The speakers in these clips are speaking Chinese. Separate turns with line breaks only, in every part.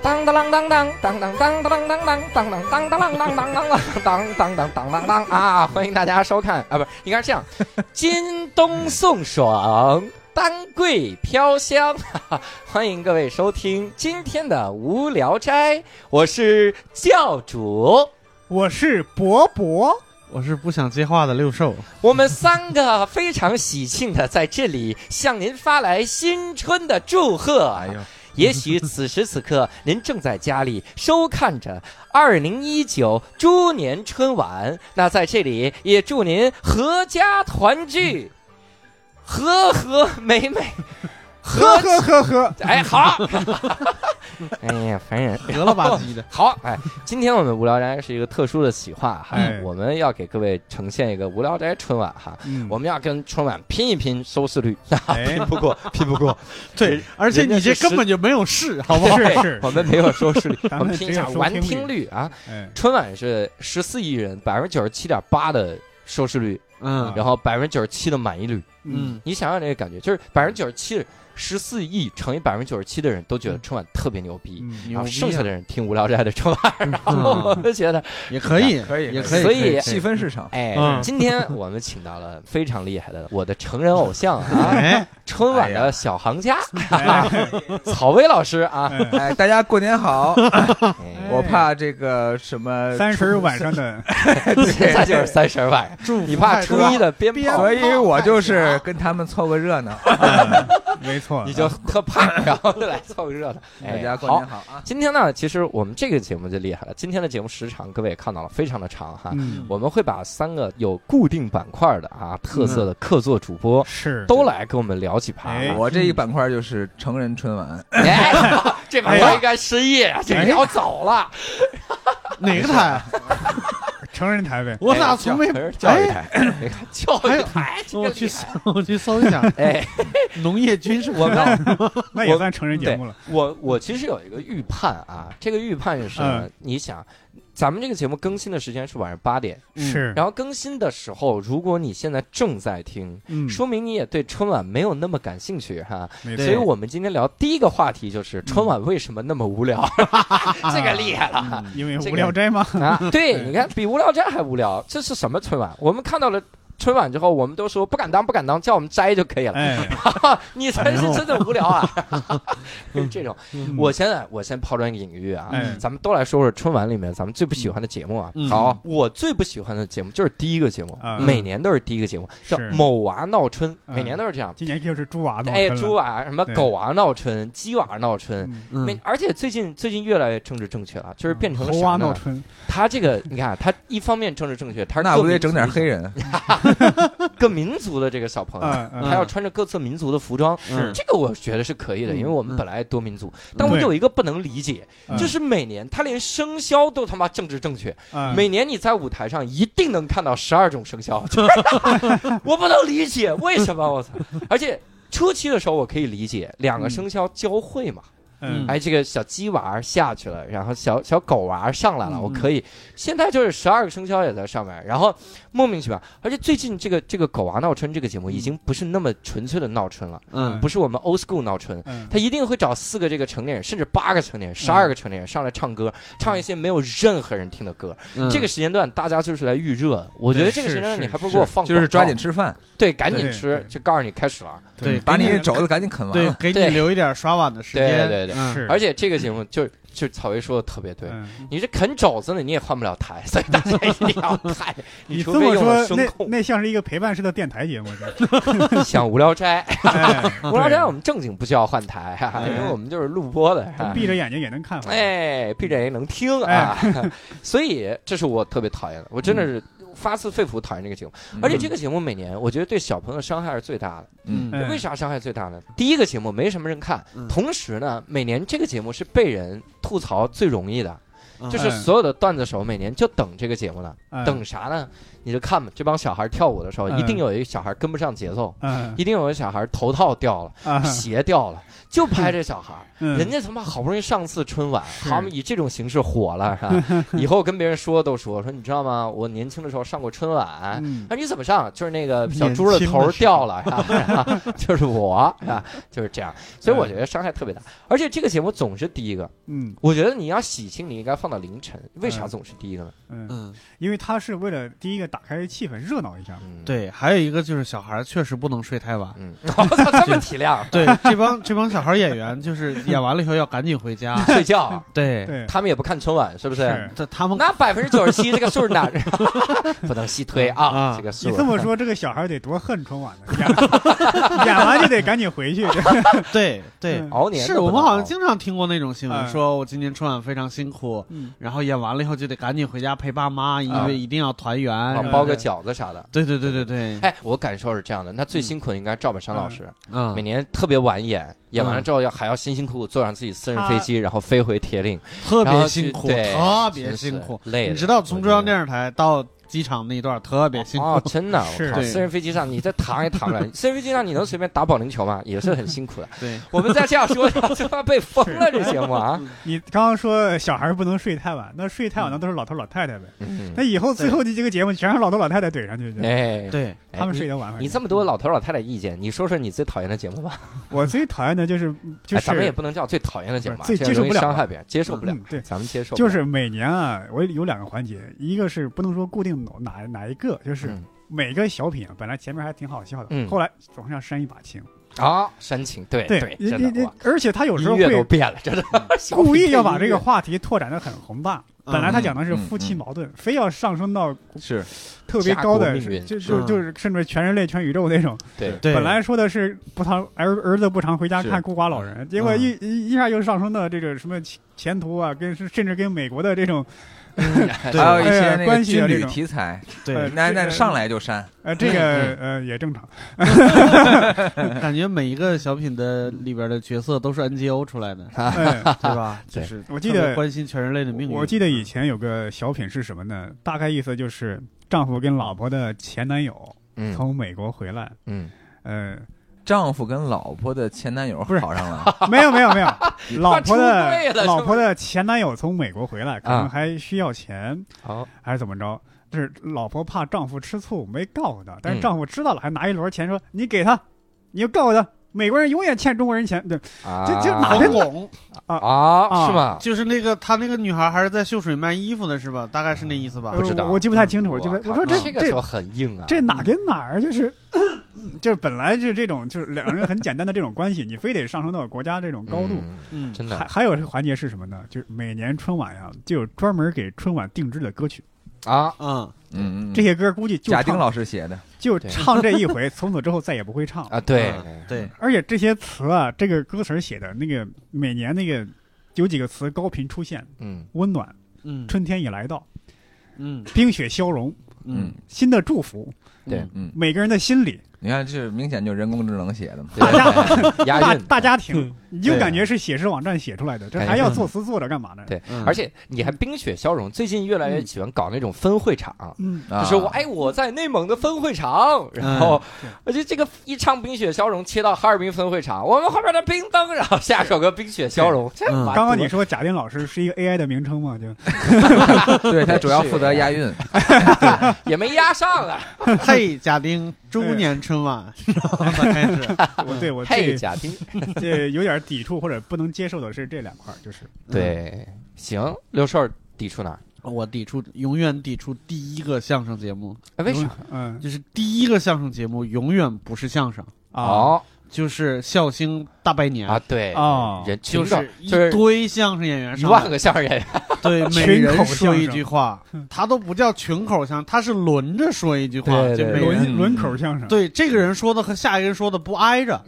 当当啷当当当当当当当当当当当当当当当当当当当当当当啊！欢迎大家收看啊，不是，应该是这样。今冬送爽，丹桂飘香。欢迎各位收听今天的无聊斋，我是教主。
我是博博，
我是不想接话的六兽，
我们三个非常喜庆的在这里向您发来新春的祝贺。啊
哎呦，
也许此时此刻，您正在家里收看着二零一九猪年春晚。那在这里也祝您阖家团聚，和和美美，
呵
和
呵呵呵，
哎好， 哎呀烦人。，
得了吧唧的
好，哎，今天我们无聊斋是一个特殊的企划哈，
哎
我们要给各位呈现一个无聊斋春晚哈，
嗯
我们要跟春晚拼一拼收视 率，
哎，
不过拼不过，
嗯
对，而且你这根本就没有事，好不好？
是是
我们没有收视率，
咱
我
们
们拼一
只有
下
收
完
听
听率啊。
哎，
春晚是十四亿人，百分之九十七点八的收视率，
啊
嗯
然后百分之九十七的满意率。
嗯，
你想想这个感觉，就是百分之九十七，十四亿乘以百分之九十七的人都觉得春晚特别牛逼，
嗯，
然
牛
后
逼
剩
啊
下的人听无聊斋的春 晚，然后我就觉得，
也可以，
可以
也
可
以，
以
所以
可
细分市场，
哎，
嗯
今天我们请到了非常厉害的我的成人偶像 啊，
哎，
春晚的小行家
哎
曹薇老师啊，
哎
哎，大家过年好！
哎
我怕这个什么
三十晚上的，
现在就是三十晚上，
祝福
你怕
太
初
多
一的鞭炮
所以我就是跟他们凑个热闹。
没错，
你就特怕，然后就来凑个热闹。
大
哎
家过
好
年，好啊！
今天呢，其实我们这个节目就厉害了。今天的节目时长，各位也看到了，非常的长哈。
嗯，
我们会把三个有固定板块的啊特色的客座主播
是
都来跟我们聊几盘
哎
啊。
我这一板块就是成人春晚，
哎， 这板
哎
块
呀
应该失业啊，这聊早了。
哪个台？
成人台呗，
我咋从没
哎教育台，你看教育台，这个
我去
厉
搜
害，
我去搜一下
哎，
农业军事
我
频道，
们
那也算成人节
对
目了，
我我其实有一个预判啊，这个预判是什么？
嗯
你想，咱们这个节目更新的时间是晚上八点，
嗯
是，
然后更新的时候，如果你现在正在听，
嗯，
说明你也对春晚没有那么感兴趣哈。
没
所
错
以，我们今天聊第一个话题就是
嗯
春晚为什么那么无 聊，这个厉害了哈。
嗯因为
这
无
个
聊斋嘛，
啊！对，你看比无聊斋还无聊，这是什么春晚？我们看到了春晚之后，我们都说不敢当，不敢当，叫我们斋就可以了。
哎，
你才是真的无聊啊！ 这种，
嗯
我现在我先抛砖引玉啊
哎，
咱们都来说说春晚里面咱们最不喜欢的节目啊。
嗯
好，我最不喜欢的节目就是第一个节目
啊，
每年都是第一个节目，叫
是
某娃闹春，
嗯
每年都是这样。
今年又是猪娃闹
哎，
春了
猪，娃什么
对
狗娃闹春，鸡娃闹春。
嗯
嗯
每而且最近最近越来越政治正确了，就是变成了
猴
啥
娃
呢
闹？春，
他这个你看，啊他一方面政治正确，他
那不得整点黑人？
各民族的这个小朋友，
嗯嗯
他要穿着各色民族的服装，
是
这个我觉得是可以的，因为我们
嗯
本来多民族。但我有一个不能理解，
嗯
就是每年他连生肖都他妈政治正确，
啊，
每年你在舞台上一定能看到十二种生 肖，就是我不能理解为什么我操！而且初期的时候我可以理解两个生肖交汇嘛，
嗯，
哎，这个小鸡娃儿下去了，然后小小狗娃儿上来了，
嗯
我可以。现在就是十二个生肖也在上面，然后莫名其妙，而且最近这个这个狗娃闹春这个节目已经不是那么纯粹的闹春了，
嗯
不是我们 old school 闹春。
嗯，
他一定会找四个这个成年人，甚至八个成年人、十二个成年人上来唱歌，唱一些没有任何人听的歌。
嗯
这个时间段大家就是来预热的，我觉得
对
这个时间段
是
你还不如
是
给我放广告，
就是抓紧吃饭，
对，赶紧
对
吃
对，
就告诉你开始了。
对
把
给
你
你
这肘子赶紧啃完
对
了。
给
对
你留一点刷碗的时
对
间，
对对
嗯
是，
而
且
且这个节目就就草薇说的特别对，
嗯。
你这啃肘子呢，你也换不了台，所以大家一定 要看。
你
除
这
非
么
用了声
说，那
控，
那像是一个陪伴式的电台节目，这
想无聊斋，
哎
无聊斋我
对
们正经不需要换台哈，
哎
因为我们就是录播的哈。
闭着眼睛也能看，，
哎，闭着眼能听啊，
哎
所以这是我特别讨厌的，我真
嗯
的是发自肺腑讨厌这个节目。而且这个节目每年，我觉得对小朋友伤害是最大的。
嗯，
哎
为啥伤害最大呢？第一个节目没什么人看，
嗯
同时呢，每年这个节目是被人吐槽最容易的。就是所有的段子手每年就等这个节目呢，
嗯
等啥呢？你就看吧，这帮小孩跳舞的时候，
嗯
一定有一个小孩跟不上节奏，
嗯
一定有一个小孩头套掉了，
啊，
鞋掉了，就拍这小孩。
嗯
人家他妈好不容易上次春晚，
是
他们以这种形式火了，是吧？ 以后跟别人说都说说，你知道吗？我年轻的时候上过春晚。
嗯
那你怎么上？就是那个小
年
猪的
轻的
头
时
掉了，是吧？ 然后就是我，是吧？就是这样，所以我觉得伤害特别大。而且这个节目总是第一个，
嗯
我觉得你要喜庆，你应该放到凌晨。为啥
嗯
总是第一个呢？
嗯，
嗯，
因为他是为了第一个打开气氛，热闹一下嘛。
嗯，
对，还有一个就是小孩儿确实不能睡太 晚。
嗯，我操，这么体 谅，。
对，这帮这帮小孩儿演员就是演完了以后要赶紧回家
睡觉，啊
对，
对，
他们也不看春晚，是不是？
是
这他们
那百分之九十七这个数哪？ 不能细推啊，
啊
这个数
你。这么说，这个小孩得多恨春晚呢？演演完就 得赶紧回去。
对对，
嗯
熬年
是
都不
我们
能哎
好像
熬
经常听过那种新闻，
嗯
说我今年春晚非常辛苦，
嗯
然后演完了以后就得赶紧回家陪爸妈，因为一定要团圆，
啊
然后
包个饺子啥的。
对对对对对，
哎，我感受是这样的，那最辛苦的应该赵本山老师，每
嗯，
年特别晚演，演完了
嗯
之后要还要辛辛苦苦坐上自己私人飞机，然后飞回铁岭，
特
然后
别
去
辛苦，
对
特
真
别
是
辛苦。
累的。
你知道从中央
视
电视台到机场那一段特别辛苦，
哦，真的，我
是
靠！
对
私人飞机上你这躺也躺不了，私人飞机上你能随便打保龄球吗？也是很辛苦的。
对，
我们再这样说，他妈被封了这节目啊！
你刚刚说小孩不能睡太晚，那睡太晚那都是老头老太太呗。
嗯
那以后最后的这个节目全是老头老太太怼上去的，
哎，
对，
哎
他们睡
你
得晚。
你这么多老头老太太意见，你说说你最讨厌的节目吧。
我最讨厌的就是就
哎咱们也
是
不能叫最讨厌的节目吧，啊
不是最
这样容易
接受不了啊
伤害别人，接受不了
嗯。对
咱们接受不
就
了
是每年啊，我有两个环节，一个是不能说固定哪哪一个，就是
嗯
每个小品啊本来前面还挺好笑的，
嗯
后来总是要煽一把情。
啊，煽情，对
对，你
真
你
的
你
哇，
而且他有时候
音乐都
会嗯
变了，真的
故意要把这个话题拓展的很宏大。
嗯
本来他讲的是夫妻矛盾，非要上升到
是
特别高
家
的，
国命运
就是就就是甚至全人类、全宇宙那种。
对
嗯对，
本来说的是不常儿儿子不常回家
是
看孤寡老人，
嗯
结果一一一下又上升到这个什么前前途啊，跟甚至跟美国的这种
对
还有一些
哎
那
呀
个
关系
军
的这
旅
种
题材，
呃
对，
那
这
那
个
上来就删，
呃这
嗯
个呃也正 常。
感觉每一个小品的里边的角色都是 NGO 出来的，
哎，
对吧？
对
就是
我记
特别
得
关心全人类的命运，
我记得以前有个小品是什么呢？大概意思就是丈夫跟老婆的前男友
嗯
从美国回来，
嗯，
呃，
丈夫跟老婆的前男友
不是
好 上了，
没有没 有没有，老婆
出柜了是啊
的
吧
老婆的前男友从美国回来，可能还需要钱，
好，
还是怎么着？就是老婆怕丈夫吃醋，没告诉他，但
嗯
是丈夫知道了，还拿一摞钱说：“你给他，你就告诉他，美国人永远欠中国人钱。”对，
这
这哪
好
来的
拱，
啊？
啊
是吗？
就是那个他那个女孩还是在秀水卖衣服的是吧？大概是那意思吧
不？知道
我我记不太清楚，我记不太
靠
我说这
这个
这
时候很硬啊，
这哪跟哪儿？就是，就是本来就这种，就是两个人很简单的这种关系，你非得上升到国家这种高度。
嗯
嗯，
真
还
的
还有一个环节是什么呢？就是每年春晚呀，就有专门给春晚定制的歌曲，
啊，
嗯，
嗯嗯，
这些歌估计就
贾丁
唱
老师写的，
就
对
唱这一回，从此之后再也不会唱。
啊，对
嗯对，
而且这些词啊，这个歌词儿写的那个每年那个有几个词高频出现：
嗯，
温暖、
嗯
春天已来到、
嗯
冰雪消融、
嗯
嗯，
新的祝福。
对
嗯，
每个人的心里，
你看这明显就人工智能写的嘛，
对押
大
韵，嗯
大家庭，你就
对
感觉是写诗网站写出来的，这
感觉
还要
是
作词作者干嘛呢？
对
嗯
而且你还冰雪消融，最近越来越喜欢搞那种分会场。
嗯，
啊
就是我哎，我在内蒙的分会场，然后而且这个一唱《冰雪消融》，切到哈尔滨分会场，我们后边的冰灯，然后下首歌《冰雪消融》。 这完
嗯
犊子
刚刚你说贾丁老师是一个 AI 的名称嘛？ 就
对他主要负责押韵，
也没压上啊，
嘿，贾丁，中年 春晚，然后开始，
我对我
嘿，
这
贾丁，
这有点抵触或者不能接受的是这两块儿，就是
对，行，六兽儿抵触哪儿？
我抵触，永远抵触第一个相声节目，
哎，为啥？？
嗯
就是第一个相声节目永远不是相声，
啊
哦
就是笑星大拜年
啊，，对，
哦
人群
就
众
是一
就是
堆相声演员
一
上来
万个相声演员，
对，
群
每人
口
说
相
一
声
句话，他都不叫群口相声，他是轮着说一句话，
对对
就每
嗯对
人
轮轮口相声。
对这个人说的和下一个人说的不挨 着，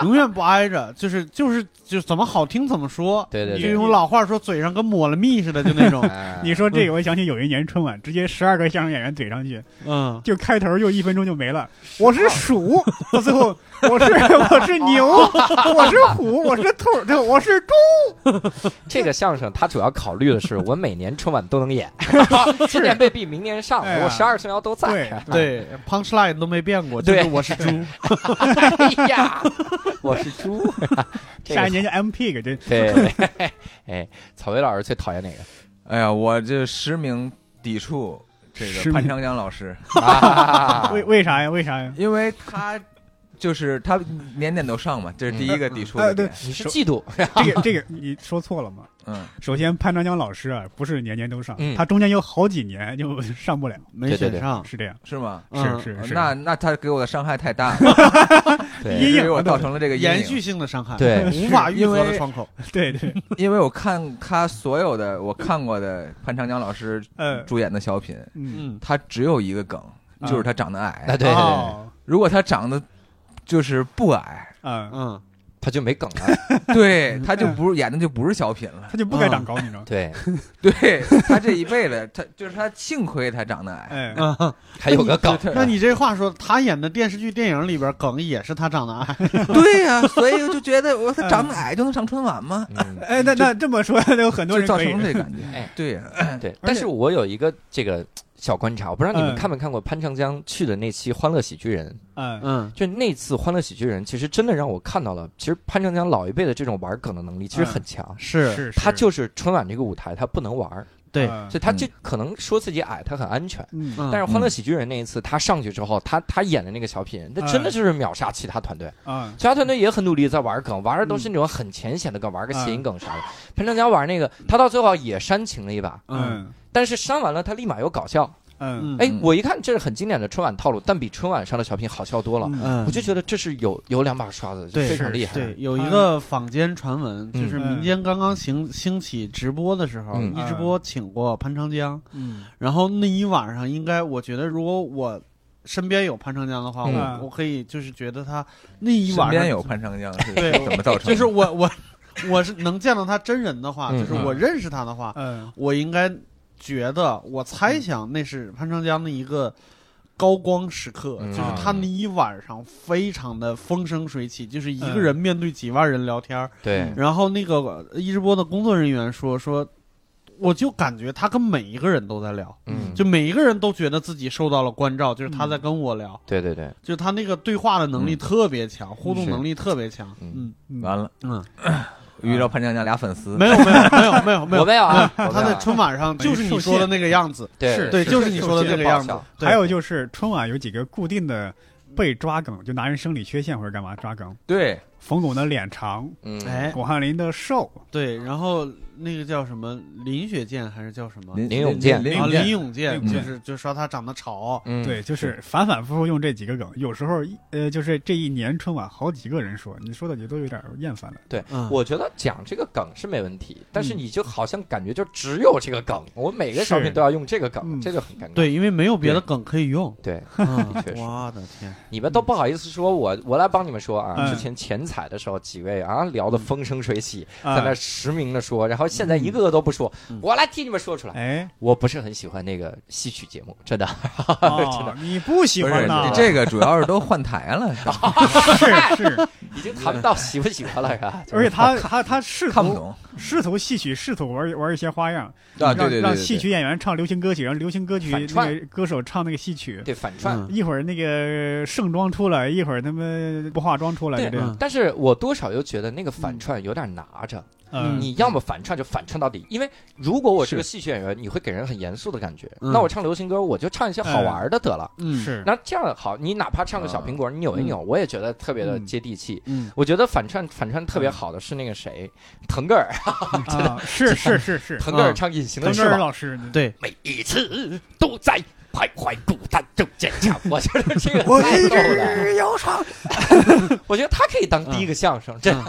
永远不挨着，就是就是就怎么好听怎么说，
对对
就
对
用老话说嘴上跟抹了蜜似的，就那 种，
哎
你说这个，我想起有一年春晚，直接十二个相声演员怼上去，
嗯，
就开头就一分钟就没了。我是鼠，到最后我是我是牛，我是虎，我是兔，对，我是猪。
这个相声它主要考虑的是，我每年春晚都能 演，今年未必明年上，
哎呀
我十二生肖都在。
对
对，punch line 都没变过，就是
对
我是猪，
哎 呀，我是猪。这
下
个
一年就 M Pig，这
对， 哎，草莓老师最讨厌哪个？
哎呀，我这实名抵触这
实
个
名
潘长江老师，
啊
为为啥呀？为啥呀？
因为他就是他年年都上嘛，这是第一个抵触
嗯呃
的
对
点。
你是嫉妒？
这个这个你说错了吗？
嗯，
首先，潘长江老师啊，不是年年都上，
嗯
他中间有好几年就 上不了，
没
对对
选
对
上，
是这样。
是吗？
嗯
是是是，
哦那那他给我的伤害太大 了，
对
阴影
给我造成了这个阴
延
影
续性的伤害，
对
无法愈合
因
的
为
窗口。
对对，
因为我看他所有的我看过的潘长江老师
呃，
主演的小品，
嗯，
嗯，
他只有一个梗，
啊
就是他长得
那
矮。
对对对，
哦
如果他长得就是不矮，
嗯，
嗯，
他就没梗了。
对，他就不是演的就不是小品了。
他就不该长高，你知道吗？
对，
对他这一辈子，他就是他幸亏他长得矮。
哎，
嗯，
还有个梗。
对
那你这话说，他演的电视剧、电影里边梗也是他长得矮，
对呀、所以我就觉得我他长得矮就能上春晚吗？
嗯，
哎，那那这么说，那有很多
就
人
造
可以
成这感觉
哎。
对呀、
对。但是我有一个这个小观察，我不知道你们
嗯
看没看过潘长江去的那期《欢乐喜剧人》。
嗯
嗯，
就那次《欢乐喜剧人》，其实真的让我看到了，其实潘长江老一辈的这种玩梗的能力其实很强。
是
是
他就是春晚这个舞台，他不能玩儿，
对，
嗯
所以他就可能说自己矮，他很安全。
嗯
嗯
但是《欢乐喜剧人》那一次，他上去之后，他他演的那个小品，那
哎
真的就是秒杀其他团队。
啊
其他团队也很努力在玩梗，玩的
嗯
都是那种很浅显的梗，玩个谐音梗啥的。潘长江玩那个，他到最后也煽情了一把，
嗯
嗯
但是煽完了他立马又搞笑。
嗯
嗯，
哎，我一看这是很经典的春晚套路，但比春晚上的小品好笑多了。
嗯
嗯，
我就觉得这是有有两把刷子，
对
非常厉害。
对，有一个坊间传闻，就是民间刚刚兴兴起直播的时候，
嗯
一直播请过潘长江，
嗯
然后那一晚上，应该我觉得如果我身边有潘长江的话，
嗯
我我可以就是觉得他那一
身
晚
边
上
有潘长江是
对
怎么造成的？
就是我我我是能见到他真人的话，
嗯
就是我认识他的话，
嗯
我应该觉得我猜想那是潘长江的一个。高光时刻
嗯
就是他那一晚上非常的风生水起，就是一个人面对几万人聊天儿，
对，
然后那个呃一直播的工作人员说说，我就感觉他跟每一个人都在聊，
嗯，
就每一个人都觉得自己受到了关照，就是他在跟我聊，
对对对，
就是他那个对话的能力
嗯
特别强，互动
是
能力特别强。
嗯
嗯
完了，
嗯，
遇到潘长江俩粉丝，
没有没有没有没有没
我
有，
没有啊，我没有啊
他在春晚上
没
就是你
受
说的
限
那个样子，
对
是
对，
是
就是你
受
说的
限
那个样
爆
子
笑。
对
还有就是春晚有几个固定的被抓梗，就拿人生理缺陷或者干嘛抓梗。
对，
冯巩的脸长，
嗯，
哎
巩汉林的瘦，
对，然后那个叫什么林雪健还是叫什么？
林永健
林
啊，
永
林
健，
永健
林
就
永健
是就说他长得丑，
嗯，
对，就是反反复复用这几个梗，有时候一呃，就是这一年春晚好几个人说，你说的也都有点厌烦了。
嗯，
我觉得讲这个梗是没问题，但是你就好像感觉就只有这个梗，我每个小品
嗯是
都要用这个梗，
嗯
这就很尴尬。
对，因为没有别的梗可以用。
对，
嗯
的确是
我的天，
你们都不好意思说我，我来帮你们说啊。
嗯
之前前彩的时候，几位啊聊得风生水起，在
啊
那实名的说，然后现在一个个都不说
嗯，
我来替你们说出来。
哎，
我不是很喜欢那个戏曲节目， 真的。
哦，你不喜
不是
欢呐？
这个主要是都换台了，
是是，
已经谈不到喜不喜欢了，是吧？
而且他他他试
看不
图
懂
试图戏曲，试图玩玩一些花样，
啊！对对对
让让
对
戏
对，
曲演员唱流行歌曲，让流行歌曲
反
那
串
个歌手唱那个戏曲。
对反串。
嗯
一会儿那个盛装出来，一会儿他们不化妆出来，
对
就这样。
嗯
但是我多少又觉得那个反串有点拿着，
嗯，
你要么反串就反串到底，因为如果我是个戏曲演员，你会给人很严肃的感觉。
嗯
那我唱流行歌，我就唱一些好玩的得了。
嗯，
是
那这样好，你哪怕唱个小苹果，你扭一扭，我也觉得特别的接地气。
嗯，
我觉得反串反串特别好的是那个谁，腾格尔，
啊，是是是 是，
腾格尔唱《隐形的
腾
翅
格尔
膀》，
老师，
对，
每一次都在徘徊孤单中坚强。我觉得 这个
我
太
一
逗了，
直忧伤。
我觉得他可以当第一个相声，
嗯
真的。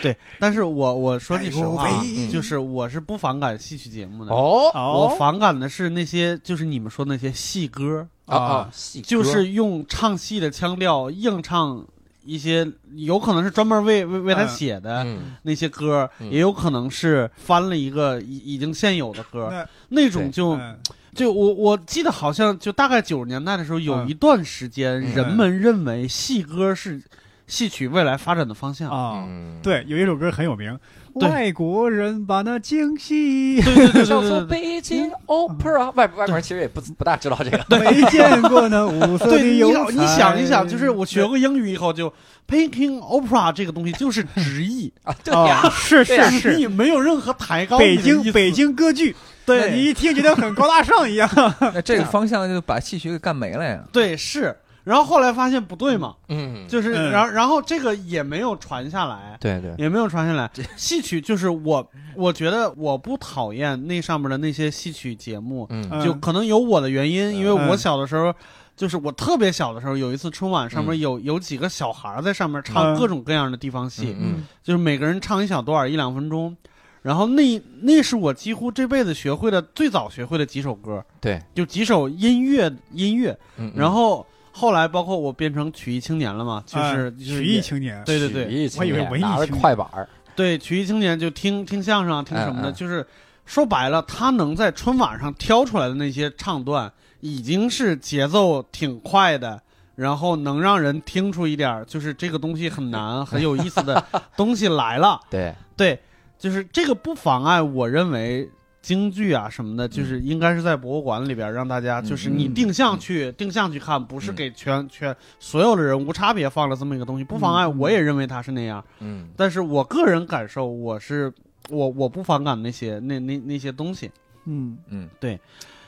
对，但是我我说句实话啊
哎呦喂，
就是我是不反感戏曲节目的，
哦
哦，
我反感的是那些就是你们说那些戏歌，
啊
啊
啊，戏歌
就是用唱戏的腔调硬唱一些，有可能是专门为为为他
嗯
写的
嗯
那些歌，
嗯
也有可能是翻了一个已已经现有的歌，
那
那种
对
就
嗯
就我我记得好像就大概九十年代的时候，有
嗯
一段时间，
嗯
人们认为戏歌是戏曲未来发展的方向。
啊。
嗯，
对，有一首歌很有名，
对
外国人把那惊喜
对对嗯对
叫做
对对
北京 opera，外外国人其实也不不大知道这个。
没见过那五 色的
对，
油
你
彩
想你想一想，就是我学过英语以后，就 Peking opera 这个东西就是 直译，
啊， 对呀、
哦
啊，是
对呀
是是，
你没有任何抬高
北
你的意
京
思
北，京歌剧，
对
你一听觉得很高大上一样。
那这个方向就把戏曲给干没了呀。
对是。然后后来发现不对嘛，
嗯，
就是
嗯
然后然后这个也没有传下来，
对对，
也没有传下来。戏曲就是我，我觉得我不讨厌那上面的那些戏曲节目，
嗯
嗯
就可能有我的原因，因为
嗯
我小的时候，就是我特别小的时候，有一次春晚上
嗯
面有、有几个小孩儿在上面唱
嗯
各种各样的地方戏，
嗯
就是每个人唱一小段儿一两分钟，然后那那是我几乎这辈子学会的最早学会的几首歌，
对，
就几首音乐音乐，
嗯，
然后后来包括我变成曲艺青年了嘛，就是、
嗯
就是
曲艺
也
青年，
对对对
曲艺青年
我以为文艺
拿着
青年哎
快板儿，
对曲艺青年就听听相声啊，听什么
嗯
的，
嗯
就是说白了，他能在春晚上挑出来的那些唱段，已经是节奏挺快的，然后能让人听出一点儿就是这个东西很难、很有意思的东西来了。
对，
对，就是这个不妨碍我认为。京剧啊什么的，就是应该是在博物馆里边儿让大家，
嗯
就是你
嗯
定向去、定向去看，不是
嗯
给全全所有的人无差别放了这么一个东西，不妨碍
嗯
我也认为它是那样。
嗯
但是我个人感受，我是我我不反感那些那那那些东西，
嗯，
嗯，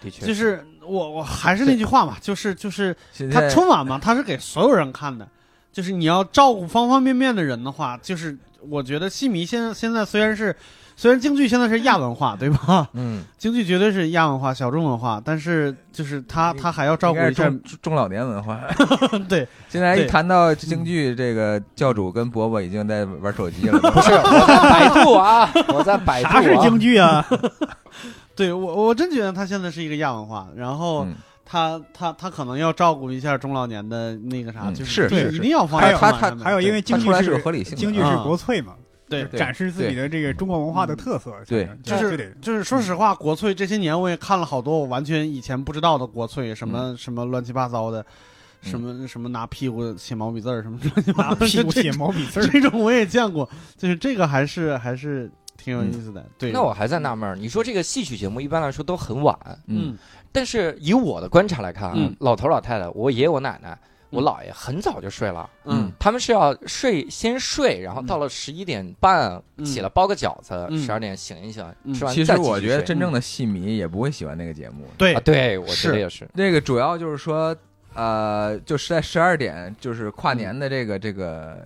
的确
就是我我还是那句话嘛，就是就是
现
他
在
春晚嘛，他是给所有人看的，就是你要照顾方方面面的人的话，就是我觉得戏迷现在现在虽然是虽然京剧现在是亚文 化对吧？
嗯，
京剧绝对是亚文化、小众文化，但是就是他他还要照
应
顾
该
一
是
下，
中中老年文化。
对
现在一
对
谈到京剧，这个教主跟伯伯已经在玩手机了。
不是我在百度 啊，我在百度、啊，
啥是京剧 啊？
对，我我真觉得他现在是一个亚文化，然后。
嗯
他他他可能要照顾一下中老年的那个啥，
嗯
就是
是
对
是
一定要放
还
在
有
春
他
晚上面
还有因为京
他
剧
出来是有
是
合理性的。嗯
京剧是嗯国粹嘛，
啊对
对
展示自己的这个中国文化的特色，
对
就
就是是得
就是说实话，国粹这些年我也看了好多我完全以前不知道的国粹，什么、
嗯
什么乱七八糟的，
嗯
什么什么拿屁股写毛笔字儿，什么乱七八
拿
糟的
屁股
这
写毛笔字 儿。
这种我也见过，就是这个还是还是挺有
嗯
意思的。对，
那我还在纳闷儿，你说这个戏曲节目一般来说都很晚，
嗯
但是以我的观察来看啊，
嗯
老头老太太，我爷爷我奶奶。我
嗯
姥爷很早就睡了，
嗯
他们是要睡先睡，然后到了十一点半
嗯
起来包个饺子，
嗯
十二点醒一醒，
嗯
吃完
其
再
实
继续
我觉得
睡
真正的戏迷也不会喜欢那个节目。
对
啊，对我觉得
是
也是，
那个主要就是说，呃，就是在十二点，就是跨年的这个这个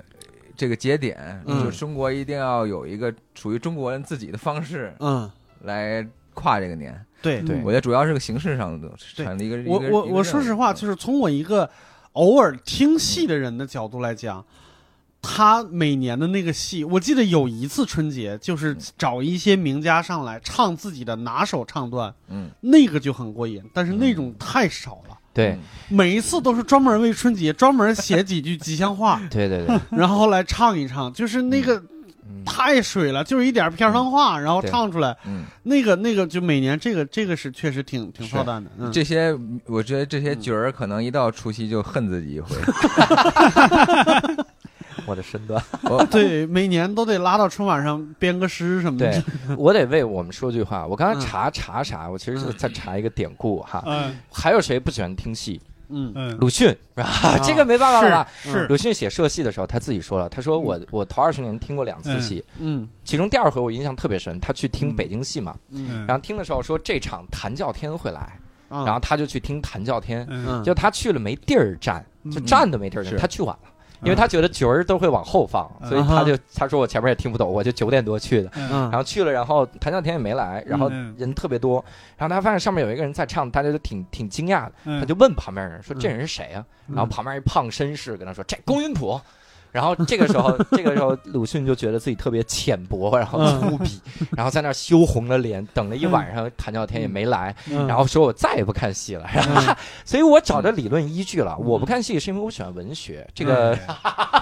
这个节点，
嗯
就是中国一定要有一个属于中国人自己的方式
嗯
来跨这个年。
对
对
我觉得主要是个形式上的产生一个。一个
我我
一个嗯
我说
任务
实话，就是从我一个偶尔听戏的人的角度来讲，他每年的那个戏，我记得有一次春节，就是
嗯
找一些名家上来唱自己的拿手唱段，
嗯，
那个就很过瘾，但是那种太少了。
对，
嗯
每一次都是专门为春节专门写几句吉祥话
对对 对，
然后来唱一唱，就是那个
嗯
太水了，就是一点片上话，然后
对
唱出来，
嗯，
那个那个就每年这个这个是确实挺挺操蛋的，嗯，
这些我觉得这些角儿可能一到除夕就恨自己一回。
我的身段，
我
对，每年都得拉到春晚上编个诗什么的
对。我得为我们说句话。我刚才
嗯
查查啥，我其实是
嗯
在查一个典故哈。
嗯
还有谁不喜欢听戏？
嗯
嗯，
鲁迅是吧？ 这个没办法了吧。
是是
鲁迅写社戏的时候，他自己说了，他说我我头二十年听过两次戏，
嗯
其中第二回我印象特别深，他去听北京戏嘛，
嗯
然后听的时候说这场谭叫天会来，
啊，
嗯然后他就去听谭叫天，
嗯
就他去了没地儿站，就
嗯
站都没地儿站，
是
他去晚了。因为他觉得角儿都会往后放，所
啊
以他就他说我前面也听不懂，我就九点多去的，
嗯
嗯
然后去了，然后谭笑天也没来，然后
嗯
人特别多，然后他发现上面有一个人在唱，大家就挺挺惊讶的，
嗯
他就问旁边人说
嗯
这人是谁啊？
嗯
然后旁边一胖绅士跟他说这龚云普。然后这个时 候，这个时候鲁迅就觉得自己特别浅薄，然后
嗯
粗鄙，然后在那儿羞红了脸，等了一晚上，谭笑天也没来，
嗯
然后说我再也不看戏了。 然后，所以我找
嗯
着理论依据了，我不看戏是因为我喜欢文学，这个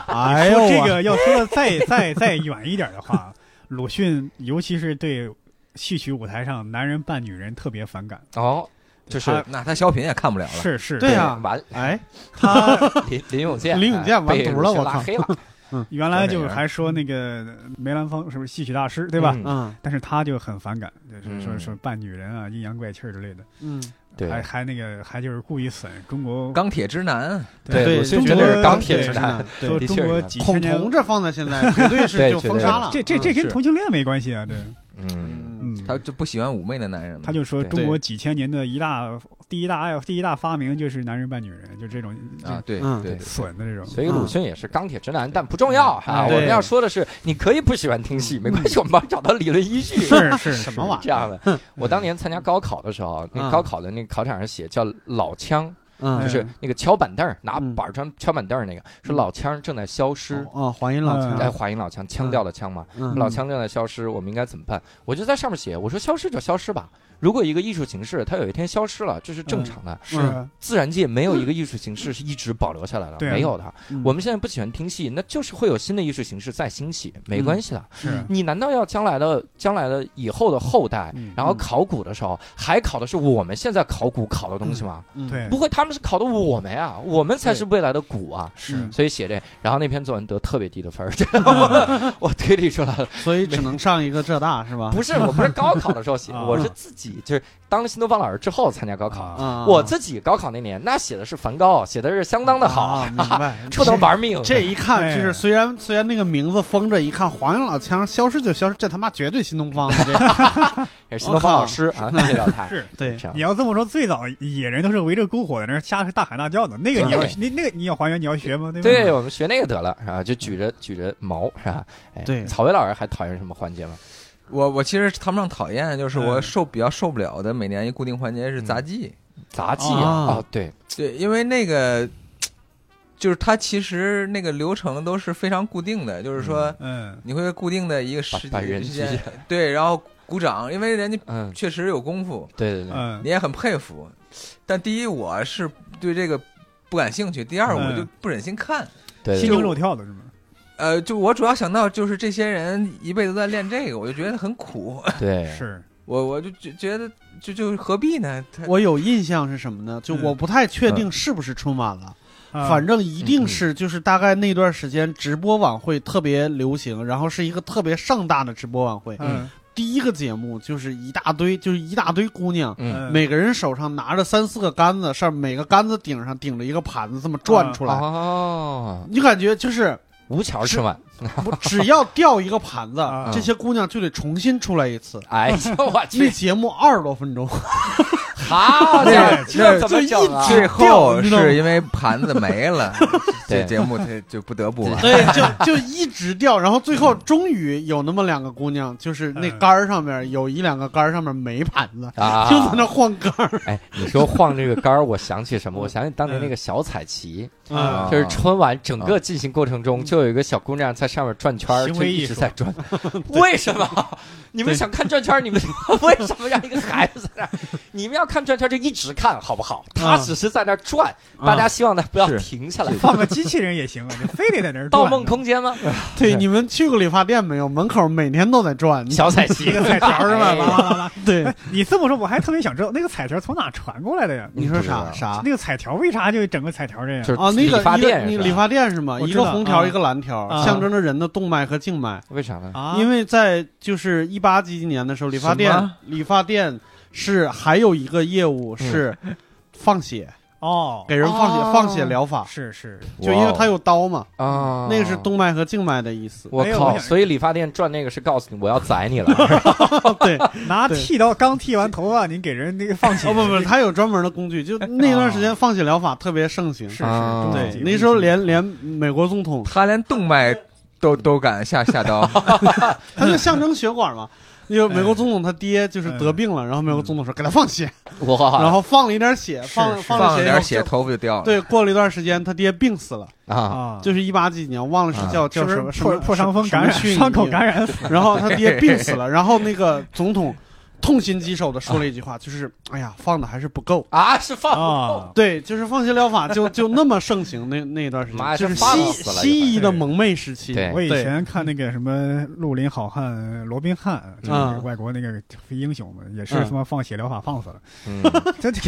哎呦
说
我
这个要说的再再再远一点的话，鲁迅尤其是对戏曲舞台上男人扮女人特别反感。
哦，就是
他
那他小品也看不了了。
是是，
对啊
完了
哎，他
林林永健，哎
林永健完
被
犊了，
鲁迅
我
拉
操！
黑 了，
原来就是还说那个梅兰芳是不是戏曲大师对吧？
嗯
嗯
但是他就很反感，就是说
嗯
说扮女人啊、阴阳怪气儿之类的，
嗯，
对
还还那个还就是故意损中国，
钢铁直男，
嗯
对，
对
鲁迅
中
绝
国
对是钢铁
对
直
是
男，，
对
说
的
中
确
国
是
几
恐
千年
同，这放在现在绝对是
对
就
绝对
封杀了。
这这这跟同性恋没关系啊，这
嗯，
嗯
嗯，
他就不喜欢妩媚的男人嘛
他。就说
对
中国几千年的一大第一大爱第一大发明就是男人扮女人，就这种
啊，对
嗯
对，
损的这种。嗯
所以鲁迅也是钢铁直男，但不重要哈。
嗯
我
对
们要说的是，你可以不喜欢听戏，没关系，我们帮你找到理论依据。
是 是什
什么玩意
这样 的，我当年参加高考的时候，那
嗯
高考的那个考场上写叫“老腔”，
嗯，
就是
嗯
那个敲板凳儿拿
嗯
板儿敲敲板凳儿那个，说老腔正在消失。
哦，黄音老
嗯
哎，
腔，
华阴老腔，腔调的腔嘛，
嗯
老腔正在消失，我们应该怎么办？我就在上面写，我说消失就消失吧。如果一个艺术形式它有一天消失了，这是
嗯
正常的。
是啊，
自然界没有一个艺术形式是一直保留下来的，
对啊
没有的。
嗯
我们现在不喜欢听戏，那就是会有新的艺术形式再兴起，没关系的。
是啊
你难道要将来的将来的以后的后代，
嗯
然后考古的时候还考的是我们现在考古考的东西吗？
嗯
对
不会，他们是考的我们呀，我们才是未来的古啊。
是
所以写这，然后那篇作文得特别低的分儿，这样 我我推理出来了。
所以只能上一个浙大是吧？
不是，我不是高考的时候写，
啊
我是自己就是当了新东方老师之后参加高考。
啊，
啊，
我自己高考那年，那写的是梵高，写的是相当的好，。
啊，明白
不能玩命。
这一看就
哎
是，虽然虽然那个名字封着，一看黄英老腔消失就消失，这他妈绝对新东方。这
也是哎新东方老师啊，谢谢老太。
是。
对，
这样
你要这么说，最早野人都是围着篝火在那儿瞎大喊大叫的，那个你要
对
那那个你要还原，你要学吗？对吧？
对我们学那个得了，是吧？就举着举着矛，是吧？哎，
嗯对
曹薇老师还讨厌什么环节吗？
我我其实谈不上讨厌，就是
嗯
我受比较受不了的每年一固定环节是杂技，
杂技
啊
哦，对，
对，因为那个就是它其实那个流程都是非常固定的，就是说
嗯，
你会固定的一个
把
时
把人
间时
举
间
起，
对，然后鼓掌，因为人家
嗯，
确实有功夫，
对对对，
嗯
你也很佩服。但第一，我是对这个不感兴趣；第二，
嗯
我就不忍心看。
对
心
对
惊肉跳的是吗？
呃，就我主要想到就是这些人一辈子都在练这个，我就觉得很苦。
对，
是，
我我就觉觉得就就何必呢？他
我有印象是什么呢？就
嗯
我不太确定是不是春晚了，
啊
反正一定
嗯
是就是大概那段时间直播晚会特别流行，然后是一个特别盛大的直播晚会。
嗯
第一个节目就是一大堆就是一大堆姑娘，
嗯，
每个人手上拿着三四个杆子，上每个杆子顶上顶着一个盘子，这么转出来。
哦，
你感觉就是，
吴桥春晚，
不只要掉一个盘子
啊，
这些姑娘就得重新出来一次。
哎呦我
那
去，
节目二十多分钟，
好
那
家伙，这怎
这
么
一
整啊？
最后
你知道吗
是因为盘子没了，这
对
节目他就不得不完。
对，就就一直掉，然后最后终于有那么两个姑娘，就是那杆儿上面有一两个杆儿上面没盘子，
啊，
就在那晃杆儿。
哎，你说晃这个杆儿，我想起 什么？我想起当年
嗯
那个小彩旗，
嗯
啊
就是春晚整个进行过程中，就有一个小姑娘在上面转圈儿，
行
就
为
一
艺
直
术
在 转。为什么？你们想看转圈儿，你们 为什么让一个孩子在那儿？你们要看转圈儿就一直看，好不好？他
嗯
啊
只是在那儿转，大家希望他不要
是
停下来。
啊放个机器人也行啊，就非得在那儿
《盗
转嗯
梦
呢
空间》吗？
对，你们去过理发店没有？门口每天都在转。
小彩旗哎
一个彩条是吧？啦啦啦啦！
对
哎，你这么说，我还特别想知道那个彩条从哪传过来的呀？
你说啥啥？
那个彩条为啥就整个彩条这样？
就是
啊，那
理
个
发
一个
店
那
是
个
吧
理发店是吗？
我
一
知
个
道
红条，
啊
一个蓝条，
啊
象征着人的动脉和静脉。
为啥呢？
啊，
因为在就是一八几几年的时候，理发
什
店
么
理发店是还有一个业
嗯
务是放血，
哦，
给人啊放血、
哦
放血疗法，
是是，
就因为它有刀嘛，
啊，
那个是动脉和静脉的意思。
我
哎呦我
靠！
想
所以理发店转那个是告诉你我要宰你了，
哦对，
哦拿
对
剃刀刚剃完头发，你给人那个放血，
哦不不，它有专门的工具，就那段时间放血疗法特别盛行。
是是，
哦啊嗯
中
对
世纪，
那时候连连美国总统，
他连动脉都都敢下下刀，
他就象征血管 嘛。就美国总统他爹就是得病了，然后美国总统说给他放血，
我啊
然后放了一点血，
是
放
是
放
放
了
了
以后
点血，
就
头发就掉了。
对，过了一段时间，他爹病死了，
啊，
啊，
就是一八几年，忘了是
啊
叫
是
叫
不
什
是
么什
破
么
破伤风
什么
感染、
什么去你
伤口感染死？
然后他爹病死了，然后那个总统痛心疾首的说了一句话，就是哎呀，放的还是不够。
啊，是放
啊，
对，就是放弃疗法就就那么盛行那那段时
妈呀
间，就
这
是
放
西
死了
西医的蒙昧时期。
对
我以前看那个什么《绿林好汉》罗宾汉，就是
嗯
外国那个英雄嘛，也是
嗯
他妈放血疗法放死了。
嗯
这这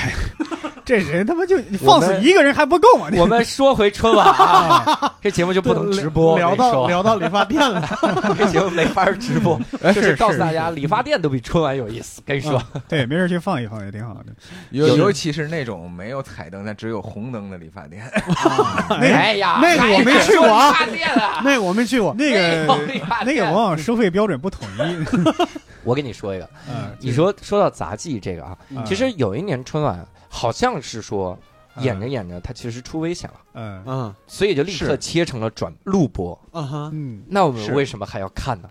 这人他妈就你放死一个人还不够啊吗？
我们说回春晚啊，这节目就不能直播，
聊到
我跟
聊到理发 店了。
你说这节目没法直播，
哎
就是是告诉
是
大家，理发店都比春晚有意思。跟你说，
对，没事去放一放也挺好的。
尤
有
尤其是那种没有彩灯但只有红灯的理发店，
哎呀，
那个我没去过啊
理发店啊，
那个我没去过，
那
哎呦
个
理发
那
店
个往往收费标准不统一。
我跟你说一个，
嗯，
你说说到杂技这个啊，
嗯
其实有一年春晚好像是说演着演着，它其实出危险了，
嗯
嗯
所以就立刻
是
切成了转录播。
啊哈，
嗯
那我们
是
为什么还要看呢？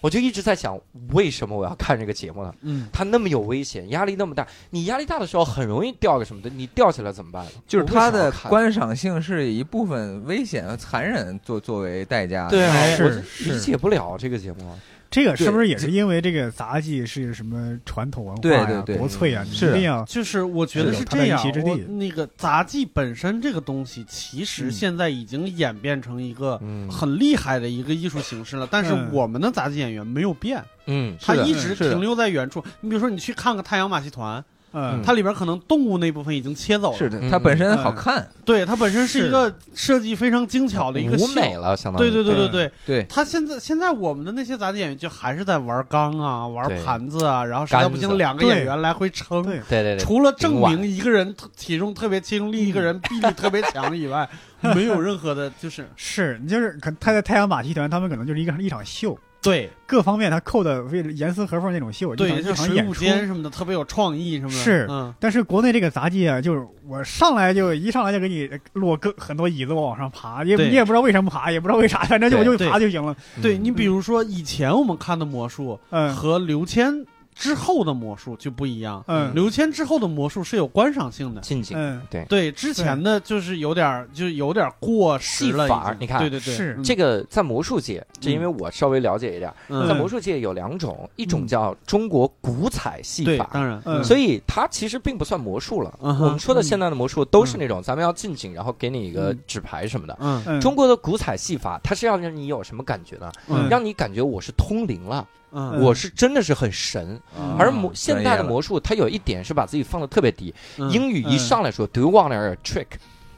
我就一直在想，为什么我要看这个节目呢？
嗯，
它那么有危险，压力那么大，你压力大的时候很容易掉个什么的，你掉下来怎么办呢？
就是
我为
它
什么要
的
看
观赏性是以一部分危险和残忍作作为代价。
对啊，
哎
我
是是
理解不了这个节目。啊
这个是不是也是因为这个杂技是什么传统文化
对
呀、
对对
国粹呀、你
是
一定要
就是我觉得
啊是有
是
它
这
的一
样
席之，地
我那个杂技本身这个东西，其
嗯
实现在已经演变成一个
嗯
很厉害的一个艺术形式了。但是
嗯
我们的杂技演员没有变，
嗯
他
是的
一直
是的
停留在原处。你比如说，你去看个太阳马戏团，
嗯
嗯
它里边可能动物那部分已经切走了，
是的
嗯，
它本身
嗯
好看，
对，它本身是
是
一个设计非常精巧的一个
舞
秀
美。了，相当于
对对对对
嗯
对，
对，
他现在现在我们的那些杂技演员就还是在玩钢啊，玩
对
盘子啊，然后实在不
杆子
行两个
对
演员来回撑，
对
对对对
除了证
挺晚
明一个人特体重特别轻，另一个人臂力特别强 以外，没有任何的，就是
是你就是可他在太阳马戏团，他们可能就是一个一场秀，
对
各方面他扣的为了严丝合缝那种秀，
对，
一场
就
一场
水
演
舞
出。
间什么的特别有创意什么的，
是
嗯，
但是国内这个杂技啊，就是我上来就一上来就给你落个很多椅子，我往上爬，也
对
你也不知道为什么爬，也不知道为啥，反正就我就
对
爬就行了。
嗯
对你比如说以前我们看的魔术
嗯
和刘谦之后的魔术就不一样，
嗯
刘谦之后的魔术是有观赏性的。
近景
嗯，
对，之前的就是有点儿，就有点儿过时了已经。
戏法你看
对对对，
是
嗯
这个在魔术界，这因为我稍微了解一点，
嗯
在魔术界有两种，一种叫中国古彩戏
对，
法，
当然，
嗯
所以它其实并不算魔术了。
嗯哼
我们说的现在的魔术都是那种咱们要近景，然后给你一个
嗯
纸牌什么的。
嗯
嗯
中国的古彩戏法，它是要让你有什么感觉呢？
嗯
让你感觉我是通灵了，
嗯，
我是真的是很神。
嗯
而魔现代的
模
魔术，它有一点是把自己放的特别低，
嗯
英语一
嗯
上来说 “Do you want a trick”，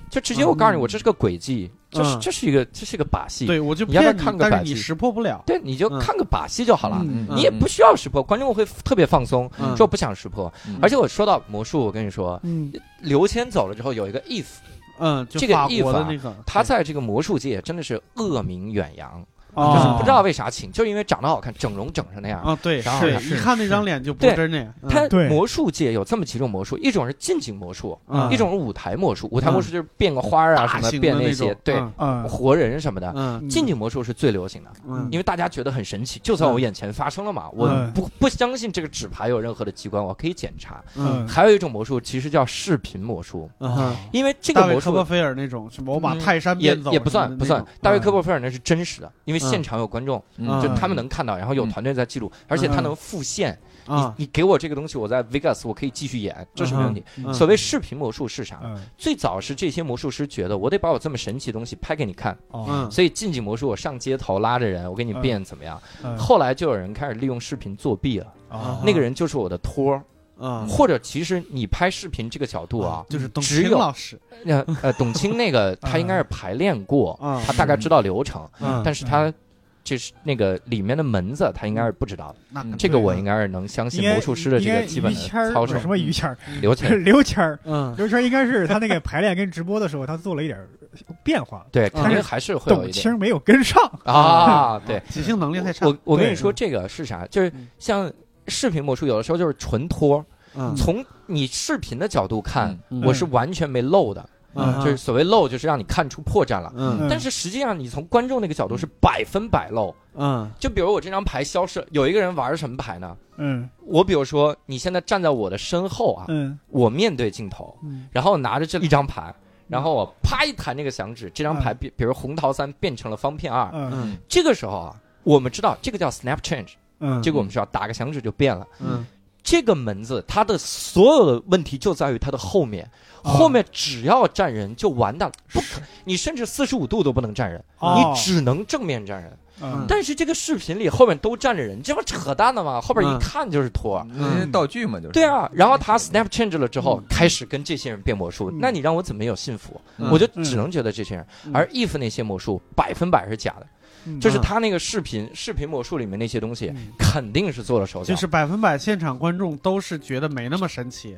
就直接我告诉你，我这是个诡计，这是
嗯
这是一个这是一个把戏。
对我就
你要不要
骗你
看，个
但
百
是你
集
识破不了。
对，你就
嗯
看个把戏就好了，
嗯
你也不需要识破，观众会特别放松，
嗯
说不想识破。
嗯
而且我说到魔术，我跟你说，
嗯
刘谦走了之后有一个 if，
嗯，就
这个
法
译
国的
法
那个，
他在这个魔术界真的是恶名远扬，
哦
就是不知道为啥请，就是因为长得好看，整容整成那样。
啊，对，
然后
对，
是
一看那张脸就不是真的。嗯
他
对
魔术界有这么几种魔术，一种是近景魔术，
嗯
一种是舞台魔术。舞台魔术就是变个花儿啊什
大
么
型，的
变
那
些
种
对
嗯
嗯
活人什么的。
嗯
近景魔术是最流行的，
嗯，
因为大家觉得很神奇，就在我眼前发生了嘛，我
嗯
不不相信这个纸牌有任何的机关，我可以检查。
嗯
嗯
还有一种魔术其实叫视频魔术，
嗯
啊
哼，
因为这个
大卫
魔
科波
术
菲尔那种什么，我把
嗯
泰山
也
变走
也不
什么
算
的
不
那
算
种，
大卫
嗯
科波菲尔那是真实的，因为
嗯
现场有观众，
嗯
就
嗯
他们能看到，然后有
嗯
团队在记录，而且他能复现。
啊，
你你给我这个东西，我在 Vegas 我可以继续演，这是没问题。
嗯
所谓视频魔术是啥？
嗯
最早是这些魔术师觉得我得把我这么神奇的东西拍给你看，
哦
嗯
所以近景魔术我上街头拉着人，我给你
嗯
变怎么样？
嗯
后来就有人开始利用视频作弊了，
哦
那个人就是我的托儿，
嗯
或者其实你拍视频这个角度啊，
就是董
只
卿
有
老师，
呃呃，董卿那个他应该是排练过
嗯，
他大概知道流程，
嗯，
但是他就是那个里面的门子，他应该是不知道的。
那
嗯
这个我应该是能相信
应该
魔术师的这
应
个
该
基本
于
的
谦儿
操
不是
守嗯
什。么于谦儿，
刘 谦，
刘谦儿，
嗯
刘谦儿应该是他那个排练跟直播的时候，他做了一点儿变化，
对，
嗯
肯定还是会有
董
一点
卿没有跟上。
啊。对，
即兴能力太差，
我我跟你
对
说这个是啥？就是
嗯
像视频魔术，有的时候就是纯托，
嗯
从你视频的角度看，
嗯
我是完全没漏的，
嗯
就是所谓漏，就是让你看出破绽了。
嗯
嗯
但是实际上，你从观众那个角度是百分百漏。
嗯
就比如我这张牌消失，有一个人玩什么牌呢？
嗯
我比如说，你现在站在我的身后啊，
嗯
我面对镜头，
嗯
然后拿着这一张牌，然后我啪一弹这个响指，这张牌比比如红桃三变成了方片二，
嗯
嗯
啊这个时候啊，我们知道这个叫 snap change，
嗯，
这个我们知道打个响指就变了。
嗯
这个门子它的所有的问题就在于它的后面，
啊
后面只要站人就完蛋了，不可，你甚至四十五度都不能站人，
哦
你只能正面站人。
嗯
但是这个视频里后面都站着人，这不扯淡的吗？后边
嗯
一看就是托儿。
那些道具嘛，就是
对啊，然后他 snap change 了之后，开始跟这些人变魔术，
嗯
那你让我怎么有信服？
嗯
我就只能觉得这些人，而 if 那些魔术百分百是假的，就是他那个视频视频魔术里面那些东西
嗯
肯定是做了手脚
就，是百分百现场观众都是觉得没那么神奇，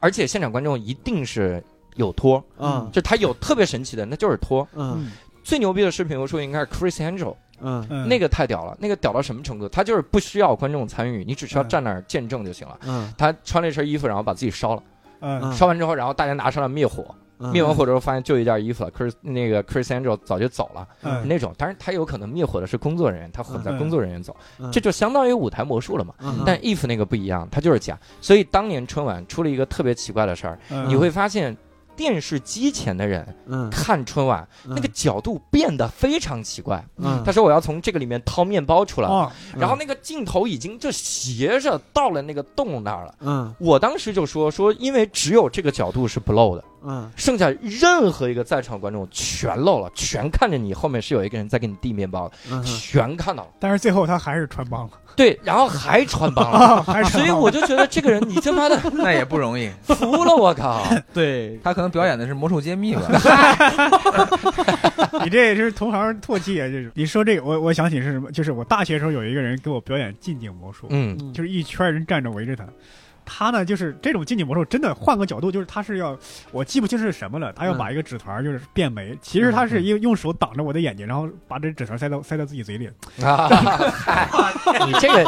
而且现场观众一定是有托，
嗯
就他有特别神奇的，那就是托。
嗯
最牛逼的视频魔术应该是 Chris Angel，
嗯
嗯
那个太屌了，那个屌到什么程度？他就是不需要观众参与，你只需要
嗯
站那儿见证就行了。
嗯
他穿了一身衣服，然后把自己烧了，
嗯
烧完之后，然后大家拿上来灭火，
嗯
灭完火之后发现就一件衣服了，Chris 那个 Chris Angel 早就走了
嗯
那种，当然他有可能灭火的是工作人员，他混在
嗯
工作人员走，
嗯
这就相当于舞台魔术了嘛。
嗯
但 if 那个不一样，它就是假，所以当年春晚出了一个特别奇怪的事儿，
嗯
你会发现电视机前的人
嗯
看春晚那个角度变得非常奇怪。
嗯
他说我要从这个里面掏面包出来，
哦
然后那个镜头已经就斜着到了那个洞那儿了。
嗯
我当时就说说，因为只有这个角度是不露的，
嗯
剩下任何一个在场观众全露了，全看着你后面是有一个人在给你递面包的，
嗯
全看到了。
但是最后他还是穿帮了，
对，然后还穿帮了，
啊，还是穿
所以
帮了
我就觉得这个人你他妈的
那也不容易。
服了，我 靠！
对，
他可能表演的是魔术揭秘吧，
你这是同行唾弃啊！这是你说这个，我我想起是什么？就是我大学时候有一个人给我表演近景魔术，
嗯
就是是一圈人站着围着他。他呢，就是这种近景魔术，真的换个角度，就是他是要，我记不清是什么了，他要
嗯
把一个纸团儿就是变没，其实他
嗯
是用用手挡着我的眼睛，然后把这纸团塞到塞到自己嘴里。
嗯
啊， 你这个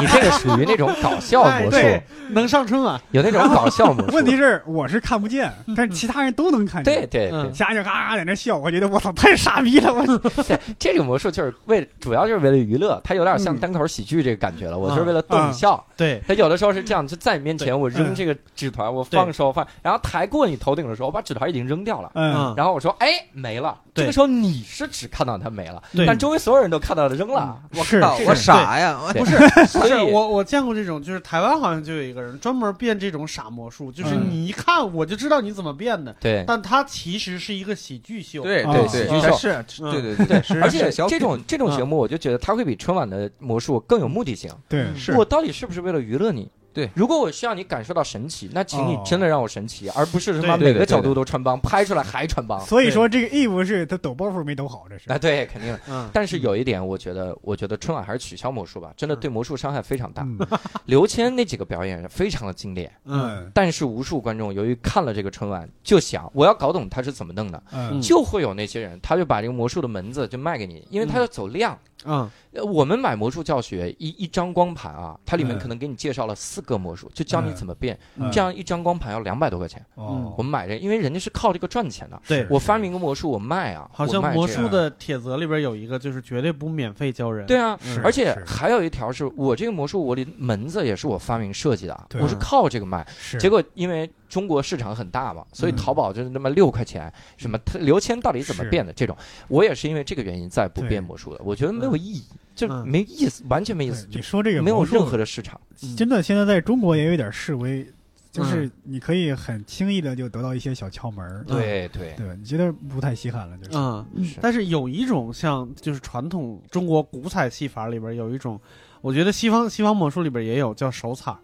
你这个属于那种搞笑魔术，
哎对能上啊春晚，
有那种搞笑 魔术。
问题是我是看不见，但是其他人都能看
嗯
见。
对对对
嗯，
瞎就嘎嘎在那笑，我觉得我操太傻逼了，我
对，这个魔术就是为主要就是为了娱乐，它有点像
嗯
单口喜剧这个感觉了。我
嗯
是为了逗你笑，
对
它有的时候是这样，就在你面前我扔
嗯
这个纸团，我放手放，然后抬过你头顶的时候，我把纸团已经扔掉了。
嗯
嗯
然后我说：“哎，没了。”
对
这个时候你是只看到它没了，
对
但周围所有人都看到了扔了。
我是
啊 我傻呀，我
对
不是不
所
是，
以
我我见过这种，就是台湾好像就有一个人专门变这种傻魔术，就是
嗯
你一看我就知道你怎么变的，
对
但他其实是一个喜剧秀，
对
啊
对
喜
对，
剧
他
秀
是，
嗯
对对对对，是
而且
是小
这
品
种这种
嗯
节目，我就觉得它会比春晚的魔术更有目的性。
对是
嗯我到底是不是为了娱乐你？
对
如果我是让你感受到神奇，那请你
哦
真的让我神奇，而不是他妈
对
每
对
个
对
角
对
度都穿帮，拍出来还穿 帮。
所以说这个 if 是他抖包袱没抖好，这是
啊，对，肯定。
嗯
但是有一点，我觉得，我觉得春晚还是取消魔术吧，真的对魔术伤害非常大。
嗯
刘谦那几个表演非常的经典，
嗯
但是无数观众由于看了这个春晚，就想我要搞懂他是怎么弄的，
嗯
就会有那些人，他就把这个魔术的门子就卖给你，因为他要走量。
嗯
呃我们买魔术教学一一张光盘啊，它里面
嗯
可能给你介绍了四个魔术，就教你
嗯
怎么变。
嗯
这样一张光盘要两百多块钱，
哦
嗯我们买这，因为人家是靠这个赚钱的。
对
我发明个魔术，我卖啊，
好
我卖
像
这
魔
个
术的帖则里边有一个，就是绝对不免费教人。
对啊
是，
而且
是
还有一条是我这个魔术，我的门子也是我发明设计的啊，
对
我是靠这个卖。
是
结果因为中国市场很大嘛，所以
嗯
淘宝就是那么六块钱，什么它刘谦到底怎么
是
变的这种，我也是因为这个原因再不
对
变魔术的，我觉得没有意义，就
嗯
没意思，完全没意
对
思，
你说这个
没有
魔术
任何的市场。
嗯
真的现在在中国也有点示威，就是你可以很轻易的就得到一些小窍门儿，
嗯
对对，
对吧？你觉得不太稀罕了，就是
嗯，
是
但是有一种像就是传统中国古彩戏法里边有一种，我觉得西方西方魔术里边也有叫手彩儿，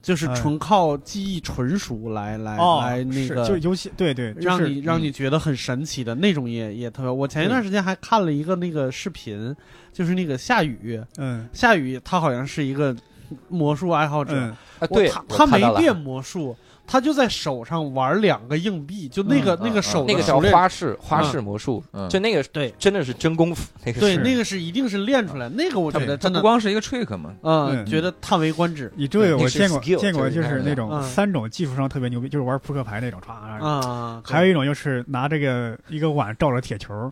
就是
嗯
纯靠记忆纯熟来来
哦，
来那
是
个
就尤其对对，就
让
是
你让你觉得很神奇的那种也也特别。我前一段时间还看了一个那个视频，就是那个夏雨，
嗯
夏雨他好像是一个魔术爱好者，
嗯
啊，
我
对
他，
我
他
看
没
到了
变魔术，他就在手上玩两个硬币，就那个
嗯
那
嗯
个
嗯
手
那
的
个
熟
叫
练，
花式花式魔术，
嗯
就那个
对
真的是真功夫， 那个
对，
是
那个是一定是练出来，那个我觉得
它
真
不
的，
光是一个 trick 嘛，
嗯，
嗯
觉得叹为观止
你这个
那
我
是
见过
skill，
见过，
就是
就是那种
嗯
三种技术上特别牛逼，就是玩扑克牌那种，歘。
啊。对
嗯还有一种就是拿这个一个碗罩着铁球，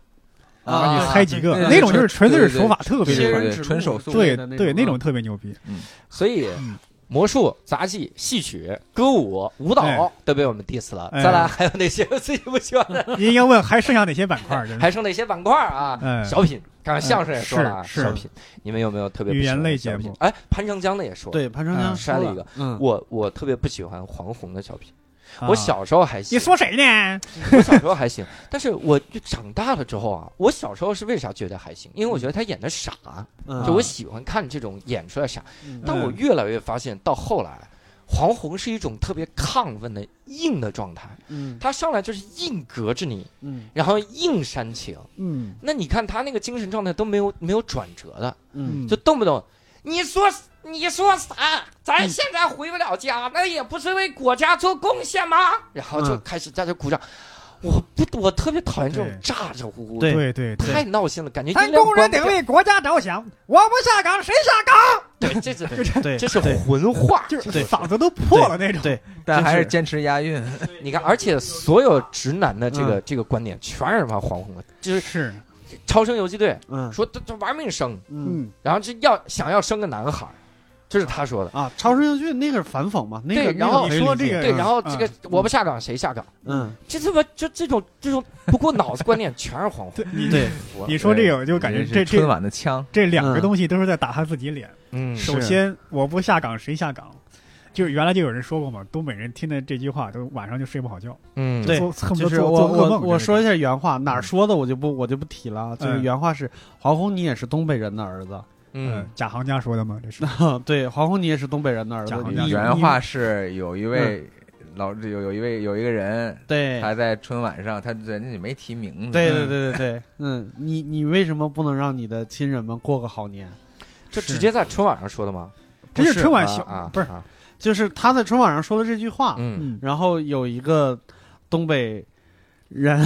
啊
然后你猜几个，
对
那种就是纯粹是
对对
手法特别
对
仙
牛
对
逼，
人
对
指
纯
路
手速
之类
对
的
对，那
那啊嗯
种特别牛逼。
所以
嗯
魔术、杂技、戏曲、歌舞、舞
哎
蹈都被我们 diss 了，
哎
再来还有那些自己不喜欢的，
你应该问还剩下哪些板块儿？就是
还剩那些板块啊
哎，
小品、刚才相声也说了啊，
是是
小品，你们有没有特别不
语
喜
言
欢的
类
小
节
品
目？
哎，潘长江的也说，
对，潘长江
嗯
删了一个，
嗯，
我我特别不喜欢黄宏的小品。
啊
我小时候还
你
行，
说谁呢？
我小时候还行，但是我就长大了之后啊，我小时候是为啥觉得还行？因为我觉得他演的傻，
嗯
就我喜欢看这种演出来傻。
嗯
但我
嗯
越来越发现，到后来，黄宏是一种特别亢奋的硬的状态，
嗯
他上来就是硬隔着你，
嗯
然后硬煽情。
嗯
那你看他那个精神状态都没有没有转折的，
嗯
就动不动你说你说啥？咱现在回不了家，那也不是为国家做贡献吗？然后就
嗯
开始在这鼓掌。我不，我特别讨厌这种
对
咋咋呼呼的，
对
对对对，
太闹心了，感觉
咱
音量
工
关
人
不
得
掉
为国家着想，我不下岗谁下岗？
对，这是
对
这是混话。
就是
对
嗓子都破了那种。
对，
但还
就是是
坚持押韵。
你看，而且所有直男的这个这个观点全是他妈黄宏的，就是
是，
超生游击队
嗯
说他他玩命生，
嗯
嗯，
然后这要想要生个男孩儿，这是他说的。
啊，超声剧那个是反讽嘛，那个
对然后
那个可以
说
理解
这个
对，然后这个
嗯
我不下岗谁下岗？
嗯
这他妈就这种这种不过脑子观念全是黄宏。
对你
对，
我
你说这个，我就感觉
你
这
是春
这
晚的腔，
这两
嗯
个东西都是在打他自己脸。
嗯
是
首先，我不下岗谁下岗？就是原来就有人说过嘛，东北人听的这句话都晚上就睡不好觉，
嗯
对
做恨不
就
得
是
做
我
做噩
我
梦。
我说一
下，
下原话，哪儿说的我就不我就不提了啊。就是
嗯
原话是黄宏，你也是东北人的儿子。
嗯，贾行家说的嘛，这是
对，黄宏，你也是东北人的儿子
讲。
你
讲
原话是有一位老有有一位有一个人，
对
他在春晚上，他人家也没提名字，
哎对对对对对，嗯，你你为什么不能让你的亲人们过个好年？
就直
是
接在春晚上说的吗？
这是春晚
啊
小
啊，
不是，
啊
就是他在春晚上说的这句话，
嗯，
嗯
然后有一个东北人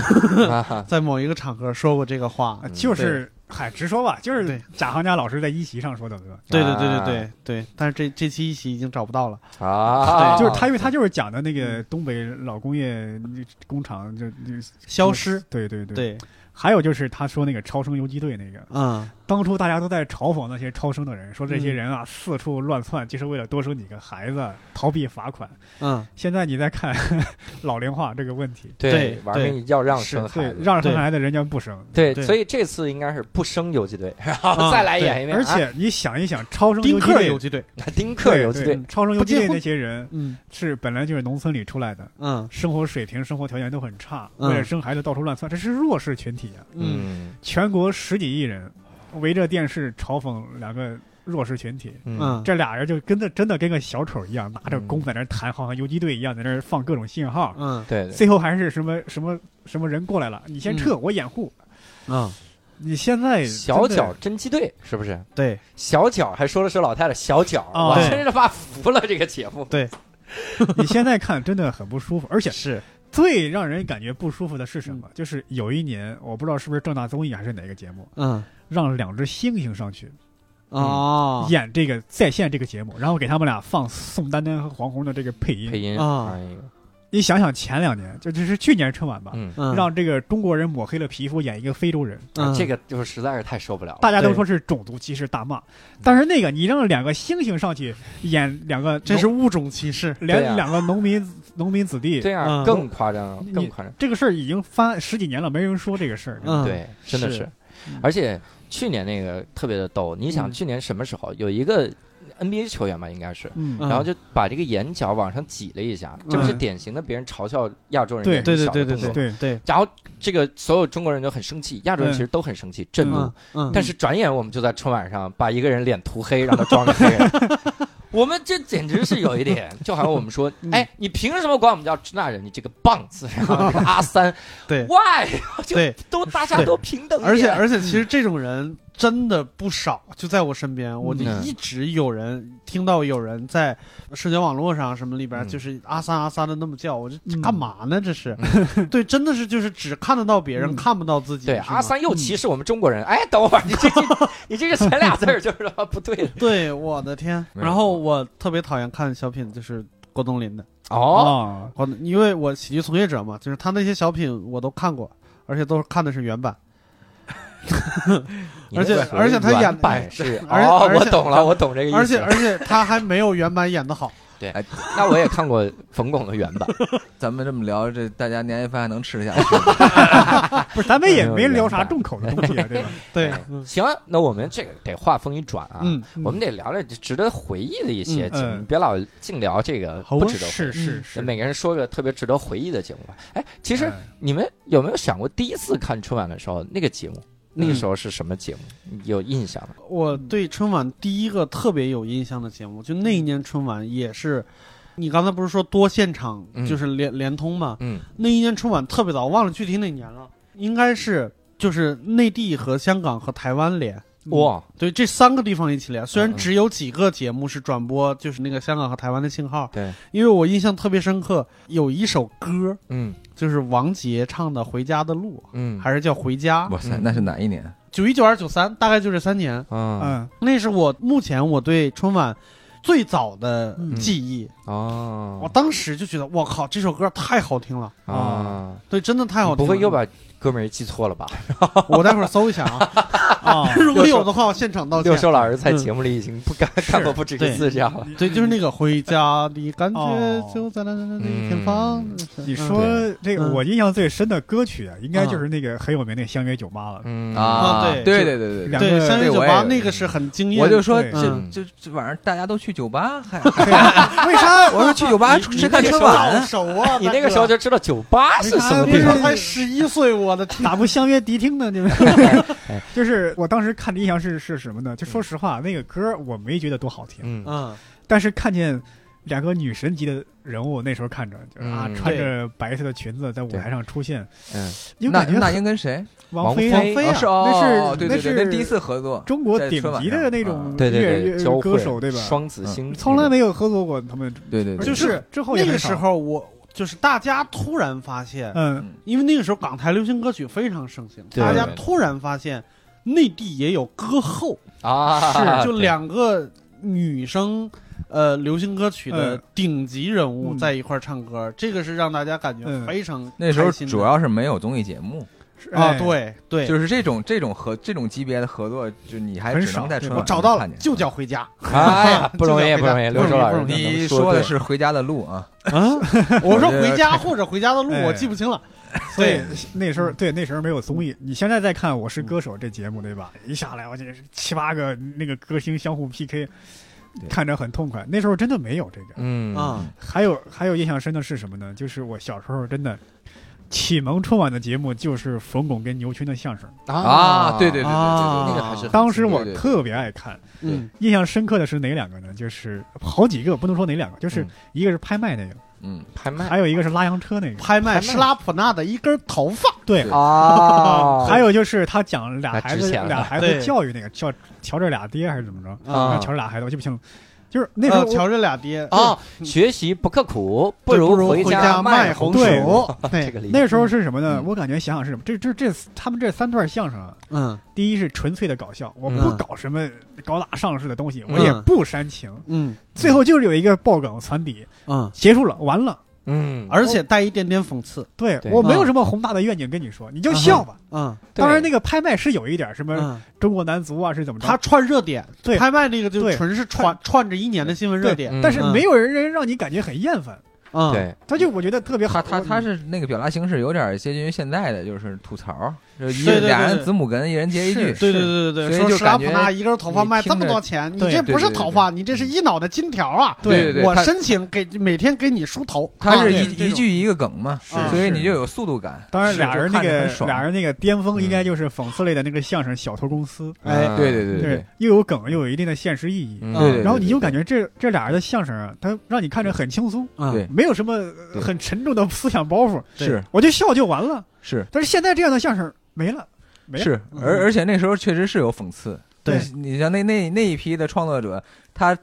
啊哈
在某一个场合说过这个话
啊。就是嗨，直说吧，就是
对
贾行家老师在一席上说的，对吧？
对对对对对对，但是这这期一席已经找不到了。
啊，
嗯就是他，因为他就是讲的那个东北老工业工厂，就就
消失，
嗯
对对对。
对，
还有就是他说那个超生游击队那个，
嗯，
当初大家都在嘲讽那些超生的人，说这些
嗯
人啊、四处乱窜，就是为了多生几个孩子，逃避罚款。
嗯，
现在你再看 老龄化这个问题，
对
对
玩命要让
是
生孩
对，
子，
让生
对
孩子人家不生。
对，
对
所以这次应该是不生游击队， 然后
啊
再来演一遍，
嗯而且你想一想，超生
丁
游击
克
队
游击队，
啊丁克
对
游击
对嗯
队，
超生游击
不结
队
婚
那些人
嗯
是本来就是农村里出来的，
嗯
生活水平、生活条件都很差，
嗯
为了生孩子到处乱窜，这是弱势群体啊！
嗯，
全国十几亿人围着电视嘲讽两个弱势群体，
嗯
嗯，
这俩人就跟那真的跟个小丑一样，拿着弓在那儿弹，好像游击队一样在那儿放各种信号。
嗯
对，对
最后还是什么什么什么人过来了，你先撤，我掩护。
嗯，
你现在
小
真的
脚侦缉队是不是？
对，
小脚还说的是老太太小脚，
哦
我
对
真是把服了这个节目。
你现在看真的很不舒服，而且
是，
最让人感觉不舒服的是什么？就是有一年，我不知道是不是正大综艺还是哪个节目，
嗯
让两只猩猩上去
嗯
哦，
演这个在线这个节目，然后给他们俩放宋丹丹和黄宏的这个配音。
配音
啊
哎呦
你想想前两年，就这是去年春晚吧，
嗯，
嗯
让这个中国人抹黑了皮肤演一个非洲人，
啊
嗯
这个就是实在是太受不了了。
大家都说是种族歧视大骂，但是那个你让两个猩猩上去演两个农，
这是物种歧视，
对啊
连两个农民农民子弟
这，样
嗯
更夸张，
你
更夸张。
这个事儿已经翻十几年了，没人说这个事儿。
嗯，
对，真的
是
是，而且去年那个特别的逗。你想，
嗯
去年什么时候有一个 NBA 球员吧，应该是，
嗯
嗯
然后就把这个眼角往上挤了一下，这不是典型的别人嘲笑亚洲人
对
眼
对
睛
对
小
对
的
对
动作。
对
对，
然后这个所有中国人都很生气，亚洲人其实都很生气，震怒。
嗯嗯，
但是转眼我们就在春晚上把一个人脸涂黑，让他装个黑 人。我们这简直是有一点，就好像我们 说，
嗯
哎，你凭什么管我们叫支那人？你这个棒子，然后这个阿三
对
，why？就
对，
都大家都平等一点，
而且而且，其实这种人真的不少，就在我身边，我就
嗯
一直有人听到有人在社交网络上什么里边，
嗯
就是阿三阿三的那么叫，我就
嗯
干嘛呢？这 是，对，真的是就是只看得到别人，
嗯
看不到自己。
对
是吗
阿，三又歧视我们中国人。
嗯
哎，等会儿你这这你这个前俩字儿就是说不 对的
对，我的天！
没有
然后我特别讨厌看小品，就是郭冬临的，
哦。
哦，
郭冬因为我喜剧从业者嘛，就是他那些小品我都看过，而且都是看的是原版。
你那个
而且
属于
而且他演
原版是
而且
哦，
而
我
且
懂了，我懂这个意思。
而且而且他还没有原版演得好，
那我也看过冯巩的原版，
咱们这么聊，这大家年夜饭还能吃得下 去吗？
不是，咱们也没聊啥重口的东西啊，对 吧？
对，
行，啊那我们这个得话锋一转啊，
嗯，
我们得聊聊值得回忆的一些
嗯
节目，
嗯
别老净聊这个不值得回
是是
嗯
是，
忆。每个人说个特别值得回忆的节目吧。哎，其实
哎
你们有没有想过，第一次看春晚的时候，那个节目，那个时候是什么节目？有印象吗？
我
嗯
对春晚第一个特别有印象的节目，就那一年春晚也是，你刚才不是说多现场，
嗯
就是联联通嘛？
嗯，
那一年春晚特别早，忘了具体哪年了，应该是就是内地和香港和台湾连。嗯
哇，
对，这三个地方一起连，虽
嗯
然
嗯
只有几个节目是转播，就是那个香港和台湾的信号。
对，
因为我印象特别深刻，有一首歌
嗯
就是王杰唱的《回家的路
嗯》，
还是叫《回家》，
哇塞，
嗯
那是哪一年？
九一、九二、九三，大概就这三年。
嗯
嗯，
那是我目前我对春晚最早的记忆。我
哦
当时就觉得，我靠，这首歌太好听了，
啊，
对，真的太好听
不
了。
会又把哥们儿记错了吧？
我待会儿搜一下啊，
啊，
如果有的话，我现场道
六
歉。
兽老师在节目里已经不敢看过不止一次这样了。
对，就是那个回家的感
哦
觉，就在那那那那前方。
你说这个，
嗯
我印象最深的歌曲啊，应该就是那个很有名的《相约酒吧》 了。
嗯
啊，
哦对
对对对对
两
对，
个
三月
对
九
我
八
也
那个是很惊艳。
我就说
对
嗯
这这这晚上大家都去酒 吧，还
为啥
我说去酒吧
你
谁看
你那个
春
时候
晚
早？熟啊，
你那个时候就知道酒吧是什么
那
地
时
方
候。才十一岁，我的天！
咋不相约迪厅呢？你们就是我当时看的印象是是什么呢？就说实话，那个歌我没觉得多好听，
嗯
嗯，
但是看见两个女神级的人物，那时候看着就是啊
嗯，
穿着白色的裙子在舞台上出现，
嗯，
因为
那
感觉
那英跟谁？
王菲
王
啊
菲
飞啊
哦是哦，
那是
对对对，
那是
那第一次合作，
中国顶级的那种
啊
乐乐乐歌手对吧？
双子星
从来没有合作过他们，
对对对，
而
就
且
是
之后也
那个
很少
时，候我就是大家突然发现，
嗯，
因为那个时候港台流行歌曲非常盛行，
对
大家突然发现内地也有歌后，
啊，
就两个女生，呃，流行歌曲的
嗯
顶级人物
嗯
在一块儿唱歌，这个是让大家感觉
嗯
非常
那时候
开心的
主要是没有综艺节目，
啊，
哎，
对对，
就是这种这种合这种级别的合作，就你还
很
只能
少
在
对
春
吧
晚
我
上
找到了
看，见
就叫回家。
哎呀，不容易，不容易，刘周老师，
你
说
说的是回家的路啊，
啊，我说
我觉得
回家或者回家的路，
哎
我记不清了。
所以那时候对那时候没有综艺，你现在再看《我是歌手》这节目，对吧？一下来我这是七八个那个歌星相互 PK，
对
看着很痛快。那时候真的没有这个。
嗯
啊，
还有还有印象深的是什么呢？就是我小时候真的启蒙春晚的节目就是冯巩跟牛群的相声，
啊，对对对对对对，
啊
那个还是很
当时我
对对对
特别爱看。
嗯
印象深刻的是哪两个呢？就是好几个，不能说哪两个，就是
嗯
一个是拍卖那个，
嗯，
拍卖
还有一个是拉洋车那个。
拍卖
卖
施拉普纳的一根头发，
对，
啊
还有就是他讲俩孩
那值
子
钱了
俩孩子
对
教育那个叫乔治俩爹还是怎么着？
啊
啊，乔治俩孩子我记不清了，就是那时候
呃
我
瞧这俩爹
啊，学习不刻苦，不
对不
如
如
家
家
卖
红
对
薯。
这
对，
个理
那
解。
时候是什么呢
嗯？
我感觉想想是什么？这这这他们这三段相声啊，
嗯
第一是纯粹的搞笑，我不
嗯
搞什么高大上式的东西，
嗯
我也不煽情，
嗯
最后就是有一个爆梗传底，
嗯，
结束了，完了。
嗯，
而且带一点点讽刺。
对
对
我没有什么宏大的愿景跟你说，你就笑吧。
嗯
对
当然，那个拍卖是有一点什么
嗯，
中国男足啊，是怎么着？
他串热点，
对
拍卖那个就
对
纯是串串着一年的新闻热点。
嗯
但是
嗯
没有人让你感觉很厌烦，
嗯，
对，
他就我觉得特别好。嗯
他他他是那个表达形式有点接近于现在的，就是吐槽，就是一
对对对
俩人
对
子母哏，一人接一句
是，
对对对对
所
对
以
说
就
施拉
感
普
觉
纳啊一根头发卖这么多钱，你
对
这不是
对对
头发，你这是一脑袋金条啊！
对
对对
我
他
申请给每天给你梳头，
他是
啊
一
对这
一
种
句一个梗嘛，
是
所以
是
你就有速度感。
当然，
是
俩
就
人那
看着
个
很爽嗯
俩人那个巅峰应该就是讽刺类的那个相声《小偷公司》，
哎
嗯
对对对
啊对，又有梗又有一定的现实意义。
嗯
对对
然后你就
对
感觉这这俩人的相声啊，他让你看着很轻松，
啊
对
没有什么呃
对
很沉重的思想包袱，
对
是
我就笑就完了。
是
但是现在这样的相声没了，没了
是，
嗯
而而且那时候确实是有讽刺。
对
但是你像那那那一批的创作者，他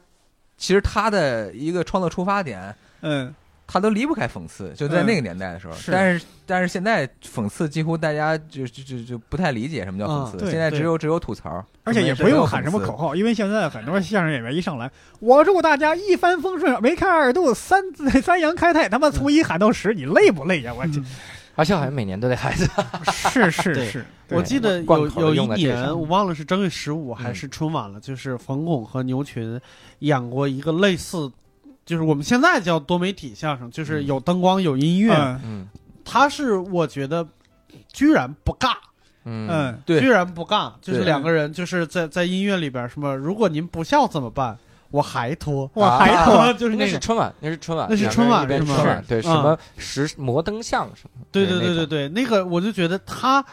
其实他的一个创作出发点，
嗯，
他都离不开讽刺，就在
嗯
那个年代的时候。
是
但是但是现在讽刺几乎大家就就就就不太理解什么叫
嗯
讽刺，
对
现在
对
只有只有吐槽，
而且也不用喊什么口号，因为现在很多相声演员一上来，我祝大家一帆风顺，梅开二度，三 三阳开泰，他妈从一喊到十，你累不累呀？
嗯
我这
而且好像每年都得孩子，
嗯
是是
对
是，对
我记得
贯
有
口
有一
用在这
年，
上
我忘了是正月十五还
嗯
是春晚了，就是冯巩和牛群演过一个类似，就是我们现在叫多媒体相声，
嗯
就是有灯光有音乐，
嗯
嗯
它是我觉得居然不尬，
嗯
嗯，
居
对，
然不尬，就是
对
两个人就是在在音乐里边儿什么，如果您不笑怎么办？我还拖，
我还
啊
有
就
那是
个，
春晚，那是春晚，
那是春晚
两个人一边
是吗
春晚对
嗯
什么石摩登相声，
对对
那
对对
种
对，那个我就觉得他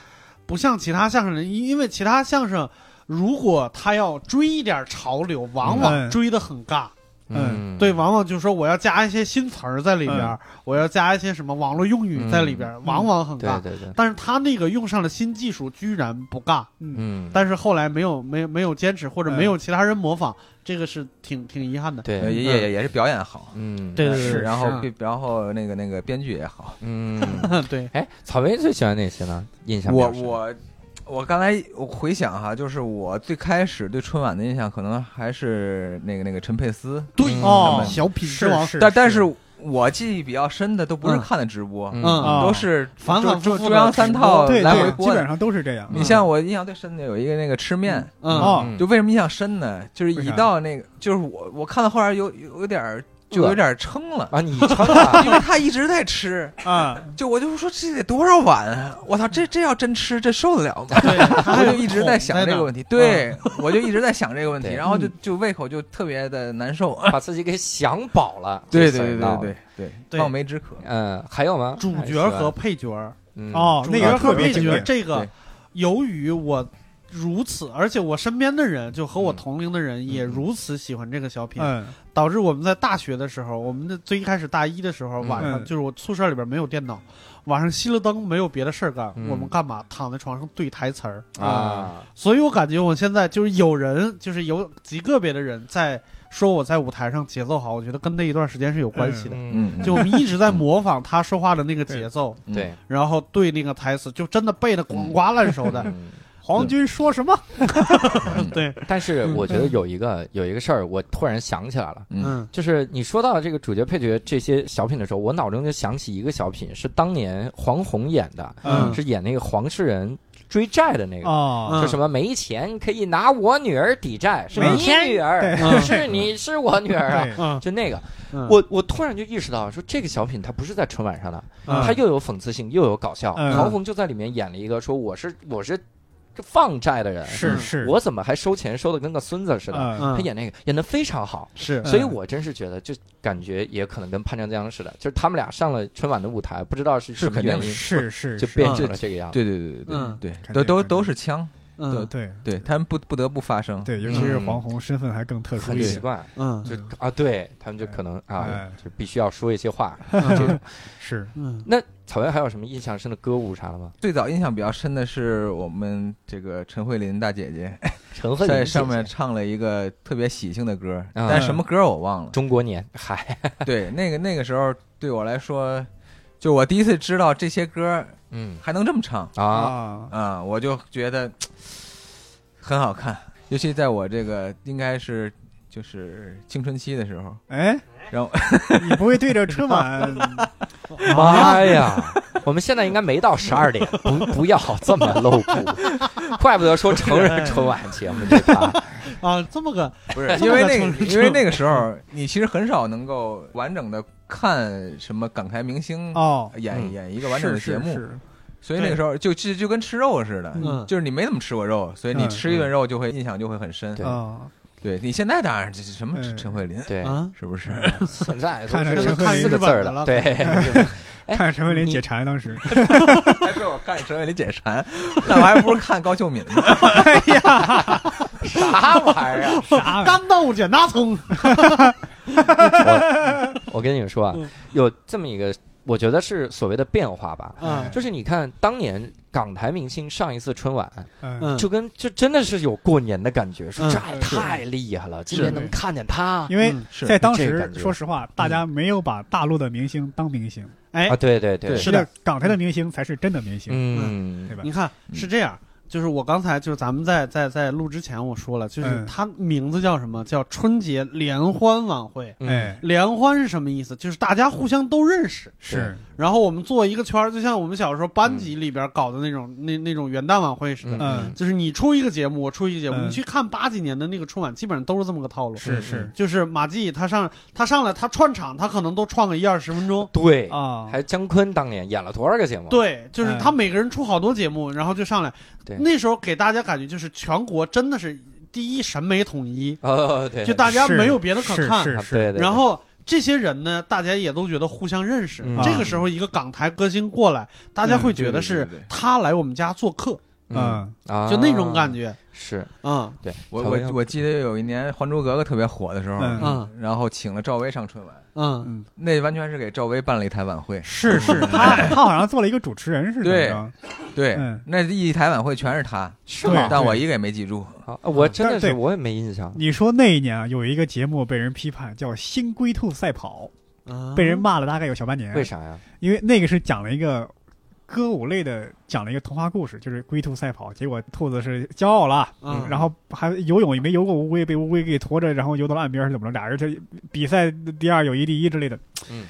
不像其他相声人，因因为其他相声如果他要追一点潮流，往往
嗯
追的很尬，
嗯
对，往往就说我要加一些新词儿在里边儿，我要加一些什么网络用语在里边儿，往往很
对
尬。
对对，
但是他那个用上了新技术，居然不尬。
嗯，
但是后来没有没有没有坚持，或者没有其他人模仿，这个是挺挺遗憾的。
也
对，
也也也是表演好，
嗯，
对对对
是，
是
然后
是
然后那个那个编剧也好，
嗯，
对，
哎，草莓最喜欢哪些呢？印象比
我
较深
我我刚才我回想哈，就是我最开始对春晚的印象可能还是那个那个陈佩斯，
嗯
哦
他，们
小品之王，
是
但但是我记忆比较深的都不是
嗯
看的直播，
嗯
嗯
啊
都是
反
中
反复
中
复的
中央三套
对
来回嗯
对，基
播
本
的。
上都是这样。
你像我印象最深的有一个那个吃面，
嗯
哦
嗯
就为什么印象深呢？就是
为
一
啥
到那个，就是我我看到后边有有有点儿就
饿
有点儿撑 了，
啊，你唱啊
因为他一直在吃，
啊，
就我就说这得多少碗啊！我操，这这要真吃，这受得了 吗？
对，他
我就一直在想这个问
题。
题，对我就一直在想这个问题，
对嗯
然后就就胃口就特别的难 受。
把自己给想饱 了，这事儿闹的，
对
对
望梅止渴。
嗯，还有吗？
主角和配角儿，
嗯
哦，
主
那
角
个
和
特别
配
经
角儿
典。
这个
对，
由于我如此，而且我身边的人就和我同龄的人也
嗯
如此喜欢这个小品，
嗯
导致我们在大学的时候，我们的最一开始大一的时候
嗯
晚上，
嗯
就是我宿舍里边没有电脑，晚上熄了灯，没有别的事儿干，
嗯
我们干嘛？躺在床上对台词儿。
啊，
所以我感觉我现在就是有人，就是有极个别的人在说我在舞台上节奏好，我觉得跟那一段时间是有关系的。
嗯，
就我们一直在模仿他说话的那个节奏，
嗯
对，
然后对那个台词就真的背的滚瓜烂熟的。
嗯
皇军说什么？
对，
但是
嗯
我觉得有一个有一个事儿，我突然想起来了。
嗯
嗯
就是你说到这个主角配角这些小品的时候，我脑中就想起一个小品，是当年黄宏演的，
嗯
是演那个黄世仁追债的
嗯
那个，
哦，
说什么没钱可以拿我女儿抵债，是
没
你
钱
女儿，
对
不是你是我女儿啊，
对
嗯，
就那个，
嗯
我我突然就意识到，说这个小品它不是在春晚上的，
嗯
它又有讽刺性又有搞笑，
嗯
黄宏就在里面演了一个说我是我是放债的人，
啊嗯
是是，
我怎么还收钱收的跟个孙子似的，
嗯
他
嗯
演那个演的非常好。
是嗯
所以，我真是觉得，就感觉也可能跟潘长江似的，就是他们俩上了春晚的舞台，不知道是什
是
么
肯定
原因，
是是
就是变成了这个样子。
对对对对
嗯
对对，
肯
都
定
都
肯定
都是枪，
嗯
对
对他们不不得不发声。
对，尤其是
嗯
黄宏身份还更特殊
很
一
奇
点。
怪，
嗯
就
嗯
啊，对他们就可能啊
哎，
就必须要说一些话。
嗯
是
嗯
那草原还有什么印象深的歌舞啥的吗？
最早印象比较深的是我们这个陈慧琳大姐姐
陈慧琳
在
姐姐
上面唱了一个特别喜庆的歌，
嗯
但什么歌我 忘了。
中国年， 嗨，
对，那个那个时候对我来说，就我第一次知道这些歌
嗯
还能这么唱
啊，
啊，
啊、我就觉得很好看，尤其在我这个应该是就是青春期的时候，
哎，
然后
你不会对着春晚
妈呀！我们现在应该没到十二点，不不要这么露骨， 怪不得说成人春晚节目这趴。
啊，这么个
不是 因为那
这么
个，
这么
因为那个时候你其实很少能够完整的看什么港台明星
哦，
演、
嗯
演一个完整的
是
节目，
是是
所以那个时候就就就跟吃肉似的，
嗯
就是你没怎么吃过肉，所以你
嗯
吃一顿肉就会印象就会很深。
对
啊，
对你现在当然这是什么
嗯
陈慧琳
对，
啊，
是 不是？
现在都
看着
是
陈慧琳
四个字儿
日本的了
对，哎
看着陈慧琳
你
解馋 当时，
还被我看陈慧琳解馋，那我还不如看高秀 敏呢。
哎呀，
啥玩意儿？啊
啥玩意儿？
干豆碱大葱，
我跟你们说啊
嗯，
有这么一个，我觉得是所谓的变化吧。
嗯
就是你看，当年港台明星上一次春晚，
嗯，
嗯，
就跟就真的是有过年的感觉，说
嗯
这
是
太厉害了，今年能看见他
因为
嗯
是
在当
这个感
时，
觉
说实话，大家没有把大陆的明星当明星，
哎
啊，，对对对
对
是
是的
的，港台的明星才是真的明星，
嗯
对，吧
你？看
嗯
是这样，就是我刚才就是咱们在在在录之前我说了，就是
嗯
它名字叫什么？叫春节联欢晚会。
嗯
哎，
联欢是什么意思？就是大家互相都认识，
是
然后我们做一个圈儿，就像我们小时候班级里边搞的那种、那那种元旦晚会似的。
嗯
就是你出一个节目，我出一个节目。
嗯
你去看八几年的那个春晚，基本上都是这么个套路。
是是
就是马季他上他上来他串场，他可能都串个一二十分钟。
对，
啊，
嗯还姜昆当年演了多少个节目？
对，就是
嗯
他每个人出好多节目，然后就上来。
对
那时候给大家感觉就是全国真的是第一审美统一，
哦，对，
就大家
是
没有别的可
是
看。
是
啊
是，
对对，
然后这些人呢，大家也都觉得互相认识。
嗯
这个时候，一个港台歌星过来，大家会觉得
嗯
是
对对对对
他来我们家做客，
嗯
啊
就那种感觉。
是，
嗯
对
我
曹文耀
我我记得有一年《还珠格格》特别火的时候，
嗯
嗯
然后请了赵薇上春晚，
嗯，
嗯，
那完全是给赵薇办了一台晚会。
是是，他他好像做了一个主持人似的，
对
是吧
对，
嗯
那一台晚会全是她，
是
对
吗？
但我一个也没记住。
啊我真的
但
是
对
我也没印象。
你说那一年啊，有一个节目被人批判叫《新龟兔赛跑》，
啊
被人骂了大概有小半年。
为？啥呀？
因为那个是讲了一个歌舞类的，讲了一个童话故事，就是龟兔赛跑，结果兔子是骄傲了，
嗯
然后还游泳也没游过乌龟，被乌龟给驮着，然后游到了岸边是怎么着？俩人就比赛第二，友谊第一之类的。
嗯，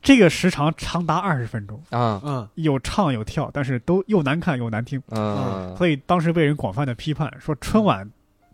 这个时长长达二十分钟，
啊，
嗯
有唱有跳，但是都又难看又难听，
嗯
所以当时被人广泛的批判，说春晚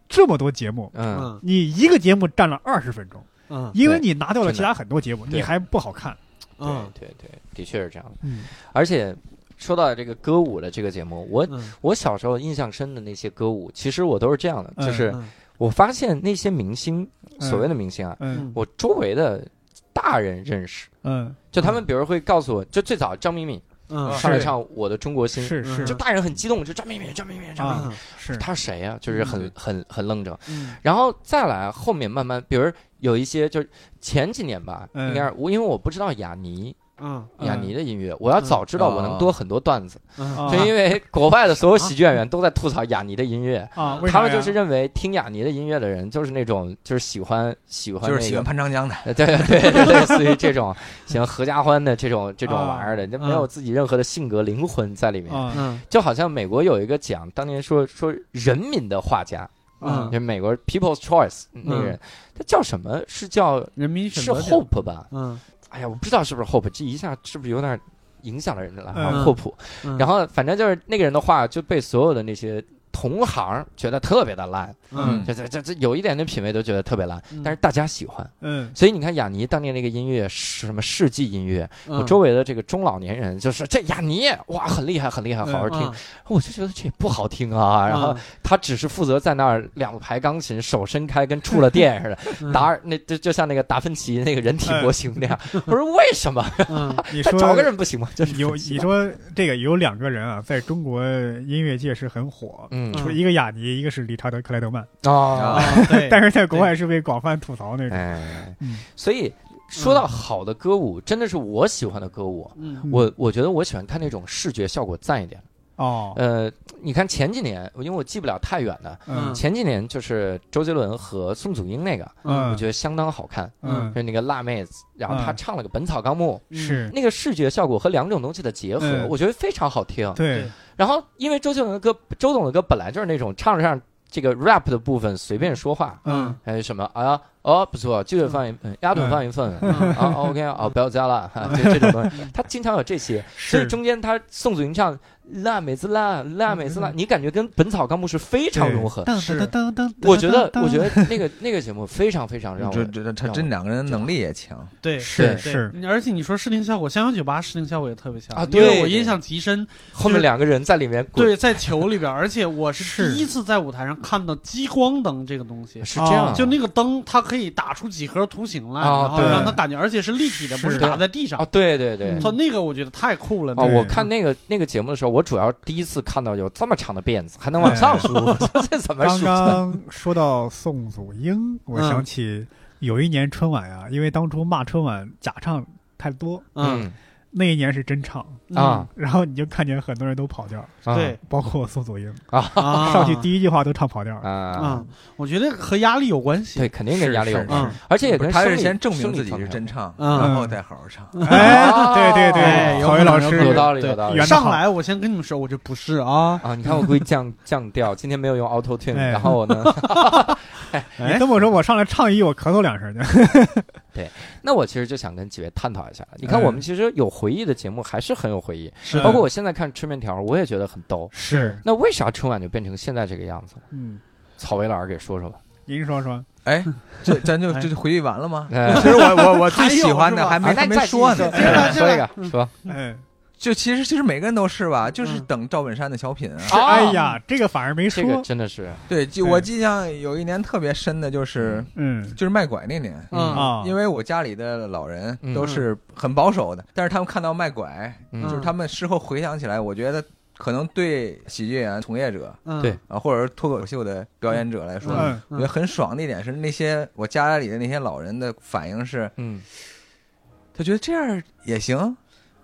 这么多节目，
嗯，
嗯
你一个节目占了二十分钟，
嗯
因为你拿掉
真
了
的
其他很多节目，
对
你还不好看。
嗯
对对对，的确是这样的。
嗯
而且说到这个歌舞的这个节目，我
嗯，
我小时候印象深的那些歌舞，其实我都是这样的，
嗯
就是
嗯
我发现那些明星，所谓的明星啊，
嗯
我周围的大人认识，
嗯，
就他们比如会告诉我，就最早张敏敏
嗯
上来
是
唱《我的中国心》，
是
嗯
是
就大人很激动，就张敏敏，张敏敏，张敏敏，
啊嗯是，
他谁呀？就是很很很愣着。
嗯
然后再来后面慢慢，比如有一些就是前几年吧，
嗯
应该是我因为我不知道雅尼
嗯
雅尼
嗯哦
的音乐，我要早知道我能多很多段子，
嗯
啊
就因为国外的所
哦
有喜剧演员都在吐槽雅尼的音乐。
啊，为
他
啥呀
们就是认为听雅尼的音乐的人就是那种就是喜欢喜欢
就是
那
喜
个
欢 潘长江的，
呃 对对对，类似于这种像合家欢的这种这种玩意儿的，就没有自己任何的性格灵魂在里面。
啊
嗯
就好像美国有一个奖，当年说说人民的画家，
嗯
就美国 People's Choice 那个人，他叫什么？是叫
人民选
是
择奖
Hope 吧？
嗯
哎呀，我不知道是不是 Hope，这一下是不是有点影响了人家了？
嗯
霍普。
嗯，
然后反正就是那个人的画就被所有的那些同行觉得特别的烂，
嗯
就这这这有一点点品味都觉得特别烂
嗯，
但是大家喜欢。
嗯
所以你看雅尼当年那个音乐是什么世纪音乐，
嗯
我周围的这个中老年人就是这雅尼哇很厉害很厉害，好好
嗯
听。我就觉得这也不好听啊，然后他只是负责在那儿两排钢琴手伸开，跟触了电似
嗯
的， 达尔那就就像那个达芬奇那个人体模型那样。我说为什么？
嗯
你
他
说
找个人不行吗？就是
有你说这个有两个人啊，在中国音乐界是很火，
嗯
说一个雅尼，一个是理查德克莱德曼，
嗯啊
哦，
对，
但是在国外是被广泛吐槽那种。
哎
嗯，
所以说到好的歌舞，真的是我喜欢的歌舞。
嗯
我我觉得我喜欢看那种视觉效果赞一点。
哦，
呃，你看前几年，因为我记不了太远的，
嗯
前几年就是周杰伦和宋祖英那个，我
嗯
觉得相当好看。
嗯
就是那个辣妹子，然后她
嗯
唱了个《本草纲目》，
嗯
是，
那个视觉效果和两种东西的结合，
嗯
我觉得非常好听。
嗯
对，嗯
然后，因为周杰伦的歌，周董的歌本来就是那种唱着唱这个 rap 的部分随便说话，
嗯
还有什么啊哦不错，鸡腿放一份，鸭腿
嗯
放一 份，
嗯
啊 OK 啊不要加了，哈就这种东
嗯
西，他经常有这些，所以
是
中间他宋祖英唱辣妹子辣辣妹子辣，
嗯
你感觉跟《本草纲目》是非常
对
融合。
是
噔噔
我觉得，我觉得那个 那个节目非常非常让
这
我
这他这两个人能力也强。
对
是
对
是，，
而且你说视听效果，香港酒吧视听效果也特别强
啊
因为
对
我印象极深，
后面两个人在里面滚，
对，在球里边，而且我是
是
第一次在舞台上看到激光灯这个东西。
是这样，
哦
就那个灯，它可以打出几何图形来，
啊
然后
对
让它感觉，而且是立体的，
是
不是打在地上
啊，。对对对
嗯，
它那个我觉得太酷了。
啊，
对
我看那个那个节目的时候，我主要第一次看到有这么长的辫子，还能往上梳， 这怎么
哎刚
梳？
刚说到宋祖英，
嗯
我想起有一年春晚啊，因为当初骂春晚假唱太多，
嗯，
那一年是真唱，
啊
嗯然后你就看见很多人都跑调，
啊
对，
包括宋祖英，
啊
上去第一句话都唱跑调。
啊，
啊，我觉得和压力有关系。
对，肯定跟压力有关
嗯
系，而且也
不
跟
是他
生
是
理
先证明
生理
自己
状
是
态
真唱，
嗯
然后再好好唱。
哎
哦，
对对
哎
对，
有
郝
可
云
能
老
有可能
师
有道理，
对
有道理
原来。
上来我先跟你们说，我这不是啊，
啊！你看我故意降降调，今天没有用 Auto Tune，
哎
然后我呢，
你哎这么说，我上来唱一，我咳嗽两声去。
那我其实就想跟几位探讨一下，你看
哎
我们其实有回忆的节目还是很有回忆，
是
包括 我现在看吃面条，我也觉得很逗。
是，
那为啥春晚就变成现在这个样子了？
嗯，
草莓老师给说说吧。
您说说，
哎，这咱就
哎
这就回忆完了吗？
哎
其实我我我
还
最
有
喜欢
是
的
吧
还没
啊那
还
你
没
再继续
说呢，
说说说一个，说
嗯，
就其实其实每个人都是吧，就是
嗯
等赵本山的小品啊。
啊
哎呀，这个反而没
这个
说，
真的是
对，就
对
我印象有一年特别深的就是
嗯
就是卖拐那年。
嗯
啊，
因
为
为我家里的老人
嗯
都是很保守的，但是他们看到卖拐，
嗯
就是他们事后回想起来，我觉得可能对喜剧演员从业者
嗯
对
啊，或者是脱口秀的表演者来说，
嗯
我觉得很爽的一点是，那些我家里的那些老人的反应是，
嗯
他觉得这样也行，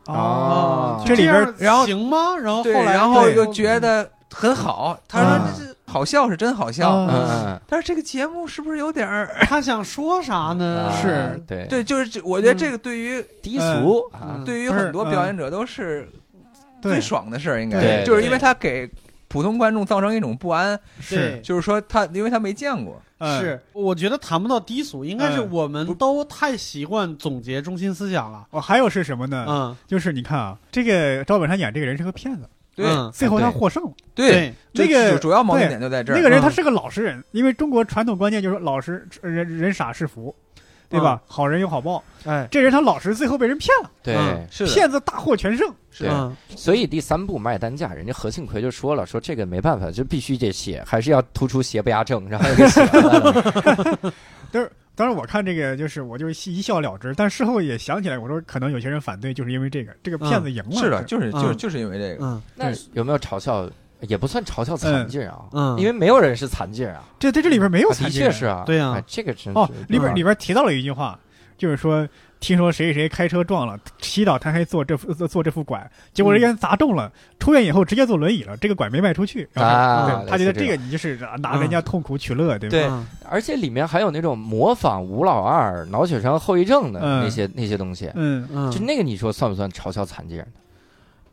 哦
啊
这里边
哦样
然后
行吗？然后
对，
后来
然后
对
又觉得很好。他
啊
嗯
说这是好笑是真好
嗯
笑，
嗯
但是这个节目是不是有点儿？
他想说啥
嗯
呢？
啊
是
对
对，就是这我觉得这个对于
低俗啊
嗯
对于
不是
很多表演者都是
对
最爽的事儿，应
对
该
对
是就是因为他给普通观众造成一种不安，
是
对
就是说他因为他没见过，
嗯
是，我觉得谈不到低俗，应该是
嗯
我们都太习惯总结中心思想了。
我哦还有是什么呢？
嗯，
就是你看啊，这个赵本山演这个人是个骗子，
对
嗯
最后
啊
他
对
获胜了。
对，就
那个
主主要矛盾
对
点就在这儿。啊
那个人他
嗯
是个老实人，因为中国传统观念就是老实呃人人傻是福，对
嗯
吧？好人有好报。
哎，
这人他老实，最后被人骗了，
对
嗯
是的
骗子大获全胜。
是
对
的，
嗯
所以第三部卖单价，人家何庆魁就说了，说这个没办法，就必须得写，还是要突出邪不压正，然后就给写完了。
当然，我看这个就是我就是一笑了之，但事后也想起来，我说可能有些人反对，就是因为这个，这个骗子赢了。
是的，就是就是
嗯
就是因为这个，
嗯
那有没有嘲笑？也不算嘲笑残疾人啊，
嗯，
因为没有人是残疾人啊，
这这这里边没有
啊
残
的
疾
确
人，
是啊，
对啊
哎这个真是
哦，里边
嗯
里边提到了一句话，就是说听说谁谁开车撞了，祈祷他还坐这副坐这副拐，结果人家砸中了，出院以后直接坐轮椅了，这个拐没卖出去，然后
啊
对，他觉得
类似这
这
种
个你就是啊拿人家痛苦取乐，对吧？
对
嗯
而且里面还有那种模仿吴老二、脑血栓后遗症的
嗯
那些、那些东西，
嗯
就
嗯，
那个你说算不算嘲笑残疾人？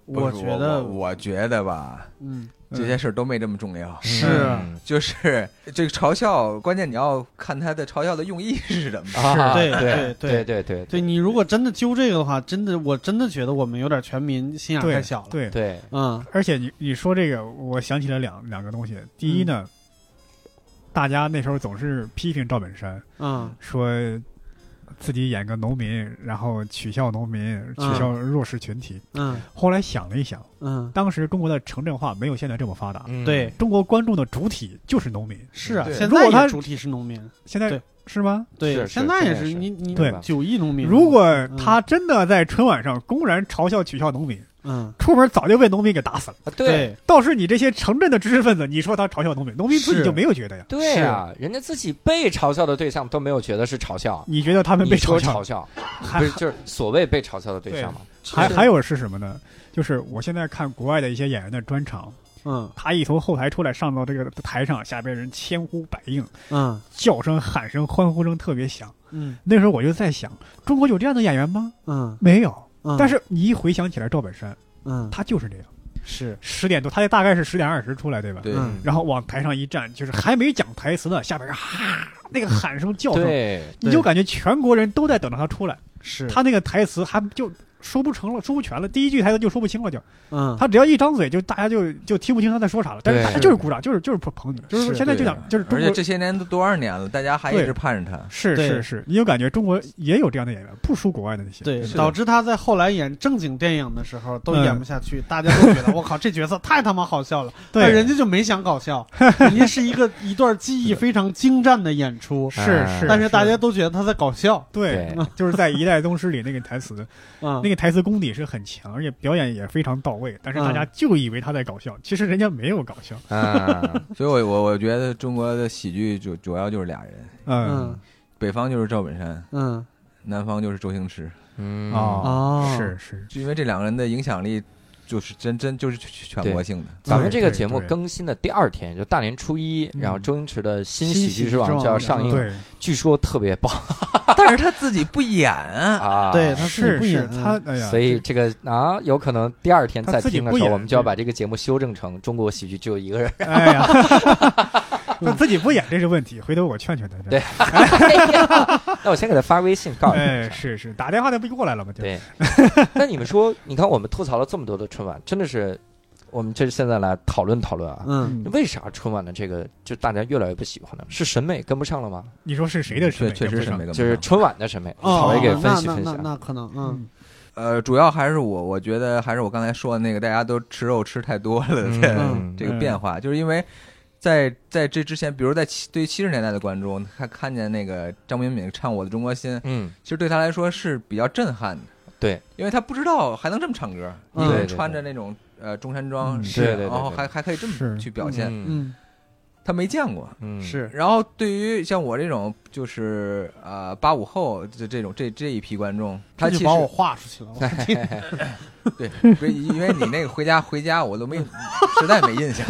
我
不是
觉得，
我觉得吧，
嗯，
这些事儿都没这么重要。
是
嗯
就是这个嘲笑，关键你要看他的嘲笑的用意是什么。
啊，
对
对
对
对对对
对你如果真的揪这个的话，真的，我真的觉得我们有点全民心眼太
对
小了。
对，
对
嗯
而且你你说这个，我想起了两两个东西。第一呢，大家那时候总是批评赵本山，
嗯
说自己演个农民，然后取笑农民，取笑弱势群体。
嗯
后来想了一想，
嗯，
当时中国的城镇化没有现在这么发达，
嗯
对，
中国观众的主体就是农民。
是啊，
对
现
如
在
果他
也主体是农民，
现在
对
是吗？
是
对，
是
现在也
现在是
你你
对
九亿农民，
如果他真的在春晚上公然嘲笑取笑农民，
嗯
出门早就被农民给打死了。
啊对。
倒是你这些城镇的知识分子，你说他嘲笑农民，农民自己
是
就没有觉得呀？
对啊，人家自己被嘲笑的对象都没有觉得是嘲笑，
你觉得他们被
你说嘲
嘲笑？
笑，
还
不是就是所谓被嘲笑的对象嘛？
还
是
还有是什么呢？就是我现在看国外的一些演员的专场，
嗯
他一从后台出来，上到这个台上，下边人千呼百应，
嗯
叫声、喊声、欢呼声特别响。
嗯
那时候我就在想，中国有这样的演员吗？
嗯，
没有。
嗯
但是你一回想起来，赵本山
嗯
他就是这样，
是
十点多，他大概是十点二十出来，对吧？
对，
嗯
然后往台上一站，就是还没讲台词呢，下边人哈那个喊声叫声，
对，
你就感觉全国人都在等着他出来。
是
他那个台词还就说不成了，说不全了，第一句台词就说不清了就，
嗯
他只要一张嘴就大家就就听不清他在说啥了，但是
对
大家就是鼓掌，就是就是捧你，就是
是
现在就
对
想就是中
而且
国
这些年都多少年了，大家还一
对
直盼着他。
是
对
是是，你有感觉中国也有这样的演员，不输国外的那些，
对，
是
导致他在后来演正经电影的时候都演不下去，大家都觉得我靠，这角色太他妈好笑了。但人
对，
家就没想搞笑，人家是一个一段技艺非常精湛的演出，
是
哎
是，
但是大家都觉得他在搞笑。
对
对，嗯
就是在《一代宗师》里那个台词，
嗯，
那个台词功底是很强，而且表演也非常到位，但是大家就以为他在搞笑，其实人家没有搞笑，
嗯，
所以我我我觉得中国的喜剧主主要就是俩人，
嗯
嗯
北方就是赵本山，
嗯
南方就是周星驰。
嗯
哦
哦
是是，
就因为这两个人的影响力就是真真就是全全国性的。
咱们这个
对
节目
对
更新的第二天，就大年初一，
嗯
然后周星驰的新
新
喜
喜
剧
剧
之王
之王
就要上映了，
嗯对
据说特别棒
但是他自己不演啊，
啊！
对他自己
是
不演
是，他哎呀，
所以这个啊，有可能第二天
他
再
自己
听的
不
时候，
演
我们就要把这个节目修正成中国喜剧只有一个人。
哎呀，他自己不演这是问题，回头我劝劝他。真的
对那我先给他发微信告诉他一
哎，
下。
是是，打电话他不就过来了吗？就
对， 那你们说，你看我们吐槽了这么多的春晚，真的是，我们这现在来讨论讨论啊，
嗯，
为啥春晚的这个就大家越来越不喜欢呢？是审美跟不上了吗？
你说是谁的审
确
美？
确实
跟
审
不
美
上
跟不
就是
上
春晚的审美，
哦，
讨论给分
那
析
那
分析
那
啊。
那可能，嗯，
呃，主要还是我我觉得还是我刚才说的那个，大家都吃肉吃太多了的这个
嗯
这个变化，就是因为在在这之前，比如在七对于七十年代的观众，他看见那个张敏敏唱《我的中国心》，
嗯，
其实对他来说是比较震撼的。
对，
因为他不知道还能这么唱歌，
嗯
一个
对
人
对
穿
对
着那种呃中山装，
嗯
是
对对对
然后
对
还还可以这么
是
去表现，
嗯
嗯，
他没见过。
嗯，
是，
然后对于像我这种就是呃八五后这这种这这一批观众，他
他
其
就
实
把我划出去了， 我
对，不是因为你那个回家回家我都没实在没印象。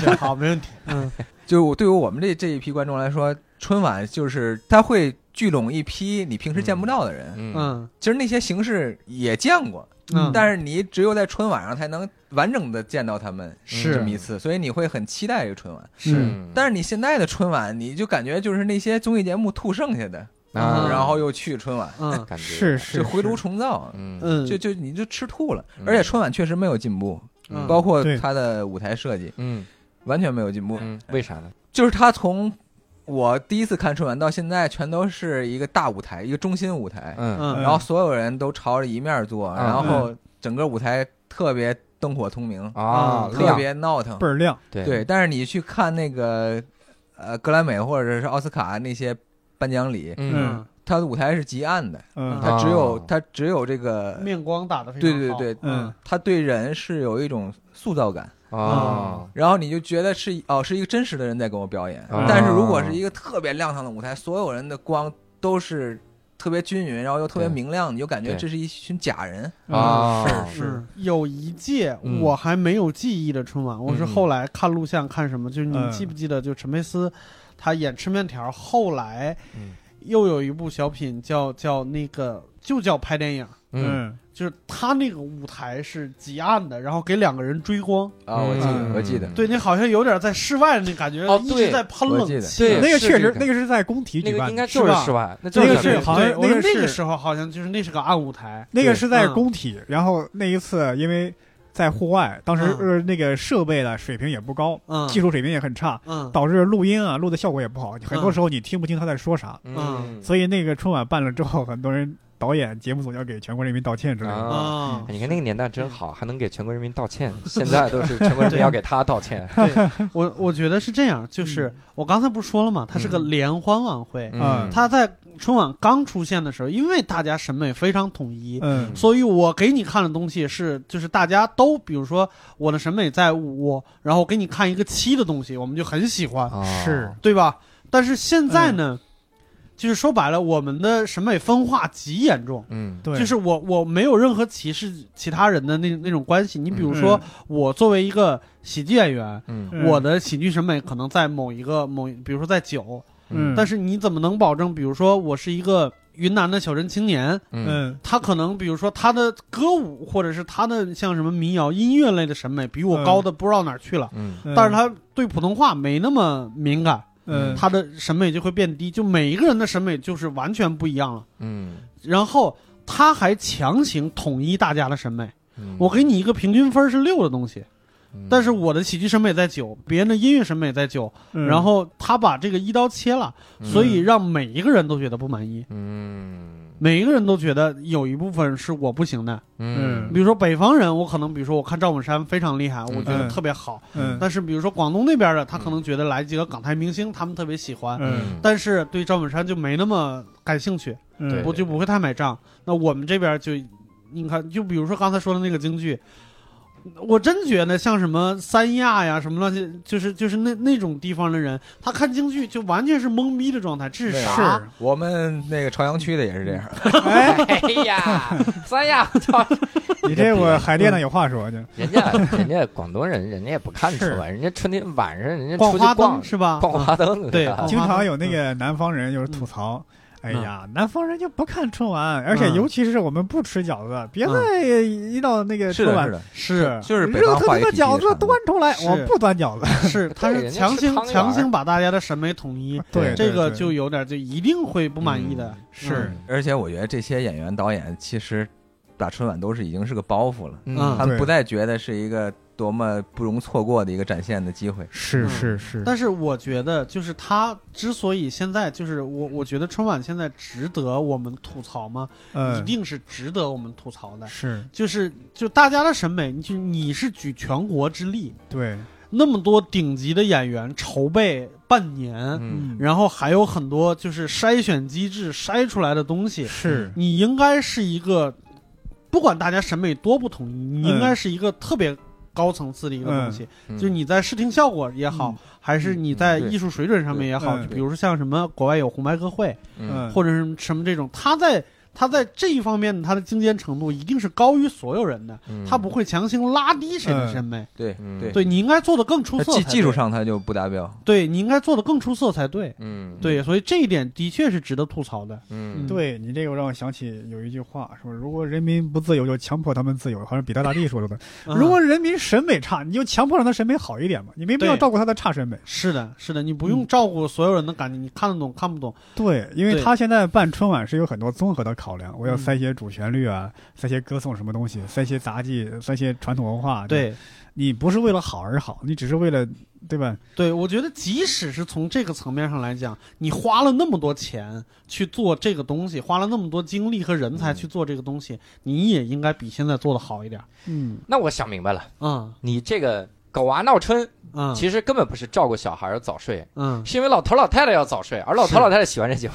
就是
好，没问题，嗯，
就对于我们这这一批观众来说，春晚就是他会聚拢一批你平时见不到的人，
嗯
嗯
其实那些形式也见过，
嗯，
但是你只有在春晚上才能完整的见到他们
是嗯
这么一次，所以你会很期待这个春晚。
是
嗯但是你现在的春晚，你就感觉就是那些综艺节目吐剩下的，
啊，
嗯
然后又去春晚，
嗯
感觉
是，是
就回炉
是
重造，
嗯
嗯，
就就你就吃吐了
嗯。
而且春晚确实没有进步，
嗯
包括
对
它的舞台设计
嗯
完全没有进步。
嗯，为啥呢？
就是它从我第一次看春晚到现在，全都是一个大舞台，一个中心舞台，
嗯
嗯，
然后所有人都朝着一面坐，
嗯
然后整个舞台特别灯火通明，
啊，
嗯
特
亮
别闹腾
倍。儿亮，
对
对，但是你去看那个呃格莱美或者是奥斯卡那些颁奖礼，
嗯
它的舞台是极暗的，
嗯
它只有
哦
它只有这个
嗯，面光打的非常
对对
好
对，
嗯，
它对人是有一种塑造感。
哦
然后你就觉得是哦，是一个真实的人在跟我表演。
哦
但是如果是一个特别亮堂的舞台，所有人的光都是特别均匀，然后又特别
对
明亮，你就感觉
对
这是一群假人。
嗯
啊，
是
是嗯有一届
嗯
我还没有记忆的春晚，我是
嗯
后来看录像看什么，就是你
嗯
记不记得，就陈佩斯他演吃面条，后来
嗯
又有一部小品叫叫那个就叫拍电影，
嗯
嗯
就是他那个舞台是极暗的，然后给两个人追光，
啊，我记
嗯
得，我记得，
对你好像有点在室外的那感觉
哦，
一
对
直在喷
我
冷
记得
气，
对
那个
是
确
这
实
个
那个是在工体
那
举
个
办
应
的，
该就是
是吧
室外，那就
那
是
个
室
是
外
好像
对我
那个
说那个
是
时候好像就是那是个暗舞台，
那个是在
嗯
工体，然后那一次因为在户外，当时
嗯
呃那个设备的水平也不高，
嗯
技术水平也很差，
嗯
导致录音啊录的效果也不好，很多时候你听不清他在说啥。
嗯，
所以那个春晚办了之后，很多人导演、节目组要给全国人民道歉之类的。
啊。
啊
哎，你看那个年代真好，还能给全国人民道歉。现在都是全国人民要给他道歉。
我我觉得是这样，就是
嗯
我刚才不是说了嘛，它是个
嗯
联欢晚会，
嗯，
它在春晚刚出现的时候，因为大家审美非常统一，
嗯
嗯
所以我给你看的东西是，就是大家都，比如说我的审美在五，然后我给你看一个七的东西，我们就很喜欢，
哦
是
对吧？但是现在
嗯
呢，就是说白了，我们的审美分化极严重。
嗯
对，
就是我我没有任何歧视其他人的那那种关系。你比如
嗯
说，我作为一个喜剧演员，
嗯
嗯
我的喜剧审美可能在某一个某，比如说在九，
嗯
但是你怎么能保证？比如说我是一个云南的小镇青年，
嗯
嗯
他可能比如说他的歌舞或者是他的像什么民谣音乐类的审美比我高的不知道哪儿去了，
嗯
嗯，
但是他对普通话没那么敏感，
嗯
他的审美就会变低，就每一个人的审美就是完全不一样了。
嗯
然后他还强行统一大家的审美，
嗯，
我给你一个平均分是六的东西，
嗯，
但是我的喜剧审美在九，别人的音乐审美在九，
嗯
然后他把这个一刀切了，
嗯
所以让每一个人都觉得不满意，
嗯
每一个人都觉得有一部分是我不行的。
嗯
比如说北方人，我可能比如说我看赵本山非常厉害，我觉得
嗯
特别好，
嗯
但是比如说广东那边的，他可能觉得来几个港台明星，他们特别喜欢。
嗯
但是对赵本山就没那么感兴趣，
对
不就不会太买账。那我们这边就，你看，就比如说刚才说的那个京剧，我真觉得像什么三亚呀，什么乱七，就是就是那那种地方的人，他看京剧就完全是懵逼的状态，这是
对
啊
啥？
嗯
我们那个朝阳区的也是这样，
哎，
哎呀，三亚，操
你这我海淀的有话说，就
嗯
人家人家广东人，人家也不看春晚，人家春天晚上人家出去
花灯
逛
是吧？
逛啊花灯，啊
对
吧
哦
经常
嗯
有那个南方人就是吐槽。哎呀，南方人就不看春晚，而且
嗯
尤其是我们不吃饺子，别再一到那个
嗯是
春
的，
晚
是的，
是
就是北
热
方
腾
话
腾
也挺
的
记得
饺子
上的
端出来，
是
我不端饺子。
是，他是
人家
强
吃
行
汤圆
强
儿
行把大家的审美统一，
对，
这
对
个
对
就有点就一定会不满意的
嗯。
是
嗯而且我觉得这些演员导演其实打春晚都是已经是个包袱了，
嗯
他们
对
不再觉得是一个多么不容错过的一个展现的机会。
是
嗯
是是，
但是我觉得，就是他之所以现在就是我，我觉得春晚现在值得我们吐槽吗？一
嗯，
定是值得我们吐槽的。
是
就是就大家的审美，你就你是举全国之力，
对，
那么多顶级的演员筹备半年，
嗯，
然后还有很多就是筛选机制筛出来的东西，
是
你应该是一个，不管大家审美多不统一，
嗯
你应该是一个特别高层次的一个东西。
嗯
就是你在视听效果也好，
嗯
还是你在艺术水准上面也好，
嗯对
就比如说像什么国外有红白歌会，
嗯，
或者是什么这种，他在他在这一方面他的精尖程度一定是高于所有人的，
嗯
他不会强行拉低谁的审美。
对
嗯
对，
对你应该做的更出
他
色
技
才
技术
对，
上他就不达标。
对你应该做的更出色才对。
嗯，
对，所以这一点的确是值得吐槽的。
嗯，
对你这个让我想起有一句话，说如果人民不自由，就强迫他们自由，好像彼得大帝说
啊
的。如果人民审美差，你就强迫让他审美好一点嘛，你没必要
对
照顾他的差审美。
是的，是的，你不
嗯
用照顾所有人的感觉，你看得懂看不懂，
对，因为
对
他现在办春晚是有很多综合的考量，我要
嗯
塞些主旋律啊，塞些歌颂什么东西，塞些杂技，塞些传统文化。，
对。
你不是为了好而好，你只是为了对吧？
对，我觉得即使是从这个层面上来讲，你花了那么多钱去做这个东西，花了那么多精力和人才
嗯
去做这个东西，你也应该比现在做的好一点。
嗯，
那我想明白了，
嗯
你这个狗娃闹春，
嗯
其实根本不是照顾小孩儿早睡，
嗯，
是因为老头老太太要早睡，而老头
是
老太太喜欢这节目，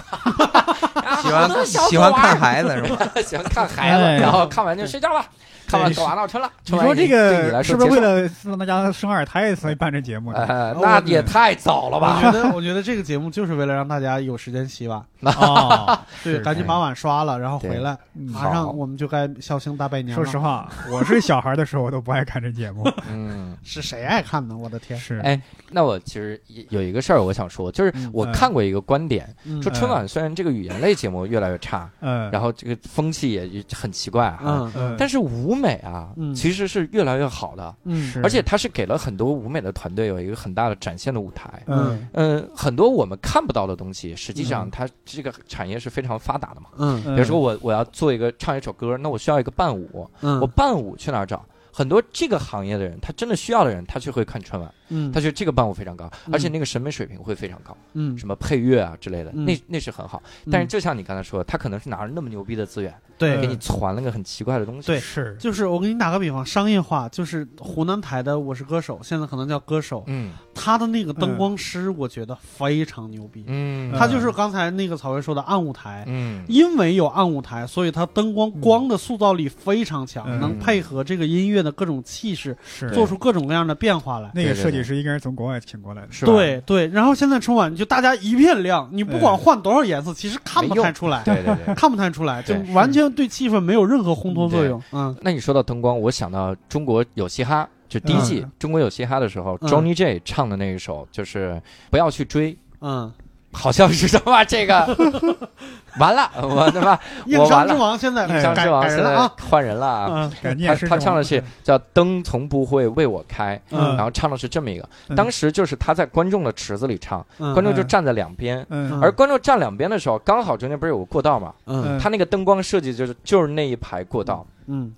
啊
喜
好
欢
多小
喜
狗
欢
娃
看
儿
孩子是吧？
喜欢看孩子，
哎
然后看完就睡觉了，看完
对
狗娃闹春了。
你
春
说
晚
这
对你来
个是
说
不
结
是为
束了？
了让大家生二胎所以办这节目呢？
呃，
我
那
觉
也
得
太早了
我
吧？
觉得我觉得这个节目就是为了让大家有时间洗碗，
啊，
对，
是
赶紧把碗刷了，然后回来，
嗯
马
好
上我们就该孝兴大拜年
说
了。
实话，我是小孩的时候我都不爱看这 节目。
嗯，
是谁爱看呢？我的天！
是，
哎那我其实也有一个事儿我想说，就是
嗯
我
嗯
看过一个观点，
嗯
说春晚虽然这个语言类节目越来越差，
嗯，
然后这个风气也很奇怪啊，
嗯
嗯，
但是舞美啊
嗯，
其实是越来越好的，
嗯
是
而且它是给了很多舞美的团队有一个很大的展现的舞台。
嗯
嗯，很多我们看不到的东西，实际上
嗯
它这个产业是非常发达的嘛。
嗯
嗯，
比如说我我要做一个唱一首歌，那我需要一个伴舞，
嗯，
我伴舞去哪儿找？很多这个行业的人，他真的需要的人，他就会看春晚，
嗯
他觉得这个伴舞非常高，
嗯
而且那个审美水平会非常高，
嗯，
什么配乐啊之类的，
嗯
那那是很好。但是就像你刚才说，他可能是拿着那么牛逼的资源，
对
给你传了个很奇怪的东西。
对
是，
就是我给你打个比方，商业化就是湖南台的《我是歌手》，现在可能叫歌手，
嗯
他的那个灯光师，我觉得非常牛逼。
嗯，
他就是刚才那个草薇说的暗舞台，
嗯
因为有暗舞台，所以他灯光
嗯
光的塑造力非常强，
嗯
能配合这个音乐的各种气势，
是
做出各种各样的变化来。
那个
对对
设
对
计师应该是从国外请过来的。
是吧？
对对，然后现在春晚就大家一片亮，你不管换多少颜色，其实看不
没用
太出来，
对对对。
看不太出来，就
对
完全对气氛没有任何烘托作用。嗯
那你说到灯光，我想到中国有嘻哈，就第一季
嗯
《中国有嘻哈》的时候
嗯
，Johnny J 唱的那一首就是“不要去追”，
嗯，
好像是什么这个， 完了，我他妈
硬
完
伤之
了
王现在
印象
哎改
之王
改
现
人了
在
啊。
换人了啊。
嗯
感觉
他
也是
他
这
唱的
种
是叫“灯从不会为我开”，
嗯
然后唱的是这么一个。
嗯
当时就是他在观众的池子里唱，
嗯
观众就站在两边，
嗯，
而观众站两边的时候，刚好中间不是有个过道嘛？
嗯
他那个灯光设计就是就是那一排过道，
嗯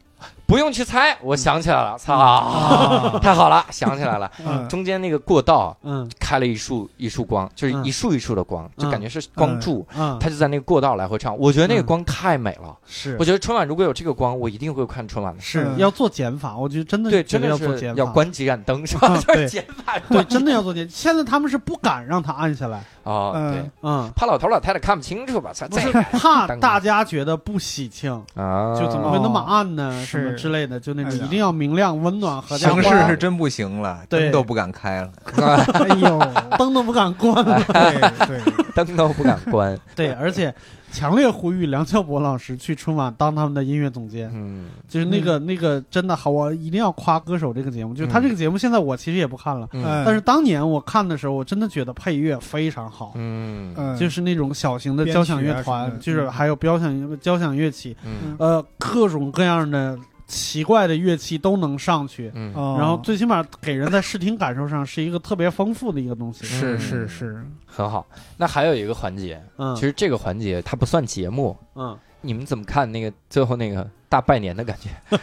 不用去猜，我想起来了，
啊
操， 太好了，想起来了。
嗯
中间那个过道
嗯
开了一束一束光，就是一束一束的光，就感觉是光柱。
嗯，
他就在那个过道来回唱，我觉得那个光太美了。
是
我觉得春晚如果有这个光，我一定会看春晚的。
是
嗯
要做减法，我觉得真的
对，
觉
真
得要
的
做
是
减
要
法，
关几盏灯是吧？
嗯
就是
对
减法
对，真的要做减。现在他们是不敢让他按下来，
哦，
嗯
对，
嗯，
怕老头老太太看不清楚吧？才
不
这
是
个
怕大家觉得不喜庆，
啊，
就怎么会那么暗
哦
呢？什么
是
之类的，就那
哎
种
呀
一定要明亮、温暖和
形
香
势
花
是真不行了，
对
灯都不敢开了。
哎呦，
灯都不敢关了。
对 对，
灯都不敢 关。
对，而且强烈呼吁梁翘柏老师去春晚当他们的音乐总监，
嗯，
就是那个、那个真的好，我一定要夸歌手这个节目。就是他
嗯
这个节目现在我其实也不看了，
嗯
但是当年我看的时候，我真的觉得配乐非常好。
嗯
嗯，
就是是那种小型的
编
交响
曲啊
乐
什么
团，
的
就是
嗯
还有交响交响乐器，
嗯
呃，各种各样的奇怪的乐器都能上去，
嗯
哦，
然后最起码给人在视听感受上是一个特别丰富的一个东西。
是是是，
很好。那还有一个环节，
嗯，
其实这个环节它不算节目，
嗯，
你们怎么看那个最后那个大拜年的感觉？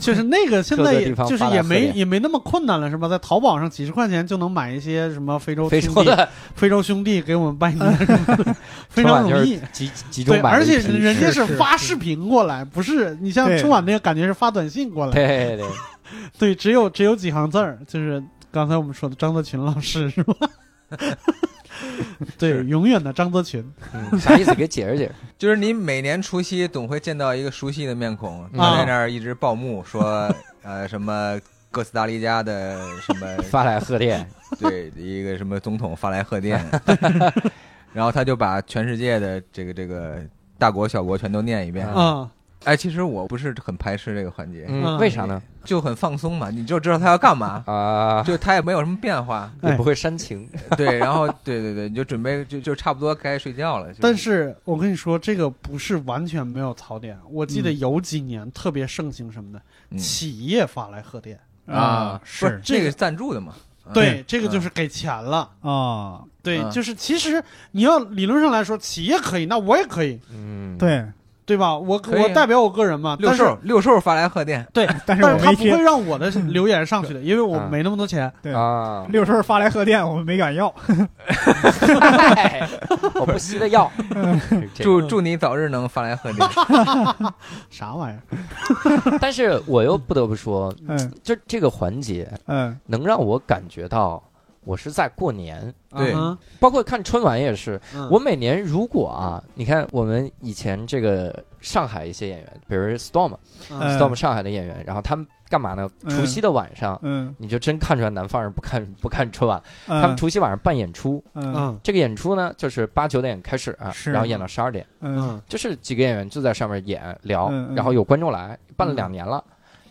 就是那个现
各
在
个
也
地方
就是
发达
也
特
没
点
也没那么困难了，是吧？在淘宝上几十块钱就能买一些什么非洲
非
兄
洲
弟
的
非洲兄弟给我们拜 年什么的，非常容易。
集集
对，
中版
而
的一
且
批，
人家
是
是
是
发视频过来，不是你像
对
春晚那个感觉是发短信过 来，
对对对，
对，只有只有几行字儿，就是刚才我们说的张泽群老师是吧？ 对，永远的张泽群
嗯啥意思？给解释解释。
就是你每年除夕总会见到一个熟悉的面孔，
嗯
他在那儿一直报 幕说，呃，什么哥斯达黎加的什么
发来贺电，
对一个什么总统发来 贺电，然后他就把全世界的这个这个大国小国全都念一遍。
啊
啊，
哎，其实我不是很排斥这个环节，
嗯，
嗯
为啥呢？，
就很放松嘛，你就知道他要干嘛
啊，
就他也没有什么变化。
也
哎
不会煽情。
对，然后对对对，你就准备就就差不多该睡觉了。就
但是我跟你说，这个不是完全没有槽点。我记得有几年特别盛行什么的，
嗯
企业发来贺电，
嗯
啊不
是
这个赞助的嘛，嗯
对，这个就是给钱了。
啊，
对，
嗯
就是其实你要理论上来说，企业可以，那我也可以，
嗯，
对，
对吧？我
可以啊
我代表我个人嘛，
六
但是
兽六兽发来贺电，
对，
但是
但
我
是他
没
不会
贴，
让我的留言上去的，因为我
啊
没那么多钱。
对
啊，
六叔发来贺电，我们没敢要，哎
嗨我不吸的 药。是这样
祝祝你早日能发来 贺电。
啥玩意儿？
但是我又不得不说，
嗯
就这个环节
嗯
能让我感觉到我是在过年，
对
嗯
包括看春晚也是。
嗯
我每年如果啊，你看我们以前这个上海一些演员，比如 Storm、
嗯
Storm 上海的演员，然后他们干嘛呢？
嗯
除夕的晚上，
嗯
你就真看出来南方人不看 不看春晚，他们
嗯
除夕晚上办演出，
嗯
嗯
这个演出呢就是八九点开始、啊，
是
然后演到十二点，
嗯
嗯
就是几个演员就在上面演聊，
嗯嗯
然后有观众来，办了两年了。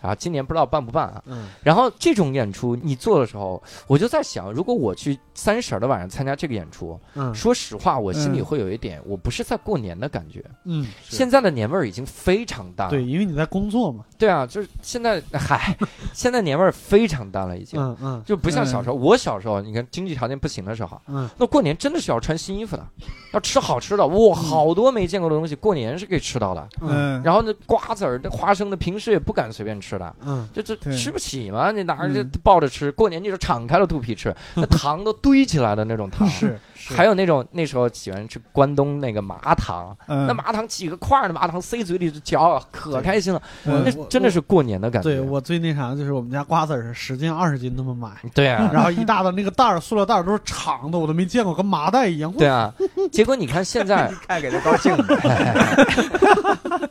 然后今年不知道办不办啊？
嗯
然后这种演出你做的时候，我就在想，如果我去三十的晚上参加这个演出，
嗯
说实话，我心里
嗯
会有一点，我不是在过年的感觉。
嗯，
是
现在的年味儿已经非常淡了，
对，因为你在工作嘛。
对啊，就是现在， 嗨，现在年味儿非常淡了，已经。
嗯嗯
就不像小时候，我小时候，你看经济条件不行的时候，
嗯
那过年真的是要穿新衣服的，要吃好吃的，哇，好多没见过的东西，过年是可以吃到的。
嗯
嗯，
然后那瓜子儿、那花生的，平时也不敢随便吃的，
嗯
就这
对
吃不起嘛，你拿着
嗯
抱着吃，过年你就敞开了肚皮吃， 那糖都堆起来的那种糖。
是是
还有那种那时候喜欢吃关东那个麻糖，
嗯
那麻糖几个块儿的麻糖塞嘴里就嚼，啊可开心了，
嗯
嗯我
那真的是过年的感觉。
对我最那啥的就是我们家瓜子儿是十斤二十斤那么买，
对啊，
然后一大的那个袋儿，塑料袋儿都是长的，我都没见过，跟麻袋一样。
对啊，结果你看现 在，
看给他高兴 的，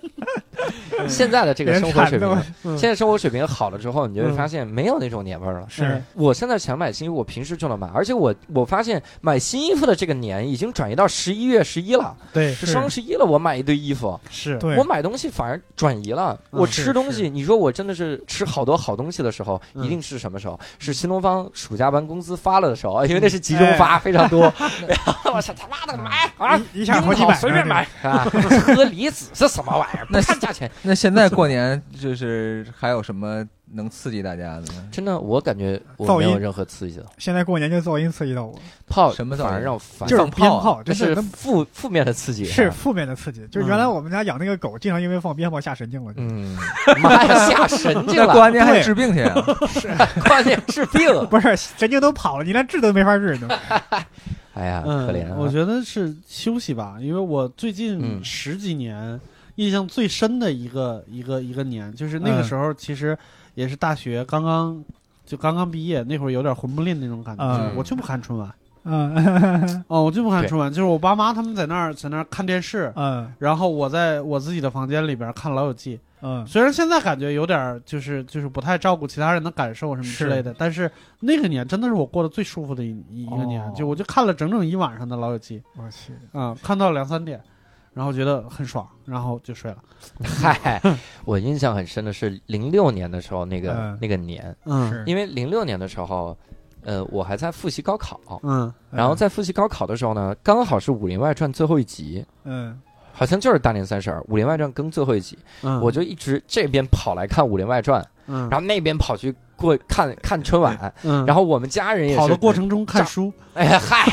现在的这个生活水平
连
啊
铲，
嗯
现在生活水平好了之后，你就会发现没有那种年味儿了。
是
我现在想买新衣服，我平时就能买，而且我我发现买新衣服的这个年已经转移到十一月十一了，
对
是双十一了，我买一堆衣服，
是
对
我买东西反而转移了。
嗯
我
是
吃东
是
西，你说我真的是吃好多好东西的时候，
嗯
一定是什么时候？是新东方暑假班工资发了的时
嗯
候，因为那是集中发，非常 多。 然后我操他妈的买啊！
哎嗯一一下好几
樱桃
百呢，
随便买啊！车厘子是什么玩 意儿？不
那
看价钱，
那现在过年就是还有什么能刺激大家的 呢？
真的，我感觉我
噪
没
音
有任何刺激的
这个。现在过年就噪音刺激到我，
炮，
什么噪音
反而让我烦，
就是
放
鞭
炮啊
炮，
这
真
是
的跟
负负面的刺激。
是，负面的刺激。就是原来我们家养那个狗，经常因为放鞭炮吓神经了。
嗯，妈呀，吓神经
那过
了，
完年还治病去啊？
关键治病。
不是神经都跑了，你连治都没法治呢。
哎呀，
嗯
可怜啊！
我觉得是休息吧，因为我最近
嗯
十几年印象最深的一个一个一个年，就是那个
嗯
时候其实也是大学刚刚就刚刚毕业那会儿，有点魂不吝那种感觉
嗯。
我就不看春晚，
嗯
哦，我就不看
对
春晚，就是我爸妈他们在那儿在那儿看电视，
嗯
然后我在我自己的房间里边看《老友记》，
嗯，
虽然现在感觉有点儿就是就是不太照顾其他人的感受什么之类的，但是那个年真的是我过得最舒服的一一个年，
哦
就我就看了整整一晚上的《老友记
我去，》
啊、看到两三点，然后觉得很爽，然后就睡了。
嗨，我印象很深的是零六年的时候，那个、
嗯
那个年，
嗯
是，
因为零六年的时候，呃，我还在复习高考，
嗯，
然后在复习高考的时候呢，刚好是《武林外传》最后一集，
嗯，
好像就是大年三十儿，《武林外传》更最后一集，
嗯
我就一直这边跑来看《武林外传》，
嗯
然后那边跑去过看看春晚，
嗯，
然后我们家人也是
跑的过程中看书，
哎呀 嗨，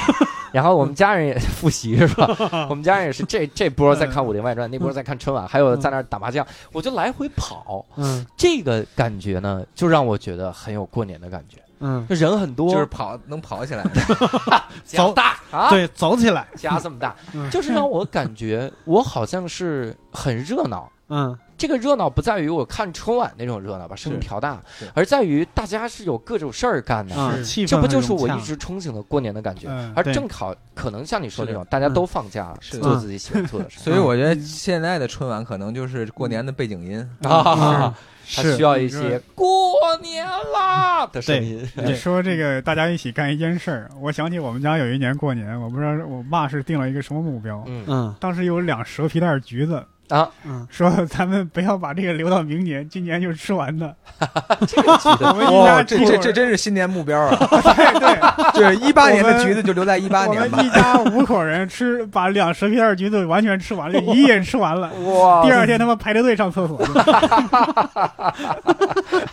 然后我们家人也复习是吧？我们家人也是这这波在
嗯
看《武林外传》，那波在看春晚，还有在那儿打麻将，我就来回跑。
嗯
这个感觉呢，就让我觉得很有过年的感觉，
嗯，
就人很多，
就是跑能跑起来，
家
走
大啊，
对，走起来，
家这么大
嗯，
就是让我感 觉我好像是很热闹。
嗯
这个热闹不在于我看春晚那种热闹，把声音
是
调大
是，
而在于大家是有各种事儿干的。
啊，
是
气氛
这不
很
就是我
融洽
一直憧憬的过年的感觉？
嗯
而
对
正好可能像你说的那
是的
种，大家都放假，
是的
做自己喜欢做的事
所以我觉得现在的春晚可能就是过年的背景音。
儿 啊，它
嗯是
需要一些过年啦的声音。
你说这个大家一起干一件事儿，我想起我们家有一年过年，我不知道我爸是定了一个什么目标，
嗯
嗯
当时有两蛇皮袋橘子，
啊，
嗯，
说咱们不要把这个留到明年，今年就吃完 它。
这个记
我
得
们一家
这
住
这这真是新年目标啊！
对对，
就是一八年
我
的
们
橘子就留在一八
我
年
们
吧。
一家五口人吃，把两蛇皮袋橘子完全吃完了， 一夜吃完了。
哇
嗯第，二天他们排着队上厕所去，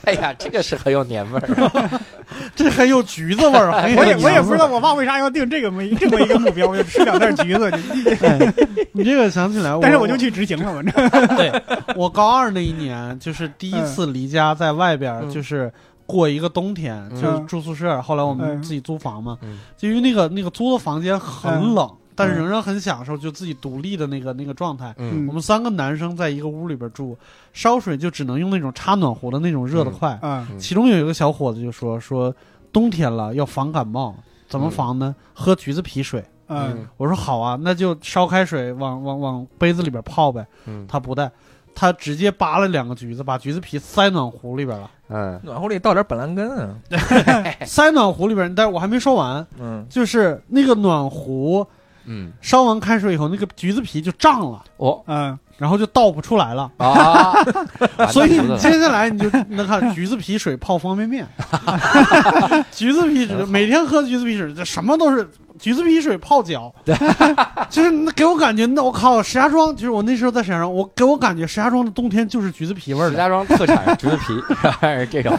哎呀，这个是很有年 味儿。
这很有橘子味儿，
哎
很 有
我也我也
娘
不
味
知
儿
道我爸为啥要定这个目这么一个目标，我就吃两袋橘 子，就
哎你这个想起来，
但是我就去执行了，反正
我高二那一年，就是第
嗯
一次离家在外边儿，
嗯
就是过一个冬天，
嗯
就是住宿舍。后来我们
嗯
自己租房嘛，
嗯
就因为那个那个租的房间很冷，但是
嗯
仍然很享受，就自己独立的那个那个状态。
嗯
我们三个男生在一个屋里边住，烧水就只能用那种插暖壶的那种热得快。
啊，
嗯
其中有一个小伙子就说说冬天了要防感冒，怎么
嗯
防呢？喝橘子皮水。
嗯
我说好啊，那就烧开水往往往杯子里边泡呗。
嗯
他不带，他直接扒了两个橘子，把橘子皮塞暖壶里边了，
嗯
暖壶里倒点板蓝根啊，
哎
塞暖壶里边。但是我还没说完，
嗯，
就是那个暖壶
嗯，
烧完开水以后，那个橘子皮就胀了，
哦
嗯，
然后就倒不出来了。
啊，
所以
完犊子了
接下来你就能看橘子皮水泡方便面， 橘子皮
哎
水每天喝橘子皮水，这什么都是橘子皮水 泡脚，就是那给我感觉，那我靠，石家庄就是我那时候在石家庄，我给我感觉石家庄的冬天就是橘子皮味儿
石
的，
家庄特产橘子皮，这种。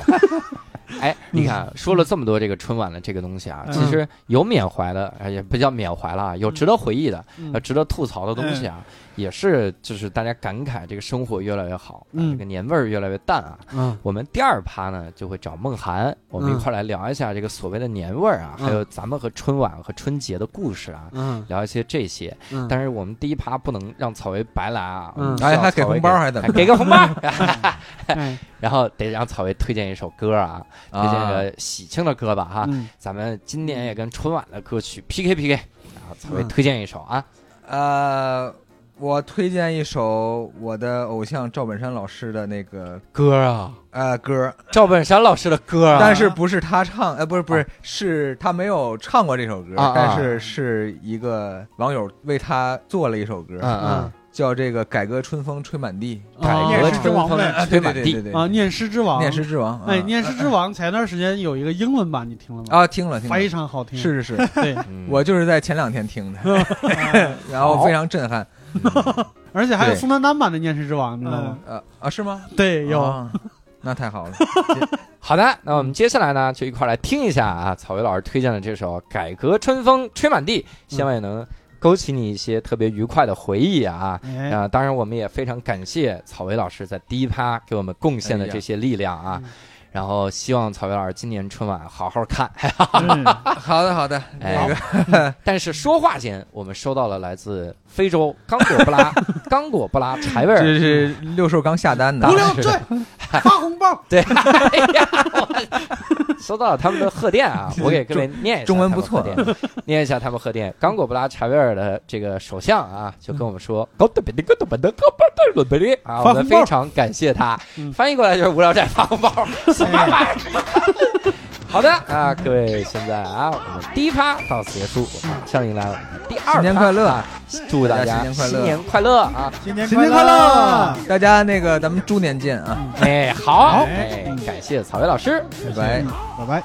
哎，你看，说了这么多这个春晚的这个东西啊，
嗯
其实有缅怀的，哎也不叫缅怀了啊，有值得回忆的，
嗯哎
呃，值得吐槽的东西啊，也是就是大家感慨这个生活越来越好，啊
嗯
这个年味儿越来越淡啊。
嗯
我们第二趴呢，就会找梦涵，我们
嗯
一块儿来聊一下这个所谓的年味儿啊，
嗯
还有咱们和春晚和春节的故事啊，
嗯
聊一些这些。
嗯，
但是我们第一趴不能让草莓白来啊，
嗯
我们需要
哎还给
草莓
红包还怎么着
给个红 包？
哎
然后得让草莓推荐一首歌啊，推荐个喜庆的歌吧
啊
哈。
嗯
咱们今年也跟春晚的歌曲 PK PK，然后草莓
嗯
推荐一首啊，
呃，我推荐一首我的偶像赵本山老师的那个
歌啊，
呃歌，
赵本山老师的歌啊，
但是不是他唱，呃，不是不是，是他没有唱过这首歌，
啊啊
但是是一个网友为他做了一首歌，
嗯
叫这个《改革春风吹满地
嗯，改
啊
革
念诗之
春
王
风
呗
吹满
对
地，
对对
啊，念诗之王，
念诗之王，
哎，
嗯
啊
念诗之王前段时间有一个英文版，你听了吗？
啊，听了听了
非，常好听，
是是是，
对，
嗯
我就是在前两天听的，
嗯啊
然后非常震撼，
嗯
而且还有
对
宋丹丹版的念诗之王，你知道吗？
呃啊，是
嗯
吗？
对，有，
啊那太好了，
好的，那我们接下来呢，就一块儿来听一下啊，草莓老师推荐的这首《改革春风吹满地》，希望也能勾起你一些特别愉快的回忆啊。
哎，
啊、当然，我们也非常感谢草莓老师在第一趴给我们贡献的这些力量啊。
哎呀
然后希望草莓老师今年春晚好好看。
嗯
好的好的，
哎
那个
但是说话间，我们收到了来自非洲刚果布拉刚果布拉柴味儿。
这是六兽刚下单的啊
五，六坠，发红包，
对，哎呀，我搜到了他们的贺电 啊，我给各位念一下
中文不错
他们贺电，念一下他们贺电。刚果布拉查维尔的这个首相
嗯
啊，就跟我们说，高德比利高德本德高巴德伦贝利啊，我们非常感谢他
嗯。
翻译过来就是无聊斋发 红包，什
哎
么玩意儿？好的啊，各位，现在啊，我们第一趴到此结束，我们马上迎来了第二趴。
新年快乐啊！
祝大家
大家新
新
年
年快乐啊！
新年
新年快乐！大家那个咱们猪年见啊！
哎，好，
好
哎，感谢草莓老师。
拜拜。
拜拜。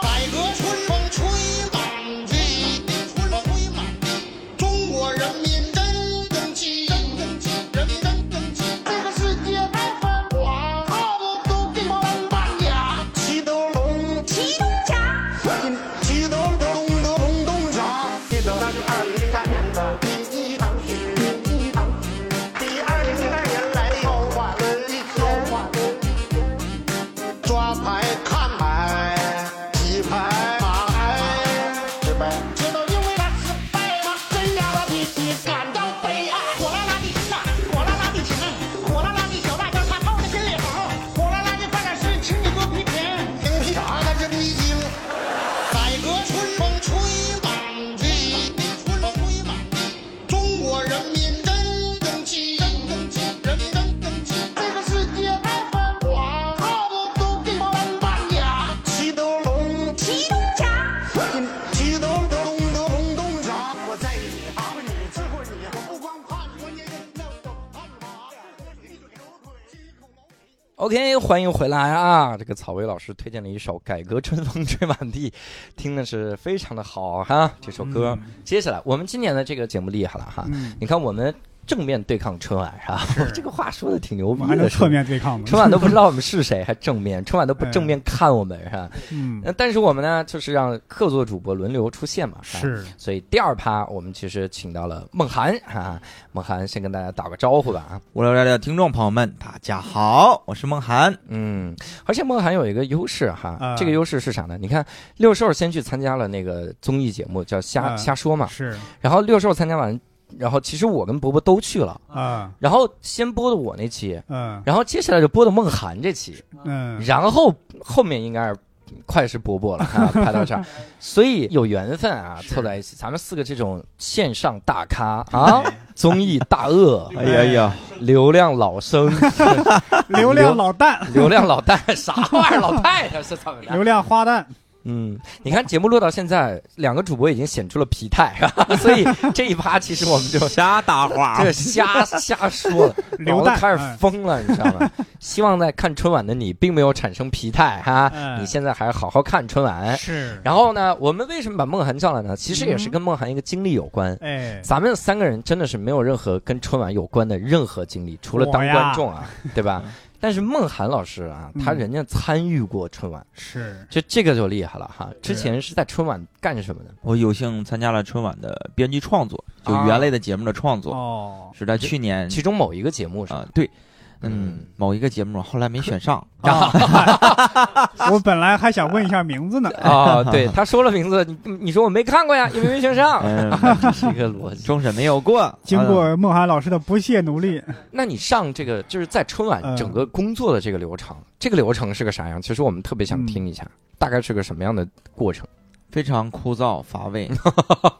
改革春风吹满地，春风吹满地，中国人民真争气，真争气，人民真争气。这个世界太繁华，好多都给我们搬家。齐德龙，齐东家，齐德龙德龙德龙东家。齐德龙是二零零三年的第一场雪，第一场雪，第二零零二年来的又换了一天，又换了一天。抓牌、看牌、洗牌、打牌，对呗？知道因为他失败吗？真让我比你感到悲哀。火辣辣的琴呐，火辣辣的琴，火辣辣的小辣椒，它泡的真脸红。火辣辣的范老师，请你多批评。听屁啥？那是逼精。改革春风吹满地，春风吹满地，中国人民真争气，真争气，人民真争气。这个世界太繁华，好多都给我们搬家。齐德龙，齐东家，齐德龙德龙德龙东家，我在你打过你，治过你，我不光怕你，我也要懂汉华。你嘴狗腿，鸡口毛皮。
OK，欢迎回来啊！这个草薇老师推荐了一首《改革春风吹满地》，听的是非常的好哈。这首歌，
嗯
接下来我们今年的这个节目厉害了哈！你看我们正面对抗春晚哈， 这个话说的挺牛
我
逼
们还能
的，
侧面对抗吗？
春晚都不知道我们是谁，还正面，春晚都不正面看我们是吧？
嗯，
那但是我们呢，就是让客座主播轮流出现嘛，啊
是
所以第二趴我们其实请到了梦涵啊，梦涵先跟大家打个招呼吧啊。
无聊斋的听众朋友们，大家好，我是梦涵。
嗯，而且梦涵有一个优势哈，
啊
这个优势是啥呢？你看六兽先去参加了那个综艺节目叫瞎、
啊
瞎说嘛，
是
然后六兽参加完，然后其实我跟伯伯都去了，
啊，
然后先播的我那期，
嗯
然后接下来就播的梦涵这期，
嗯，
然后后面应该是。快是伯伯了 啊，拍到这儿，所以有缘分啊，凑在一起，咱们四个这种线上大咖啊，
哎
综艺大 鳄，
哎呀呀，
流量老生，
哎流量老旦，
流量老太，啥玩意儿？老太太是怎么的？
流量花旦，
嗯，你看节目录到现在，两个主播已经显出了疲态，啊 所以这一趴其实我们就
瞎搭话
这个瞎瞎说了，
流
聊
弹
的开始
哎
疯了，你知道吗？希望在看春晚的你并没有产生疲态哈，
哎
你现在还好好看春晚。
是
然后呢，我们为什么把梦涵叫来呢？其实也是跟梦涵一个经历有关。
哎，
咱们三个人真的是没有任何跟春晚有关的任何经历，除了当
我呀
观众啊，对吧？但是梦涵老师啊，他
嗯
人家参与过春晚，
是
这这个就厉害了哈！之前是在春晚干什么呢？
我有幸参加了春晚的编剧创作，就
啊
原类的节目的创作，
啊
哦，
是在去年
其中某一个节目上
啊、对，
嗯
嗯，某一个节目后来没选上，
我本来还想问一下名字呢，
啊，对， 他说了名字，你你说我没看过 呀，因为没选上，
嗯，
这是一个逻辑。
终审没有过。
经过梦涵老师的不懈努力，
那你上这个就是在春晚
嗯
整个工作的这个流程，这个流程是个啥样？其实我们特别想听一下，大概是个什么样的过程
非常枯燥乏味，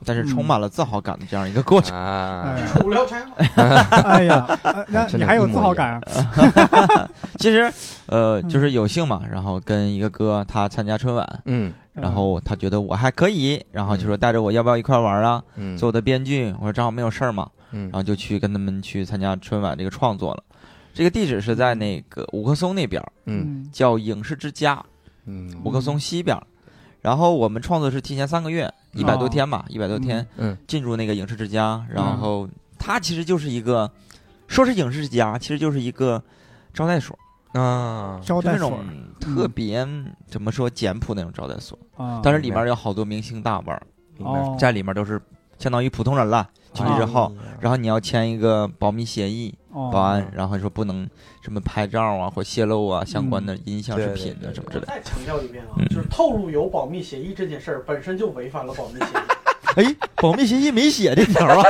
但是充满了自豪感的这样一个 过程。
啊？
哎
无聊斋
哎呀，呃那
真的
你还有
一模
自豪
一样
感？啊
其实，呃，就是有幸嘛，然后跟一个哥他参加春晚，
嗯
然后他觉得我还可以，然后就说带着我要不要一块玩啊，
嗯，
做我的编剧。我说正好没有事儿嘛，
嗯
然后就去跟他们去参加春晚这个创作了。这个地址是在那个五棵松那边儿，
嗯
嗯
叫影视之家，
嗯
五棵松西边儿。然后我们创作是提前三个月，一百多天吧，一百多天
嗯嗯
进入那个影视之家。然后它其实就是一个，说是影视之家，其实就是一个招待所，
啊，
招
就
待
那
所
种特别怎么说简朴那种招待所。
啊，
嗯但是里面有好多明星大腕儿，
哦
在里面都是相当于普通人了，进
哦
去之后，然后你要签一个保密协议，
哦
保安，然后说不能什么拍照啊或泄露啊相关的音像
对
视
对
频
对
啊什么之类的。
再强调一遍啊
嗯，
就是透露有保密协议这件事儿本身就违反了保密协议。
哎，保密协议没写这条啊？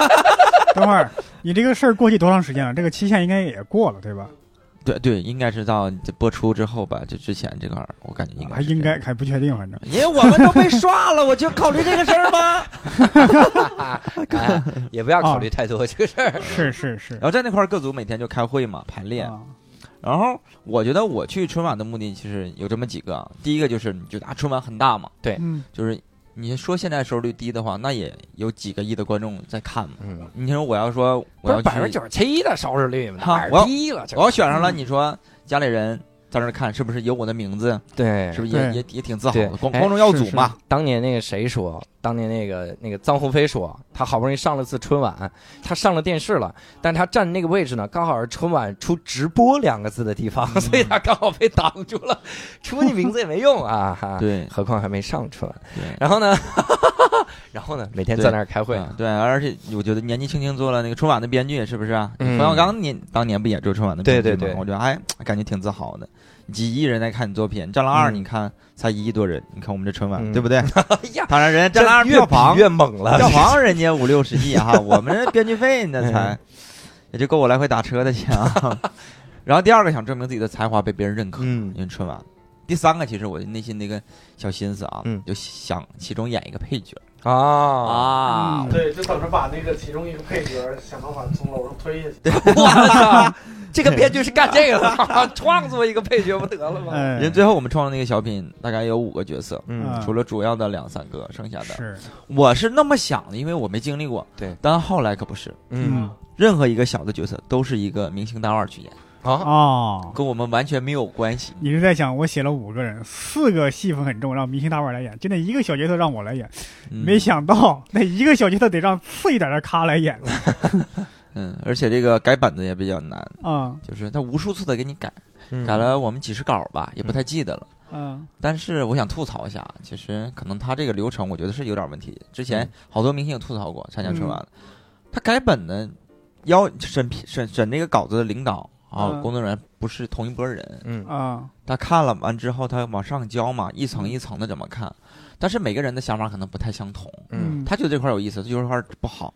等会儿，你这个事儿过去多长时间了？这个期限应该也过了，对吧？
对对，应该是到播出之后吧，就之前这块儿，我感觉应该
还
是这
啊应该
样，
还不确定，反正
因为我们都被刷了，我就考虑这个事儿吗？
哎也不要考虑太多这个事
嗯
儿。
是是是
然。后在那块儿各组每天就开会嘛，排练。
啊
然后我觉得我去春晚的目的其实有这么几个，第一个就是你觉得啊春晚很大嘛，
嗯，
就是你说现在收视率低的话，那也有几个亿的观众在看嘛。
嗯，
你说我要说
不
我要
是百分之
去
九十七的收视率嘛，
哈
哪
我
儿
要
低了？这
我要选
嗯
上了，你说家里人在那儿看，是不是有我的名字？
对
是不是也
对
也也挺自豪
对
的？光
哎
光荣耀
是
祖
是
嘛，
当年那个谁说，当年那个那个臧鸿飞说，他好不容易上了次春晚，他上了电视了，但他站那个位置呢，刚好是春晚出“直播”两个字的地
嗯
方，所以他刚好被挡住了，出你名字也没用啊，哈，
对
何况还没上春晚。
对。
然后呢， 然后呢，每天在那儿开会，
嗯对，而且我觉得年纪轻轻做了那个春晚的编剧，是不是啊？
嗯
冯小刚年当年不也做春晚的编剧
对
吗？
对对
我觉得哎，感觉挺自豪的。几亿人在看你作品，《战狼二》
嗯
你看才一亿多人，你看我们这春晚、
嗯
对 不对？啊
哎呀，
当然，人家《
这
战狼二》
越
票
比
房
越猛了，
票房人家五六十亿哈，我们这编剧费那才
哎
嗯
也就够我来回打车的钱啊。 然后第二个想证明自己的才华被别人认可，
嗯
因为春晚。第三个，其实我内心的一个小心思啊，
嗯
就想其中演一个配角
啊，
啊
嗯
对，就等着把那个其中一个配角想办法从楼上推下去。
哇这个编剧是干这个的， 创作一个配角不得了吗？
哎
人最后我们创的那个小品大概有五个角色，
嗯
除了主要的两三个，剩下的
是
我是那么想的，因为我没经历过。
对，
但后来可不是，
嗯，
任何一个小的角色都是一个明星大腕儿去演，
好，
哦，
跟我们完全没有关系。
你是在想我写了五个人，四个戏份很重，让明星大腕来演，真的一个小角色让我来演，
嗯
没想到那一个小角色得让次一点的咖来演
嗯，而且这个改本子也比较难，
啊，
就是他无数次的给你改，
嗯
改了我们几十稿吧，也不太记得了。
嗯
但是我想吐槽一下，其实可能他这个流程我觉得是有点问题。之前
嗯
好多明星也吐槽过参加春晚了，他改本呢，要审批审审那个稿子的领导啊、
嗯
工作人员不是同一拨人，
嗯
啊，
他看了完之后他往上交嘛，一层一层的怎么看？但是每个人的想法可能不太相同，
嗯
他觉得这块儿有意思，他觉得这块儿不好。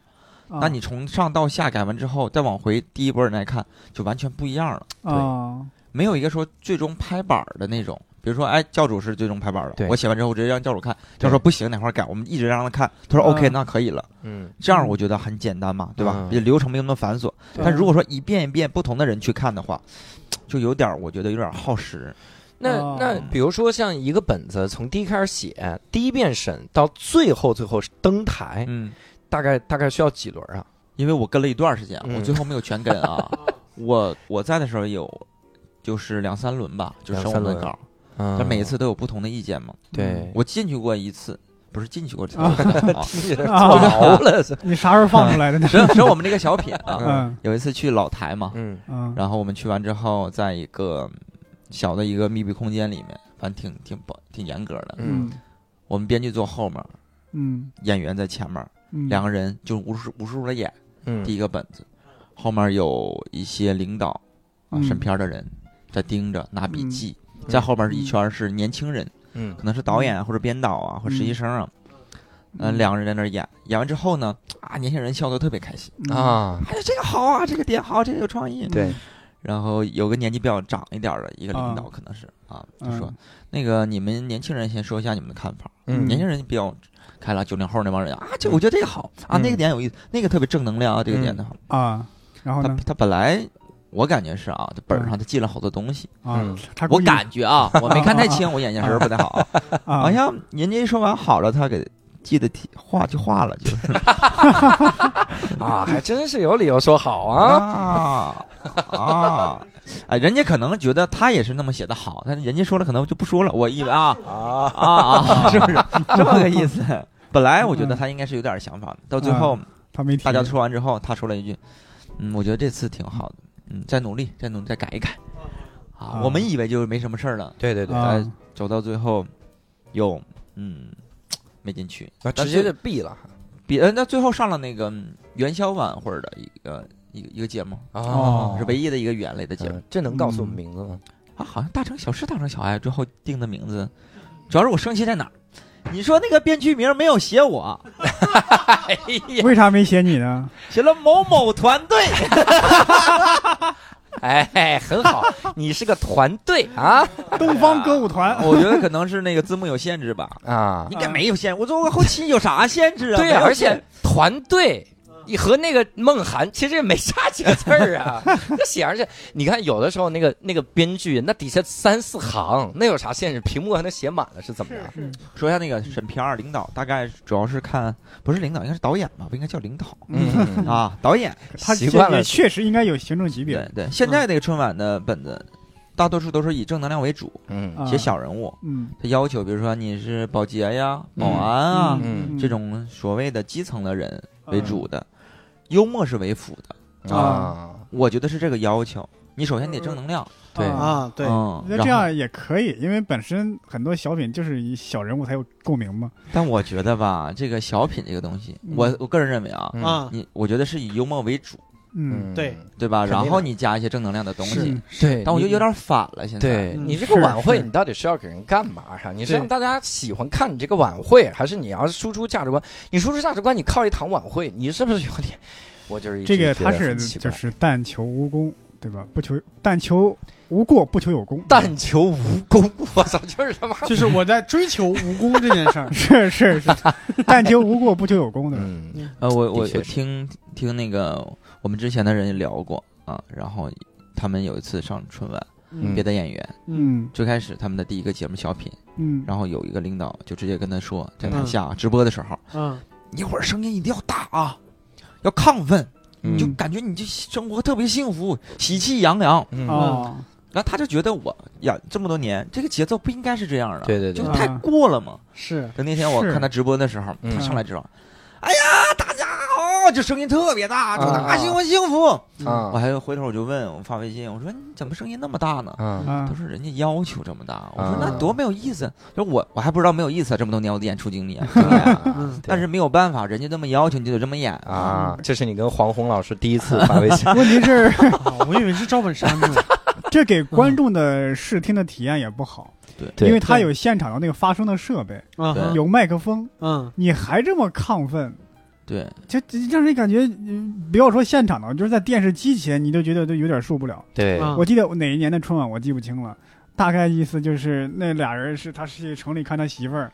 啊
那你从上到下改完之后，再往回第一波人来看，就完全不一样了。
啊，
没有一个说最终拍板儿的那种，比如说，哎，教主是最终拍板儿的
对，
我写完之后我直接让教主看，
对
教主说不行，哪块儿改，我们一直让他看，他说
嗯
OK，、那可以了，
嗯
这样我觉得很简单嘛，对吧
嗯？
也流程没有那么繁琐。
对
但如果说一遍一遍不同的人去看的话，就有点儿我觉得有点儿耗时。
那
哦
那比如说像一个本子，从第一开始写，第一遍审到最后最后登台，
嗯，
大概大概需要几轮啊？
因为我跟了一段时间，啊
嗯
我最后没有全跟 啊，我我在的时候有。就是两三轮吧，就
两
审
三
我们的
轮
稿儿，
嗯
但每一次都有不同的意见嘛。
对，
我进去过一次，不是进 去过一次，
啊
啊
听着坐牢了， 是
你啥时候放出来 的呢？
审审我们这个小品 啊，
嗯
有一次去老台嘛，
嗯
嗯
然后我们去完之后，在一个小的一个密闭空间里面，反正挺挺保挺严格的。
嗯
嗯
我们编剧坐后面，
嗯
演员在前面，
嗯，
两个人就无数无数的演第
嗯
一个本子，后面有一些领导啊
嗯
审片的人在盯着拿笔记，
嗯
在后面一圈是年轻人，
嗯
可能是导演啊或者编导啊或者实习生啊，嗯、
嗯
两个人在那儿演，演完之后呢，啊，年轻人笑得特别开心，
嗯
啊，
哎呀，这个好啊，这个点好，这个有创意，
对，
然后有个年纪比较长一点儿的一个领导，
啊
可能是啊，就
嗯
说、那个你们年轻人先说一下你们的看法。
嗯
年轻人比较开朗，九零后那帮人啊，这我觉得这个好啊，
嗯
那个点有意思，那个特别正能量啊，这个点的好。
啊，然后
他
呢
他本来我感觉是啊，这本儿上他记了好多东西，
啊
嗯，
他
我
故意
感 觉啊，我没看太清，我眼睛神儿不太好啊，
啊
好像人家一说完好了，他给记得题画就画了，就是
啊，还真是有理由说好啊，
啊啊！哎，人家可能觉得他也是那么写的好，但是人家说了可能就不说了。我以为啊啊啊，是不是这么个意思？本来我觉得他应该是有点想法的，到最后
他没提
大家说完之后，他说了一句：“嗯，我觉得这次挺好的，嗯，再努力，再努力，再改一改。”啊
啊，
我们以为就是没什么事儿了，
对对对，
啊
哎走到最后又嗯没进去，
那
但
直接
是
就毙了
比呃那最后上了那个嗯元宵晚会儿的一个一个一个节目。
哦
是唯一的一个语言类的节目、
嗯这能告诉我们名字吗？
啊，好像大城小事、大城小爱之后定的名字，主要是我生气在哪儿？你说那个编剧名没有写我，
哎呀，
为啥没写你呢？
写了某某团队，
哎，很好，你是个团队啊
东方歌舞团，
我觉得可能是那个字幕有限制吧，
啊！
应该没有限。我作为后期有啥限制啊？
对
没有
呀，而
限
且团队。你和那个梦涵 其实也没差几个字儿 啊，那写上去，你看有的时候那个那个编剧那底下三四行，那有啥限制？屏幕还能写满了是怎么着？
说一下那个审片儿，领导大概主要是看，不是领导，应该是导演吧，不应该叫领导
嗯，
啊，导演。
他
习惯了
也确实应该有行政级别
对。对，现在那个春晚的本子，大多数都是以正能量为主，
嗯
啊
写小人物。
嗯，
他要求，比如说你是保洁呀、保安啊
嗯
这种所谓的基层的人为主的，幽默是为辅的。
啊
啊，
我觉得是这个要求。你首先得正能量，
对
啊，对，
嗯，
嗯那
然
这
后，
样也可以，因为本身很多小品就是以小人物才有共鸣嘛。
但我觉得吧，这个小品这个东西，
嗯
我我个人认为啊，
嗯
啊，
你我觉得是以幽默为主，
嗯，
对
对吧？
肯定的
然后你加一些正能量的东西，
对，
但我觉得
你
有点反了。现在，
对
嗯
你这个晚会，
是
你到底是要给人干嘛呀？你是
对
让大家喜欢看你这个晚会，还是你要输出价值观？你输出价值观，你靠一堂晚会，你是不是有点？我就是一直
这个
觉
他
得
是
很奇怪
就是但求无功，对吧？不求但求无过，不求有功。。
但求无功，我操，就是他妈
就是我在追求武功这件事儿
是是是， 但求无过，不求有功，对吧？
嗯
呃，我我
的确
我
是
听听那个我们之前的人也聊过啊，然后他们有一次上春晚，
嗯
别的演员
嗯
最开始他们的第一个节目小品，
嗯，
然后有一个领导就直接跟他说，在台
嗯
下、直播的时候，
嗯，
你一会儿声音一定要大啊，要亢奋，
嗯
就感觉你这生活特别幸福，喜气洋洋。
嗯
哦，
然后他就觉得我呀这么多年这个节奏不应该是这样的，
对对对
就
啊
太过了嘛。
是
就那天我
是
看他直播的时候，
嗯
他上来之后，哎呀，大家好，就声音特别大，祝大
啊
家幸福幸福。我
啊
还回头我就问我发微信，我说你怎么声音那么大呢？
啊
啊
嗯
他，说人家要求这么大，我说
啊
那多没有意思。就我我还不知道没有意思，这么多年我的演出 经历啊，
嗯
经验啊但是没有办法，人家这么要求，你就得这么演啊。
啊！这是你跟黄宏老师第一次发微 信
问题是
啊，我以为是赵本山 呢。
这给观众的视听的体验也不好，
对
因为他有现场的那个发声的设备，
啊哈，
有麦克风，
嗯，
你还这么亢奋，
对，
就就让人感觉，嗯不要说现场的，就是在电视机前，你都觉得都有点受不了。
对
啊
我记得哪一年的春晚我记不清了，大概意思就是那俩人是他是去城里看他媳妇儿，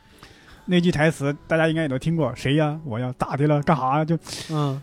那句台词大家应该也都听过，谁呀？我要咋的了？干啥呀？就
嗯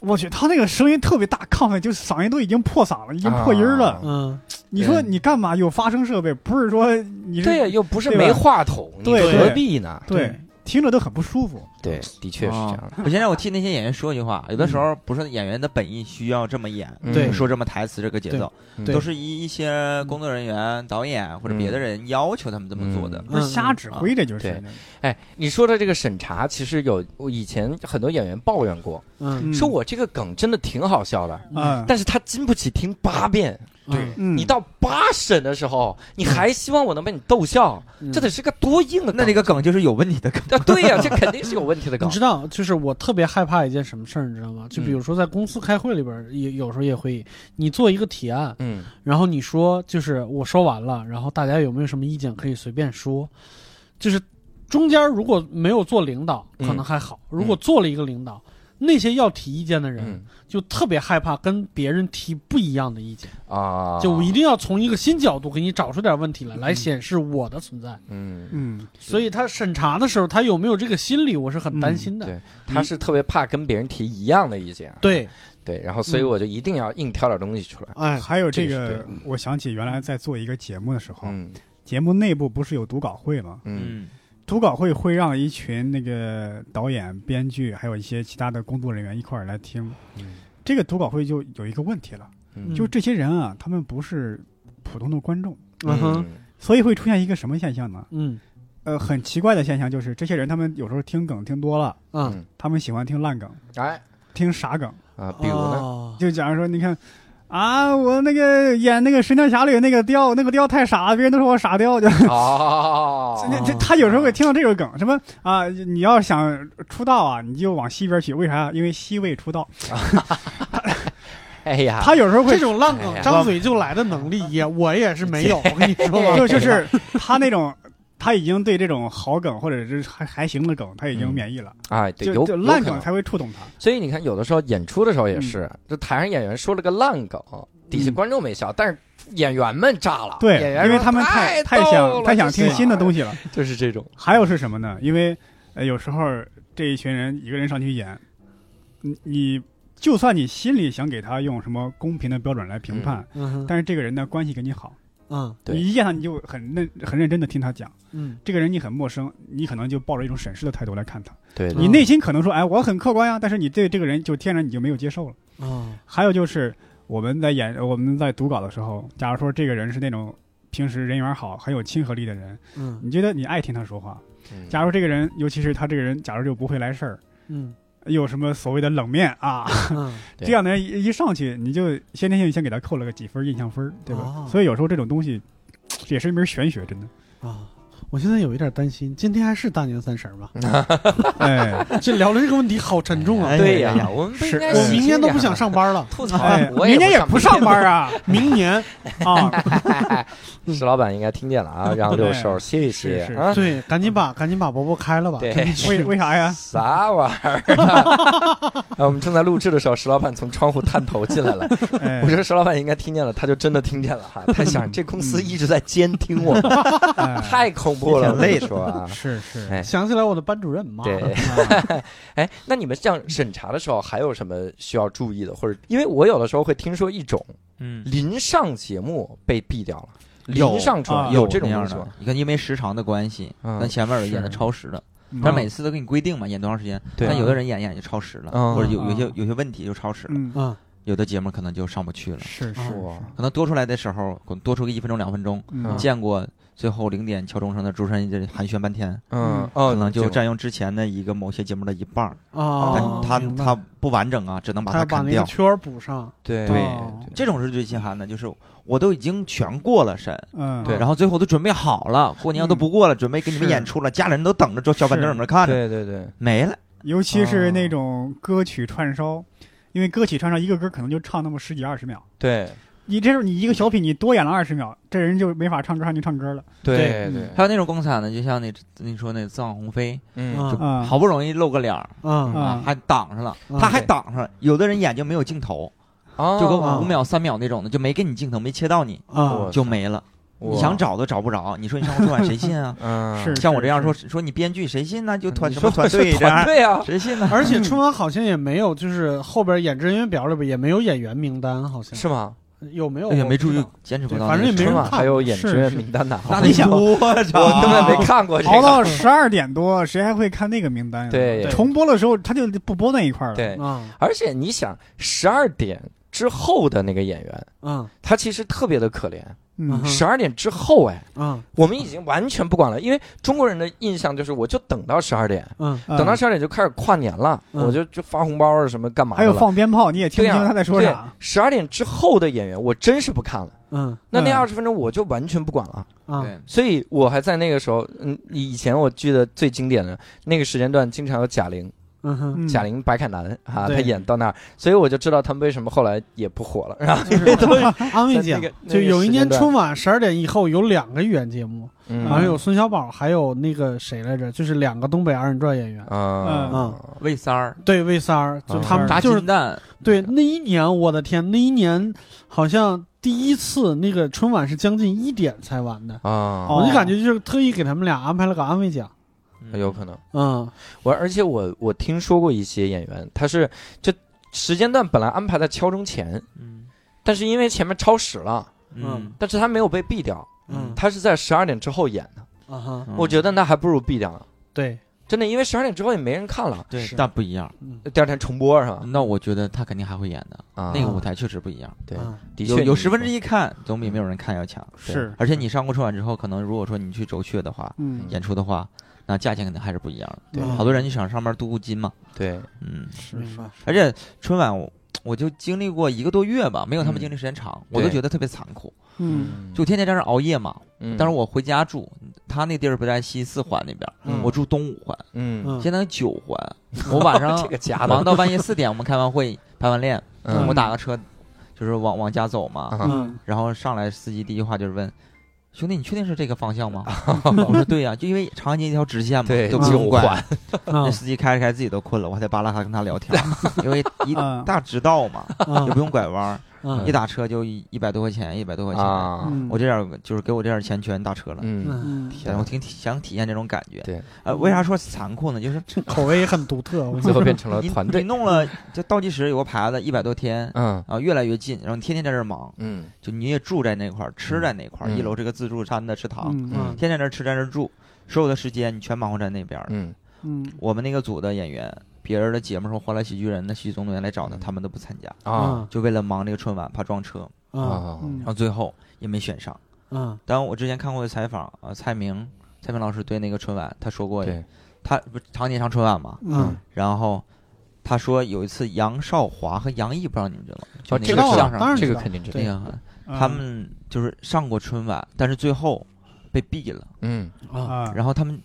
我去，他那个声音特别大，亢奋，就是嗓音都已经破嗓了，已经破音儿了。
啊
嗯，
你说你干嘛有发声设备？不是说你是
对呀，又不是
对吧
没话筒，你
对
何
对
必呢？
对听着都很不舒服。
对，的确是这样的。
我现在我替那些演员说一句话，有的时候不是演员的本意需要这么演，
嗯
对
说这么台词这个节奏，
对嗯
都是一一些工作人员、导演或者别的人要求他们这么做的。
不是瞎指挥，这就
对
是。
哎，你说的这个审查，其实有我以前很多演员抱怨过，
嗯，
说我这个梗真的挺好笑的，
啊，
但是他经不起听八遍。
对，
嗯
你到八审的时候，你还希望我能被你逗笑，
嗯
这得是个多硬的梗。
那这个梗就是有问题的梗，
啊，对呀，这肯定是有问题的梗
你知。道，就是我特别害怕一件什么事儿，你知道吗？就比如说在公司开会里边儿，也有时候也会，你做一个提案，
嗯，
然后你说就是我说完了，然后大家有没有什么意见可以随便说，就是中间如果没有做领导
嗯
可能还好，如果做了一个领导，那些要提意见的人、
嗯
就特别害怕跟别人提不一样的意见，
啊，
就我一定要从一个新角度给你找出点问题来，来显示我的存在。
嗯，
嗯
所以他审查的时候，他有没有这个心理，我是很担心的。
对，他是特别怕跟别人提一样的意见。啊
对，
嗯对，然后所以我就一定要硬挑点东西出来。
哎，
还有
这
这
个是对
个，我想起原来在做一个节目的时候，
嗯
节目内部不是有读稿会吗？
嗯
嗯，
读稿会会让一群那个导演、编剧，还有一些其他的工作人员一块儿来听。
嗯
这个读稿会就有一个问题了，
嗯
就这些人啊，他们不是普通的观众，
嗯哼，
所以会出现一个什么现象呢？
嗯
呃，很奇怪的现象就是，这些人他们有时候听梗听多了，
啊
嗯
他们喜欢听烂梗，
哎
听傻梗。
啊，比如呢，
哦
就假如说，你看啊，我那个演那个《神雕侠侣》那个雕，那个雕太傻了，别人都说我傻雕，就
哦，
这这他有时候会听到这个梗，什么啊？你要想出道啊，你就往西边去，为啥？因为西魏出道。
哎呀，
他有时候会
这种烂
哎
梗
呀
张嘴就来的能力也，我也是没 有。我跟你说吧，
就就是他那种，他已经对这种好梗或者是还还行的梗，他已经免疫了，
啊，对，有
就就烂
有可
梗嗯
能
才会触动他。
所以你看，有的时候演出的时候也是，这台上演员说了个烂梗，底下
嗯
观众没笑，但是演员们炸了。
对
演员，
因为
说
他们
太
太
太
太想太想听新的
西，
东西 了。
就是这种。
还有是什么呢？因为呃，有时候这一群人一个人上去演，你你就算你心里想给他用什么公平的标准来评判，
嗯
但是这个人呢关系跟你好，
嗯
对
你一见他你就很认很认真的听他讲。
嗯，
这个人你很陌生，你可能就抱着一种审视的态度来看他，
对
嗯
你内心可能说，哎，我很客观呀，但是你对这个人就天然你就没有接受了。
啊
还有就是我们在演我们在读稿的时候，假如说这个人是那种平时人缘好、很有亲和力的人，
嗯
你觉得你爱听他说话。
嗯
假如这个人，尤其是他这个人，假如就不会来事儿，
嗯
有什么所谓的冷面啊，
嗯
对
这样的人一一上去，你就先天性先给他扣了个几分印象分儿，对吧？
哦
所以有时候这种东西也是一门玄学，真的。
啊。我现在有一点担心，今天还是大年三十吗？
哎，
这聊的这个问题好沉重啊！
对哎呀，我们不应
是
该
我
喜
明
庆
年都不
点儿
想上班了，
吐槽
哎，，
我
明年也
不
不上班
啊。
啊
明年
啊！
石老板应该听见了啊，让六兽歇一歇
是是
啊。
对，赶紧把赶紧把伯伯开了吧。
对
真的是
为为啥呀？
啥玩意儿啊？ 啊我们正在录制的时候，石老板从窗户探头进来了。
哎
我，觉得石老板应该听见了，他就真的听见了哈。他想，这公司一直在监听我们，
哎
太恐怖了。
挺累的
我跟你说啊，
是是，
哎
想起来我的班主任嘛。
对， 哎，那你们这样审查的时候还有什么需要注意的，或者因为我有的时候会听说一种
嗯，
临上节目被毙掉了，
有
临上出来
啊
有
有
这种
那样
东西
的
吗？，
你看因为时长的关系，
嗯
咱前面有演的
是
超时的，
嗯
但每次都给你规定嘛，演多长时间。
对啊
但有的人演演就超时了，
嗯
或者有有
嗯
些有些问题就超时了，
嗯
啊，
有的节目可能就上不去了。
是是
哇
是，
可能多出来的时候，可能多出个一分钟两分钟，
嗯
见过最后零点敲钟声的主持人这里寒暄半天，
嗯
嗯，
哦
可能
这
就
种
占用之前的一个某些节目的一半儿。
哦，
但
明白
他他不完整啊，只能把
他
它
要把
砍
那个
掉。
圈儿补上。
对
对
哦
这种是最心寒的，就是我都已经全过了审，
嗯，
对
然后最后都准备好了，过年都不过了，准备给你们
是
演出了，家里人都等着，坐小板凳
是
儿等着看着，
对对对，
没了。
尤其
哦
是那种歌曲串烧，因为歌曲串烧一个歌可能就唱那么十几二十秒，
对
你这时候你一个小品你多演了二十秒，这人就没法唱歌上去唱歌了。
对
嗯
对，
还有那种公惨的，就像那你说那藏鸿飞，
嗯
啊
啊，
好不容易露个脸儿
啊
啊
嗯，
还挡上了，
嗯
他还
对
挡上了。有的人眼睛没有镜头，
啊
就
哦
跟五秒、三秒那种的，就没给你镜头，没切到你
我？
啊！
就没了。你想找都找不着，你说你上春晚谁信啊
嗯
是
像我这样说说你编剧谁信呢？就团
你
什么
说
团队这
团
样
队啊，
谁信呢？
而且春晚好像也没有，就是后边演职人员表里边也没有演员名单，好像
是吗？
有没有？
也哎没
我
注
不知
意
道，
坚持不
对
到那
反
个
正也
时
没
春
候。
人
晚
看
还有演
是
职员
是
名单呢，
那
我
得 多
我根本
长，
没
啊
看过这
熬
个。
到十二点多，谁还会看那个名单呀？
对
重播的时候他就不播那一块儿了。，
对，
啊
而且你想，十二点之后的那个演员，
啊
他其实特别的可怜。
嗯
嗯
十二点之后，哎，
啊
我们已经完全不管了，因为中国人的印象就是，我就等到十二点，
啊！
嗯
等到十二点就开始跨年了，
嗯
我就就发红包啊什么干嘛的
还有
了
放鞭炮，你也听
对
不
呀
清他在说啥。
十二点之后的演员，我真是不看了。
嗯
那那
嗯
二十分钟我就完全不管了，
啊
对
所以我还在那个时候，嗯，以前我记得最经典的那个时间段，经常有贾玲，
嗯哼，
嗯
贾玲、白凯南啊，她
对
演到那儿，所以我就知道他们为什么后来也不火了。然后，
就是 安慰
在那
姐
个，那
就
个
有一
时间
年
段
春晚十二点以后有两个语言节目，
嗯
好像有孙小宝，还有那个谁来着，就是两个东北二人转演员。
啊
嗯
魏三儿
对，魏三儿，就他们
啊
炸
就是
金蛋，
对那一年，我的天，那一年好像第一次那个春晚是将近一点才完的，
啊，
哦
我就感觉就是特意给他们俩安排了个安慰奖。
哎
有可能。
嗯
我而且我我听说过一些演员，他是就时间段本来安排在敲钟前，
嗯
但是因为前面超时了，
嗯
但是他没有被毙掉，
嗯
他是在十二点之后演的。
啊哈，
我觉
得
得那还不如毙掉呢，
对，
真的，因为十二点之后也没人看了，
对
是，
但不一样。
嗯
第二天重播是吧？
那我觉得他肯定还会演的，
啊
那个舞台确实不一样。
对，
啊
的
有
确
有十分之
一，
一嗯看，总比没有人看要强。对
是
而且你上过春晚之后，可能如果说你去轴去的话，
嗯，
演出的话，那价钱肯定还是不一样的。
对
嗯
好多人就想上班镀镀金嘛，
对，
嗯，
是
明白。
而且春晚我我就经历过一个多月吧，没有他们经历时间长，我都
对
觉得特别残酷，
嗯
就天天在那儿熬夜嘛。
嗯，
但是我回家住，他那地儿不在西四环那边，
嗯
我住东五环，
嗯，
嗯
现在九环，我晚上
这个假的
忙到半夜四点，我们开完会排完练，
嗯
我打个车，就是往往家走嘛，
啊
嗯
然后上来司机第一句话就是问：“兄弟，你确定是这个方向吗？”我说：“对呀、就因为长安街一条直线嘛，
对
都
九
不用
环
管。”
啊
那司机开着开自己都困了，我还得扒拉他跟他聊天，因为一
嗯
大直道嘛，
啊
也不用拐弯儿，
嗯
一打车就一一百多块钱，一百多块钱。
啊，
嗯
我这点儿就是给我这点儿钱全打车了，
嗯，
嗯，
但是我挺体想体验这种感觉。
对，
呃，为啥说残酷呢？就是
这口味也很独特， 我觉
最
得
后变成了
你
团
你
队，
弄了就倒计时有个牌子一百多天
嗯
啊，越来越近，然后你天天在这儿忙，
嗯
就你也住在那块儿，吃在那块儿，
嗯
一楼这个自助餐的食堂，
啊
嗯
嗯
天天在这儿吃，在这儿住，所有的时间你全忙活在那边儿。
嗯，
嗯
我们那个组的演员，别人的节目说《欢乐喜剧人》的喜剧总动员来找他，
嗯
他们都不参加，
啊
就为了忙这个春晚，怕撞车，
啊
啊，
嗯
然后最后也没选上。
啊
当然，我之前看过的采访，呃，蔡明，蔡明老师对那个春晚他说过，
对，
他不是常年上春晚嘛，
嗯，
然后他说有一次杨少华和杨毅，不知道你们知道吗？就
哦，
那
这
个
个
知道
相
啊当
声，
然
这个
知道
肯定知道
那
对，
个
嗯
他们就是上过春晚，但是最后被毙了。
嗯
啊
啊，
然后他们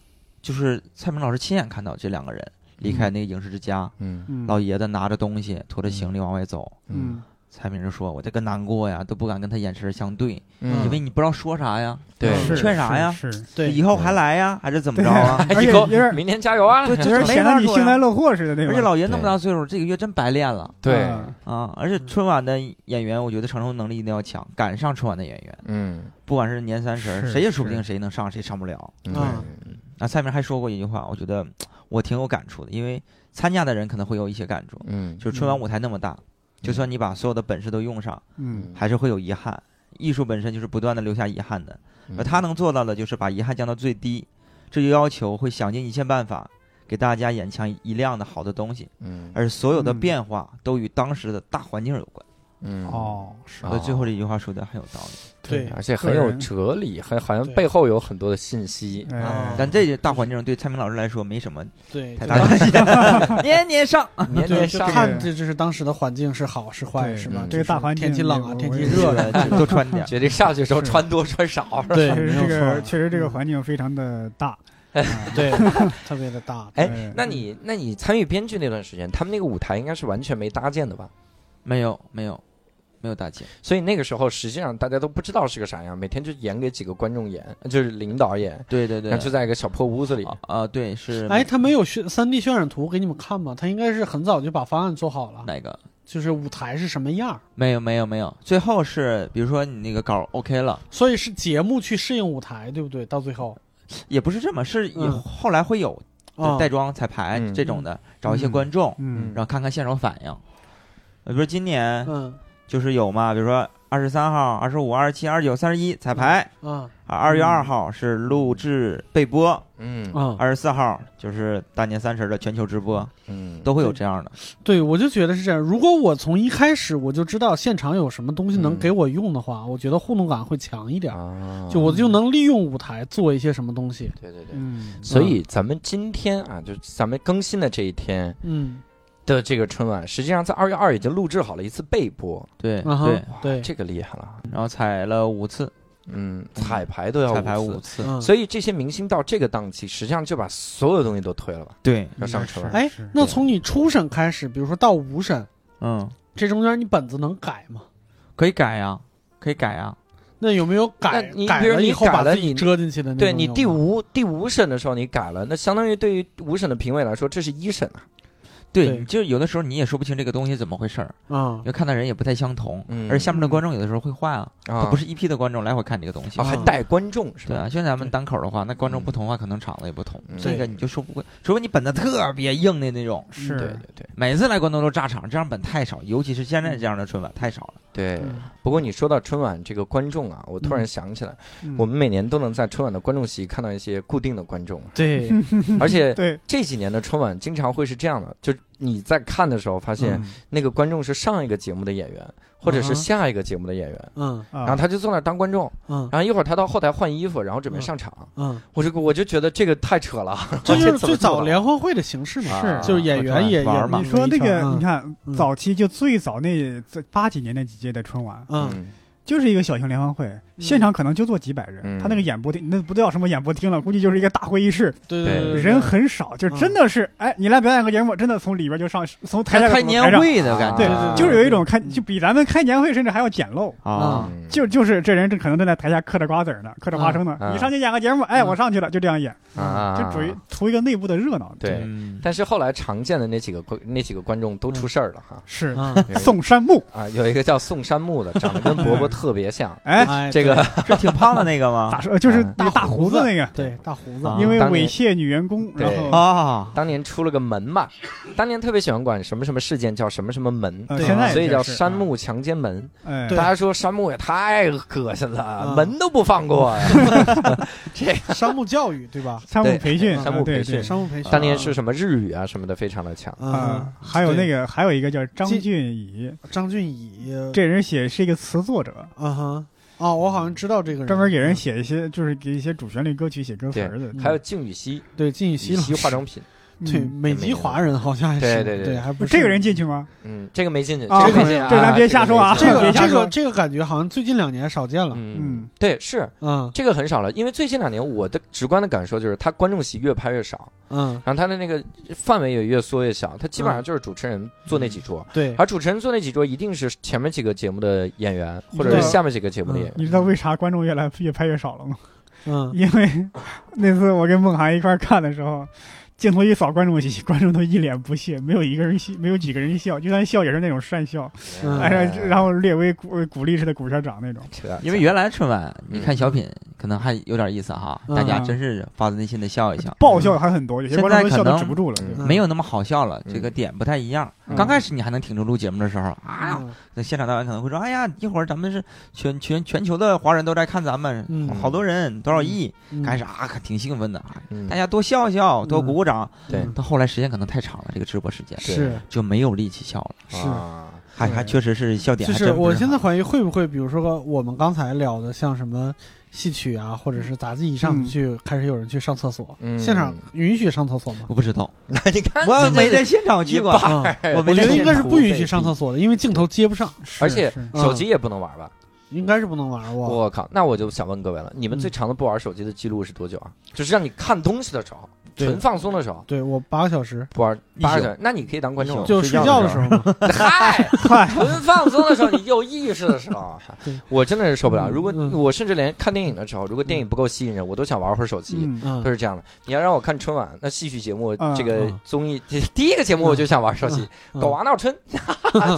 就是蔡明老师亲眼看到这两个人离开那个影视之家，
嗯
嗯
老爷子拿着东西拖着行李往外走。
嗯
嗯
蔡明就说：“我这个难过呀，都不敢跟他眼神相对，
嗯，
因为你不知道说啥呀，
对，
是
劝啥呀
是，是
对
以后还来呀，还是怎么着啊？
而且
哎以后
有点
明天加油啊！
对
有点显得你幸灾乐祸似的那
而且
种。嗯
老爷那么大岁数，这个月真白练了
对，
啊
啊！而且春晚的演员，我觉得承受能力一定要强，赶上春晚的演员，
嗯，
不管是年三十儿，
是
谁也说不
是
定谁能上，谁上不了。
嗯
啊
啊，蔡明还说过一句话，我觉得我挺有感触的，因为参加的人可能会有一些感触，
嗯，
就是春晚舞台那么大，就算你把所有的本事都用上，
嗯
还是会有遗憾。艺术本身就是不断的留下遗憾的，
嗯
嗯
而他能做到的就是把遗憾降到最低，这就要求会想尽一切办法给大家眼前一亮的好的东西，
嗯，
而所有的
嗯
变化都与当时的大环境有关。
嗯，
哦是
所以最后这句话说的很有道理，
对
而且很有哲理，很好像背后有很多的信息。
哎
但这大环境对蔡明老师来说没什么
对，
太
就
大关系，年年上。
年
对，
年
就
上
看这就是当时的环境是好是坏
对
是吧
嗯？
这个大环境
天气冷啊，
我
天气
也
热啊，
就多 穿点。
决定上去的时候
是
穿多穿 少。
对
确实这
没有
个
错
确实这个环境非常的大。啊
对，特别的大。
哎
对
那你那你参与编剧那段时间，他们那个舞台应该是完全没搭建的吧？
没有，没有，没有大姐。
所以那个时候实际上大家都不知道是个啥样，每天就演给几个观众演，就是领导演，
对对对
然后就在一个小破屋子里。
啊、啊对是。
哎，他没有渲三 D 渲染图给你们看吗？他应该是很早就把方案做好了，
哪个？
就是舞台是什么样儿，
没有，没有，没有。最后是，比如说你那个稿 OK 了，
所以是节目去适应舞台，对不对？到最后
也不是这么，是以
嗯
后来会有
啊，
带妆彩排
嗯
这种的，找一些观众，
嗯
然后看看现场反应。呃比如今年
嗯
就是有嘛，比如说二十三号、二十五、二十七、二十九、三十一彩排，
啊
啊，二月二号是录制备播，
嗯
啊，
二十四号就是大年三十的全球直播，
嗯，
都会有这样的。
对，我就觉得是这样。如果我从一开始我就知道现场有什么东西能
嗯
给我用的话，我觉得互动感会强一点儿，
啊，
就我就能利用舞台做一些什么东西。
对对对。
嗯
所以咱们今天啊，就是咱们更新的这一天
嗯
的这个春晚，实际上在二月二已经录制好了一次备播，
对、
啊哈
对，
对，
这个厉害了。
然后采了五次，
嗯，彩排都要
彩排
五
五
次，
次，
嗯
所以这些明星到这个档期，实际上就把所有东西都推了吧，
对，
要上春晚。
哎
嗯是，
那从你初审开始，比如说到五审，
嗯，
这中间你本子能改吗？
可以改呀，可以改啊呀，
那有没有
那
改
你
改
比如
了
你
以后
改
把
了
自己
你
遮进去的那种
对
有吗？
你第五第五审的时候你改了，那相当于对于五审的评委来说，这是一审啊。
对
对，就是有的时候你也说不清这个东西怎么回事儿，
啊
因为看的人也不太相同，
嗯
而下面的观众有的时候会换啊，
啊
他不是一批的观众来回看这个东西
啊，。还带观众是
对
吧？
啊，像咱们单口的话，那观众
嗯
不同的话，可能场子也不同
嗯。
这个你就说不过，除非你本子特别硬的那种，
对
是
对对
每次来观众都炸场，这样本太少，尤其是现在这样的春晚太少了。
对
嗯。
不过你说到春晚这个观众啊，我突然想起来，
嗯
我们每年都能在春晚的观众席看到一些固定的观众，啊
对，
而且
对
这几年的春晚经常会是这样的，就是你在看的时候发现那个观众是上一个节目的演员，或者是
嗯
下一个节目的演员，
嗯
啊
然后他就坐那儿当观众，
嗯
然后一会儿他到后台换衣服，然后准备
嗯
上场，
嗯，
我就我就觉得这个太扯了，
这
这
就是
怎么
最
做
早
到
联欢会的形式嘛，
啊
就是演员也
玩嘛
你说那个，你
看，
看
嗯
早期就最早那这八几年那几届的春晚，
嗯，
就是一个小型联欢会，现场可能就坐几百人，
嗯
他那个演播厅那不叫什么演播厅了，估计就是一个大会议室，
对
对
对，
人很少，就
嗯
真的是，哎，你来表演个节目，真的从里边就上，从台下
开
走到台
年
上，
会的感觉，
对
啊，
就是有一种开，就比咱们开年会甚至还要简陋。
啊，
嗯
就就是这人正可能正在台下嗑着瓜子儿呢，嗑着花生呢。
嗯
你上去演个节目，哎，
嗯
我上去了，就这样演，
啊，
就属于图一个内部的热闹。
对。
嗯
但是后来常见的那几个观那几个观众都出事儿了哈。
是
啊，
有一个
宋山木，。
啊，有一个叫宋山木的，长得跟伯伯特别像
哎，
哎
这个
是挺胖的那个吗
咋？说？就是
嗯
那个大胡子那个，
对大胡子
啊
因为
当年
猥亵女员工，然
对
后
啊，
当年出了个门嘛，当年特别喜欢管什么什么事件叫什么什么门，
呃
对
现在也
所以叫
是
山，木强奸门。
哎，
大家说山木也太恶心了，
啊
门都不放过呀。这
商务教育对吧？
山
对
木培训，
山木
啊对
培训
对
商务培训，
当年是什么日语啊什么的非常的强。
啊
啊，，
还有
对呃
那个，还有一个叫张
这
俊乙，
张俊乙，
这人写是一个词作者，
啊哈，哦，我好像知道这个人，
专门给人写一些，就是给一些主旋律歌曲写歌词
对
儿的。
还有静雨熙，
嗯对靳雨
雨
熙
熙
老
化
师
妆品。
对
嗯，
美籍华人好像还是
对对对
对，还不是
这个人进去吗？
嗯，这个没进去，个
啊
没进去啊，
这咱别瞎说啊
这
这
个没进去
别瞎
个这
说
个这个感觉好像最近两年少见了，
嗯
嗯，
对，是
嗯
这个很少了，因为最近两年我的直观的感受就是，他观众席越拍越少，
嗯，
然后他的那个范围也越缩越小，他基本上就是主持人坐那几桌，
嗯
对，
而主持人坐那几桌一定是前面几个节目的演员，
嗯
或者是下面几个节目的演员。
你知道为啥观众越来越拍越少了吗？
嗯
因为那次我跟孟涵一块儿看的时候，镜头一 扫观众席，观众都一脸不屑，没有一个人笑，没有几个人笑，就算笑也是那种讪笑，
嗯
哎，呀，然后略微鼓鼓励式的鼓下掌那种。
嗯
因为原来春晚你看小品可能还有点意思哈，
嗯
大家真是发自内心的笑一笑，
爆笑还很多，有些观众都笑得止不住了。
现在可能
嗯
对
没有那么好笑了，
嗯
这个点不太一样
嗯。
刚开始你还能挺住录节目的时候，哎呀，
嗯
那现场导演可能会说，哎呀，一会儿咱们是全全全球的华人都在看咱们，
嗯
好多人多少亿，
嗯
开始啊，可挺兴奋的，哎
嗯
大家多笑笑，多鼓鼓掌。
对
到后来时间可能太长了，这个直播时间
是
就没有力气笑了，
是。
啊
还还确实是笑点
就
还
是
真不
我
是
现在
很好
怀疑会不会，比如说我们刚才聊的，像什么戏曲啊，或者是杂技，一上去开始有人去上厕所，
嗯
现场允许上厕所吗？
我不知道，
那你看，
我没在现场去过，
啊，
我
我
没
觉
在
得应
现
该
场。
是不允许上厕所的，因为镜头接不上，
是
而且
是嗯
手机也不能玩吧？
应该是不能玩我。
我靠，那我就想问各位了，你们
嗯
最长的不玩手机的记录是多久啊？就是让你看东西的时候，
对
纯放松的时候。
对我八个小时，
不玩
一宿
八个小时，那你可以当观众了。
就睡觉的时候嘛。
嗨，纯放松的时候，你有意识的时候
对，
我真的是受不了。
嗯
如果
嗯
我甚至连看电影的时候，如果电影不够吸引人，我都想玩会儿手机。
嗯，
都
嗯，
是这样的，你要让我看春晚，那戏曲节目
嗯
这个
嗯
综艺 这第一个节目我就想玩手机，《狗娃闹春》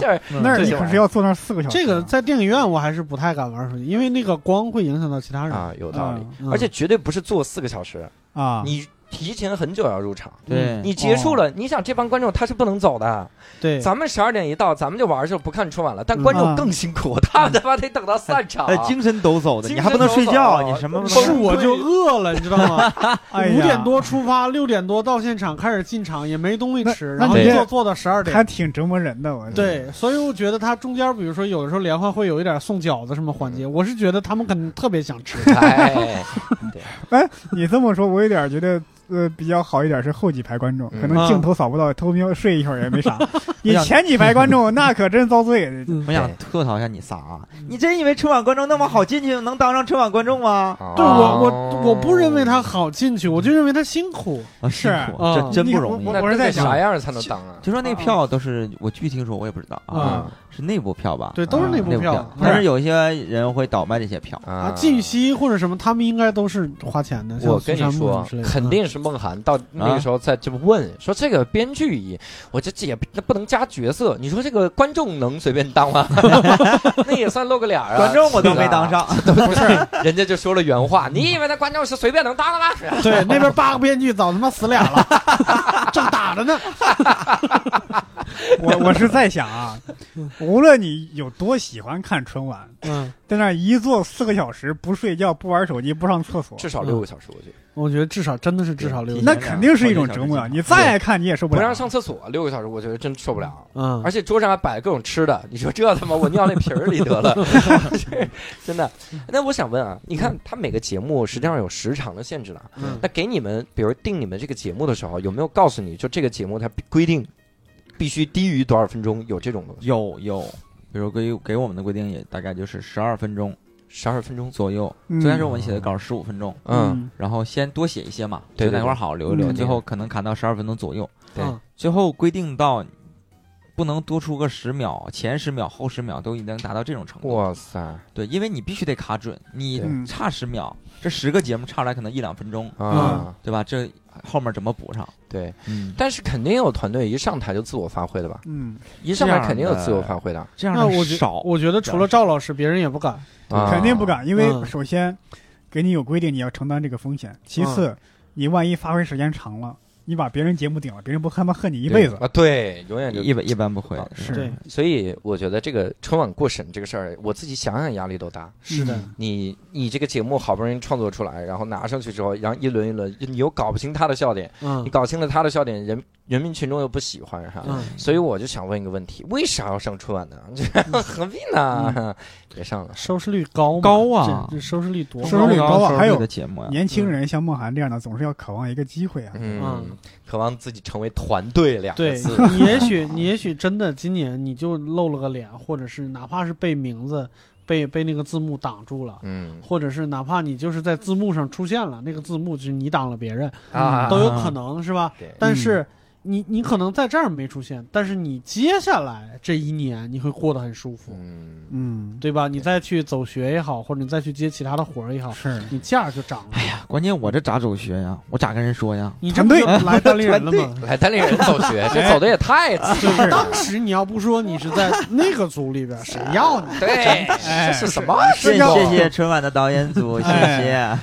就是
那
嗯
儿
这
你
就
可是要坐那儿四个小时啊。
这个在电影院我还是不太敢玩手机，因为那个光会影响到其他人。
啊，有道理，
嗯
而且绝对不是坐四个小时，
啊，
你提前很久要入场。
对，
你结束
哦
了，你想这帮观众他是不能走的。
对，
咱们十二点一到，咱们就玩就不看春晚了。但观众
嗯
更辛苦，他们他妈得等到散场
哎，，精神抖擞
精
的，啊
神
你还不能睡
抖
觉，
擞
你什么不
对
能
是我就饿了，你知道吗？
哎呀
五点多出发，六点多到现场，开始进场也没东西吃，
那
然
那
后
你
一
这
坐坐到十二点
还。挺折磨人的，我觉得。
对，所以我觉得他中间，比如说有的时候联欢会有一点送饺子什么环节，我是觉得他们可能特别 想吃。
哎，
你这么说，我有点觉得。呃，比较好一点是后几排观众，
嗯
可能镜头扫不到，偷瞄睡一会儿也 没啥。你
呀
前几排观众那可真遭罪。
我想吐槽一下你仨啊，你真以为春晚观众那么好进去，能当上春晚观众吗？
对我
哦
我我不认为他好进去，我就认为他辛苦。
啊，
是
辛苦，
啊
真真不容易
我。
那
我是在
得
想
啥样才能当啊？
就说那票都是我具体听说，我也不知道啊，
啊
是内部票吧？
嗯对，都是
啊
那
内
部票
票，
不是
但是有些人会倒卖这些票。
啊
啊，靳雨熙或者什么，他们应该都是花钱的。像
我跟
苏
你
珊木
说
之类，的
肯定是孟涵
啊
到那个时候在就问说这个编剧一，我这这也那不能加角色，你说这个观众能随便当吗？ 那也算露个脸儿啊。
观众我都没当上，
不是，
是吧，人家就说了原话，你以为那观众是随便能当的吗？
对，那边八个编剧早他妈死俩了，正打着呢。
我我是在想啊，无论你有多喜欢看春晚，
嗯，
在那儿一坐四个小时，不睡觉，不玩手机，不上厕所，
至少六个小时，我觉得
我觉得至少真的是至少六
对
个。
那肯定是一种折磨啊！你再爱看你也受不
不
了
让。上厕所六个小时，我觉得真受不了。
嗯
而，且桌上还摆各种吃的，你说这他妈我尿那瓶儿里得 了，真的。那我想问啊，你看他每个节目实际上有时长的限制的，
嗯
那给你们，比如定你们这个节目的时候，有没有告诉你就这个节目它规定必须低于多少分钟？有这种东西？
有有比如给给我们的规定也大概就是十二分钟
十二分钟，
左右。
嗯
最开始我们写的稿十五分钟，
嗯，
然后先多写一些嘛，
对对
觉得哪块儿好留一留，
嗯
最后可能砍到十二分钟左右。
对
嗯
最后规定到不能多出个十秒，前十秒、后十秒都已经达到这种程度。
嗯哇塞，啊
对，因为你必须得卡准，你
对
差十秒，这十个节目差出来可能一两分钟，
嗯
啊，
对吧？这后面怎么补上？
对，
嗯，
但是肯定有团队一上台就自我发挥的吧？
嗯，
一上台
这样
肯定有自由
的
发挥的，
这样
那
的
我觉
少，
我觉得除了赵老师，别人也不敢。
啊
肯定不敢，因为
嗯
首先给你有规定，你要承担这个风险；其
嗯
次，你万一发挥时间长了，你把别人节目顶了，别人不他妈恨你一辈子。
啊，对，永远就
一般一般不会嗯
啊。
是
对，
所以我觉得这个春晚过审这个事儿，我自己想想压力都大。
是的，
嗯
你你这个节目好不容易创作出来，然后拿上去之后，然后一轮一轮，你又搞不清他的笑点，
嗯
你搞清了他的笑点，人人民群众又不喜欢哈。
嗯，
所以我就想问一个问题：为啥要上春晚呢？
嗯
这何必呢？别上了。
收视率高吗
高啊
这这收视率多
收视率高啊
收
还有
的节目呀，
年轻人像梦涵这样的，总是要渴望一个机会啊。
嗯
嗯，
渴望自己成为团队两个
对
字。
你也许你也许真的今年你就露了个脸，或者是哪怕是被名字被被那个字幕挡住了。
嗯
或者是哪怕你就是在字幕上出现了，那个字幕就是你挡了别人，
啊
都有可能是吧
对？
但是你你可能在这儿没出现，但是你接下来这一年你会过得很舒服，
嗯，
嗯，
对吧？你再去走学也好，或者你再去接其他的活儿
哦
也好，
是，
你价儿就涨了。
关键我这咋走学呀？我咋跟人说呀？
你这不就来单立人了吗？
来单立人走学，这走的也太早
哎就是当时你要不说你是在那个组里边，谁要你？
对，
哎
这是什么
谢
事情？
谢谢春晚的导演组，谢谢
哎。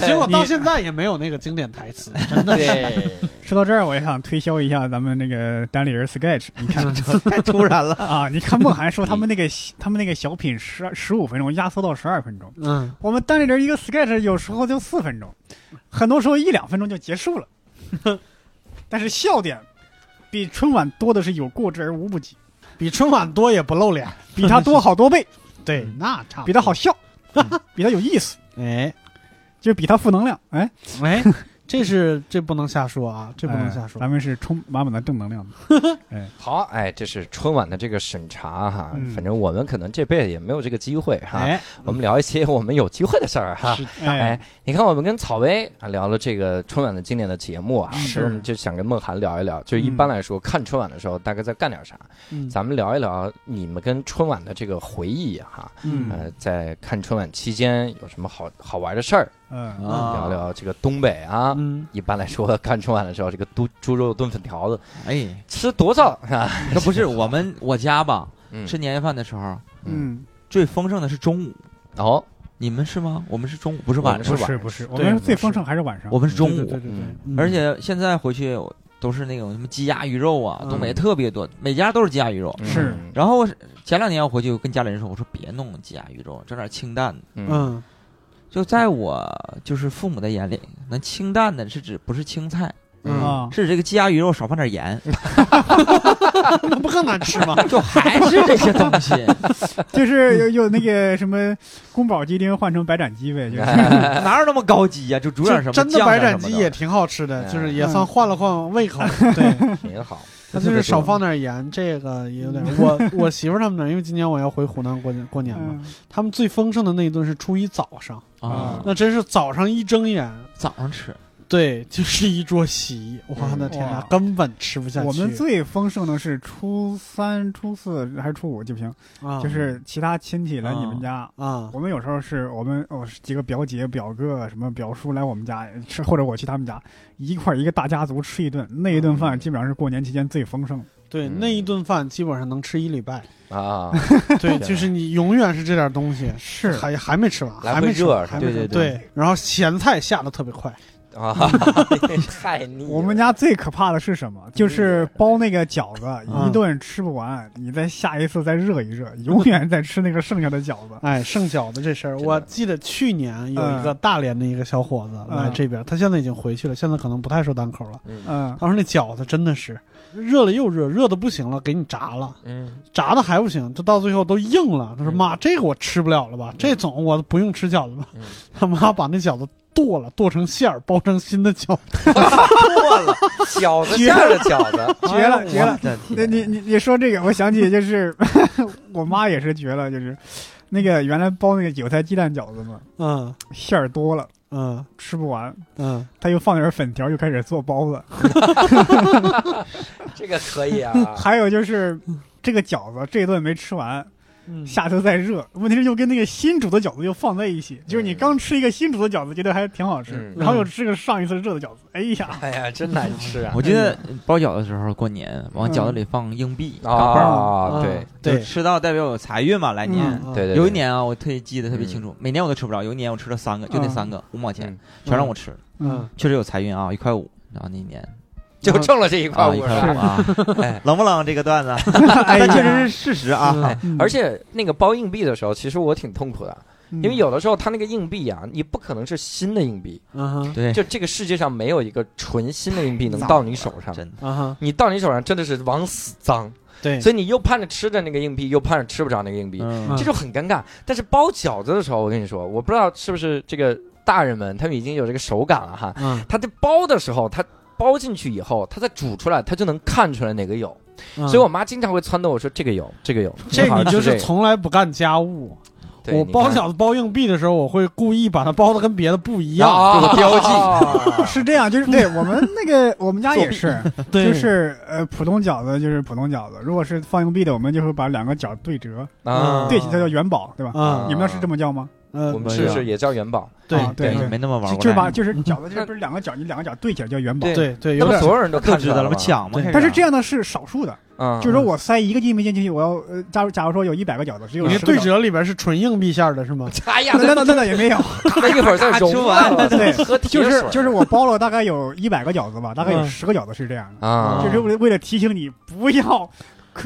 结果到现在也没有那个经典台词，真的是。
对，
说到这儿，我也想推销一下咱们那个单立人 Sketch。你看
太突然了，
啊，你看梦涵说他们那个他们那个小品十十五分钟压缩到十二分钟，
嗯，
我们单立人一个 Sketch 有时候就四分钟，很多时候一两分钟就结束了。 但是笑点比春晚多的是有过之而无不及，
比春晚多也不露脸。
比它 多好多倍，
对，那差不多
嗯比它好。笑，比它有意思，
哎
就是比它负能量。哎，
哎，这是这不能瞎说啊，这不能瞎
哎
说。
咱们是充满满的正能量的。
好，哎，这是春晚的这个审查哈，
嗯
反正我们可能这辈子也没有这个机会哈。
哎，
我们聊一些我们有机会的事儿哈。
哎
哎，你看，我们跟草薇啊聊了这个春晚的经典的节目啊，
是
所以我们就想跟梦涵聊一聊，就一般来说、看春晚的时候大概在干点啥，
嗯
咱们聊一聊你们跟春晚的这个回忆哈、
嗯
呃，在看春晚期间有什么好好玩的事儿，
嗯，
聊
啊，
聊这个东北啊。
嗯，
一般来说，看春晚的时候，这个猪猪肉炖粉条子
哎，
吃多少啊？
那不是我们我家吧？
嗯
吃年夜饭的时候
嗯，
最丰盛的是中午，
哦，
你们是吗？我们是中午，不是
我们
晚
不
上，
是不是，我
对
们
我
最
是
丰盛还是晚上
我。们是中
对
午
对。对对对
嗯
而且现在回去都是那种什么鸡鸭鱼肉啊，
嗯
东北特别多，每家都是鸡鸭鱼肉。
是
嗯
然后前两年我回去我跟家里人说，我说别弄鸡鸭鱼肉，整点清淡的。
嗯
嗯
就在我就是父母的眼里，那清淡的是指不是青菜，
嗯，
啊，
是这个鸡鸭鱼肉少放点盐，
那不更难吃吗？
就还是这些东西。
就是有有那个什么宫保鸡丁换成白斩鸡呗， 就是
哎哪有那么高级呀、就煮点什么
真的
酱
白
点
斩
什么
鸡也挺好吃的，
嗯
就是也算换了换胃口。 对，
挺好。
它就是少放点盐，这个也有点。我我媳妇儿他们那儿，因为今年我要回湖南过年过年嘛，
嗯
他们最丰盛的那一顿是初一早上，
啊
嗯。
那真是早上一睁眼，
早上吃，
对，就是一桌席，我的天
哇
哪，根本吃不下去。
我们最丰盛的是初三、初四还是初五，记不清，
啊
就是嗯其他亲戚来你们家。
啊，
我们有时候是我们哦是几个表姐、表哥、什么表叔来我们家吃，或者我去他们家一块儿一个大家族吃一顿，那一顿饭基本上是过年期间最丰盛的。
对，
嗯
那一顿饭基本上能吃一礼拜。
啊，
对，就是你永远是这点东西，
是
还还没吃完，
来回
还没吃完，
热
还没吃完
对对对
对。然后咸菜下的特别快，
啊，太
啊
腻了。
我们家最可怕的是什么？就是包那个饺子，
嗯
一顿吃不完，你再下一次再热一热，永远在吃那个剩下的饺子。
哎，剩饺子这事儿，
真的
我记得去年有一个大连的一个小伙子
嗯
来这边，他现在已经回去了，现在可能不太说单口了。
嗯
嗯，
他说那饺子真的是热了又热，热的不行了，给你炸了，
嗯，
炸的还不行，这到最后都硬了。他说
嗯
妈，这个我吃不了了吧？这种我不用吃饺子了
嗯。
他妈把那饺子剁了，剁成馅儿，包成新的饺子。
错了，饺子馅儿的饺子，
绝了绝了！
的
那你你你说这个，我想起就是 我妈也是绝了，就是那个原来包那个韭菜鸡蛋饺子嘛，
嗯
馅儿多了
嗯
吃不完，
嗯，
她又放点粉条，又开始做包子。
这个可以啊。
还有就是这个饺子这一顿没吃完，
嗯
下次再热，问题是又跟那个新煮的饺子又放在一起，就是你刚吃一个新煮的饺子，觉得还挺好吃
嗯，
然后又吃个上一次热的饺子，哎呀，
哎呀，真难吃啊！
我觉得包饺子的时候，过年往饺子里放硬币、钢镚儿，
啊，对
就
对
吃到代表有财运嘛，来年。
嗯
对对，
有一年啊，我特意记得特别清楚，每年我都吃不着。有一年我吃了三个，就那三个五毛钱
嗯，
全让我吃了，
嗯
确实有财运啊，一块五。然后那一年
就挣了这一块
啊，
五
一
十
块五啊，
哎，
冷不冷这个段子？啊
哎
但确实
呀，
是事实啊。
嗯
嗯
而且那个包硬币的时候，其实我挺痛苦的，
嗯
因为有的时候它那个硬币啊，你不可能是新的硬币，
嗯哼
对，
就这个世界上没有一个纯新的硬 币能到你手上。
真的
嗯哼，
你到你手上真的是往死脏，
对，
所以你又盼着吃着那个硬币，又盼着吃不着那个硬币，
嗯
这就很尴尬。但是包饺子的时候，我跟你说，我不知道是不是这个大人们他们已经有这个手感了哈。
嗯
他在包的时候，他包进去以后，他再煮出来，他就能看出来哪个有。
嗯
所以我妈经常会撺掇我说这个有，这个有。
这
好
你
像
就
这
是
个
从来不干家务。
对
我
你
包
看
饺子包硬币的时候，我会故意把它包的跟别的不一样。
啊
这个标记
记
是这样，就是对我们那个我们家 也是，
对，
就是呃普通饺子就是普通饺子，如果是放硬币的，我们就会把两个角对折，
啊，
对起它叫元宝，对吧？
啊
你们那是这么叫吗？
呃
我，们是是也叫元宝，
对
啊对
没那么玩
就
过来，
就是把就是饺子就是不是两个角，你两个角对起来叫元宝。
对
对对，
那
有
么
点
所有人都
都
看
知
出来
道
了
了
吧
不？抢吗
对？
但是这样的是少数的，
嗯，
就是说我塞一个硬币进去，我要呃，假如假如说有一百个饺子，只有
你
十
这
个
对
饺子，
折里边是纯硬币馅儿的是吗？
哎呀，
那那那那也没有，
那一会儿再融化了，
对
喝铁
就是
水
就是我包了大概有一百个饺子吧，大概有
嗯
十个饺子是这样的，
啊，
就是为了为了提醒你不要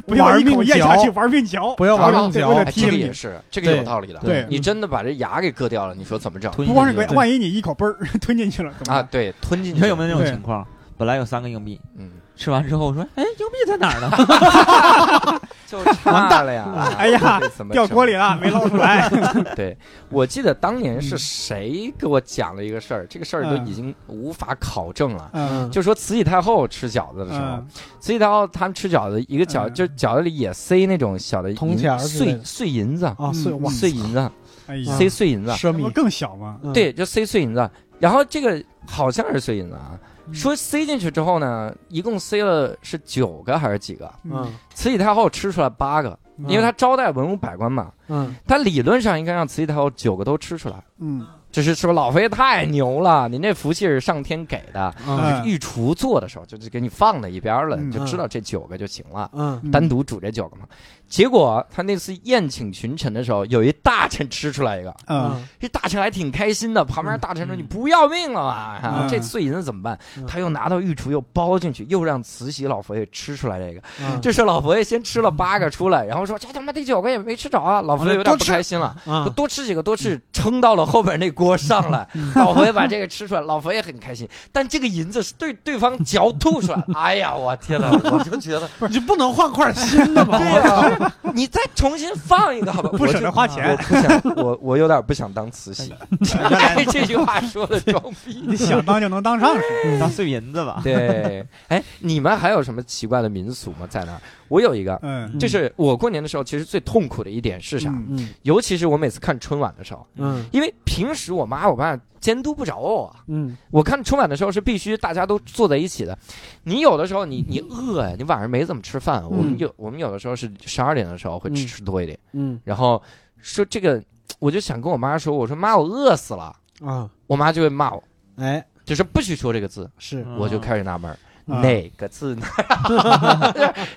不要
玩
一口
命
咽下
嚼
去玩命嚼，
不要玩命
对
嚼
为了
哎
提
这个
醒
也
你。
是，这个有
对
道理的。
对
你真的把这牙给割掉了，你说怎么整
吞
不光是
进去
个，万一你一口嘣儿 吞进去了怎
啊？
么办？
对，吞进
你
去
说有没有那种
对
情况？本来有三个硬币，
嗯，
吃完之后说，哎，硬币在哪儿呢？
就完蛋了 呀！
哎呀，
嗯这怎么
掉锅里
整？
了，没捞出来。
对，我记得当年是谁给我讲了一个事儿，这个事儿都已经无法考证了。
嗯
就说慈禧太后吃饺子的时候
嗯，，
慈禧太后他们吃饺子，一个饺
嗯
就是饺子里也塞那种小的银
铜钱儿之类
碎
的
碎银子，
啊，所以
嗯
哇，
碎银子，
哎呀，
塞碎银子，
奢
那
靡
不，更小吗？
嗯，
对，就塞碎银子。然后这个好像是碎银子啊，
嗯
说塞进去之后呢，一共塞了是九个还是几个？
嗯，
慈禧太后吃出来八个，因为她招待文武百官嘛，
嗯，
她理论上应该让慈禧太后九个都吃出来。
嗯，
就是说老妃太牛了，您这福气是上天给的。
嗯
御厨做的时候就就给你放在一边儿了，
嗯
你就知道这九个就行了。
嗯，
单独煮这九个嘛，结果他那次宴请群臣的时候，有一大臣吃出来一个，
嗯
这大臣还挺开心的，旁边大臣说：“
嗯
你不要命了吧？啊
嗯
这碎银子怎么办？”
嗯
他又拿到御厨又包进去，又让慈禧老佛爷吃出来这个。
嗯
这是老佛爷先吃了八个出来，然后说：“这他妈第九个也没吃着啊！”老佛爷有点不开心了。说
啊，
多吃几个，多吃，撑到了后边那锅上来，老佛爷把这个吃出来，老佛爷很开心。但这个银子是对对方嚼吐出来，哎呀，我天哪！我就觉得，
你就不能换块新的吗？
对呀、你再重新放一个好吧？
不
我
舍
就
得花
我
钱，
不想，我我有点不想当慈禧。 哎，这句话说的装逼。
你想当就能当上 是吧
当碎银子
啊
吧。
对，哎，你们还有什么奇怪的民俗吗？在那儿，我有一个，
嗯
嗯
就是我过年的时候，其实最痛苦的一点是啥？
嗯
嗯
尤其是我每次看春晚的时候，
嗯
因为平时我妈我爸监督不着我啊。
嗯
我看春晚的时候是必须大家都坐在一起的。你有的时候你你饿呀，你晚上没怎么吃饭。我们有我们有的时候是十二点的时候会吃
嗯
吃多一点，
嗯
然后说这个，我就想跟我妈说，我说妈，我饿死了。
啊，
我妈就会骂我，
哎，
就是不许说这个字，
是
嗯
我就开始纳闷儿，
啊
哪个字呢？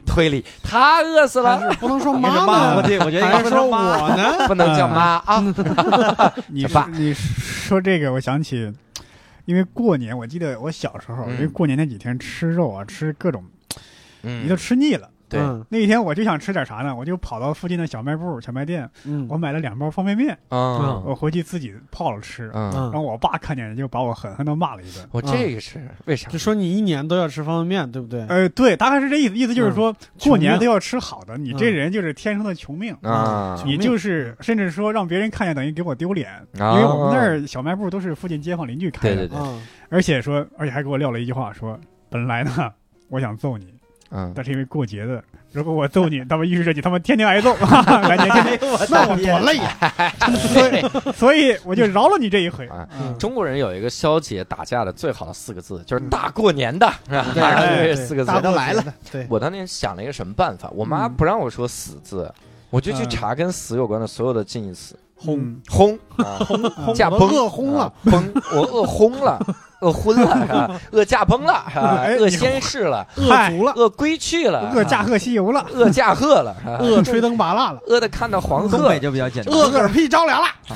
推理，他饿死 了，
不能说
应该是
妈
妈，我
呢，
这我觉得应
还
该
是
是
说
妈。
我呢？
不能叫妈啊。
你
爸
说你说这个，我想起，因为过年，我记得我小时候，
嗯
因为过年那几天吃肉啊，吃各种，你
嗯
都吃腻了，
对
嗯
那一天我就想吃点啥呢，我就跑到附近的小卖部、小卖店，
嗯
我买了两包方便面，
嗯
嗯
我回去自己泡了吃。
嗯，
然后
嗯，
我爸看见就把我狠狠的骂了一顿。
我这个是为啥
就？说你一年都要吃方便面，对不哎对？
呃，对，大概是这意思，意思就是说、过年都要吃好的，你这
嗯
人就是天生的穷命。
啊，
你
命
就是，甚至说让别人看见等于给我丢脸，因
啊
为我们那儿小卖部都是附近街坊邻居开的，
对对对，
嗯
而且说，而且还给我撂了一句话说，本来呢，我想揍你，
嗯，
但是因为过节的，如果我揍你，他们预示着你他妈天天挨揍， 哈哈来年天
哎
哎
天，那哎我多累呀、所以我就饶了你这一回。
啊
嗯
中国人有一个消解打架的最好的四个字，就是大过年的，是吧？
对
这四个字
大。
都
过
来
节
了
的，对，
我当年想了一个什么办法？我妈
嗯
不让我说死字，我就去
嗯
查跟死有关的所有的近义词，
轰
轰啊，
轰
驾崩
我饿轰
啊
了，
崩，我饿轰了，饿昏了，是吧？饿驾崩了，是吧
哎
饿仙逝了，
饿足了，
饿归去了，
饿驾鹤西游了，
饿驾鹤了，是吧
饿吹灯拔蜡了，
饿的看到黄
东
鹤哎
北，就比较简单，
饿嗝屁着凉了，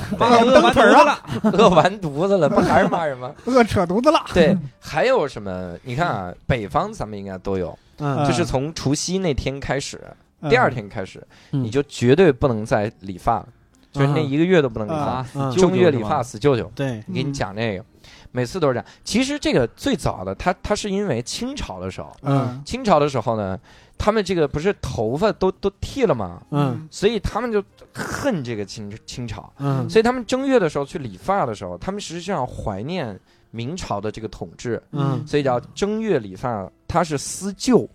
儿
饿完犊子了，
饿完犊子了，不还是骂人吗？
饿扯犊子了。
对，还有什么？你看啊，北方咱们应该都有，
嗯
就是从除夕那天开始，
嗯
第二，天开始，
嗯
你就绝对不能再理发了，就是那一个月都不能理发，
啊
啊
嗯，
正月理发
死
死舅舅。
对，
你给你
嗯
讲这个，每次都是这样。其实这个最早的，它它是因为清朝的时候，
嗯
清朝的时候呢，他们这个不是头发都都剃了吗？
嗯
所以他们就恨这个清清朝，
嗯
所以他们正月的时候去理发的时候，他们实际上怀念明朝的这个统治，
嗯
所以叫正月理发，它是思旧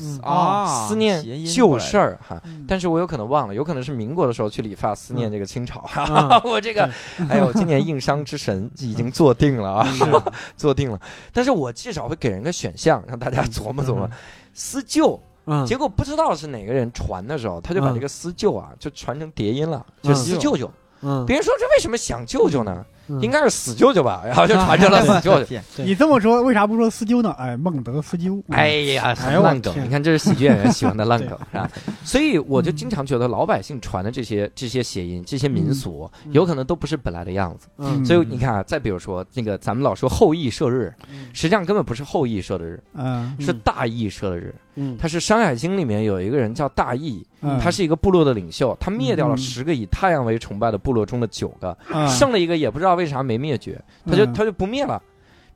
嗯
啊，
思念旧事
儿，
儿哈。
嗯
但是我有可能忘了，有可能是民国的时候去理发，思念这个清朝。哈哈，
嗯
我这个，哎呦，今年硬伤之神已经坐定了
嗯
啊，坐定了。但是我至少会给人个选项，让大家琢磨琢磨。思旧，
嗯，
结果不知道是哪个人传的时候，他就把这个思旧啊，就传成叠音了，就
嗯
思舅舅。
嗯，
别人说这为什么想舅舅呢？
嗯
应该是死舅舅吧，然后就传成了死舅舅。
对
你这么说，为啥不说思鸠呢？哎，孟德斯鸠。
哎，呀，
哎呦我
烂梗！
天嗯
你看，这是喜剧演员喜欢的烂梗，是吧？所以我就经常觉得，老百姓传的这些这些谐音、这些民俗，
嗯
有可能都不是本来的样子。
嗯
所以你看啊，再比如说那个，咱们老说后羿射日，实际上根本不是后羿射的日，
嗯
是
嗯
大羿射的日。
嗯
他是《山海经》里面有一个人叫大羿，
嗯，
他是一个部落的领袖，他灭掉了
嗯
十个以太阳为崇拜的部落中的九个，
嗯
剩了一个也不知道为啥没灭绝，他就
嗯
他就不灭了。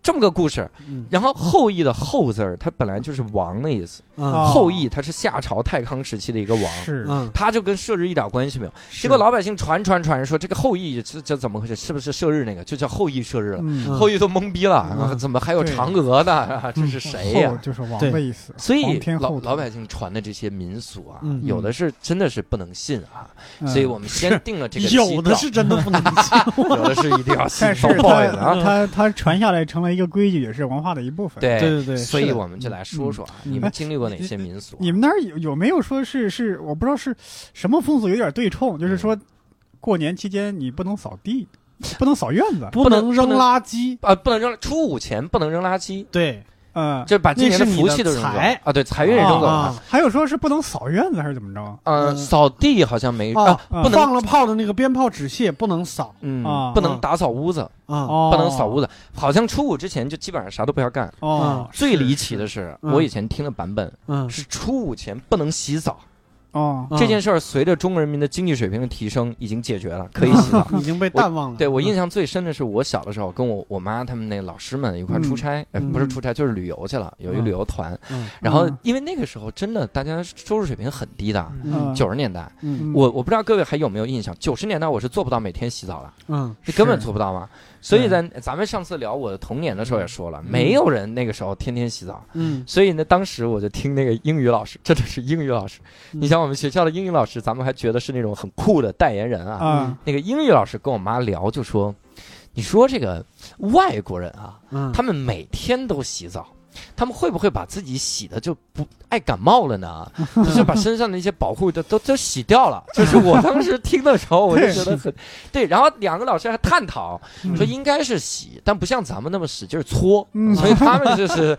这么个故事，
嗯
然后后羿的后字儿，它本来就是王的意思。
哦
后羿他是夏朝太康时期的一个王，
是
嗯，
他就跟射日一点关系没有。结
结
果老百姓传传传说这个后羿这这怎么回事？是不是射日那个就叫后羿射日了？
嗯
嗯
后羿都懵逼了，
嗯
啊怎么还有
对
嫦娥呢？啊这是谁呀
后？就是王
对
的意思，
所以
皇天
老
后土
老百姓传的这些民俗啊，
嗯
有的是真的是不能信啊，
嗯
所以我们先定了这个
有的
基
是真的不能信，
调，有的是一 定要信
但是
到爆
它
的啊。
它它传下来成了一个规矩，也是文化的一部分。，
对
对对对
所以
是的
我们就来说说啊，
嗯
你们经历过哪些民俗？啊
你们那儿有有没有说是是我不知道是什么风俗有点对冲，就是说
嗯
过年期间你不能扫地，不能扫院子，
不
能
能扔
不能
垃圾，
啊，不能扔，初五前不能扔垃圾，
对，
嗯，
就是把今年
那是你
福
的
气都扔走
财
啊，对，财运扔走
啊
了。
还有说是不能扫院子还是怎么着？
嗯，
嗯
扫地好像没
哦
啊，不能
放了炮的那个鞭炮纸屑不能扫
嗯
啊，
不能
啊
打扫屋子，
啊，
哦，
不能扫屋子，好像初五之前就基本上啥都不要干。
哦，
最离奇的是，
嗯
我以前听的版本
嗯，
是初五前不能洗澡。嗯
哦，
这件事儿随着中国人民的经济水平的提升，已经解决了，可以洗澡。
已经被淡忘了，
对我印象最深的是，我小的时候跟我我妈他们那老师们一块儿出差，呃不是出差就是旅游去了，有一
嗯
旅游团。
嗯
然后
嗯
因为那个时候真的大家收入水平很低的，
嗯
九十年代，
嗯
我我不知道各位还有没有印象，九十年代我是做不到每天洗澡的，
嗯
这根本
是
做不到嘛。所以在咱们上次聊我的童年的时候也说了，没有人那个时候天天洗澡。
嗯
所以呢，当时我就听那个英语老师，真的是英语老师。
嗯
你想，我们学校的英语老师，咱们还觉得是那种很酷的代言人啊。
啊，
那个英语老师跟我妈聊，就说：“你说这个外国人啊，
嗯，
他们每天都洗澡，他们会不会把自己洗的就不爱感冒了呢？就是把身上的一些保护的都都洗掉了。就是我当时听的时候，我就觉得很对。然后两个老师还探讨
嗯
说，应该是洗，但不像咱们那么使劲儿搓。
嗯
所以他们就是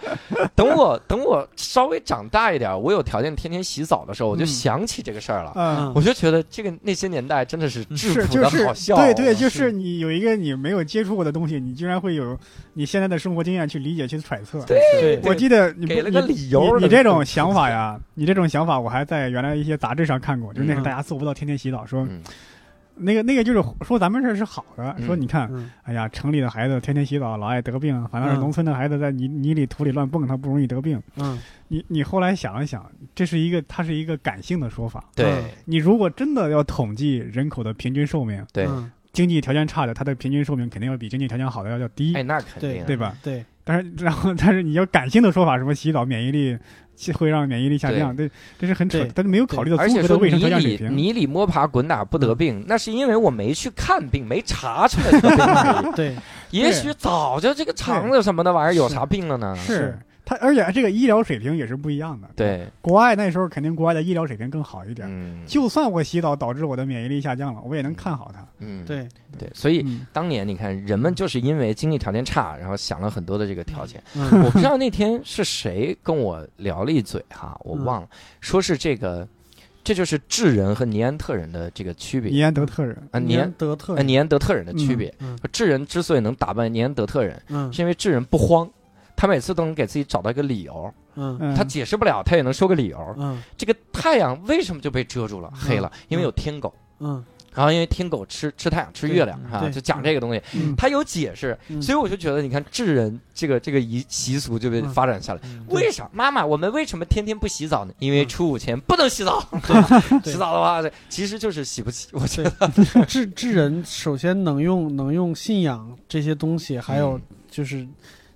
等我等我稍微长大一点，我有条件天天洗澡的时候，我就
嗯
想起这个事儿了。
嗯。
我就觉得这个那些年代真的是质
是
朴
就
的
是
好笑，哦啊
对对，就是是你有一个你没有接触过的东西，你居然会有你现在的生活经验去理解去揣测，
对对
我记得你不
给了个
你
理由
你你这种想法呀， 你这种想法，我还在原来一些杂志上看过，就那个
嗯
大家做不到天天洗澡，说
嗯
那个那个就是说咱们这是好的，
嗯
说你看
嗯，
哎呀，城里的孩子天天洗澡，老爱得病，反倒是
嗯
农村的孩子在泥泥里土里乱蹦，他不容易得病。
嗯，
你你后来想了想，这是一个它是一个感性的说法。
对
你如果真的要统计人口的平均寿命，
对，
嗯
经济条件差的，他的平均寿命肯定要比经济条件好的要要低，
哎，那肯定
对吧？
对，
但是然后但是你要感性的说法，什么洗澡免疫力会让免疫力下降，这这是很扯
对，
但是没有考虑到
而
综
且
合的
说
卫生
泥
条件水
里
平。嗯
泥里摸爬滚打不得病，那是因为我没去看病，没查出来这 个病
对，
也许早就这个肠子什么的玩意儿有啥病了呢？
是他，而且这个医疗水平也是不一样的。，
对，
国外那时候肯定国外的医疗水平更好一点。
嗯，
就算我洗澡导致我的免疫力下降了，我也能看好它。
嗯，
对，
对，所以
嗯，
当年你看，人们就是因为经济条件差，然后想了很多的这个条件。
嗯
我不知道那天是谁跟我聊了一嘴哈，我
嗯
忘了，说是这个，这就是智人和尼安特人的这个区别
尼安德特人，
啊，尼安
德特
啊，尼安德特人的区
嗯
别。
嗯
智人之所以能打败尼安德特人，
嗯
是因为智人不慌，他每次都能给自己找到一个理由，
嗯
嗯，
他解释不了，他也能说个理由。
嗯
这个太阳为什么就被遮住了，黑了？因为有天狗，
嗯
然后因为天狗吃吃太阳、吃
对
月亮
嗯
啊，
对
就讲这个东西，
嗯
他有解释，
嗯
所以我就觉得，你看智人这个这个习习俗就被
嗯
发展下来。
对
为啥妈妈我们为什么天天不洗澡呢？因为
嗯
初五前不能洗澡，
对
洗澡的话其实就是洗不起。我觉得
智智人首先能用能用信仰这些东西，还有
嗯
就是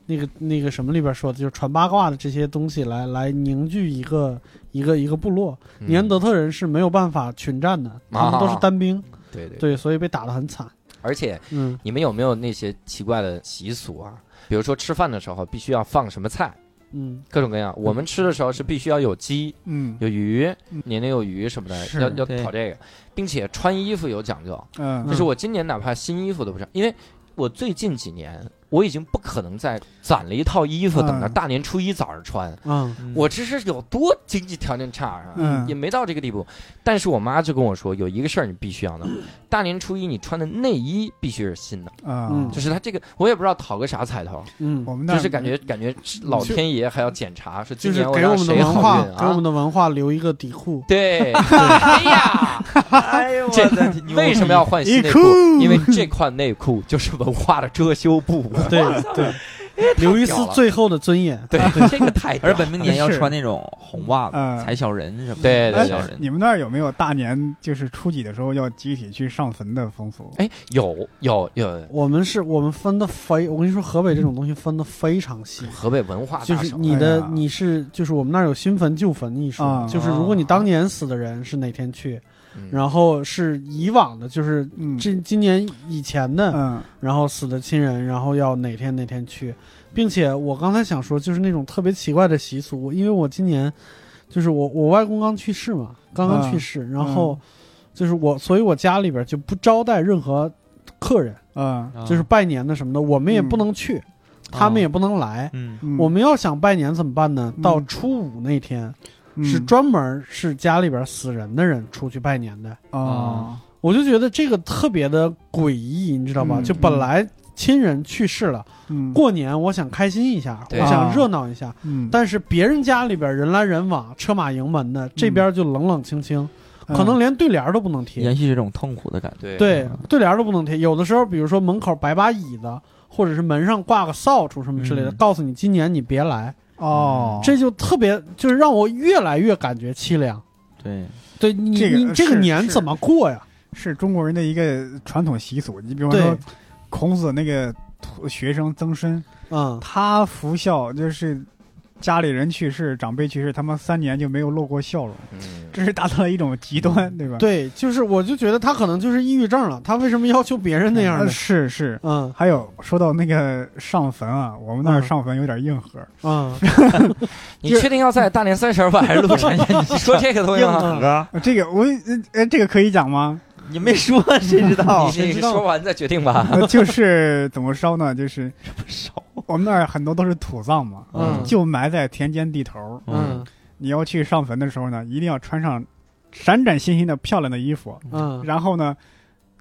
那个那个什么里边说的，就是传八卦的这些东西来来凝聚一个一个一个部落。
嗯
尼安德特人是没有办法群战的，他们都是单兵，
嗯对啊对，
对，所以被打得很惨。
而且
嗯
你们有没有那些奇怪的习俗啊？比如说吃饭的时候必须要放什么菜，
嗯
各种各样。我们吃的时候是必须要有鸡、
嗯
有鱼
嗯、
年年有余什么的，
是
要要
对
讨这个，并且穿衣服有讲究。啊
嗯
就，是我今年哪怕新衣服都不穿，因为我最近几年我已经不可能再攒了一套衣服等着
嗯
大年初一早上穿。
嗯
我这是有多经济条件差啊，
嗯
也没到这个地步。但是我妈就跟我说，有一个事儿你必须要弄，大年初一你穿的内衣必须是新的，
啊，
嗯
就是她这个我也不知道讨个啥彩头，
嗯，
我们那
就是感觉感觉是老天爷还要检查，说
就
今
是
年我
给我
让
们的
谁
文化
好运，
给我
啊
们？的文化留一个底裤。
对，哎呀，
哎呦我
这
的 牛逼
为什么要换新内裤
一？哭
因为这款内裤就是文化的遮羞布。 啊
对对，留一丝最后的尊严。
对，这个太
而本命年要
是
穿那种红袜
嗯
子，踩小人什么的，
对对
踩
对
小
对
人。
哎你们那儿有没有大年就是初几的时候要集体去上坟的风俗？
哎，有有有，
我们是我们分的非，我跟你说，河北这种东西分的非常细。
河北文化
就
大
是
省。
你
哎
的
呀，
你是就是我们那儿有新坟旧坟一说
啊，
就是如果你当年死的人是哪天去，
嗯
然后是以往的，就是
嗯
这今年以前的，
嗯
然后死的亲人，然后要哪天哪天去，并且我刚才想说，就是那种特别奇怪的习俗，因为我今年就是我我外公刚去世嘛，刚刚去
嗯
世，然后就是我，所以我家里边就不招待任何客人，
嗯
就是拜年的什么的，我们也不能去，他们也不能来，
嗯，
嗯，
我们要想拜年怎么办呢？
嗯
到初五那天、
嗯
是专门是家里边死人的人出去拜年的，
啊，
我就觉得这个特别的诡异，你知道吧？
嗯
就本来亲人去世了，
嗯
过年我想开心一下，我
对
想热闹一下，
嗯，
但是别人家里边人来人往，车马营门的，这边就冷冷清清，
嗯
可能连对联都不能贴。
延续这种痛苦的感觉。
对
对，对联都不能贴。有的时候，比如说门口摆把椅子，或者是门上挂个扫帚什么之类的，
嗯
告诉你今年你别来。
哦，
这就特别，就是让我越来越感觉凄凉。
对，
对你，
这个
你这
是
个年
是
怎么过呀？
是中国人的一个传统习俗。你比方
对
说，孔子那个徒学生曾参，
嗯，
他服孝就是。家里人去世，长辈去世，他们三年就没有露过笑容，
嗯
这是达到了一种极端，对吧？
嗯对，就是我就觉得他可能就是抑郁症了。他为什么要求别人那样
呃
呢？
是是。
嗯
还有说到那个上坟啊，我们那儿
嗯
上坟有点硬核，
嗯，
你确定要在大年三十晚上录晨夜？ 你 说这个东西吗？
核
哥，
呃这个我呃呃这个可以讲吗？
你没说，谁知道？
你你说完再决定吧。
呃就是怎么烧呢？就是
少，
我们那儿很多都是土葬嘛，
嗯
就埋在田间地头儿。
嗯
你要去上坟的时候呢，一定要穿上闪闪星星的漂亮的衣服，
嗯
然后呢，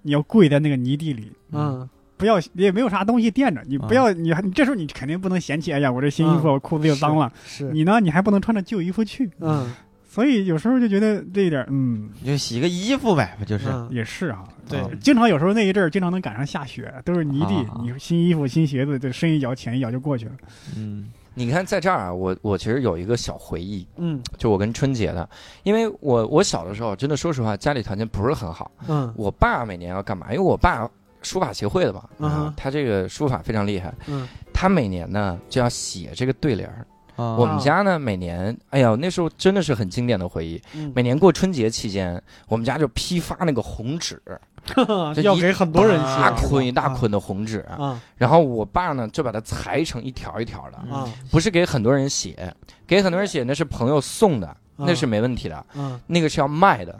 你要跪在那个泥地里，
嗯
不要也没有啥东西垫着，你不要你还你这时候你肯定不能嫌弃，哎呀，我这新衣服我裤子又脏了，
嗯是，
你呢你还不能穿着旧衣服去，
嗯，
所以有时候就觉得这一点，嗯，
你就洗个衣服呗，不就是？
嗯
也是啊。
对
啊经常有时候那一阵儿经常能赶上下雪，都是泥地，
啊
你新衣服、新鞋子，这深一脚浅一脚就过去了。
嗯，
你看，在这儿啊，我我其实有一个小回忆，
嗯
就我跟春节的，因为我我小的时候，真的说实话，家里条件不是很好。
嗯
我爸每年要干嘛？因为我爸书法协会的嘛，
嗯哼
他这个书法非常厉害，
嗯
他每年呢就要写这个对联儿。
啊
我们家呢每年，哎呀，那时候真的是很经典的回忆。
嗯
每年过春节期间，我们家就批发那个红纸，
啊
这
要
一
给很多人写，
大
是吧
捆一大嗯捆的红纸，
啊
然后我爸呢就把它裁成一条一条的，
啊，
不是给很多人写，给很多人写那是朋友送
啊
的，那是没问题的，
嗯
那个是要卖的，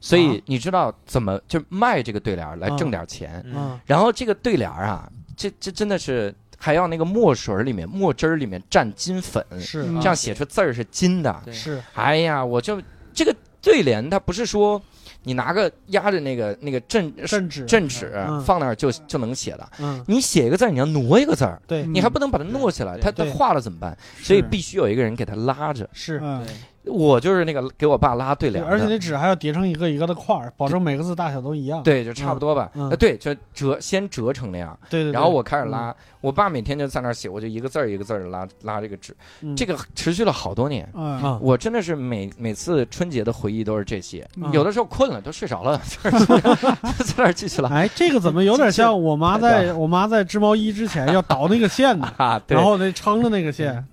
所以
啊
你知道怎么就卖这个对联儿来
啊
挣点钱。
嗯
然后这个对联儿啊，这这真的是还要那个墨水里面墨汁儿里面蘸金粉，
是啊
嗯
这样写出字儿是金的。
对
是
哎呀，我就这个对联，它不是说你拿个压着那个那个镇
镇纸
镇纸
嗯
放那儿就就能写的。
嗯
你写一个字儿，你要挪一个字儿，
对
你还不能把它挪起来，它它
嗯对
画了怎么办？所以必须有一个人给他拉着。
是。
嗯，
我就是那个给我爸拉对联的，
而且那纸还要叠成一个一个的块儿，保证每个字大小都一样。
对就差不多吧。
嗯嗯
呃对，就折先折成那样，
对对对。嗯
然后我开始拉。我爸每天就在那儿写，我就一个字儿一个字儿地拉拉这个纸，
嗯
这个持续了好多年。
嗯
啊，
我真的是每每次春节的回忆都是这些，
嗯
有的时候困了都睡着了， 就是在那儿继续拉
哎，这个怎么有点像我妈
这？
在我妈在织毛衣之前要倒那个线呢
啊。 对
然，后那撑着那个线，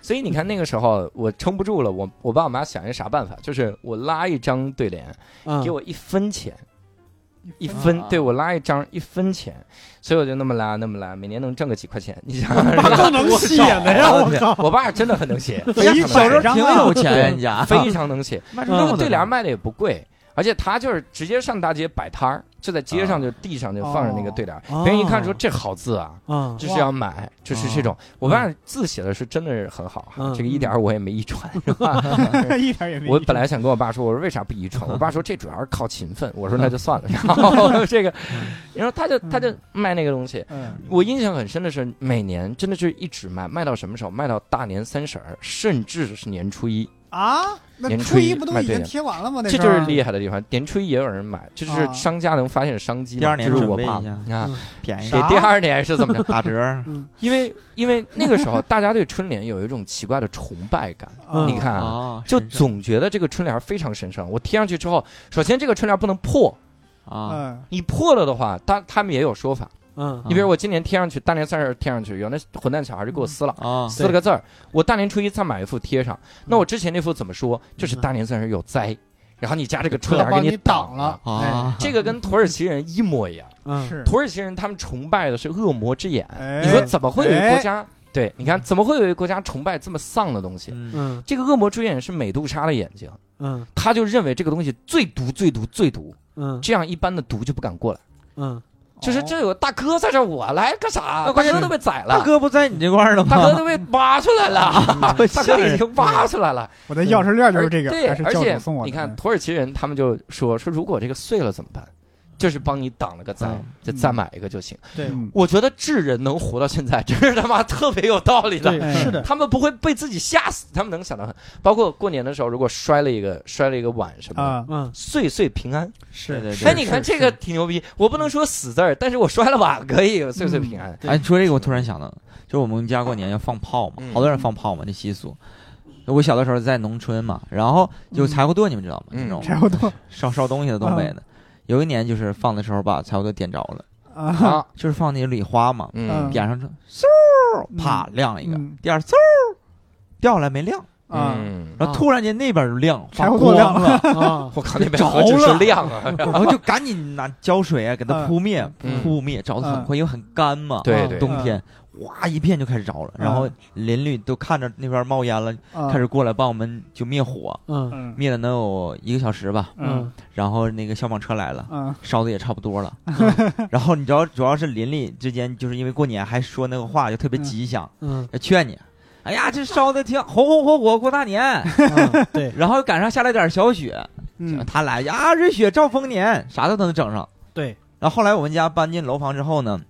所以你看那个时候我撑不住了，我我爸我妈想一啥办法，就是我拉一张对联，
嗯，
给我一分钱，
嗯
一分
啊，
对我拉一张一分钱，所以我就那么拉那么拉，每年能挣个几块钱。你 想，
更能写的呀！我 靠，
我爸真的很能写，非
一
常能
手
写
上
挺有钱人家，
非常能写。
卖
那个对联卖的也不贵，而且他就是直接上大街摆摊儿，就在街上就地上就放着那个对联，
哦
别人一看说这好字啊。
啊
就是要买，就是这种。我爸字写的是真的是很好哈，
嗯
这个一点儿我也没遗传。
一点儿也没。
我本来想跟我爸说，我说为啥不遗传？我爸说这主要是靠勤奋。我说那就算了。然后这个，然后他就他就卖那个东西。
嗯
我印象很深的是，每年真的是一直卖，卖到什么时候？卖到大年三十儿，甚至是年初一。
啊，那
年初
初一
一
不都
卖
已
对
经
联
贴完了吗？那
这
时
就是
候
厉害的地方。年初一也有人买，这就是
啊
商家能发现商机嘛。
第二年
就是我
准备
爸
一下
啊，
便宜
给第二年是怎么着？
打折儿
因为因为那个时候大家对春联有一种奇怪的崇拜感，
嗯
你看啊。
啊，
就
神圣
总觉得这个春联非常神圣。我贴上去之后，首先这个春联不能破，
啊，
嗯，
你破了的话，他他们也有说法。
嗯
你比如我今年贴上去，大年三十贴上去，有那混蛋小孩就给我撕了，
啊，
撕了个字儿。我大年初一再买一副贴上，那我之前那副怎么说？就是大年三十有灾，然后你家这个春联给你挡了。
啊，
这个跟土耳其人一模一样，
嗯，
哎是
土耳其人他们崇拜的是恶魔之眼。
哎
你说怎么会有一个国家？对，你看怎么会有一个国家崇拜这么丧的东西？
嗯
嗯
这个恶魔之眼是美杜莎的眼睛，
嗯
他就认为这个东西最毒、最毒、最毒，
嗯
这样一般的毒就不敢过来。
嗯
就是这有个大哥在这儿，我来干啥？
那
大
关键
哥都被宰
大
了，
哥不在你这块儿了
大哥
吗？
都被挖出来了，大哥已经挖出来了。
我的钥匙链就是这个，
哎对
还是，
而
教
且
主送我的。嗯
你看土耳其人他们就说说，如果这个碎了怎么办？就是帮你挡了个灾
嗯，
就再买一个就行。
对
嗯，
我觉得智人能活到现在，真是他妈特别有道理的。
对是的，
他们不会被自己吓死，他们能想到很。包括过年的时候，如果摔了一个摔了一个碗什么的，
啊，
嗯
岁岁平安。
对
是
对
哎，
对。
你看这个挺牛逼，我不能说死字儿，但是我摔了碗可以，岁
嗯
岁平安。
哎，说这个我突然想到，就是我们家过年要放炮嘛
嗯，
好多人放炮嘛，这习俗。我小的时候在农村嘛，然后有柴火垛，你们知道吗？
嗯
那种
柴火垛
烧烧东西的东北的。 有一年就是放的时候把柴火垛点着了，
啊，
啊，
就是放那礼花嘛，
嗯
点上之后嗖，啪亮一个
嗯，
第二嗖掉下来没亮，
啊
嗯，
然后突然间那边就亮，
柴火
发
垛
光
亮
了，
哎啊，
我靠，那边
着
何止是
了
亮 啊！
然后就赶紧拿胶水啊给它
嗯
扑灭，
嗯
扑灭，着的很快，因为很干嘛，
对对，
冬天哇一片就开始着了，
嗯
然后邻居都看着那边冒烟了，
啊
开始过来帮我们就灭火，
嗯
嗯
灭了能有一个小时吧，
嗯
嗯
然后那个消防车 来了。
啊
烧的也差不多了，然后你知道，主要是邻里之间，就是因为过年还说那个话，就特别吉祥，
嗯，
要劝你。哎呀，这烧的挺红红火火过大年，
嗯对，
然后赶上下来点小雪，
嗯
他来呀，这雪兆丰年，啥都能整上。
对，
然后后来我们家搬进楼房之后呢，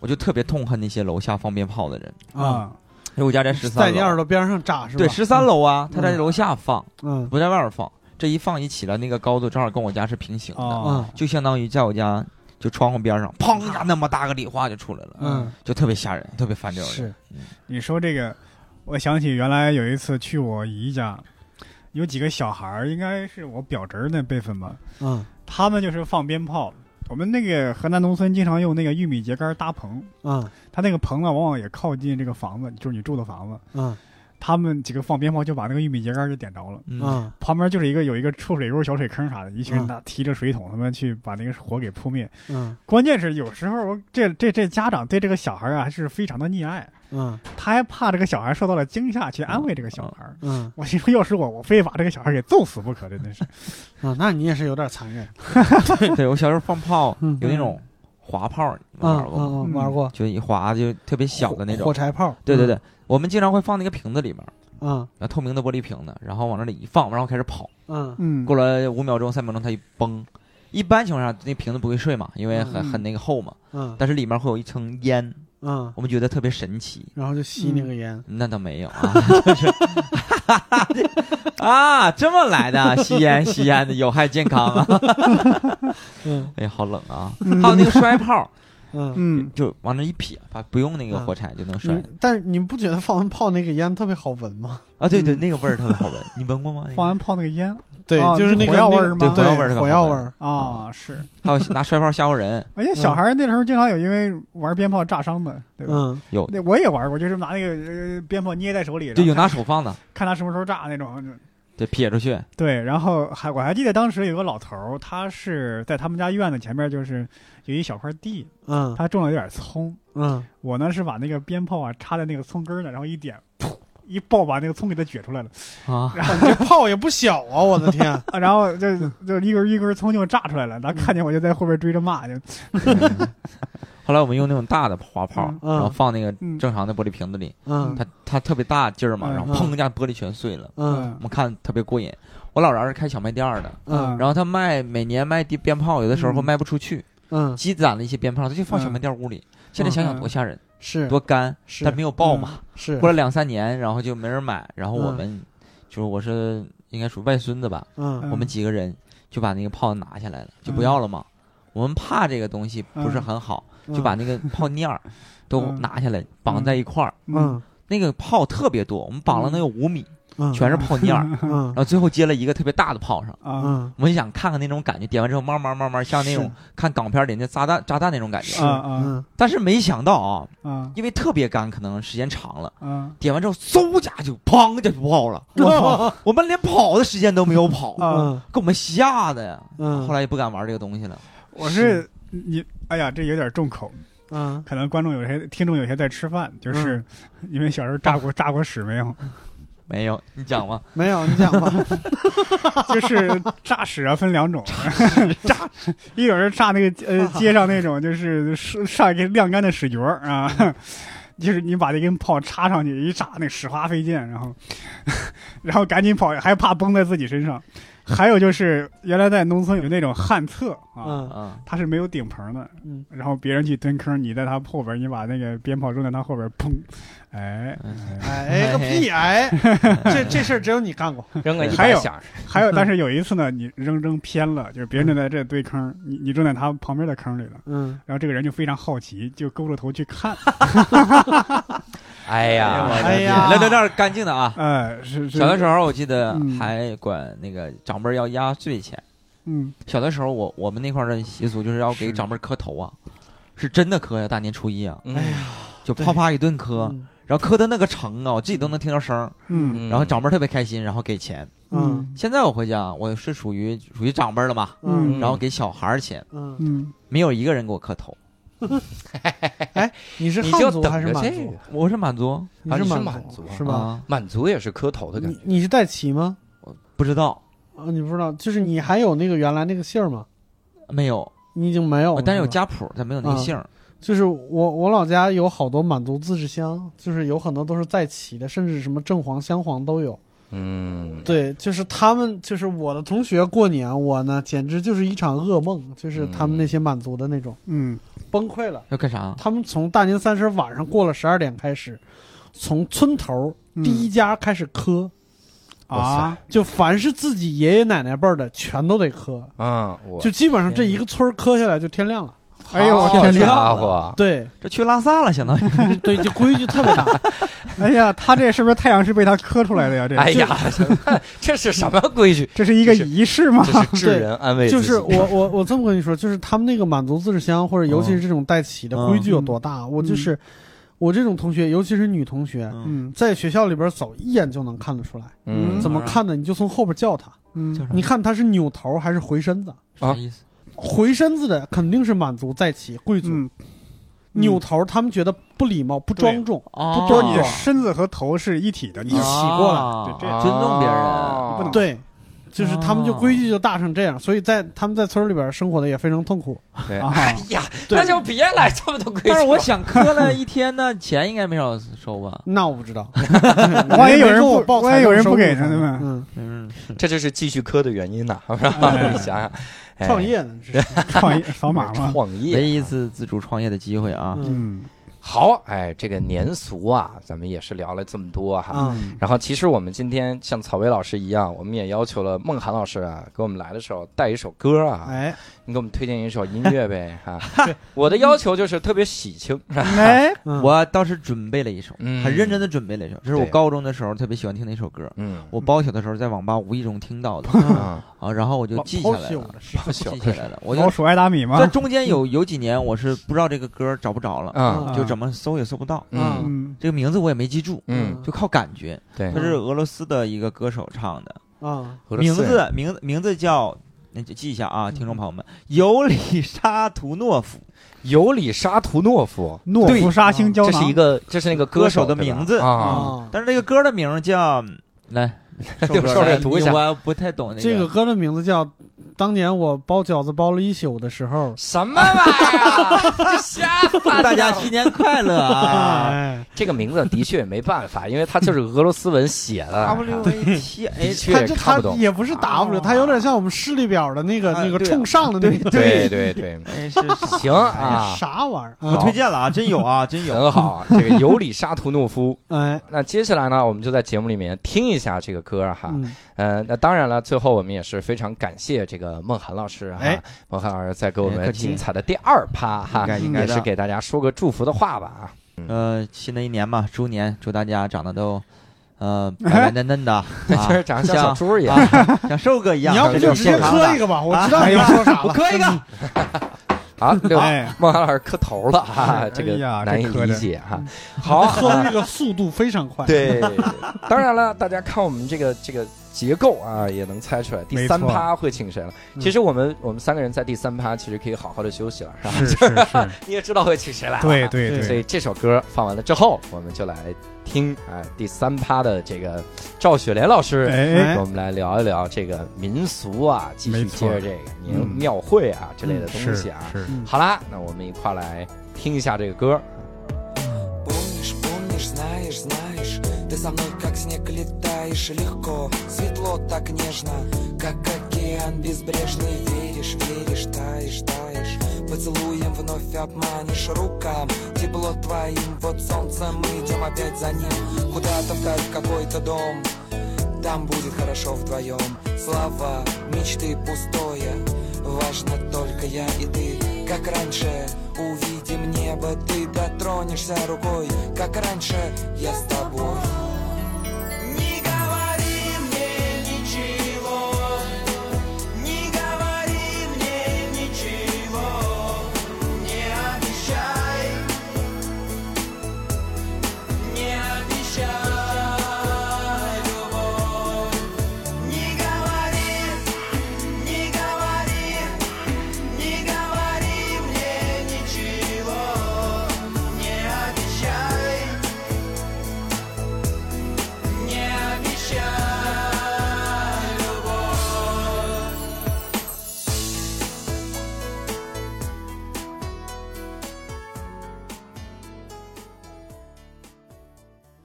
我就特别痛恨那些楼下放鞭炮的人，
啊，
因为我家在十
在
三
你耳
楼，
朵边上扎是吧？
对，十三楼啊，他在楼下放，
嗯，
不在外边放，这一放一起来，那个高度正好跟我家是平行的，
啊
嗯
就相当于在我家就窗户边上，砰一下那么大个礼花就出来了，
嗯，
就特别吓人，特别烦这种人。
是
你说这个，我想起原来有一次去我姨家，有几个小孩儿，应该是我表侄儿那辈分吧，
嗯
他们就是放鞭炮。我们那个河南农村经常用那个玉米秸秆搭棚，
嗯
他那个棚呢，往往也靠近这个房子，就是你住的房子。
嗯
他们几个放鞭炮就把那个玉米秸秆给点着了，
嗯，
嗯
旁边就是一个有一个臭水沟、小水坑啥的，一群人
嗯
拿提着水桶，他们去把那个火给扑灭。
嗯
关键是有时候我这这这家长对这个小孩啊还是非常的溺爱，
嗯
他还怕这个小孩受到了惊吓，去安慰这个小孩。
嗯
我心说，要是我，我非把这个小孩给揍死不可，真的是。
啊，那你也是有点残忍。
对我小时候放炮
嗯
有那种滑炮，你
嗯
们玩过吗？
嗯，玩过
就一滑就特别小的那
火
种。
柴嗯炮。
对对对，我们经常会放那个瓶子里面，
嗯。
然后透明的玻璃瓶子，然后往那里一放，然后开始跑。
嗯
嗯，
过了五秒钟、三秒钟，它一崩。一般情况下，那瓶子不会碎嘛，因为很
嗯
很那个厚嘛。
嗯
但是里面会有一层烟，
嗯，
我们觉得特别神奇。
然后就吸那个烟。
那倒没有啊， 就是 啊，这么来的，吸烟吸烟的有害健康 啊！
嗯
哎呀，好冷啊！还有那个摔炮，
嗯
嗯，
就往那一撇，它不用那个火柴就能摔
你但是你不觉得放完炮那个烟特别好闻吗？
啊！对对，
嗯
那个味儿特别好 闻，你闻过吗？
放完炮那个烟
对
啊
就是哦那个
火药味儿
那个
吗
对，
对火药味儿是吧
火药味儿。
啊，是。
还有拿摔炮吓唬 人，
而且小孩儿那时候经常有因为玩鞭炮炸伤的，对吧？
嗯
有
那我也玩过，就是拿那个呃鞭炮捏在手里，然后
对有拿
看
手放的，
看他什么时候炸那种。
对撇出去，
对，然后还我还记得当时有个老头儿，他是在他们家院子前面，就是有一小块地，
嗯
他种了有点葱。
嗯
我呢是把那个鞭炮啊插在那个葱根儿呢，然后一点，噗，一爆把那个葱给它撅出来了。
啊，
哇你这炮也不小啊！我的 天，
啊，然后就就一根一根葱就炸出来了，然后看见我就在后边追着骂，就
后来我们用那种大的花炮，
嗯
然后放那个
嗯
正常的玻璃瓶子里，
嗯
它它特别大劲儿嘛，
嗯
然后砰一下玻璃全碎了，
嗯
我们看特别过瘾。我姥姥是开小卖店儿的，
嗯
然后他卖每年卖地鞭炮，有的时候会
嗯
卖不出去，
嗯，
积攒了一些鞭炮，他就放小卖店屋里。现在想想多吓人，
是
多干，
嗯是
但没有爆嘛。
是
过了两三年，然后就没人买，然后我
嗯
们就是我是应该属外孙子吧，
嗯
我们几个人就把那个炮拿下来了，就不要了嘛。我们怕这个东西不
嗯
是很好，就把那个 炮念儿都
嗯
拿下来绑在一块儿。
嗯
那个炮特别多，我们绑了能有五米，
嗯
全是炮念儿，
嗯
然后最后接了一个特别大的炮上。
啊
嗯
我们想看看那种感觉，点完之后慢慢慢慢像那种看港片里那炸弹炸弹那种感
啊
觉。
啊
嗯
但是没想到啊，
啊
因为特别干，可能时间长了，
啊！
点完之后嗖一下就砰就爆了。
我操
我们连跑的时间都没有跑，
啊！
哦嗯
给我们吓的呀。
嗯，
后来也不敢玩这个东西了。
我是你，哎呀，这有点重口，
嗯
可能观众有些、听众有些在吃饭，就是 你们小时候炸 过炸过屎没有？
没有，你讲吧。
没有你讲吧，
就是炸屎啊，分两种， 炸一种是炸那个 呃街上那种，就是上一个晾干的屎角儿
嗯
啊， 就是你把那根炮插上去一炸，那屎花飞溅，然后 然后赶紧跑，还怕崩在自己身上。还有就是原来在农村有那种旱厕啊，
嗯
啊，
它是没有顶棚的
嗯，
然后别人去蹲坑，你在它后边，你把那个鞭炮扔在它后边，砰，哎，哎
哎个屁 哎，这这事儿只有你干过，
扔个一
还
百
有
响，
还 有，但是有一次呢，你扔扔偏了，就是别人正在这堆 坑，你你正在他旁边的坑里了。
嗯
然后这个人就非常好奇，就勾着头去 看，
哎呀，
哎呀
聊聊聊干净的啊。
哎，是是，
小的时候我记得
嗯
还管那个长辈要压岁钱。
嗯，
小的时候我我们那块儿的习俗就是要给
是
长辈磕头啊，是真的磕呀，大年初一啊，
哎呀，
就啪啪一顿磕，
嗯
然后磕的那个疼啊，我自己都能听到声儿，
嗯
然后长辈特别开心，然后给钱。
嗯
现在我回家，我是属于属于长辈了嘛，
嗯
嗯
然后给小孩儿钱，
嗯，
嗯，
没有一个人给我磕头，
你是
你
汉
就
族
等
还是
着
满
这个
族？，
我是满族
啊
是
你是
满
满族啊
是吧？
啊，
满族也是磕头的感
你
觉，
你是带旗吗？
不知道
啊，你不知道，就是你还有那个原来那个姓儿吗？
没有，
你已经没有
我
了，
啊但是有
吧
家谱，但没有那个
啊
姓儿。
就是我我老家有好多满族自治乡，就是有很多都是在旗的，甚至什么正黄、镶黄都有。
嗯，
对，就是他们，就是我的同学过年，我呢简直就是一场噩梦，就是他们那些满族的那种、
嗯，
崩溃了。
要干啥？
他们从大年三十晚上过了十二点开始，从村头
嗯
第一家开始磕，
啊，
就凡是自己爷爷奶奶辈儿的全都得磕，
啊，我
就基本上这一个村儿磕下来就天亮了。
哎呦，我
好
天亮！
家伙，
对
这去拉萨了，相当于
对，就规矩特别大。
哎呀，他这是不是太阳是被他磕出来的呀？这
哎呀， 这是什么规 矩？
这是一个仪式吗？
这是智人安慰自
就
己，
是我我我这么跟你说，就是他们那个满族自治乡或者尤其是这种带旗的
嗯
规矩有多大？我就是我这种同学，尤其是女同学，
嗯
在学校里边走一眼就能看得出来。
嗯，
怎么看呢？你就从后边叫他，
嗯
你看他是扭头还是回身子？
啊
啥意思？
回身子的肯定是满族在旗贵族，
嗯，
扭头他们觉得不礼貌、不庄重，
哦，
啊就是你的身子和头是一体的，你
一起过来
啊
对这
尊重别人
哦
不能
对，就是他们就规矩就大成这样，所以在他们在村里边生活的也非常痛苦。
对
啊，
哎呀，
对
那就别来这么多规矩了。
但是我想磕了一天呢，钱应该没少收啊吧？
那我不知道，
万一有人
没说我
不
报
万一有人不给呢
他
对吧
嗯，
嗯，是
这就是继续磕的原因呐， 是吧？你想想，哎
创业呢，这是
创业扫码嘛，
创
唯
业
一一次自主创业的机会啊！
嗯
嗯
好，哎，这个年俗啊，咱们也是聊了这么多哈。
啊，
然后，其实我们今天像草薇老师一样，我们也要求了孟涵老师啊，给我们来的时候带一首歌啊，
哎，
你给我们推荐一首音乐 呗哈。我的要求就是特别喜庆，
哎，
嗯
我倒是准备了一首，
嗯
很认真的准备了一首，这是我
对
高中的时候特别喜欢听的一首歌。
嗯
我包宿的时候在网吧无意中听到的
嗯
啊，
啊，然后我就记下来了，
好
记
小
下来了。我
老
就
鼠爱大米嘛
在，中间有有几年我是不知道这个歌找不着了，
啊，
啊
就怎么搜也搜不到，
嗯
嗯
这个名字我也没记住，
嗯，
就靠感觉。
对
它，是俄罗斯的一个歌手唱的，
嗯啊，
俄罗
名
斯人
字名名字叫，那就记一下啊，听众朋友们，尤里沙图诺夫
尤里沙图诺夫，
诺夫沙星
嗯
胶
这
囊
是一个，这是那个歌
歌手的
对吧
名字
啊，
啊，
但是这个歌的名儿叫来，
对哎
哥
瘦哥
来
读一下
你哎我不太懂那
这个
个。
歌的名字叫《当年我包饺子包了一宿的时候》。
什么玩意儿啊？瞎翻
大家新年快乐啊！
哎，
这个名字的确没办法，因为它就是俄罗斯文写的，
W T 哎
的
H，
确
他这
看
他
不懂。
也不是 W，他有点像我们视力表的那个
啊
那个
对啊
冲上的 那个
对对对，
哎是是
行啊，
啥玩意儿
我
啊？
推荐了啊，真有啊，真有。
很好啊，这个尤里沙图诺夫。
哎，
那接下来呢，我们就在节目里面听一下这个歌哈。
嗯，
呃，那当然了，最后我们也是非常感谢这个孟涵老师哈，
哎
孟涵老师在给我
哎
们
客气
精彩的第二趴
应
哈，
该应该
也
的
是给大家说个祝福的话吧啊。
呃，新的一年嘛，猪年，祝大家长得都呃白白嫩嫩的，啊
就是长得像小
像
猪一样，
啊像瘦哥一
你
样。
要不就直接
健康的
磕一个吧，我
啊
知道你要说啥
我
了。
磕一 个，
啊，六
哎
孟涵老师磕头了哈，
哎
这个
哎呀
难以
这磕着
理解
嗯
哈。好，
磕的这个速度非常快。
对，当然了，大家看我们这个这个结构啊，也能猜出来第三
没错
趴会请谁了。其实我们我们三个人在第三趴其实可以好好的休息了，是吧？
是是 是，啊
你也知道会请谁来了，
对对
对
所以这首歌放完了之后，我们就来听啊第三趴的这个赵雪莲老师。
哎
跟我们来聊一聊这个民俗啊，继续
没错
接着这个年
嗯
庙会啊之类的东
是
西啊。
是，
好啦，那我们一块儿来听一下这个歌。
Помнишь, помнишь, знаешь, знаешь Ты со мной как снег летаешь и легко Светло так нежно, как океан безбрежный Веришь, веришь, таешь, таешь Поцелуем вновь обманешь рукам Тепло твоим, вот солнце Мы идем опять за ним Куда-то вдаль в какой-то дом Там будет хорошо вдвоем Слова, мечты пустое Важно только я и ты Как раньше увидим небо Ты дотронешься рукой Как раньше я с тобой Не говори мне ничего Не говори мне ничего Не обещай Не обещай любовь не говори, не говори, не говори мне ничего, не обещай,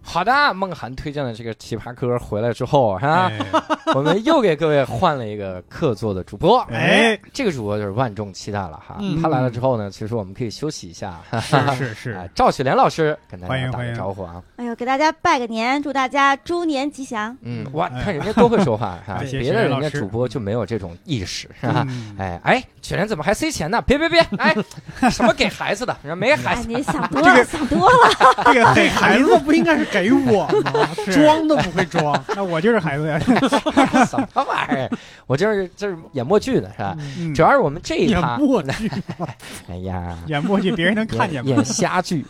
好的，梦涵推荐的这个奇葩歌回来之后，哈，
哎
我们又给各位换了一个客座的主播，
哎，
这个主播就是万众期待了哈。
嗯
他来了之后呢，其实我们可以休息一下，哈哈
哎是是是，
啊，赵雪莲老师跟大
欢
家
迎
打
欢
个
迎
招呼啊。
哎呦，给大家拜个年，祝大家猪年吉祥。
嗯，哇，
哎
看人家多会说话哈，
感 谢
别
雪
的
莲
人
老
家
师
主播就没有这种意识哈。
嗯
哎哎，雪莲怎么还塞钱呢？别别别，哎，什么给孩子的？人家没孩
哎，
子，
你想 多了，想多了。
这
啊
个给孩
孩
子
子不应该是给我 吗？
是
装都不会装。
那我就是孩子呀。
什么玩意儿？我这是这是演默剧呢是吧？
嗯
主要是我们这一趴，
默剧，
哎呀，
演过去，别人能看见
演
吗？
演瞎剧，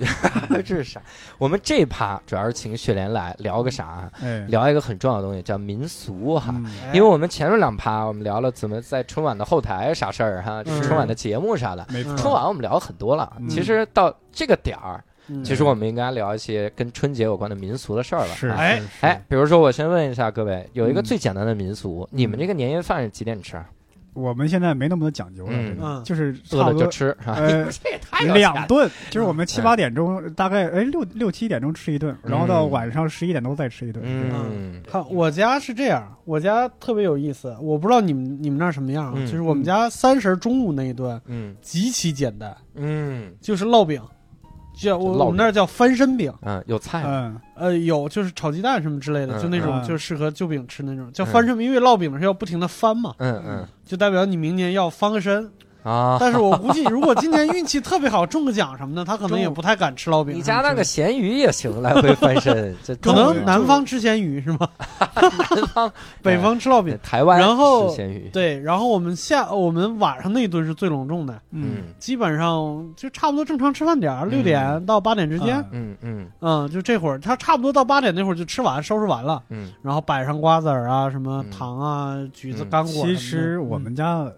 这 是啥？我们这趴主要是请雪莲来聊个啥啊？
哎，
聊一个很重要的东西，叫民俗哈。
嗯
因为我们前面两趴我们聊了怎么在春晚的后台啥事儿哈，就是春晚的节目啥的。
没
春
错，
晚我们聊了很多了，
嗯
其实到这个点儿，
嗯
其实我们应该聊一些跟春节有关的民俗的事儿了。
是
啊
哎
哎，比如说我先问一下各位，有一个
嗯
最简单的民俗，你们这个年夜饭是几点吃啊？
我们现在没那么多讲究了
嗯
真的，
嗯
就是
饿
差
了
不
就
多
吃哎哈。
呃
这也太有钱
两
了。
顿，就是我们七
嗯
八点钟，大概哎六六七点钟吃一顿，然后到
嗯
晚上十一点钟再吃一顿。
嗯，
看我家是这样，我家特别有意思，我不知道你们你们那儿什么样啊，
嗯
就是我们家三十中午那一顿
嗯
极其简单，
嗯
就是烙饼，叫
烙
我
饼
我们那儿叫翻身饼，
嗯，有菜吗，
嗯，
呃，有就是炒鸡蛋什么之类的，
嗯
就那种
嗯
就是适合就饼吃那种，叫
嗯
翻身饼，因为烙饼是要不停的翻嘛，
嗯嗯
就代表你明年要翻个身。
啊。
但是我估计，如果今年运气特别好，中个奖什么的，他可能也不太敢吃烙饼。
你加那个咸鱼也行，来回翻身。这
可
中
能南方吃咸鱼是吗？
南方、哎
北方吃烙饼。
台湾
然后
吃咸鱼，
对，然后我们下我们晚上那一顿是最隆重的，
嗯
基本上就差不多正常吃饭点儿，六点到八点之间，
嗯
嗯嗯
嗯就这会儿，他差不多到八点那会儿就吃完收拾完了，
嗯
然后摆上瓜子儿啊，什么
嗯
糖啊，橘子、
嗯
干果什么的。
其实我们家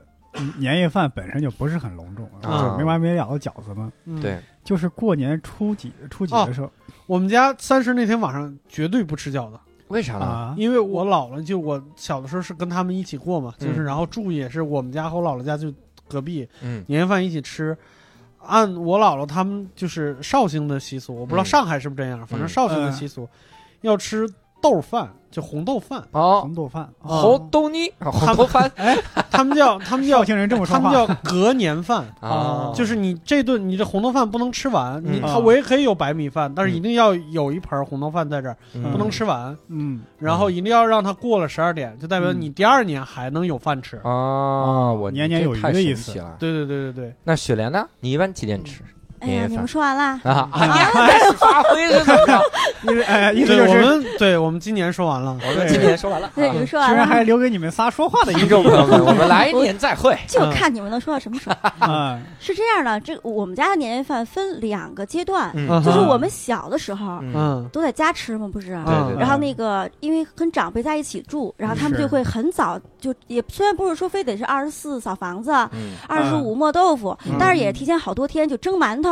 年夜饭本身就不是很隆重，
啊
就是没完没了的饺子嘛。
嗯，
对
嗯
就是过年初几初几的时候
我们家三十那天晚上绝对不吃饺子，
为啥呢？
啊，
因为我姥姥就我小的时候是跟他们一起过嘛，
嗯
就是然后住也是我们家和我姥姥家就隔壁，
嗯
年夜饭一起吃。按我姥姥他们就是绍兴的习俗，我不知道
嗯
上海是不是这样，反正
嗯
绍兴的习俗，要吃豆饭，就红豆饭。
哦，
红豆饭，啊
嗯
猴豆泥，猴豆饭
他们叫他们
绍
叫
兴人这么说
哎他
话，
们叫隔年饭，
啊，
就是你这顿你这红豆饭不能吃完，你
嗯
它我也可以有白米饭，但是
嗯
一定要有一盘红豆饭在这儿，
嗯
不能吃完，
嗯，
然后一定要让它过了十二点，就代表
嗯
你第二年还能有饭吃。
啊。我
年年有余的意思
这太神奇了。
对对对对
那雪莲呢？你一般几点吃
哎呀，你们说 完啦。
啊？啊，你还开始发挥是怎么着？
意思哎，意
对，
思就
对我
是
们对我们今年说完了，
我们今年说完了。
对，
啊
你们说
居
完
然还
了，
留给你们仨说话的一
听 众
个
朋友们，我们来年再会。
就看你们能说到什 么时候。
啊，
是这样的，这我们家的年夜饭分两个阶段，
嗯
就是我们嗯小的时候
嗯
嗯，
都在家吃嘛，不是？
对对对
然后
嗯
那个，因为跟长辈在一起住，然后他们
是
就会很早就也虽然不是说非得是二十四扫房子、
嗯
二十五磨豆腐，
嗯
但是也是提前好多天就蒸馒头、
嗯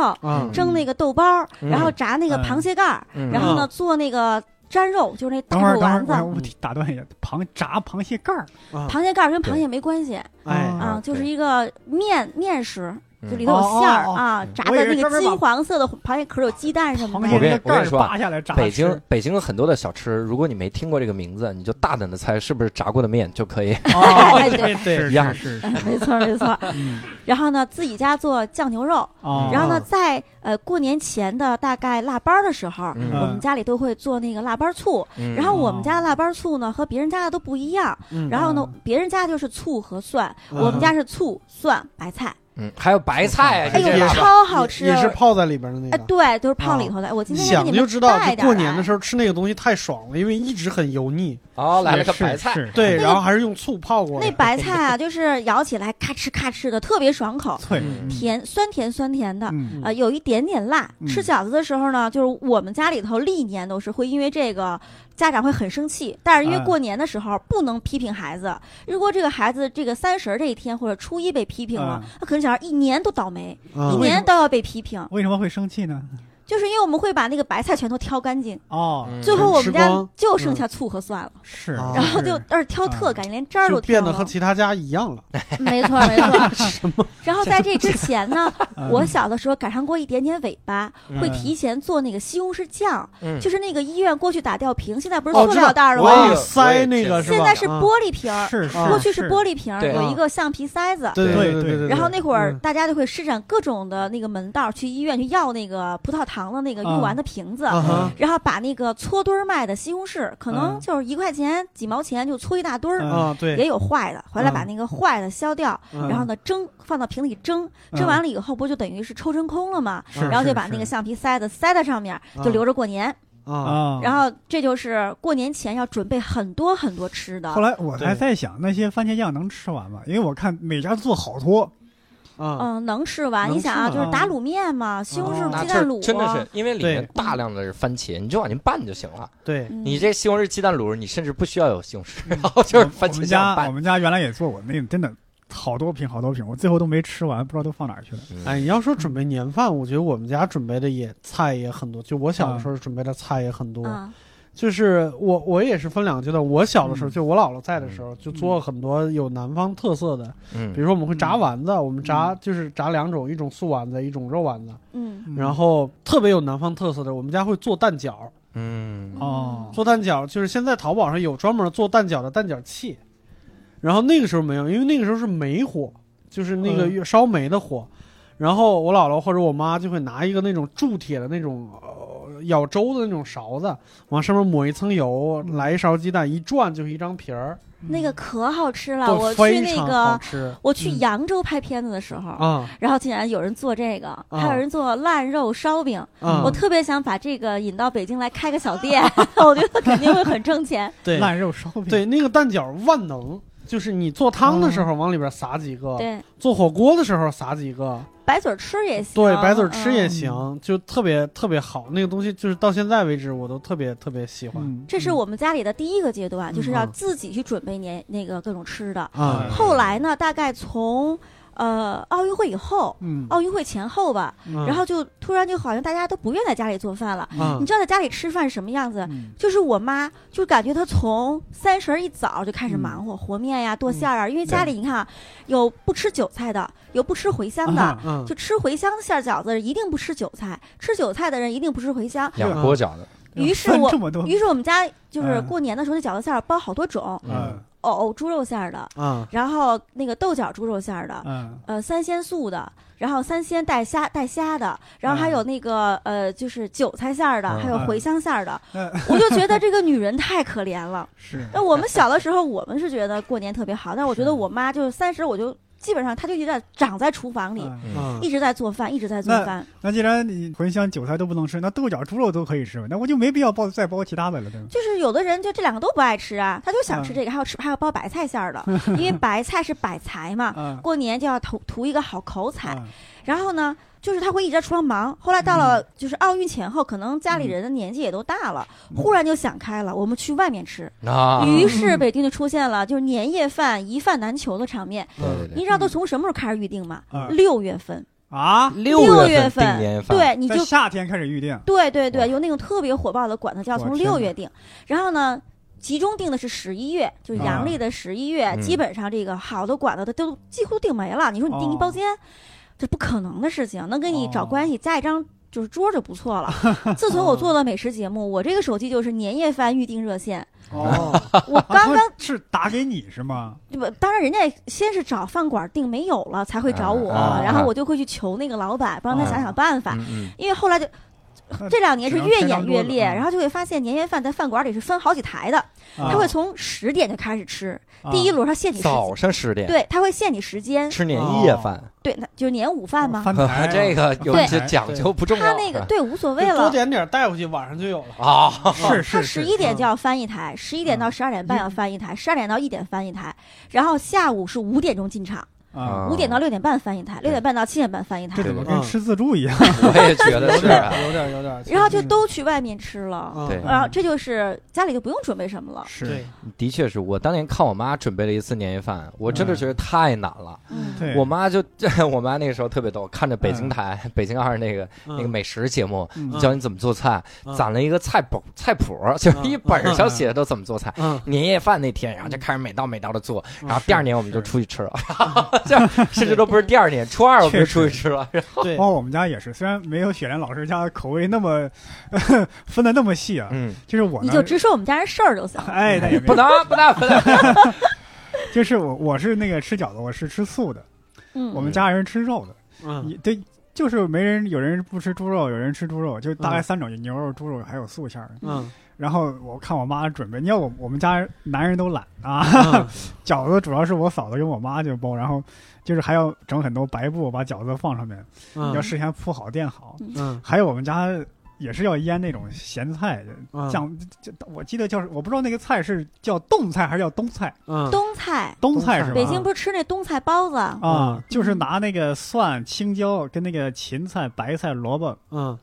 蒸那个豆包儿，
嗯
然后炸那个螃蟹盖儿，
嗯
然后呢
嗯
做那个粘肉，就是那大
等会儿
肉
等会儿
丸
我想，
子。
我打断一下，螃炸螃蟹盖儿，
啊
螃蟹盖儿跟螃蟹没关系
哎，
啊，
啊
就是
对
一个面面食，就里
嗯
头有馅儿
哦哦哦
啊，炸
我以
的
为
那
专
个
门把
金黄色的螃蟹壳有鸡蛋什么
螃
的。
蟹
我跟
那个盖
我跟你
儿
说啊
扒下来炸吃，
北京北京有很多的小吃，如果你没听过这个名字，你就大胆的猜是不是炸过的面就 可以。
哦，
哎，对，
对，
是
一样
是是，是
没错没错。
嗯，
然后呢，自己家做酱牛肉，
哦
然后呢，在呃过年前的大概腊八儿的时候，
嗯
呃
我们家里都会做那个腊八儿醋。
嗯
然后我们家的腊八儿醋呢和别人家的都不一样，然后呢
哦嗯，
别人家就是醋和蒜，
嗯
我们家是醋蒜白菜。
嗯，还有白菜啊，
哎
你这
呦，
个
超好吃！
也是泡在里边的那
哎，
个。
对，都是泡里头的。哎我今天要
啊想
给你
就
们
知道，
带
就
点
过
儿啊
年
来
的时候吃那个东西太爽了，因为一直很油腻。
哦，来了个
是
白菜，，
是
对，
那个
然后还是用醋泡过的。
那白菜啊，就是咬起来咔哧咔哧的，特别爽口，
脆
嗯，
甜酸甜酸甜的，
嗯，
呃，有一点点辣。
嗯
吃饺子的时候呢，就是我们家里头历年都是会因为这个家长会很生气，但是因为
哎
过年的时候不能批评孩子，如果这个孩子这个三十儿这一天或者初一被批评了
哎
嗯，
他可能小孩一年都倒霉，
嗯
一年都要被批评。
为什么会生气呢？
就是因为我们会把那个白菜全都挑干净，
哦，
嗯
最后我们
全吃
家
光嗯
就剩下醋和蒜了，
是，
啊
然后就是而且挑特干净，连渣儿
就
都
变
挑
得和
了。
其他家一样了。
没错没错。然后在这之前呢，我小的时候赶上过一点点尾巴，会
嗯
提前做那个西红柿酱，
嗯
就是那个医院过去打吊瓶，现在不是
哦
塑
知道
料袋儿了
我也
吗？
有
塞那个是吧？
现在是
啊
玻璃瓶儿，
是啊是，
过去是玻
璃，
璃瓶儿，
对
有一个橡皮塞子。
对
对
对
对
对。
然后那会儿
嗯
大家就会施展各种的那个门道儿，去医院去要那个葡萄糖的那个用完的瓶子，
啊哈
然后把那个搓堆儿卖的西红柿，可能
嗯
就是一块钱、几毛钱就搓一大堆儿。
嗯
啊，对，
也有坏的，回来把
嗯
那个坏的削掉，
嗯
然后呢蒸，放到瓶里蒸，
嗯
蒸完了以后不就等于是抽真空了吗？
是
然后
是
就把那个橡皮塞子塞在上面，
啊
就留着过年。
啊，
啊，
然后这就是过年前要准备很多很多吃的
后。来我还
对
在想，那些番茄酱能吃完吗？因为我看每家做好多，
啊，
嗯，能吃完。
能
你想
吃嗯
啊，
完
就是打卤面嘛，西红
哦
柿
拿
鸡
气
蛋
儿
卤，啊
真的是，因为里面
对
大量的是番茄，你就往进拌就行了。
对，
嗯
你这西红柿鸡蛋卤，你甚至不需要有西红柿，然后就是
我
番
们
茄
家
酱
我
拌。
们家原来也做过，那个真的好多瓶好多瓶，我最后都没吃完，不知道都放哪儿去了。
嗯
嗯
哎，你要说准备年饭，我觉得我们家准备的也菜也很多，就我小的时候准备的菜也很多。
啊，
就是我我也是分两个阶段，我小的时
嗯
候、就我姥姥在的时候，就做很多有南方特色的，
嗯
比如说我们会炸丸子，我们炸、就是炸两种，一种素丸子，一种肉丸子。
嗯，
嗯
然后特别有南方特色的，我们家会做蛋饺，
嗯
哦，
做蛋饺就是现在淘宝上有专门做蛋饺的蛋饺器，然后那个时候没有，因为那个时候是煤火，就是那个烧煤的火。然后我姥姥或者我妈就会拿一个那种铸铁的那种呃舀粥的那种勺子，往上面抹一层油，来一勺鸡蛋，一转就是一张皮儿，
那
嗯
个可好吃了。
都
我去
非
那
常好
个，
吃
我去
嗯
扬州拍片子的时候，
啊
然后竟然有人做这个，还有人做烂肉烧饼。
啊！
我特别想把这个引到北京来开个小 店， 我觉得肯定会很挣钱。
对
烂肉烧饼，
对，那个蛋饺万能，就是你做汤的时候往里边撒几个，
对，
做火锅的时候撒几个，
白嘴儿吃也行。
对，白嘴儿吃也
嗯
行，就特别特别好。那个东西就是到现在为止，我都特别特别喜欢
嗯，
这是我们家里的第一个阶段，就是要
嗯
自己去准备年那个各种吃的。
啊
嗯。
后来呢，大概从呃奥运会以后，
嗯，
奥运会前后吧，
嗯
然后就突然就好像大家都不愿在家里做饭了。
嗯
你知道在家里吃饭什么样子？
嗯
就是我妈，就感觉她从三十儿一早就开始
嗯
忙活和面呀、剁馅儿啊，因为家里你看啊，有不吃韭菜的，有不吃茴香的，
啊
嗯
就吃茴香馅儿饺子一定不吃韭菜，吃韭菜的人一定不吃茴香。
两锅饺子，
于是
分
我
这么多，
于是我们家就是
哦嗯
过年的时候，那饺子馅儿包好多种，
嗯
藕猪肉馅儿的，
啊
然后那个豆角猪肉馅儿的，
嗯
呃三鲜素的，然后三鲜带虾带虾的，然后还有那个、呃就是韭菜馅儿的，还有
嗯
茴香馅儿的，
嗯
我就觉得这个女人太可怜了。
是，
那我们小 的时候，我们是觉得过年特别好，但是我觉
是
得我妈就是三十，我就基本上她就有点长在厨房里，
嗯
嗯
一直在做饭，一直在做饭。
那既然你茴香、韭菜都不能吃，那豆角、猪肉都可以吃吧？那我就没必要包再包其他的了，对吧？
就是有的人就这两个都不爱吃啊，他就想
嗯
吃这个，还要吃还要包白菜 馅儿的，因为白菜是百财嘛，
啊，
过年就要图图一个好口彩。
啊
然后呢，就是他会一直在厨房忙。后来到
嗯
了就是奥运前后，可能家里人的年纪也都大了，
嗯
忽然就想开了，我们去外面吃。
那
啊
于
嗯
是北京就出现了就是年夜饭一饭难求的场面。
对对
你
对，
知道都从什么时候开始预定吗
嗯？
六月份，
啊，
六月
份定年夜饭，
对，你
在
就
夏天开始预定，
对对
哇
对，有那种特别火爆的馆子叫
我
从
天
六
哪
月定，然后呢。集中定的是十一月，就是阳
啊
历的十一月，
嗯
基本上这个好的馆子都都几乎订没了。你说你订一包
哦
间，这不可能的事情，能给你找
哦
关系加一张就是桌儿就不错了。 自从我做了美食节目，我这个手机就是年夜饭预订热线，
哦，
我
啊
刚刚
他是打给你是吗？
对吧？当然，人家也先是找饭馆订没有了，才会找我，
啊
然
啊
后我就会去求那个老板，帮他想
啊
想办法。
嗯嗯，
因为后来就
那
这两年是
只能
越
拆
演
张
越
桌子
烈，
嗯
然后就会发现年夜饭在饭馆里是分好几台的，
他
他会从十点就开始吃，第一
轮
轮他限你时
啊嗯早
间，
上十点
对，哦他会限你时间，
吃年夜饭，
对，那就是年午饭
哦
嘛，
啊翻 台
这个有
对
些讲究不重要。
他那个对无所谓
就多
了。哦
点点带回去，晚上就有了。
啊，
是
他
是
十
是嗯
一点就要翻一台，
嗯
十一点到十二点半要翻一台，十二点到一点翻一台，然后下午是五点钟进场，
啊，
五点
哦
到六点半翻一台，六点半到七点半翻一台
这，怎么
对
跟
对
吃自助一样？
我也觉得
有
是
点
啊，
儿有点儿有点儿，
然后就都去外面吃了，
嗯
对
然后啊这就是家里就不用准备什么了。
嗯是
对，
的确是我当年看我妈准备了一次年夜饭，我真的觉得太难了。
嗯，
对，
我妈就 我妈那个时候特别逗，看着北京台、
嗯
北京二那个、那个美食节目，
嗯
教你怎么做菜，
嗯
攒了一个菜谱，菜谱就是一本儿上写的怎么做菜。
嗯，
年夜饭那天，然后就开始每道每道的做，然后第二年我们就出去 吃了， 甚至都不是第二年，初二我们就出去吃了。
对
包括我们家也是，虽然没有雪莲老师家口味那么 分的那么细啊，
嗯，
就是我
你
呢
就直说我们家人事儿就行。
哎，那也没有
不能不能不能，
就是我我是那个吃饺子，我是吃素的，
嗯，
我们家人吃肉的，
嗯
你对。就是没人，有人不吃猪肉，有人吃猪肉，就
嗯
大概三种，牛肉、猪肉还有素馅儿的。
嗯
然后我看我妈准备，你看我我们家男人都懒啊，
嗯
饺子主要是我嫂子跟我妈就包，然后就是还要整很多白布把饺子放上面，要
嗯
事先铺好垫好。
嗯
还有我们家也是要腌那种咸菜，
嗯
像这这我记得叫是我不知道那个菜是叫冻菜还是叫冬菜，
嗯
冬菜，
冬
冬菜嗯
是吧？
北京不是吃那冬菜包子？
啊，就是拿那个蒜、青椒跟那个芹菜、白菜、萝卜
嗯，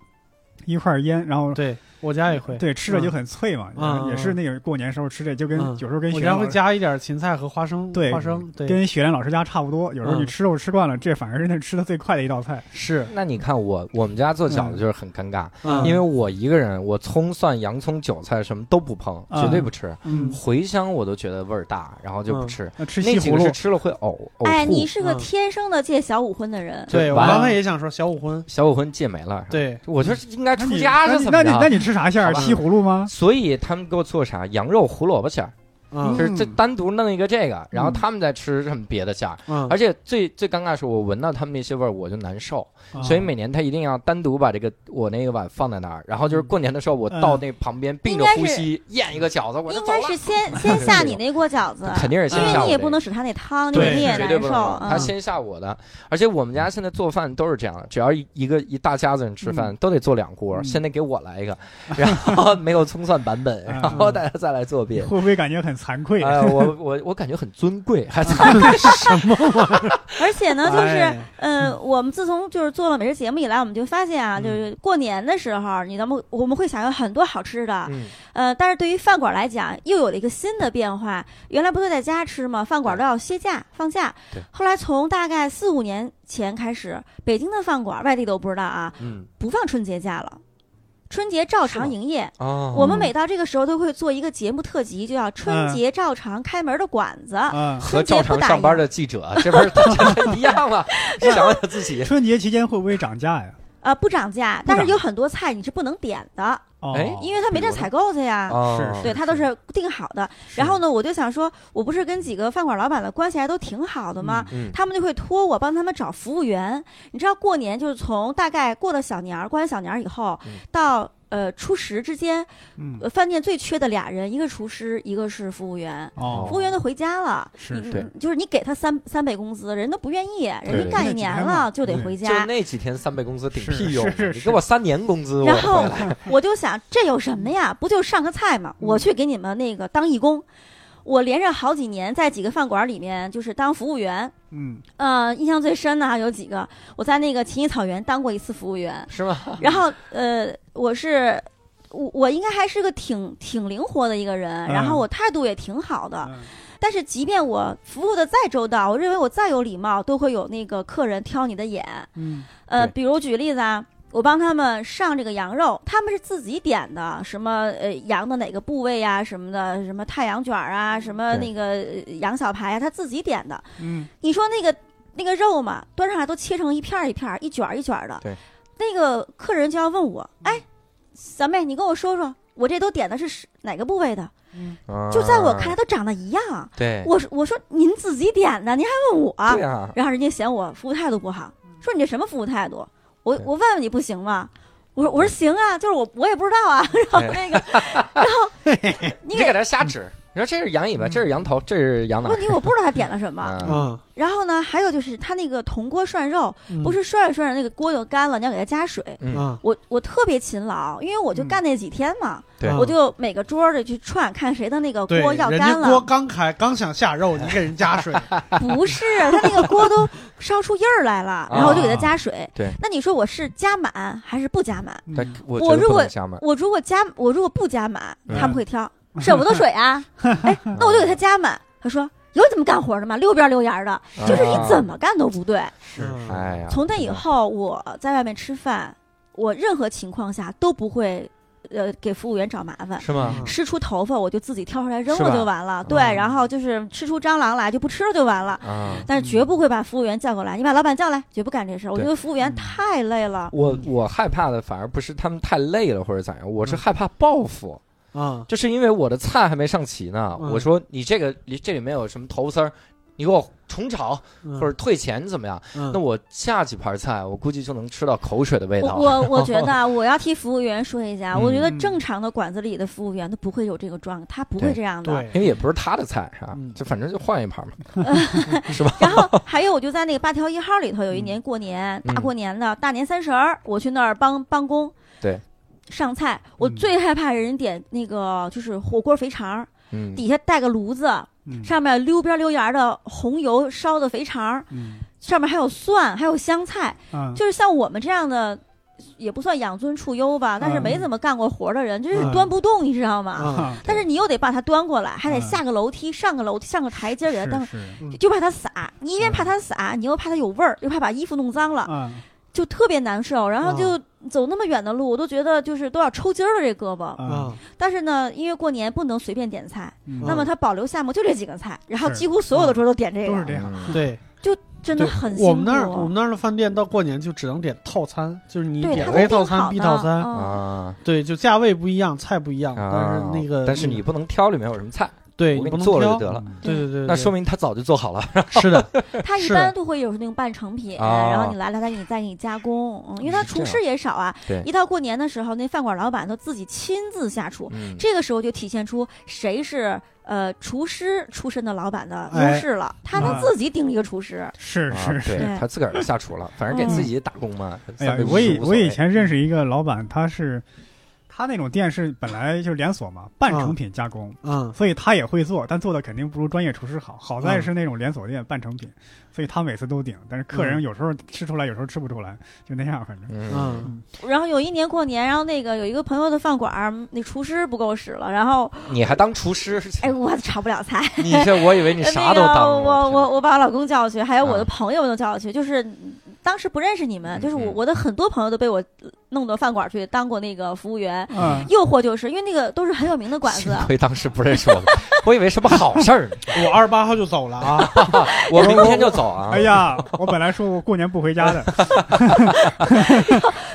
一块儿腌，然后
对我家也会，
对吃着就很脆嘛，
嗯
也是那个过年时候吃这就跟
嗯
有时候跟
我
雪
家
莲
会
老师
加一点芹菜和花生，
对
花生，对，
跟雪莲老师家差不多，有时候你
嗯
吃肉吃惯了，这反而是那吃的最快的一 道菜。嗯
是，
那你看我我们家做饺子就是很尴尬，
嗯
因为我一个人，我葱蒜、洋葱、韭菜什么都不碰，
嗯
绝对不吃。
嗯，
茴香我都觉得味儿大，然后就不吃。
那吃
那
西
几
葫
个
芦
是吃了会呕呕吐。
哎，你是个
嗯
天生的戒小五荤的人。
对我
完了
刚才也想说小五荤，
小五荤戒没了。，
对，
我就是应该
那
出
你
家是怎么
那你那你那
着？
你吃啥馅
好
儿？
吧
西葫芦 吗？
所以他们给我做啥？羊肉胡萝卜馅儿，
嗯
就是这单独弄一个这个，
嗯
然后他们再吃什么别的馅儿。
嗯
而且最最尴尬的是，我闻到他们那些味儿我就难受，
啊
所以每年他一定要单独把这个我那个碗放在那儿，然后
嗯
就是过年的时候我到那旁边并着呼吸咽一个饺子，我就
应
走
该
了。
是先先下你那锅饺子，
肯定是先
因
下
为
我
你也
这
不
个
能使他那汤，你
对
也
绝
难
对不
受。
能，他
嗯
先下我的。而且我们家现在做饭都是这样的，只要一一个一大家子人吃饭，都得做两锅，
嗯
现在给我来一个， 然后没有葱蒜版本，
嗯
然后大家再来做一遍。
会不会感觉很惭愧？啊
哎，我我我感觉很尊贵，还惭愧
而且呢，就是
哎
呃，我们自从就是做了美食节目以来，我们就发现啊，
嗯
就是过年的时候，你咱们我们会想有很多好吃的，
嗯
呃，但是对于饭馆来讲，又有了一个新的变化。原来不都在家吃吗？饭馆都要歇假放假
对。
后来从大概四五年前开始，北京的饭馆，外地的我不知道啊，
嗯
不放春节假了。春节照常营业，
哦，
我们每到这个时候都会做一个节目特辑，就叫“春
嗯
节照常开门的馆子”
呃
啊，
和照常上班的记者，这不是这不是一样 吗？想想自己，
春节期间会不会涨价呀？
呃，不涨价，
不
但
涨
是有很多菜你是不能点的，
哦，
哎
因为他没地儿采购去呀。
哦，
对，他都是定好的。然后呢，我就想说，我不是跟几个饭馆老板的关系还都挺好的吗？
嗯，
他们就会托我帮他们找服务员。你知道，过年就是从大概过了小年儿，过完小年儿以后，
嗯
到呃初十之间，
嗯，
呃饭店最缺的俩人，一个厨师，一个是服务员。
哦
嗯
服务员都回家了，
是
你
对
就是你给他三三倍工资，人都不愿意，人
对
家干
那
一
几
年
天嘛
了就得
对
回家。
就那几天三倍工资顶
是
屁用啊
是
你
是，
给我三年工资，我
然后
回 来
我就想，这有什么呀？不就上个菜嘛！
嗯
我去给你们那个当义工，我连着好几年在几个饭馆里面就是当服务员。
嗯，
呃，印象最深的还有几个，我在那个秦野草原当过一次服务员，
是吗？
然后呃，我是。我我应该还是个挺挺灵活的一个人，
嗯
然后我态度也挺好的，
嗯
但是即便我服务的再周到，我认为我再有礼貌，都会有那个客人挑你的眼。
嗯，
呃，
对
比如举例子啊，我帮他们上这个羊肉，他们是自己点的，什么呃羊的哪个部位呀、什么的，什么太阳卷儿啊，什么
对
那个呃羊小排啊，他自己点的。
嗯，
你说那个那个肉嘛，端上来都切成一片儿一片儿、一卷儿一卷儿的。
对，嗯
那个客人就要问我，哎，小妹，你跟我说说，我这都点的是是哪个部位的？就在我看来
啊，
都长得一样。
对，
我说我说您自己点的，您还问我？
哎对啊，嗯
然后人家嫌我服务态度不好，说你这什么服务态度？我
对
我问问你不行吗？我说我
哎
说行啊，就是我我也不知道啊。然后那个，然后你
你给
给嗯
他瞎指，你说这是羊尾巴，这是羊头，这是羊哪
问？题我不知道他点了什么。
啊
嗯，
然后呢，还有就是他那个铜锅涮肉，
嗯
不是涮着涮着那个锅就干了，你要给它加水。
嗯，
啊，
我我特别勤劳，因为我就干那几天嘛，
对
我就每个桌儿的去串，看谁的那个
嗯对，
锅要
人家
干
锅
了。
刚开，刚想下肉，你 给人加水，
不是，他那个锅都烧出印儿来
啊
了，然后我就给它加水。
对，
那你说我是加满还是不加满？
但
嗯
我
我
觉得
如
不
果
能加满，
我如果加，我如果不加满，
嗯
他不会挑，舍不得水 啊。哎，那我就
嗯
给
啊
他加满。他说有你这么干活的吗？溜边溜沿的，就是你怎
么？
么干都不对。
嗯
啊哎呀，
从那以后，我在外面吃饭，我任何情况下都不会，呃，给服务员找麻烦。
是吗？
吃出头发我就自己挑出来扔
是吧
了就完了，对，
嗯
然后就是吃出蟑螂来就不吃了就完了，
啊，
但是绝不会把服务员叫过来，你把老板叫来，绝不干这事儿。我
对
觉得服务员
嗯
太累了，
我我害怕的反而不是他们太累了或者咋样，我是害怕报复，
啊，
就是因为我的菜还没上齐呢。
嗯
我说你这个你这里面有什么头丝儿，你给我重炒
或
或者退钱怎么样？那
那
我下几盘菜，我估计就能吃到口水的味
我
道了。
我我 觉得啊我要替服务员说一下，我觉得
嗯
正常的馆子里的服务员他不会有这个状态，他不
对
会这样的。
因
对，
为也不是他的菜是吧？
嗯
就反正就换一盘嘛。
然 后还有，我就在那个八条一号里头，有一
嗯
年过年，大过年的大年三十儿，我去那儿帮帮工，
对，
上菜。我
嗯
最害怕人点那个就是火锅肥肠儿，
嗯，
底下带个炉子，
嗯
上面溜边溜沿儿的红油烧的肥肠儿，
嗯
上面还有蒜，还有香菜，
啊，
就是像我们这样的。也不算养尊处优吧，但是
嗯
没怎么干过活儿的人，真是
嗯
端不动，你知道吗？
啊，
嗯
但是你又得把它端过来，还得
嗯
下个楼梯、上个楼梯、上个台阶儿给它端
是
过
是
来，就怕它洒。你一边怕它洒，你又怕它有味儿，又怕把衣服弄脏了，
啊，
就特别难受。然后
啊
就走那么远的路，我都觉得就是都要抽筋儿了这胳膊。
啊，
啊，
但是呢，因为过年不能随便点菜，
嗯
那么它保留项目就这几个菜，然后
是
几乎所
啊
有的桌都点这
都是
个，
这样，
嗯
对，
真的很
我
辛
们那儿我
苦
们。那儿的饭店到过年就只能点套餐，就是你
对，
点
它
A 套
都挺好
餐、
的
B 套餐，
嗯
啊
对，就价位不一样，菜不一样，但
啊
是那个，嗯
但是你不能挑里面有什么菜，
对
我
你
给
不
你
能
做了
挑
就得了。
嗯
对对对，
那说
明
明他早就做好 了。
是 的，
它一
是的
般都会有那种半成品，
啊
然后你来了，他给你再给你加工，嗯，因为它
是这
厨
样
师也少啊
对。
一到过年的时候，那饭馆老板都自己亲自下厨，
嗯，
这个时候就体现出谁是呃厨师出身的老板的优
哎
势了，他
啊
能自己顶一个厨师。
是
啊
是是。
对
是
他自个儿下厨了，反正给自己打工嘛。
哎呀
三，不
我
五时
以
无所
我以
谓
前认识一个老板，他是他那种店是本来就是连锁嘛，半成品加工，
嗯
所以他也会做，但做的肯定不如专业厨师好。好在是那种连锁店半成品，所以他每次都顶，但是客人有时候吃出来，有时候吃不出来，就那样，反正。
嗯，
嗯
然后有一年过年，然后那个有一个朋友的饭馆儿，那厨师不够使了，然后
你还当厨师？
哎我炒不了菜，
你这我以为你啥
那
都
个
当过。
我我我把我老公叫去，还有我
啊
的朋友都叫去，就是当时不认识你们，就是我
嗯
我的很多朋友都被我弄到饭馆去当过那个服务员。
嗯，
诱惑就是因为那个都是很有 名的馆子
幸，亏当时不认识我们， 我以为什么好事儿呢。
我二十八号就走了啊，
我明天就走啊
哎！呀，我本来说我过年不回家的，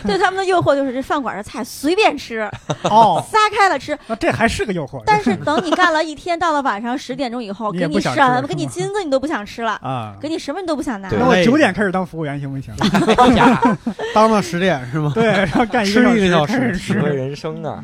对他们的诱惑就是这饭馆的菜随便吃，
哦，
撒开了吃，
那这还是个诱 惑。
但是等你干了一天，到了晚上十点钟以后，
你也
给
不
你
想
什
吃了是
么，给你
吗
金子你都不想吃了，
啊，
给你什么你都不想拿
对。
那我
累
九点开始当服务员行不行？
哎呀，
当到十点是吗？
对，然后干一
吃一
个
个小时
开始
体会
吃。
人生啊！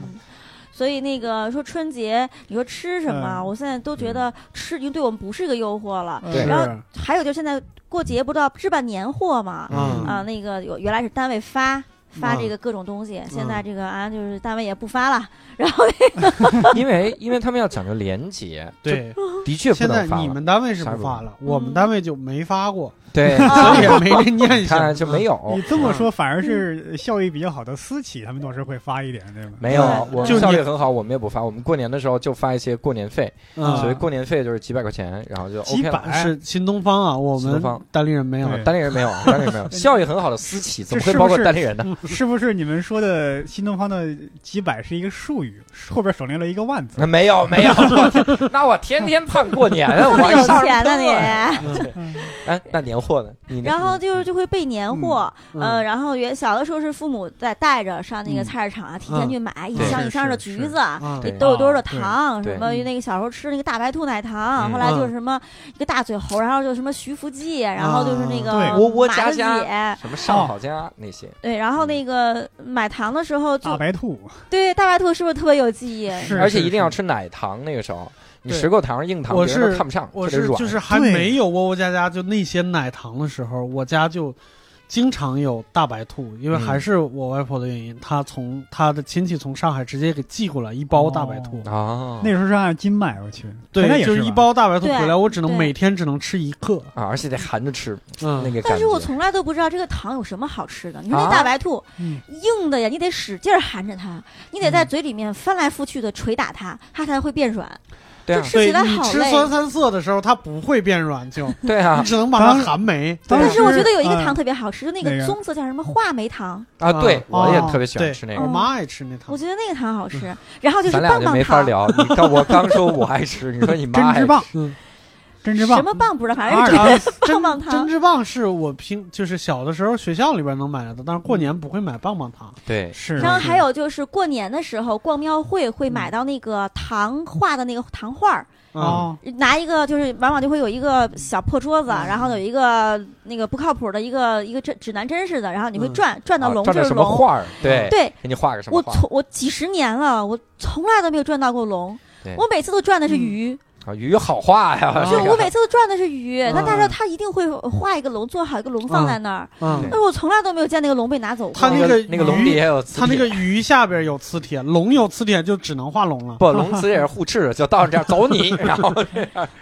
所以那个说春节，你说吃什么？
嗯
我现在都觉得吃已经对我们不是一个诱惑了。
对
然后还有就是现在过节不都要置办年货嘛？
嗯
啊，那个有原来是单位发。发
嗯
这个各种东西，现在这个啊，就是单位也不发了，然后
因为因为他们要讲究廉洁，
对，
就的确不
现在
能发
你
了。
们单位是不发了，我们单位就没发过，
对，
嗯
所以 也没这念
你
想，
看就没有
你这么说，反而是效益比较好的私企，他们倒是会发一点，对吧？
没有
对，
我们
就是
效
你
率很好，我们也不发。我们过年的时候就发一些过年费，
嗯
所谓过年费就是几百块钱，然后就
啊几
OK 了。
百
是新东方啊，我
新东方
们单立人没有
对
单立 人没有，单立人没有，效益很好的私企怎么会
这是不
包括
是
单立人呢？
是不是你们说的新东方的几百是一个术语，后边省略了一个万字？
没有没 有，我天那我天天盼过年啊，我
有
上
钱呢
班啊
你。
哎，那年错的，你那
然后就是就会备年货，呃，然后也小的时候是父母在带着上那个
嗯
菜市场啊，提
嗯
前去买一
对
箱
是
一箱的
是
橘
是
子，
啊
对
都有多少
啊
的糖，
对嗯
什么那个小时候吃那个大白兔奶糖，
嗯
后来就
嗯
是什么一个大嘴猴，然后就什么徐福记，然
啊
后就是那个
对
窝窝
马
家
大姐
家，什么上好佳那些，
对，然后那个买糖的时候
大
就
白兔
对大白兔是不是特别有记忆？
是，
而且一定要
吃。
吃奶糖。那个时候你
对
石膏糖、硬糖，
我
别人都
是
看不上，
我
这得
是
软
就是还
对
没有窝窝家家就那些奶糖的时候，我家就经常有大白兔，因为
嗯
还是我外婆的原因，她从她的亲戚从上海直接给寄过来一包大白兔，
啊
那时候是按斤买，我去，现在
对，
也
就是
吧
一包大白兔
对
回来，我只能
对
每天只能吃一个，
啊，而且得含着吃，
啊
嗯，
那个
但
感
是我
觉。
从来都不知道这个糖有什么好吃的。你说
啊
那大白兔
嗯
硬的呀，你得使劲儿含着它，你得在
嗯
嘴里面翻来覆去的捶打它，它才会变软。
对啊
就，吃
对
起来
你
好
吃
累。
酸三色的时候，它不会变软，就
对啊
你，只能把
当
它
然
含没。
当
但是我觉得有一个
嗯
糖特别好吃，就那
哪
个
个
棕色叫什么话梅糖，
啊，对
啊
我也
哦
特别喜欢
对
吃那
哦
个
我。妈爱吃那糖
我，觉得那个糖好吃。然后就是
嗯咱俩
棒
就
棒
没法
糖，
聊，你看我刚说我爱吃，你说你 妈
针
爱
织
吃
棒
嗯，
针织
什
棒，
么棒不知道，反正
二
是 这
郎
个棒棒
针
糖。
织棒是我平就是小的时候学校里边能买得到，但是过年不会买棒棒糖。
对，
是
然后还有就是过年的时候逛庙会会买到那个糖画的那个糖画儿，
啊，
哦，
拿一个就是往往就会有一个小破桌
嗯
子，然后有一个那个不靠谱的一个一个指指南针似的，然后你会
嗯
转转到
啊
龙
转
就
点
是
什么
龙。
画儿？对，
对，
给你画个什么
我
画？
从我几十年了，我从来都没有转到过龙
对，
我每次都
嗯
转的是鱼。
啊，鱼好画呀，
就
就
这个
我每次都转的是鱼，
嗯
但他说他一定会画一个笼，做好一个笼放在那儿。
嗯
但，是我从来都没有见那个笼被拿走过。
他
那
个
那个龙
鱼
底下有磁
它那
铁
个鱼下边有磁铁，龙有磁铁就只能画龙了
不，龙磁也是互斥的，就到这儿走你，然 后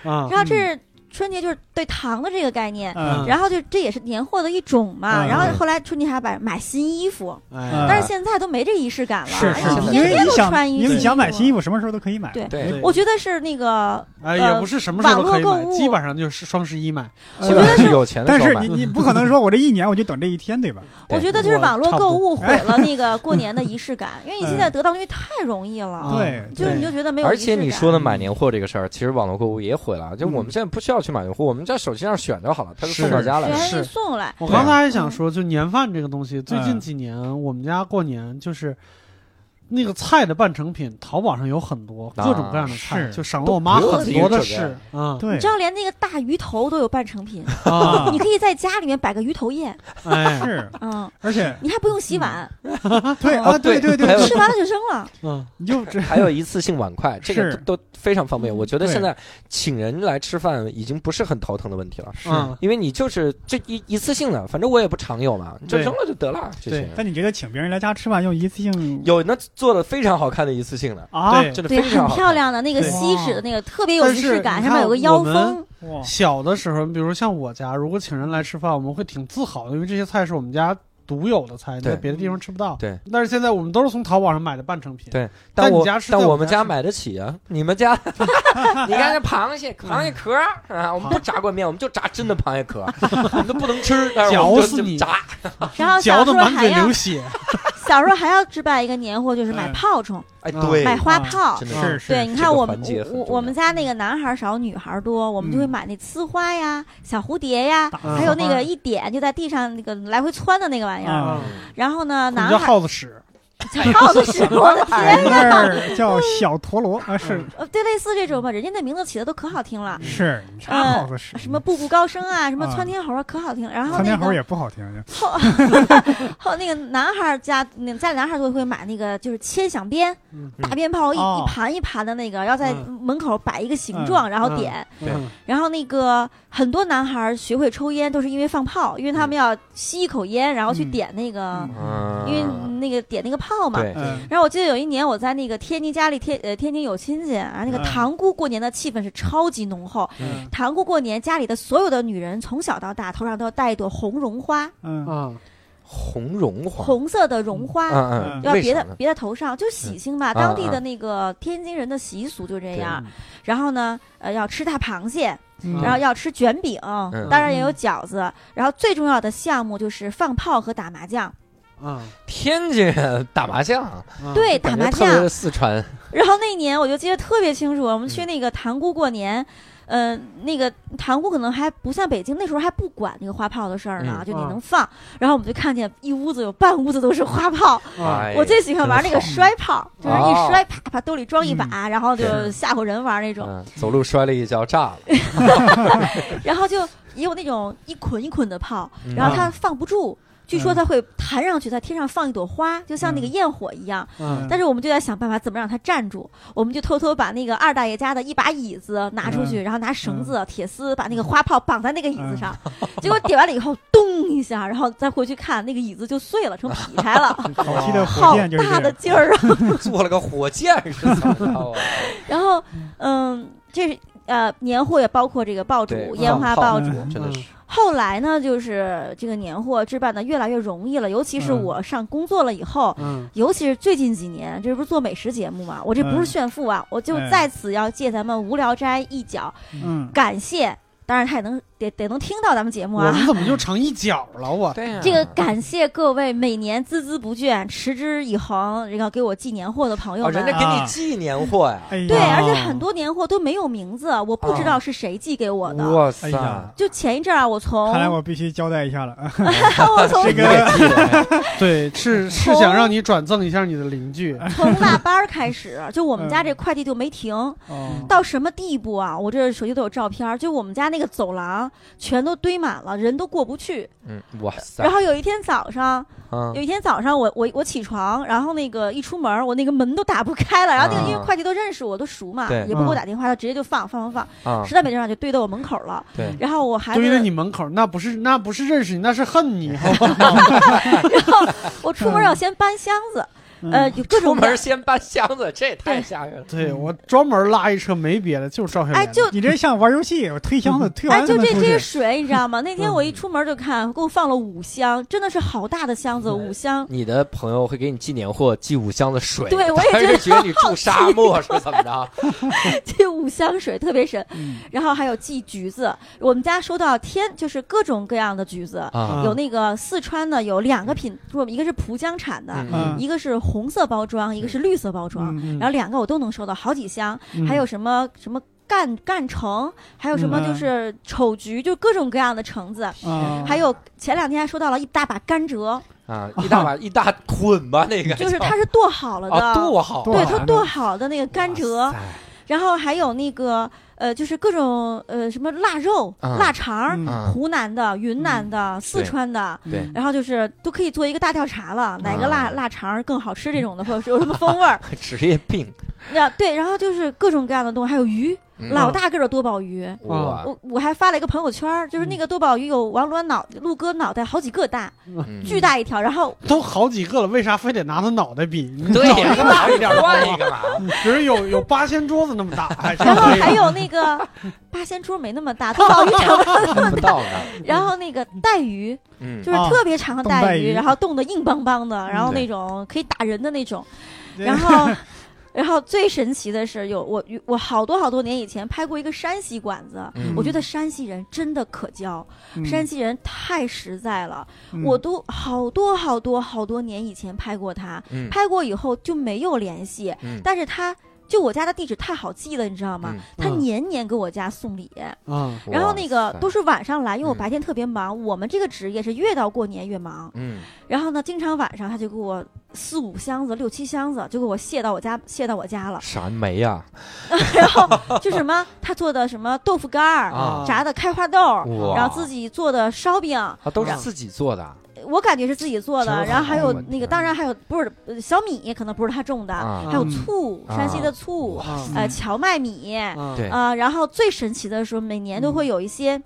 啊。
然后这是春节，就是对糖的这个概念。
嗯，
然后就这也是年货的一种嘛。
嗯
然后后来春节还买买新衣服，
嗯
哎，
但是现在都没这仪式感了。
是
哎
是
呀
现在，
因
天
为
天
你
都
想，
穿衣服。
因为你想买新衣服，什么时候都可以买。
对
对，
我觉得是那个，
哎，
呃
也不是什么时候都可以
网络购
买，
物
基本上就是双十一买。
基本上是有钱的
但
时候
是
买
你。你不可能说我这一年我就等这一天对吧？
对
我觉得就是
我
网络
差不
购
多
物毁了那个过年的仪式感，因为你现在得到东西太容易了，
嗯
对，
就是你
对
就觉得没有
而
仪式
且
感。嗯
你说的买年货这个事儿，其实网络购物也毁了。就我们现在不需要去买年货，我们在手机上选就好了，他就是送到家
对，
来。
还给
是
你送来。
我
对
刚才还想说，就年饭这个东西，最近几年我们家过年就是。那个菜的半成品，淘宝上有很多各种各样的菜，
是
就省了我妈很多的事啊
你
对
知，道，连那个大鱼头都有半成品，
啊！
你可以在家里面摆个鱼头宴，
哎，
是，
嗯，
而且
你还不用洗碗，
对
啊
啊，对对
还有
对，
吃完了就扔 了。
嗯，
你就这
还有一次性碗筷，这个
是
都都非常方便。
嗯
我觉得
对
现在请人来吃饭已经不是很头疼的问题了，
是。
嗯
因为你就是这一一次性的，反正我也不常用了，你就
对
扔了就得了。这些
对
但你觉得请别人来家吃饭用一次性
有那做的非常好看的一次性的，
啊？
对
真的
对，
非
很
常好
漂
看。
亮的那个
对
锡纸的那个，特别有仪式感，
但是你看
上面有个腰
我们
封。
哦
哇，
小的时候，比如像我家，如果请人来吃饭，我们会挺自豪的，因为这些菜是我们家独有的菜，你在
对嗯
别的地方吃不到。
对，
但是现在我们都是从淘宝上买的半成品。
对
但
我
你家吃
但
在
我
我
们
们家
家
吃
买得起啊，你们家， 你看这螃蟹，螃蟹壳儿啊，我们不炸灌面，我们就炸真的螃蟹壳儿，我们都不能吃，但是我们
嚼
就
死
就
你
炸
然后
嚼
小
的
时候
满
还
嘴
要
流血。
小时候还要置办一个年货，就是买
嗯
炮冲，
哎，
啊
对，
买花炮
真。的
是
对，
是，
你
这
看
个
我
环
们
节很
我
重
我们
要
家那个男孩少，女孩多，我们就会
嗯
买那呲花呀、小蝴蝶呀，
大
还有那
花
个一点就在地上那个来回窜的那个玩意儿。
嗯
啊，
嗯
然后呢，
你
男
叫
孩
耗子屎。
耗子屎，我的天
那儿叫小陀螺啊，是
呃，对，类似这种吧，人家那名字起的都可好听了，
是，你啥好子是？
嗯
嗯
什么步步高升啊，什么
啊
窜天猴啊，可好听了。然后
窜
那
天猴
个
也不好听，
后后那个男孩儿家，那家里男孩儿都会买那个就是切响鞭，
嗯
大鞭炮一、
哦
一盘一盘的那个，要在
嗯
门口摆一个形状，然后
嗯
点。
对
嗯
然后那个很多男孩儿学会抽烟都是因为放炮，因为他们要吸一口烟，然后去
嗯
点那个，
嗯，
因为那个点那个炮嘛。
对
嗯，
然后我记得有一年我在那个天津家里天呃天津有亲戚，然后那个
嗯
塘沽过年的气氛是超级浓厚。
嗯
塘沽过年，家里的所有的女人从小到大头上都要戴一朵红绒花，
嗯
啊，
红绒花，
红色的绒花。
嗯嗯，
要
为
别
啥
在
呢？
别在头上，就喜庆嘛。
嗯
当地的那个天津人的习俗就这样。然后呢，呃，要吃大螃蟹，
嗯，
然后要吃卷饼，
嗯
当然也有饺子。然后最重要的项目就是放炮和打麻将。
啊，
天津人打麻将，
啊
对，打
感
麻
觉特别
将
的。四川，嗯
然后那年我就记得特别清楚，我们去那个塘沽过年，呃，那个塘沽可能还不像北京，那时候还不管那个花炮的事儿呢，
嗯
就你
啊
能放。然后我们就看见一屋子有半屋子都是花炮，
嗯
哎
我最喜欢玩那个
真
摔炮，就是
哦
一摔，啪啪兜里装一把，
嗯
然后就是吓唬人玩那种。
嗯，走路摔了一跤炸了，
嗯
然后就也有那种一捆一捆的炮，然后它放不
嗯
住。据说它会弹上去，在天上放一朵花，就像那个焰火一样。
嗯
但是我们就在想办法怎么让它站住。我们就偷偷把那个二大爷家的一把椅子拿出
嗯
去，然后拿绳子、铁丝把那个花炮绑在那个椅子上。
嗯
结果点完了以后，咚一下，然后再回去看，那个椅子就碎了，成劈开了，
早嗯期的 火
好
箭就是
大
这
的
样。
劲儿啊！
嗯做了个火箭是怎么着啊？
然后，嗯，这是呃年货也包括这个爆竹
对、
烟
放
花
炮
爆竹。
嗯
真的是
后来呢，就是这个年货置办的越来越容易了，尤其是
嗯
我上工作了以后，
嗯
尤其是最近几年，这不是做美食节目嘛，我这不
嗯
是炫富啊，我就
嗯
在此要借咱们无聊斋一脚，
嗯，
感谢，当然他也能得得能听到咱们节目
我
啊。
们怎么就成一角了？我
对
啊
呀
这个感谢各位每年孜孜不倦、持之以恒，这个给我寄年货的朋友
哦，
们
人。家给你寄年货呀，
哎呀，
对，
啊
而且很多年货都没有名字，我不知道是谁寄给我的。
啊哇塞
哎，呀
就前一阵儿啊，我从
看来我必须交代一下了。 啊
我从
这个
对，是是想让你转赠一下你的邻居。
哦
从腊八儿开始，就我
嗯
们家这快递就没停，
哦
到什么地步啊？我这手机都有照片儿，就我们家那个走廊全都堆满了，人都过不去。
嗯，哇塞
然，后有一天早上，
嗯
有一天早上我我我起床，然后那个一出门儿，我那个门都打不开了，然后那个因
啊
为快递都认识我，都熟嘛，
对
也不给
嗯
我打电话，他直接就放放放
啊
放，，实在没地方就堆到我门口了。
对
然后我还
堆在
问
你门口，那不是那不是认识你，那是恨 你，好吧？
嗯
我出门要先搬箱子，呃，有各
出
种各
门先搬箱子，这也太
对
吓人了。
对我专门拉一车，没别的，就是赵小莲。
哎，就
你这像玩游戏，我推箱子推
哎，
完
就
才能
这
出去嗯
这些水，你知道吗？那天我一出门就看，给我放了五箱，真的是好大的箱子，
嗯
五箱。
你的朋友会给你寄年货，寄五箱子水，
对我也
他
觉
是
得
觉得你住沙漠是怎么 着？
这五箱水特别神
嗯，
然后还有寄橘子，我们家收到天就是各种各样的橘子，
嗯
啊，
有那个四川的，有两个品，不，一个是蒲江产的，
嗯
一个是红色包装，一个是绿色包装，
嗯
啊然后两个我都能收到好几箱，
嗯
还有什么什么赣赣橙，还有什么
嗯
就是丑橘，就各种各样的橙子，
啊，
还有前两天还收到了一大把甘蔗，
啊，一大把一大捆吧，那个
就是
叫
它是剁好了的，
哎啊，多好，
剁
对，
好
它
的
剁好的那个甘
哇
蔗，
塞
然后还有那个呃，就是各种呃什么腊肉、
啊
腊肠儿，
嗯
啊，
湖南的、云南的、四川的。
嗯对嗯
然后就是都可以做一个大调查了，哪个腊腊肠儿更好吃这种的，或者是有什么风 味儿？
职业病，
那对，然后就是各种各样的东西，还有鱼，
嗯啊
老大个儿的多宝鱼，
哇，
我我还发了一个朋友圈儿，就是那个多宝鱼有王伦脑鹿哥脑袋好几个大，
嗯
巨大一条，然后
都好几个了，为啥非得拿他脑袋比？你
对
脑袋
呀，
大一点好
换一
吗？
个吧，
比如有有八仙桌子那么大，哎
然后 还有那个八仙桌没那么大，多宝鱼 长得那
看
么
不
大，
到呢，
然后那个带鱼
嗯
就是
啊
特别长的
冻带
带鱼，
鱼
然后冻得硬邦邦的，然后那种可以打人的那种，然后。然后最神奇的是有我我好多好多年以前拍过一个山西馆子，
嗯
我觉得山西人真的可交，
嗯
山西人太实在了，
嗯
我都好多好多好多年以前拍过他，
嗯
拍过以后就没有联系，
嗯
但是他就我家的地址太好记了，你知道吗？
嗯
他
嗯
年年给我家送礼，
啊，
然后那个
哇塞
都是晚上来，因为我
嗯
白天特别忙，我们这个职业是越到过年越忙。
嗯。
然后呢，经常晚上他就给我四五箱子、六七箱子，就给我卸到我家，卸到我家 了
啥没啊呀
然后就什么他做的什么豆腐干儿、
啊
炸的开花豆儿，
哇
然后自己做的烧饼，
啊，都是自己做的
我感觉是自己做
真
的，
好
然后还有
我
那个，
天
当然还有不是呃小米，可能不是他种的，
啊
还有
嗯
醋，
啊
山西的醋，
啊
呃，荞麦米，啊、
啊
对
然后最神奇的是每年都会有一些。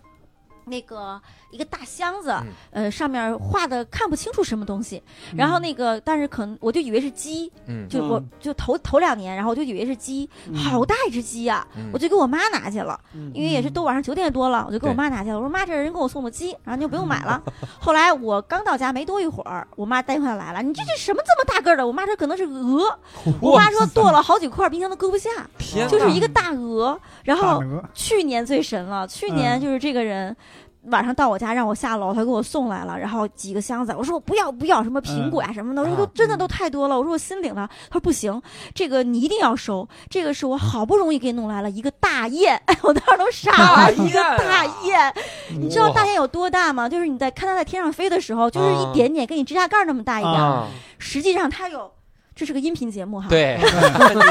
那个一个大箱子，
嗯
呃，上面画的看不清楚什么东西，然后那个，但是可能我就以为是鸡，
嗯
就我就头头两年，然后我就以为是鸡，好大一只鸡呀、
嗯
我就给我妈拿去了，
嗯
因为也是都晚上九点多了，我就给我
对
妈拿去了。我说妈，这人给我送的鸡，然后你就不用 买了。后来我刚到家没多一会儿，我妈打电话来了，你这是什么这么大个儿的？我妈说可能是鹅，我妈说剁了好几块，冰箱都搁不下，
天哦
就是一个大鹅。然
大
后
鹅
嗯
去年最神了，去年就是这个人。晚上到我家让我下楼，他给我送来了，然后几个箱子，我说我不要不要，什么苹果呀、啊什么的，我说
嗯
都真的都太多了，我说我心领了，他说不行，这个你一定要收，这个是我好不容易给弄来了一个大雁， 我当时都傻了，一个大
啊
雁，你知道大 雁有多大吗？就是你在看它在天上飞的时候，就是一点点，跟你指甲盖儿那么大一点儿，
啊，
实际上它有，这是个音频节目哈，
对，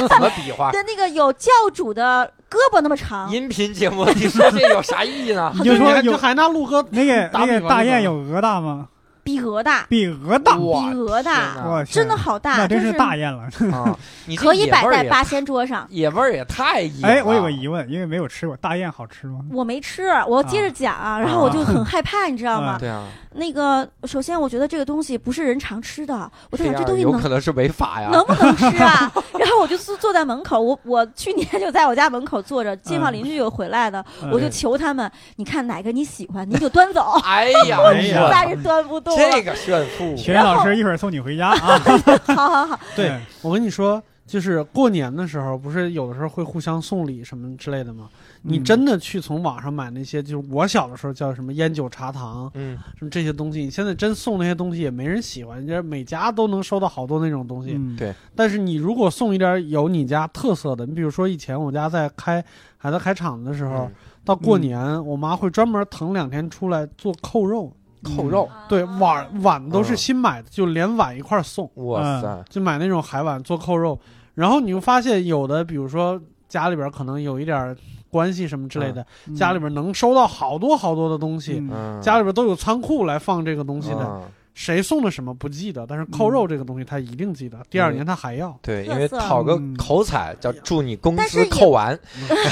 你怎么比划？
的那个有教主的胳膊那么长，
音频节目，你说这有啥意义 呢？
你就说
还
有
就还拿陆哥
那个
打
那个
比方
大
就
雁
好
有鹅大吗？
比鹅大，
比鹅大，
我
比鹅大
天哪
我去
真的好大，
那
就
真是大雁了。
啊，你这
可以
野味
摆
儿
在
也
八仙桌上。
野味儿也太野了。啊
哎，我有个疑问，因为没有吃过大雁，好吃吗？
我没吃，我接着讲啊，然后我就很害怕，你知道吗？
对啊，
那个，首先我觉得这个东西不是人常吃的，我在
这
想
样
这东西
有
能
可能是违法呀。
能不能吃啊？ 然后我就坐坐在门口，我我去年就在我家门口坐着，街
嗯
坊邻居有回来的，
嗯
我就求他们，你看哪个你喜欢，你就端走，
哎呀，
我
哎
实
呀
在是端不动
这
了。
个炫富，
学院老师一会儿送你回家啊。
好好好，
对
哎
我跟你说，就是过年的时候，不是有的时候会互相送礼什么之类的吗？你
嗯
真的去从网上买那些，就是我小的时候叫什么烟酒茶糖，
嗯，
什么这些东西，你现在真送那些东西也没人喜欢，就是每家都能收到好多那种东西。
嗯，
对
但是你如果送一点有你家特色的，你比如说以前我家在开还在开厂的时候，
嗯
到过
嗯
年、我妈会专门腾两天出来做扣肉，
扣肉，
啊
对碗碗都
嗯
是新买的，就连碗一块儿送。
哇塞，
就买那种海碗做扣肉，然后你会发现有的，比如说家里边可能有一点关系什么之类的，
嗯
家里边能收到好多好多的东西，
嗯
嗯，
家里边都有仓库来放这个东西的。
嗯
谁送的什么不记得，但是扣肉这个东西他一定记得，第
嗯
二年他还要。
对，
特
因为
色
讨个
嗯
口彩叫祝你工
但是
资
也
扣 完，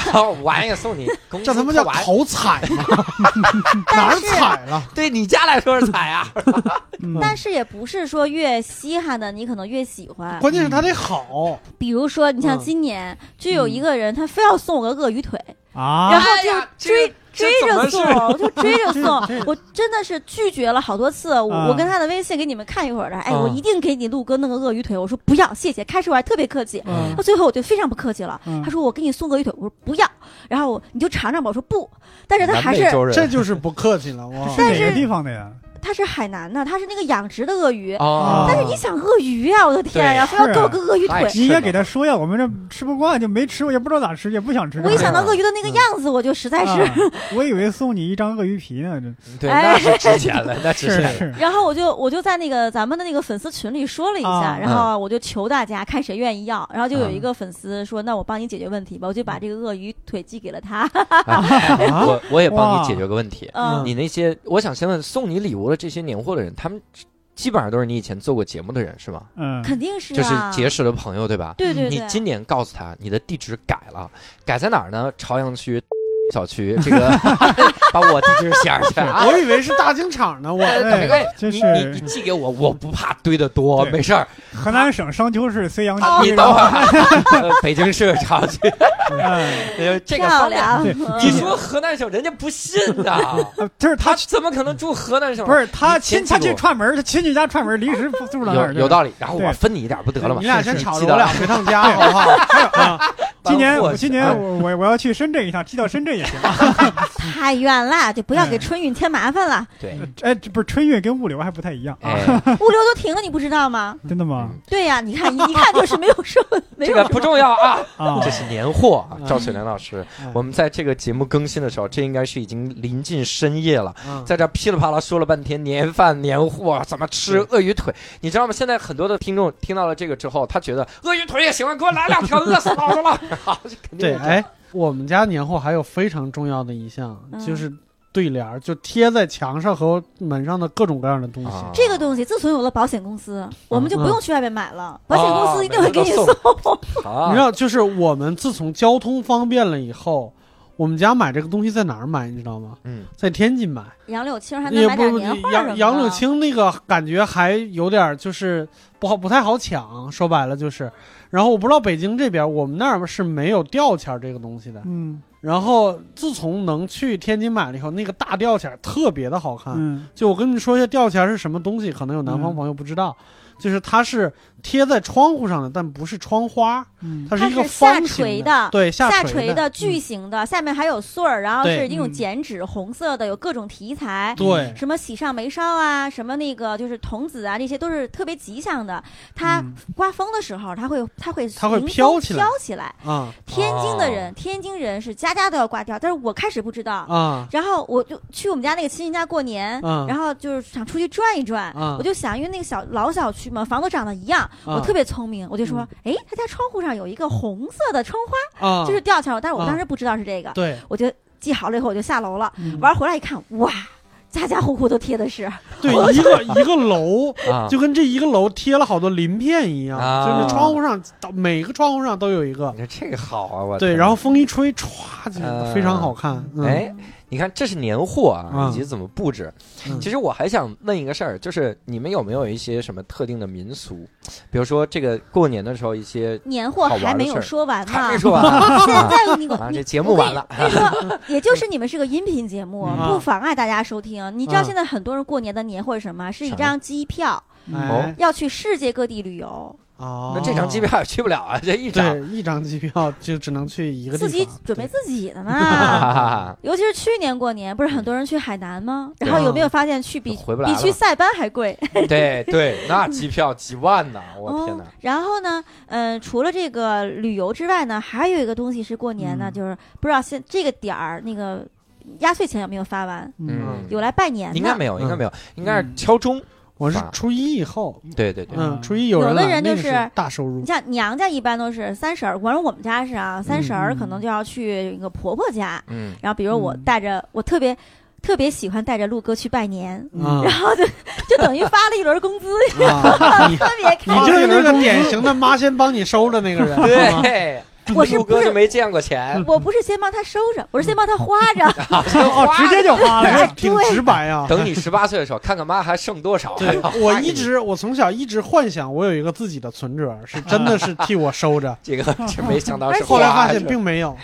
然后完也送你工资
这他妈
扣
叫
完，
口彩吗？哪儿彩了？
对你家来说是彩啊。
嗯
但是也不是说越稀罕的你可能越喜欢。
关键是他得好，
比如说，你像
嗯
今年就有
嗯
一个人，他非要送我个鳄鱼腿，然
啊，
后就追、追
哎这怎么
着送，我就追着
这
送，我真的是拒绝了好多次。我、
啊
我跟他的微信给你们看一会儿的，哎，
啊
我一定给你陆哥弄个鳄鱼腿。我说不要，谢谢。开始我还特别客气，
嗯
到最后我就非常不客气了。
嗯
他说我给你送鳄鱼腿，我说不要，然后我你就尝尝吧，我说不。 但是他
南
还
美
是
洲人
这就是不客气了。我
是哪
但
个
是
地方的呀？
他是海南的，他是那个养殖的鳄鱼。
啊，
但是你想鳄鱼啊，我的天呀、
对
非要
是啊
给我个鳄鱼腿
那。是
你应该给他说呀，我们这吃不惯，就没吃过，也不知道咋吃，也不想吃。
我一想到
啊
鳄鱼的那个样子，我就实在
嗯
是
啊，我以为送你一张鳄鱼皮呢，这
对，
哎
那是值钱了，那值
是
钱了。
是，
然后我就我就在那个咱们的那个粉丝群里说了一下，
啊
嗯
然后我就求大家看谁愿意要，然后就有一个粉丝说：“那我帮你解决问题吧。”我就
嗯
把这个鳄鱼腿寄给了他。
啊
哎我我也帮你
哇
解决个问题。
嗯，
你那些，我想先问，送你礼物的这些年货的人，他们基本上都是你以前做过节目的人是吗？
嗯，
肯定是
就是
啊，
结识的朋友对吧？
对对
你
对，
今年告诉他你的地址改了，改在哪儿呢？朝阳区小区，这 个 把我地址写上去啊。
我以为是大清厂呢，我
哎
哎
没关系，
真
你
是
你你寄给我，我不怕堆的多，
对
没事儿。
河南省商丘市睢阳
啊
你
区
等会儿，呃北京市朝阳区，
嗯，
呃这个
漂
方面。
亮。
对
嗯
你说河南省，人家不信呐，
呃就是
他
他
怎么可能住河南省？
不是他
你先
亲他
记住
去串门儿，他亲戚家串门儿，临时住到那
有
儿。
有道理。然后我
对
分你一点不得了吗？
你俩
是
先
是
吵
记
着，
得啊
我俩
了
回趟家好不好？
今年
我
我今年我我我要去深圳一趟，寄到深圳也 行。
太远了，就不要
嗯
给春运添麻 烦了。
对，
哎，这不是春运跟物流还不太一样，啊
哎，
物流都停了，你不知道吗？
真的吗？
对呀，你 看一看就是没有什么， 没
这
有
个
什
不
么
重要啊，
啊
这，是年货啊
嗯，
赵雪莲老师
嗯。
我们在这个节目更新的时候，这应该是已经临近深夜了，
嗯
在这噼里啪啦说了半天年饭、年货怎么吃鳄鱼腿，你知道吗？现在很多的听众听到了这个之后，他觉得鳄鱼腿也行啊，给我来两条，饿死老子了。 好，这肯定
对，
是这样
哎，我们家年货还有非常重要的一项，
嗯
就是对联儿，就贴在墙上和门上的各种各样的东西。
啊
这个东西自从有了保险公司，我
嗯
们就不用去外面买
哦
了，保险公司一定
啊
会给你
每
送
个。好啊
你知道，就是我们自从交通方便了以后，我们家买这个东西在哪儿买，你知道吗？
嗯，
在天津买。
杨柳青还能
也
买点
不
年画什么
杨
的。
杨柳青那个感觉还有点就是不好不太好抢，说白了就是。然后我不知道北京这边，我们那儿是没有吊钱儿这个东西的。
嗯
然后自从能去天津买了以后，那个大吊钱儿特别的好
啊
看。
嗯
就我跟你说一下吊钱儿是什么东西，可能有南方朋友不知道，就是它是贴在窗户上的，但不是窗花，
嗯
它是一个
它是下
方形
垂
的
的
对下
下
垂
垂
的，嗯
的巨型的，下面还有穗儿，然后
对
是一种
嗯
剪纸，红色的，有各种题材，
对，
什么喜上眉梢啊，什么那个就是童子啊，这些都是特别吉祥的。它
嗯
刮风的时候，它会它会
它会
迎风
飘起来
飘起来。
啊
天津的人，天津人是家家都要挂掉，但是我开始不知道。
啊
然后我就去我们家那个亲戚家过年，
嗯
然后就是想出去转一转，
嗯
我就想，因为那个小老小区嘛，房都长得一样，
嗯
我特别聪明，我就说，哎、他家窗户上有一个红色的窗花，
啊，
就是吊桥，但是我
嗯
当时不知道是这个，
对
我就记好了以后，我就下楼了，
嗯
玩回来一看，哇，家家户户都贴的是，
对，一个一个楼。
啊，
就跟这一个楼贴了好多鳞片一样，
啊
就是窗户上每个窗户上都有一个
你，说这个好啊，我
对，
天
然后风一吹，歘，就
呃
非常好看。嗯、
哎，你看这是年货啊，
嗯
以及怎么布置。
嗯
其实我还想问一个事儿，就是你们有没有一些什么特定的民俗？比如说这个过年的时候一些。
年货
好玩的
还没有
事儿
说完
还
呢
没。说完啊
现 在你
啊这
个你
节目完了，
我跟你说，也就是你们是个音频节目，
嗯
不妨碍大家收听。你知
啊
道现在很多人过年的年货是什么？是一
啥
张机票，
哎，
要去世界各地旅游，
哦，
那这张机票也去不了啊，这一张。
对一张机票就只能去一个地
自
方，
己准备自己 的嘛。
啊
尤其是去年过年，不是很多人去海南吗？然后
对
有没有发现去比
啊回不来
比
了
去塞班还贵？
对对，那机票几万呢！我天哪
哦！然后呢，嗯，除了这个旅游之外呢，还有一个东西是过年呢，
嗯
就是不知道现这个点儿那个压岁钱有没有发完，
嗯，
有来拜年
应该
的。
没有，应该没
嗯
有，应该是敲钟。
我是初一以后，
对对对，
嗯，
嗯
初一有人
有的
来，
人
那
就
个
是
是大收入
你，像娘家一般都是三十儿，反正我们家是啊，三十儿
嗯
可能就要去一个婆婆家，
嗯，
然后比如我
嗯
带着我特别特别喜欢带着陆哥去拜年，
嗯
啊
然后就就等于发了一轮 工资，
啊，你
特别
你
开
就是
心。
那个典型的妈先帮你收的那个人，是吗
嗯对，
我是
陆
不
哥就是没见过 钱，
我不是先帮他收着，我是先帮他花着。
哦，直接就花了
哎
呀，
挺直白啊。
等你十八岁的时候，看 看妈还剩多少。
对
还
我
给你，
一直，我从小一直幻想我有一个自己的存折，是真的是替我收着
这个这没想到
而
是
且
花
后来发现
是
并没有。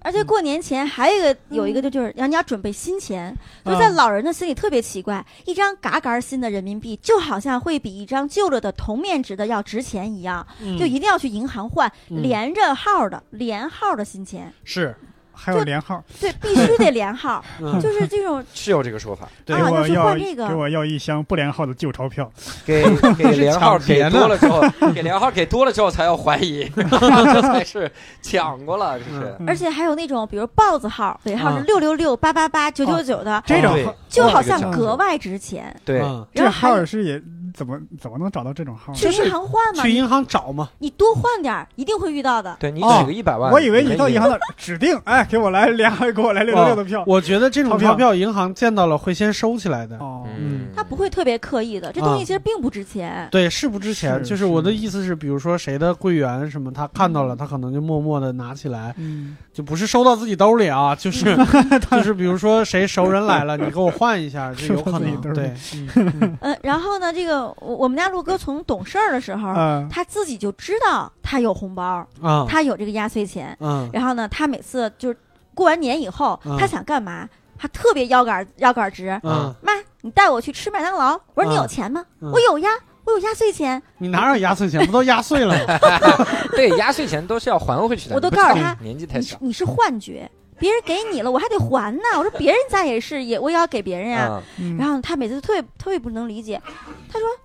而且过年前还有一个有一个就就是让你要准备新钱，就
嗯
在老人的心里特别奇怪，一张嘎嘎新的人民币就好像会比一张旧了的同面值的要值钱一样，嗯
嗯
就一定要去银行换
嗯
连着号的连号的新钱，
是，
还有连号，
对，必须 得连号，
嗯
就是这种
是有这个说法，
给
对
啊
我
就是
要
换这个哦
给我要一箱不连号的旧钞票，
给给连号给多了之后，给连号给多了之后才要怀 疑，这才是抢过了，这是。
嗯
而且还有那种，比如豹子号，尾号
嗯
是六六六八八八九九九的，
这种
对
就好
这
像
个
格外值钱。
对，
嗯
这
然后还
号
有
是也怎么怎么能找到这种号呢？
去银行换嘛，
去
你
银行找嘛，
你多换点儿，一定会遇到的。
对你
哦
取个一百万，
我以为你到银行
的
那儿指定，哎，给我来两，给我来六六六的票。
我觉得这种
钞票
钞票银行见到了会先收起来的。
哦，
嗯，
他不会特别刻意的，
嗯
这东西其实并不值钱。
对，事不值钱，
是
就是我的
是
意思是，比如说谁的柜员什么，他看到了，他可能就默默的拿起来，
嗯，
就不是收到自己兜里啊，就是 就是，比如说谁熟人来了，你给我换一下，就有可
收
能
到自己兜
对
里，
嗯，然后呢，这个我我们家陆哥从懂事儿的时候，
啊，
他自己就知道他有红包，
啊，
他有这个压岁钱。
嗯
然后呢，他每次就是过完年以后
嗯，
他想干嘛，他特别腰杆儿腰杆儿直。
嗯，
妈，你带我去吃麦当劳。我说你
嗯
有钱吗？
嗯
我有呀，我有压岁钱。
你哪有压岁钱？不都压碎了 吗？
对，压岁钱都是要还回去的。
我都
你不知道
告诉他
年纪太
你是
小，
你是幻觉，别人给你了，我还得还呢。我说别人家也是，也我也要给别人呀。
嗯
然
然后他每次特别特别不能理解，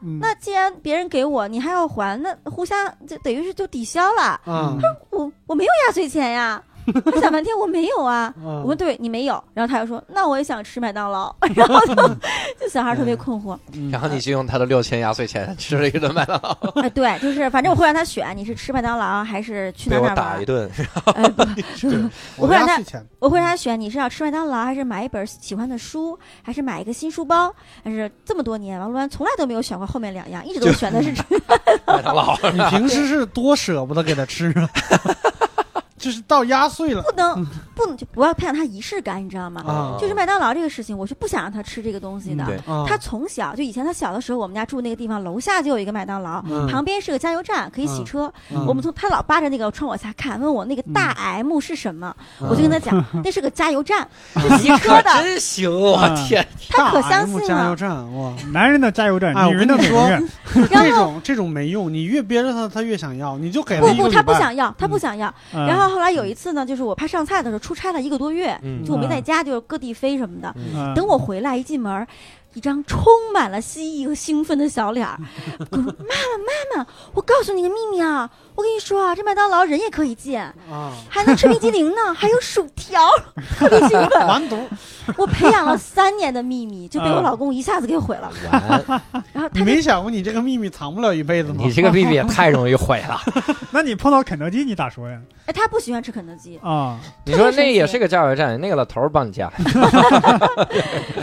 那
那既然别人给我，你还要还，那互相这等于是就抵消了。
嗯
我我没有压岁钱呀，我就想半天我没 有啊。我说
嗯
对你没有，然后他就说那我也想吃麦当劳， 然后就
嗯
就小孩特别困惑。
然后你就用他的六千压岁钱吃了一顿麦当劳，
哎，对，就是反正我会让他选，你是吃麦当劳还是去
被
哪
我
哪玩
打
儿
一？ 顿。
哎不我会
压
让他
岁钱，
我会让他选，你是要吃麦当劳，还是买一本喜欢的书，还是买一个新书包？还是这么多年王珞从来都没有选过后面两样，一直都选的是吃。
麦当劳，
你平时是多舍不得给他吃啊？ 就是到压碎了
不 能不能就不要培养他仪式感，你知道吗？
啊
就是麦当劳这个事情，我是不想让他吃这个东西的。
嗯对
啊
他从小就以前他小的时候，我们家住那个地方，楼下就有一个麦当劳，
嗯
旁边是个加油站，可以洗车。
嗯
我们从他老扒着那个窗往下看，问我那个大 M 是什么，
嗯
我就跟 他讲，那是个加油站，是洗车
可
的。
真行，我
嗯
天！
他可
大
相
M
信
加
了
油站哇！
男人的加油 站，
啊
哎
女人的
我跟
美
你说
人。
然
这
后
种这种没用，你越憋着他，他越想要，你就给了
不
哎一个
不，
礼
他不
拜
想要，他不想要。
嗯
然后后来有一次呢，就是我怕上菜的时候出差了一个多月，
嗯
就我没在家，就是各地飞什么的。
嗯
等我回来一进门儿，一张充满了蜥蜴和兴奋的小 脸儿，我说：“妈妈，妈妈，我告诉你个秘密啊！我跟你说啊，这麦当劳人也可以进，
啊，
还能吃冰激凌呢，还有薯条，特别兴奋。
完犊，
我培养了三年的秘密，就被我老公一下子给毁了。
完，
然后
你
他就
没想过你这个秘密藏不了一辈子吗
你？这个秘密也太容易毁了。
那你碰到肯德基，你咋说呀？
哎，他不喜欢吃肯德基，
啊，
你说那也是个加油站，那个老头儿帮你加，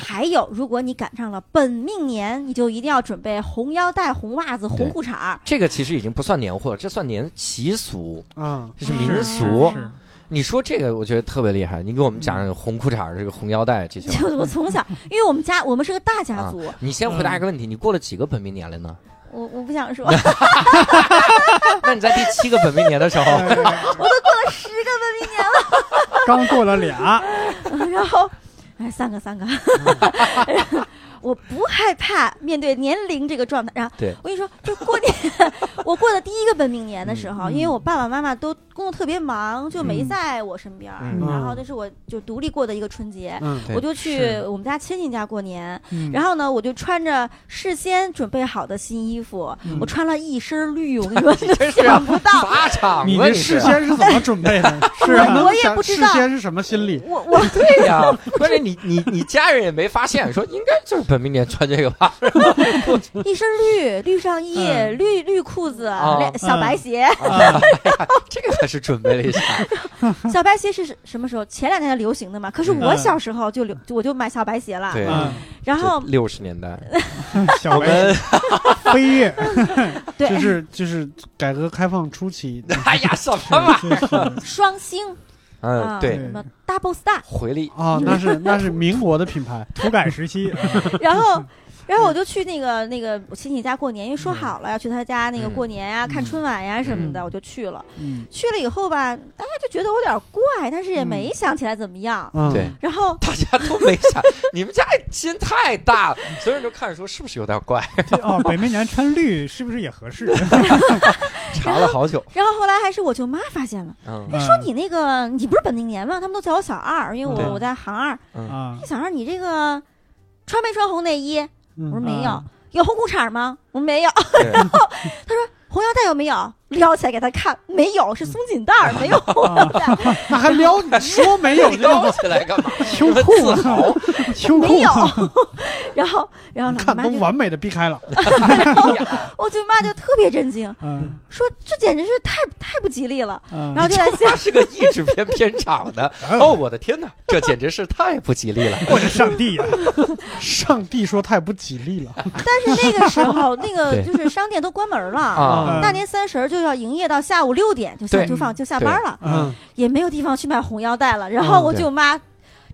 还有，如果你赶上了本命年，你就一定要准备红腰带、红袜子、红裤衩儿。
这个其实已经不算年货，这算年习俗，
啊，
这是嗯民
是
俗。
是
你说这个，我觉得特别厉害。你给我们讲讲红裤衩儿、这个红腰带这些吧。
就是我从小，因为我们家我们是个大家
啊
族，
你先回答一个问题：你过了几个本命年了呢？
我我不想说，
那你在第七个本命年的时候，
十个本命年
刚过了俩，
然后，哎，三个三个， 我不害怕面对年龄这个状态。然后，
对
我跟你说，就过年， 我过的第一个本命年的时候，
嗯
因为我爸爸妈妈都工作特别忙，就没在我身边儿。
嗯
然后，这是我就独立过的一个春节，
嗯
对
我就去
是
我们家亲戚家过年。
嗯
然后呢，我就穿着事先准备好的新衣服，
嗯
我穿了一身绿，我跟你说
真是
想不到，
砸场
你
子，
这
你是
事先是怎么准备的？ 是啊，
我我也
想
不知道
事先是什么心理。
我我
对呀、关键你你你家人也没发现，说应该就是本命年穿这个吧？
一身绿绿上衣、
嗯哦
绿绿裤子、
啊
两小 白鞋，
这个还是准备了一下，
小白鞋是什什么时候？前两年流行的嘛。可是我
嗯
小时候就流，我就买小白鞋了。
对
嗯，
啊然后
六十年代，嗯
小白飞跃，
对、
就是就是改革开放初期，
哎呀，什么玩意儿？
双星啊，
嗯，对，
什么 Double Star，
回力
啊，那是那是民国的品牌，
土改时期，
然 后。然后我就去那个那个我亲戚家过年，因为说好了要去他家那个
嗯
过年呀、看春晚呀什么的，我就去了。
嗯，
去了以后吧，大家就觉得我有点怪，但是也
嗯
没想起来怎么样。
嗯，
对，
然后
大家都没想，你们家心太大了，所有人都看着说是不是有点怪？
这哦，本命年穿绿是不是也合 适？
查了好久，
然后后来还是我舅妈发现了，
嗯
哎，说你那个你不是本命年吗？他们都叫我小二，因为
对
我我在行二。
嗯啊
哎，小二，你这个穿没穿红内衣？我说
嗯，
啊
没有
嗯。
有红裤衩吗？我说没有。
对
红腰带有没有？撩起来给他看，没有，是松紧带儿，没有红腰带，
那还撩你说没有这
撩
个
起来干嘛？
秋裤，秋
没
裤
有。 然后，然 后老
看
妈
都
就，
完美的避开了，
我舅妈就特别震惊，
嗯
说这简直是太太不吉利了。
嗯，
然后就在想
他，是个意志片片场的，哦，我的天哪，这简直是太不吉利了。
我的上帝啊呀！
上帝说太不吉利了
但是那个时候，那个
对
就是商店都关门了。
啊，
嗯
大年三十儿就要营业到下午六点，就下
对嗯
就放就下班了。
嗯，
也没有地方去买红腰带了。然后我舅妈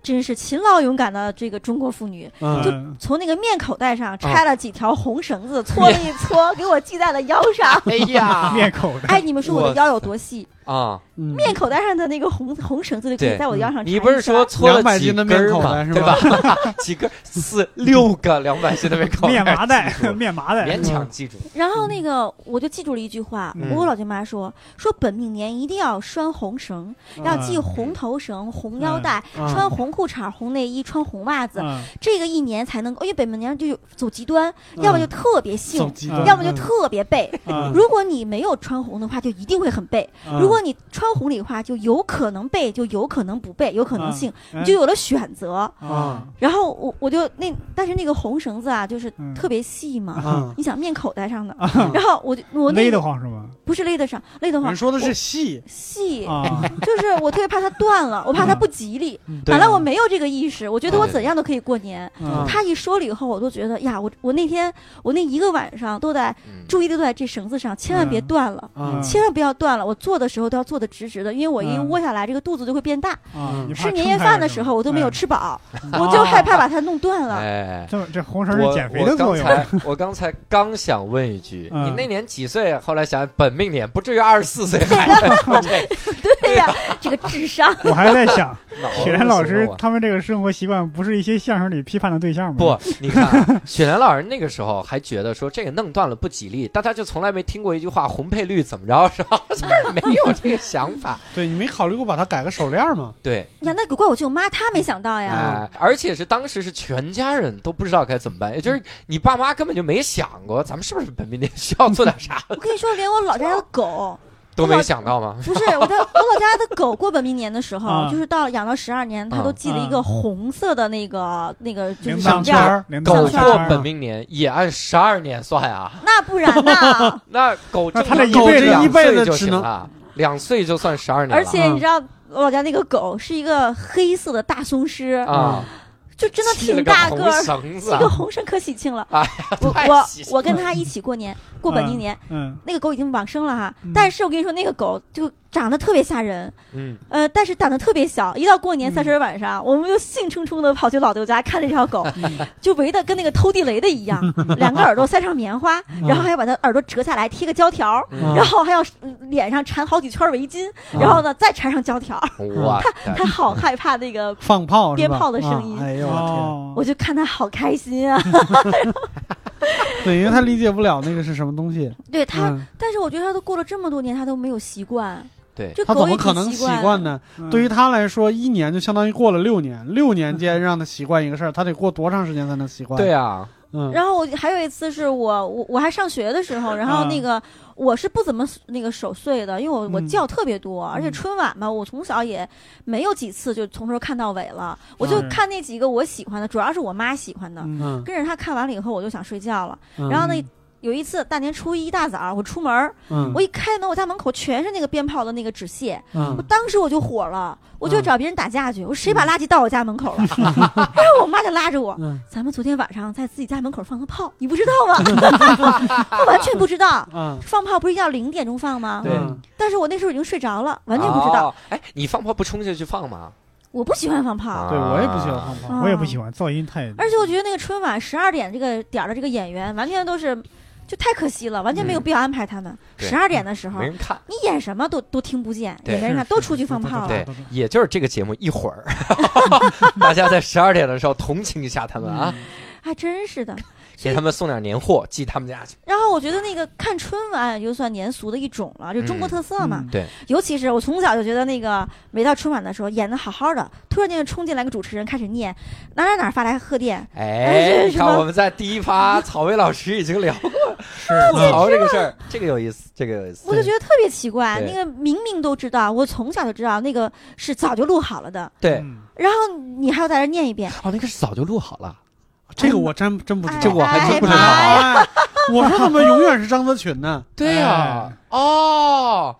真是勤劳勇敢的这个中国妇女，
嗯
就
嗯
从那个面口袋
啊
上拆了几条红绳子，搓了一 搓，给我系在了腰上。
哎呀，
面口的，
哎，你们说我的
我
腰有多细？
啊，
嗯，
面口袋上的那个红红绳子就可以
对
在我腰上缠一圈。
你不是说搓了
200
几
斤的
根
面
儿
口
吗？
袋是
对吧？ 几根儿四六个两百斤的面口
面
袋，
麻袋， 面麻袋
勉，强记住。
然
嗯
后那个我就记住了一句话，我
嗯
跟我老舅妈说，说本命年一定要拴红绳，
嗯
要系红头绳、红腰带，
啊嗯
穿红裤衩、红内衣、穿红袜子，
嗯
这个一年才能够，因为本命年就有走极端，
嗯
要么就特别性
走，极端，
要么就特别背。
嗯
如果你没有穿红的话，就一定会很背；
嗯
如果你穿红里的话，就有可能背，就有可能不背，有可能性，
嗯
你就有了选择。
啊，
然后我我就那，但是那个红绳子啊，就是
嗯
特别细嘛，
嗯
你想面口袋上的。
嗯
然后我就我那
啊勒得慌是吗？
不是勒得上，勒得
人
慌，
说的是戏，
细，
啊， 嗯
就是我特别怕它断了，我怕它不吉利。
对
本来我没有这个意识，我觉得我
对
怎样都可以过年。
啊嗯
他一说了以后，我都觉得呀，我我那天我那一个晚上都在
嗯
注意力都在这绳子上，千万别
嗯
断了。
嗯
千万不要断了，我坐的时候都要坐的直直的，因为我一
嗯
窝下来，这个肚子就会变大。
啊，你怕
吃年
撑
夜
开
饭
了
的
是
时
吧
候我都没有
嗯
吃饱，
啊
我就害怕把它弄断了。
哎，
这这红绳
我
是减肥的作用
我 刚才我刚才刚想问一句，
嗯
你那年几岁啊？后来想本命年，不至于二十四岁还在 这
对呀、这个智商。
我还在想，
脑子
雪莲老
不行
师
了我
他们这个生活习惯，不是一些相声里批判的对象吗？
不，你看啊雪莲老师那个时候还觉得说这个弄断了不吉利，但他就从来没听过一句话“红配绿怎么着”，是吧？ 就是没有这个想法。
对你没考虑过把它改个手链吗？
对，
呀，那个怪我舅妈，她没想到呀。
哎，而且是当时是全家人都不知道该怎么办，也就是你爸妈根本就没想过咱们是不是本命年需要做点啥，
我跟你说，连我老家的狗，
都没想到吗？
不是我的，我老家的狗过本命年的时候，
啊
就是到养到十二年，它
啊
都系了一个红色的那个那个就是
铃
项
铛
链
圈
儿。
儿，铃
狗
铛圈
过
儿啊
本命年也按十二年算啊。
那不然 呢？
那狗
那
正
它这
常
一
狗
辈子
两
一辈子
岁就
只
行
能
了，两岁就算十二年了，
而且你知道，我老家那个狗是一个黑色的大松狮，
啊，
就真的
系了
挺大
个
个
红
儿，
绳子
这个红绳可喜庆了。
哎
我
太
我
喜庆
我跟他一起过年，过本命年，
嗯，
那个狗已经往生了哈。
嗯
但是我跟你说，那个狗就长得特别吓人，
嗯，
呃，但是长得特别小。一到过年
嗯
三十晚上，我们就兴冲冲的跑去老刘家看这条狗，
嗯
就围的跟那个偷地雷的一样，两个耳朵塞上棉花，
嗯
然后还要把它耳朵折下来贴个胶条儿。
嗯
然后还要嗯脸上缠好几圈围巾，然后呢再缠上胶条儿，
我
他好害怕那个
放炮是吧，
鞭炮的声音
啊哎呦我
哦
我，就看他好开心啊！
天，对，因为他理解不了那个是什么东西，
对 他，
嗯
但是我觉得他都过了这么多年，他都没有习惯。
对
这
他
狗
怎
也
么
挺
可能习
惯
惯呢？
嗯
对于他来说，一年就相当于过了六年，六年间让他习惯一个事儿，他得过多长时间才能习惯？
对，啊，
嗯，
然后我还有一次是我我我还上学的时候，然后
嗯
那个我是不怎么那个守岁的，因为我我
嗯
觉特别多，而且春晚嘛，我从小也没有几次就从头看到尾了，我就
嗯
看那几个我喜欢的，主要是我妈喜欢的，
嗯，
跟着她看完了以后我就想睡觉了。
嗯
然后呢，有一次大年初一一大早我出门儿，
嗯
我一开门，我家门口全是那个鞭炮的那个纸屑，我
嗯
当时我就火了，我就
嗯
找别人打架去，我说谁把垃圾倒我家门口了？ 然后我妈就拉着我，
嗯
咱们昨天晚上在自己家门口放的炮，你不知道吗？ 我完全不知道，
嗯，
放炮不是要零点钟放吗？
对
嗯
但是我那时候已经睡着了，完全不知道，
哦。哎，你放炮不冲下去放吗？
我不喜欢放炮，
啊
对我也不喜欢放炮，
我也不喜欢，噪音太。
嗯而且我觉得那个春晚十二点这个点儿的这个演员完全都是。就太可惜了，完全没有必要安排他们。
对
十二点的时候
没，人看，
你演什么都都听不见，
对
也没人看，
是
都
是
出去放
对对
炮了。
对，也就是这个节目一会儿， 大家在十二点的时候同情一下他们
嗯
啊，
还哎真是的。
给他们送点年货寄他们家去。
然后我觉得那个看春晚就算年俗的一种了，就
嗯
中国特色嘛。
对，
尤其是我从小就觉得那个每到春晚的时候演的好好的，突然间冲进来个主持人开始念哪哪哪发来贺电，
哎，
这是
你
什么
看我们在第一趴，草薇老师已经聊过
是
吐槽这个事儿，这个有意思，这个有意思。
我就觉得特别奇怪。
对
那个明明都知道，我从小就知道那个是早就录好了的，
嗯
对，
然后你还要在这儿念一遍，
哦，那个是早就录好了，
这个我真真不知道，
这我还真不知道
哎呀
哎，我说怎么永远是张泽群呢？
对呀、
哎
哦，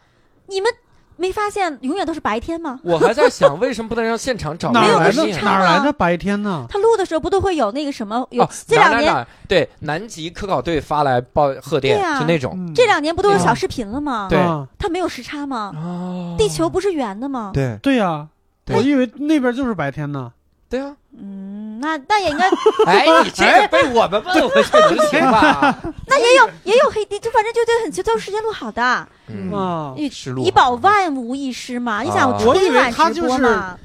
你们没发现永远都是白天吗？
我还在想为什么不能让现场找
哪
没
儿来
有个
人
时
录
时
的
长
哪儿
啊
来的白天呢？
他录的时候不都会有那个什么？有、
哦，
这
哪
两
哪
年
哪对南极科考队发来报贺电，
对呀
就那种
嗯
这两年不都有
对
小视频了吗？
对
啊
它没有时差吗？
哦
地球不是圆的吗？
对
对呀，
对
我以为那边就是白天呢。
对啊，
嗯，那那也应该，
哎，你这个被我们问回去就行吧？
那也有也有黑地，就反正就就很就都是时间录好的，
嗯，
啊，
以
是录好的
以保万无一失嘛。你想
啊
春晚
我以为他
直
就
播
是
嘛，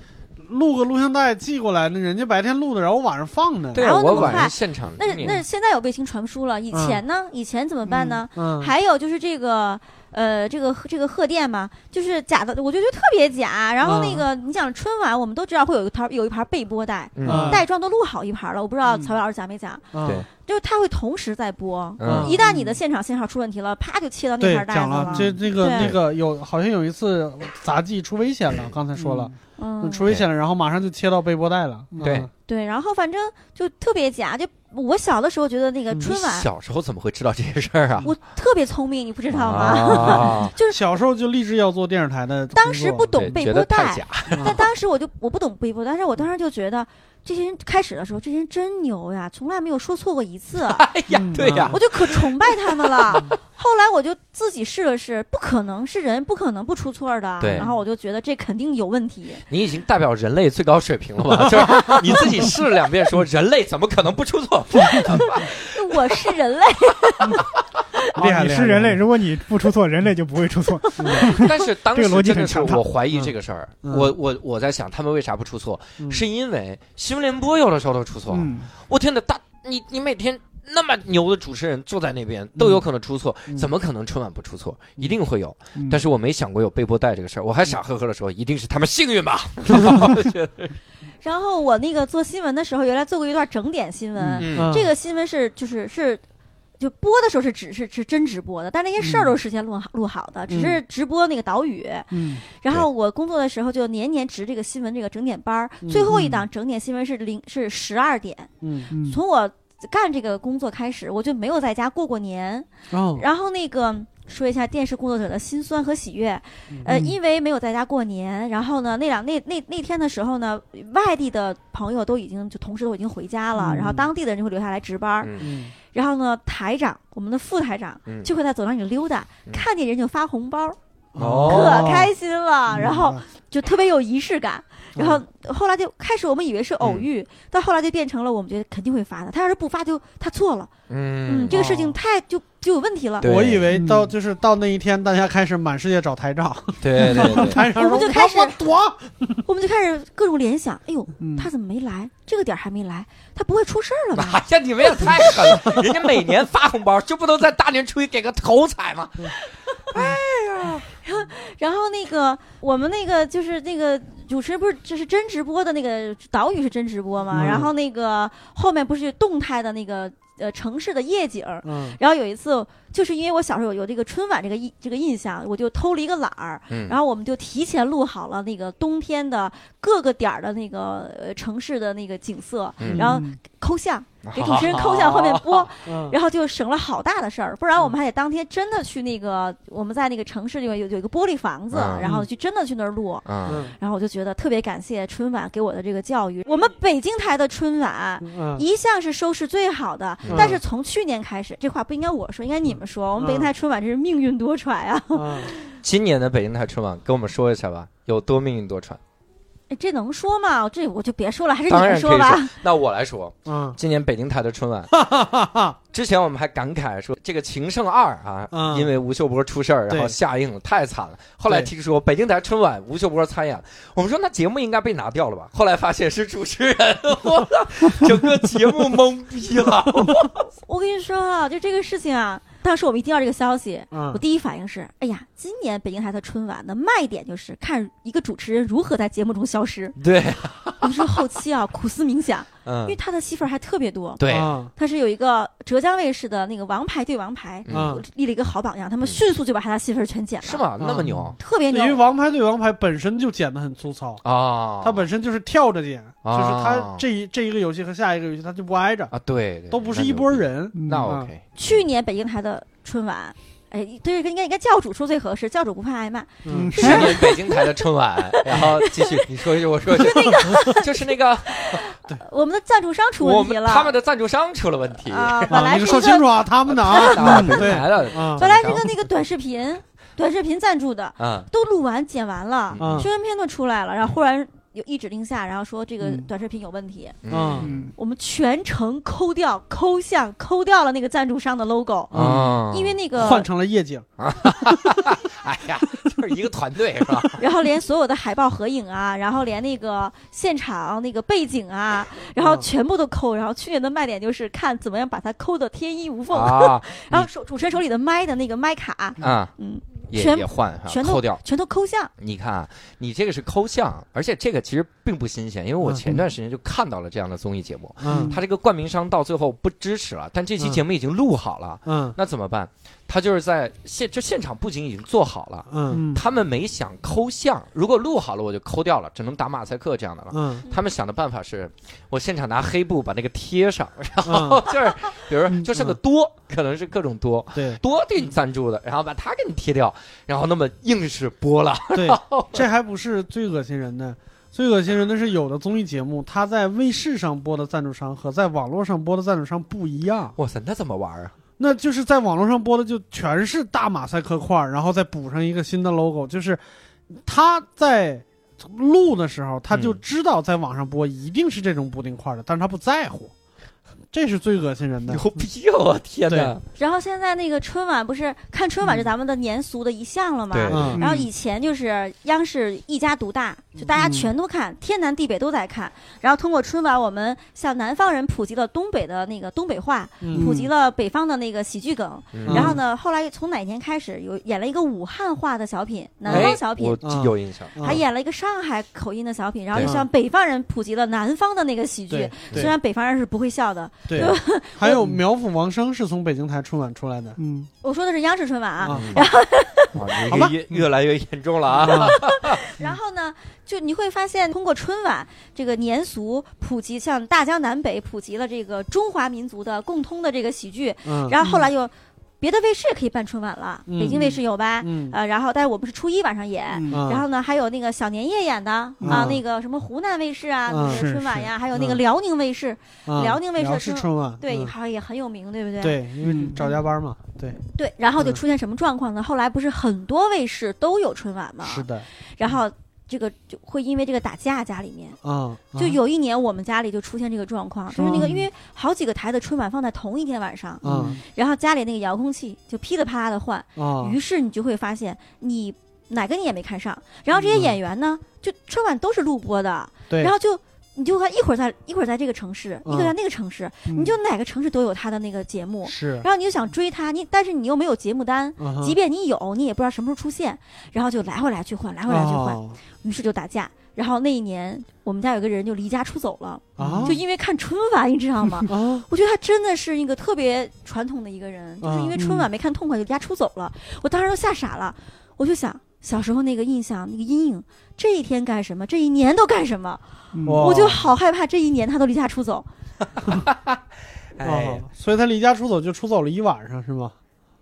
录个录像带寄过来，那人家白天录的，然后晚上放的。
对啊
哪有那么
我晚
快
上现场
那
嗯
念
那现在有卫星传输了，以前呢？以前怎么办呢？
嗯，
还有就是这个。呃，这个这个贺电嘛，就是假的，我就觉得特别假。然后那个，你想春晚，我们都知道会有一盘有一盘备播带，
嗯
啊
带状都录好一盘了。我不知道
嗯
曹老师讲没讲，
啊
对
就是他会同时在播，
嗯
一旦你的现场信号出问题了，啪就切到那
对
盘带
讲
上
了，这这个
对
那个有好像有一次杂技出危险了，刚才说了，
嗯，
出危险了，然后马上就切到背波带了。
对
嗯
对，然后反正就特别假，就我小的时候觉得那个
你
春晚，
小时候怎么会知道这些事儿啊？
我特别聪明，你不知道吗？
啊
小时候就立志要做电视台的工作，
当时不懂
对，
背
觉
锅
得
带
太，假，
但当时我就我不懂背锅，但是我当时就觉得这些人开始的时候，这些人真牛呀，从来没有说错过 一次，
哎呀，对呀
我，就可崇拜他们了。后来我就自己试了试，不可能是人，不可能不出错的。
对
然后我就觉得这肯定有问题。
你已经代表人类最高水平了吧？ 就是你自己试了两遍，说人类怎么可能不出错？
我是人类，
啊
厉害
你
厉害
是人
厉
类，
害
如果你不出错，人类就不会出错。
但是当
这
时
个逻辑
真
很
的是
强大
我怀疑这个事儿，
嗯
我我我在想他们为啥不出错，
嗯
是因为新闻联播有的时候都出错。
嗯，
我天哪，大你你每天那么牛的主持人坐在那边都有可能出错，
嗯
怎么可能春晚不出错？一定会有。
嗯
但是我没想过有背波带这个事儿，我还傻呵呵的说，一定是他们幸运吧？
然后我那个做新闻的时候，原来做过一段整点新闻，
嗯
嗯
这个新闻是就是是。就播的时候是只是是真直播的，但那些事儿
嗯
都是事先录好录好的，只是直播那个岛屿。
嗯
然后我工作的时候就年年值这个新闻这个整点班儿，
嗯
最后一档整点新闻是零是十二点。
嗯
嗯
从我干这个工作开始，我就没有在家过过年。
哦
然后那个说一下电视工作者的辛酸和喜悦，呃，
嗯
因为没有在家过年，然后呢，那两那那那天的时候呢，外地的朋友都已经就同事都已经回家了，
嗯
然后当地的人就会留下来值班儿。
嗯
嗯
然后呢，台长，我们的副台长
嗯
就会在走廊里溜达，
嗯
看见人就发红包，
哦
可开心了，然后
明白
就特别有仪式感。
嗯
然后后来就开始我们以为是偶遇，到后来就变成了我们觉得肯定会发的，他要是不发就他错了，嗯，
嗯
这个事
哦
情太就就有问题了。
对
我以为到
嗯
就是到那一天，大家开始满世界找台长，
对对对，
台长
嗯我
说
们就开始
我躲，
我们就开始各种联想，哎呦，
嗯
他怎么没来？这个点儿还没来，他不会出事儿了吧？
哎呀，你们也太狠了！人家每年发红包，就不能在大年初一给个头彩吗？
然后那个我们那个就是那个主持人不是就是真直播的那个岛屿是真直播嘛，
嗯
然后那个后面不是动态的那个呃城市的夜景儿。
嗯
然后有一次，就是因为我小时候有有这个春晚这个印这个印象，我就偷了一个懒儿，
嗯
然后我们就提前录好了那个冬天的各个点儿的那个呃城市的那个景色，
嗯
然后抠像，给主持人抠像后面播，
嗯
然后就省了好大的事儿，不然我们还得当天真的去那个我们在那个城市里面有有一个玻璃房子，
嗯
然后去真的去那儿录。
啊，
嗯
然后我就觉得特别感谢春晚给我的这个教育。我们北京台的春晚，
嗯
一向是收视最好的，
嗯
但是从去年开始，这话不应该我说，应该你们说。我们北京
嗯
台春晚真是命运多舛 啊！
嗯，
今年的北京台春晚跟我们说一下吧，有多命运多舛？
哎这能说吗？这我就别说了，还是你
当然
们
可以说
吧。
那我来说，
嗯
今年北京台的春晚，之前我们还感慨说这个《情圣二》啊，
嗯
因为吴秀波出事儿，然后
对
下映了，太惨了。后来听说北京台春晚吴秀波参演，我们说那节目应该被拿掉了吧？后来发现是主持人，我 操，整个节目懵逼了。
我跟你说啊，就这个事情啊，当时我们一听到这个消息，我
嗯
第一反应是，哎呀，今年北京台的春晚的卖点就是看一个主持人如何在节目中消 失。
对，
我们说后期啊，苦思冥想，因为
嗯，
他的戏份还特别多。
对，
嗯
他是有一个浙江卫视的那个《王牌对王牌》，
嗯，
嗯，
立了一个好榜样，他们迅速就把他的戏份全剪了，
是？吗？那么牛
特别
因
牛。
为王牌对王牌本身就剪得很粗糙。
啊？
它本身嗯就是跳着剪，
啊
就是它这一这一个游戏和下一个游戏它就不挨着，
啊，对，对
都不是一拨。人。
那牛逼
嗯
那
嗯
OK，
去年北京台的春晚，哎，对，应该应该教主说最合适，教主不怕挨骂。
嗯
去
啊
年北京台的春 晚，然后继续你说一句，我说一句， 就是那个
我们的赞助商出
我
问题
们
了，
他们的赞助商出了问题，
啊，本
啊，
来
你
是
说
一
清
个
楚啊，他们的 啊，
啊，北京
对
台的，
啊
本来是个那个短视频，短视频赞助的，
嗯
都录完剪完了，
嗯
宣传片都出来了，然后忽然。有一指令下，然后说这个
嗯
短视频有问题，
嗯
嗯
我们全程抠掉、抠像、抠掉了那个赞助商的 logo，、
啊
因为那嗯个
换成了夜景，
哎呀，就是一个团队是吧？
然后连所有的海报合 影啊，然后连那个现场那个背景啊，
嗯
然后全部都抠。然后去年的卖点就是看怎么样把它抠得天衣无缝。
啊
然后手主持人手里的麦的那个麦卡，
啊，
嗯，
也
全
也换是吧
全都
扣掉。
全都抠像。
你看啊，你这个是抠像，而且这个其实并不新鲜，因为我前段时间就看到了这样的综艺节目，
嗯
他这个冠名商到最后不支持了，但这期节目已经录好了，
嗯
那怎么办？他就是在现就现场布景已经做好了，
嗯
嗯
他们没想抠像，如果录好了我就抠掉了，只能打马赛克这样的了。
嗯
他们想的办法是，我现场拿黑布把那个贴上，
嗯，
就是比如说
嗯
就是个多，可能是各种多
对
多给你赞助的，然后把它给你贴掉，然后那么硬是播了，
对，这还不是最恶心人的。最恶心人的是，有的综艺节目，它在卫视上播的赞助商和在网络上播的赞助商不一样。
哇塞，那怎么玩啊？
那就是在网络上播的就全是大马赛克块儿，然后再补上一个新的 logo，就是他在录的时候他就
嗯
知道在网上播一定是这种补丁块儿的，但是他不在乎，这是最恶心人的
牛。逼哦！我天哪，
然后现在那个春晚不是看春晚是咱们的年俗的一项了吗？
对
嗯
然后以前就是央视一家独大，就大家
嗯
全都看，天南地北都在看。然后通过春晚，我们向南方人普及了东北的那个东北话，
嗯
普及了北方的那个喜剧梗。
嗯
然后呢，后来从哪年开始有演了一个武汉话的小品，南
哎
方小品
我。有印象，
嗯
还演了一个上海口音的小品，然后就
对
向北方人普及了南方的那个喜剧
对，
嗯对
虽然北方人是不会笑的。
对，还有苗阜王声是从北京台春晚出来的
嗯，
我说的是央视春晚啊，
啊，
哇
好吧嗯
你越越来越严重了啊！
然后呢，就你会发现，通过春晚这个年俗普及，向大江南北普及了这个中华民族的共通的这个喜剧。
嗯
然后后来又，别的卫视也可以办春晚了，
嗯
北京卫视有吧？
嗯
呃，然后但是我们是初一晚上演。
嗯
嗯
然后呢，还有那个小年夜演的啊，
嗯
那个什么湖南卫视啊，
嗯
那个
是
春晚呀，还有
嗯
那个辽宁卫视，
啊
辽宁卫视
辽
的
视
春
春晚
对，
嗯
好像嗯也很有名，对不对？
对，因为找加班嘛，对，
对然后就
嗯
出现什么状况呢？后来不是很多卫视都有春晚吗？
是的，
然后这个就会因为这个打架，家里面。
啊，
就有一年我们家里就出现这个状况，就是那
吗
个因为好几个台的春晚放在同一天晚上，
啊
然后家里那个遥控器就噼里啪啦的换，
啊，
于是你就会发现你哪个你也没看上，然后这些演员呢，就春晚都是录播的，
嗯对嗯
然后就。你就看一会儿在一会儿在这个城市，一会儿在那个城市，
嗯
你就哪个城市都有他的那个节目，
是，
然后你就想追他，你但是你又没有节目单，
嗯哼
即便你有，你也不知道什么时候出现，然后就来回来去换，来回来去换，
哦
于是就打架。然后那一年，我们家有个人就离家出走了，
啊，？
就因为看春晚，你知道吗
啊，
我觉得他真的是一个特别传统的一个人，就是
啊
因为
嗯
春晚没看痛快就离家出走了，我当时都吓傻了。我就想小时候那个印象、那个阴影，这一天干什么，这一年都干什么，
嗯
哇
我就好害怕这一年他都离家出走。
哎
哦，所以他离家出走就出走了一晚上是吗？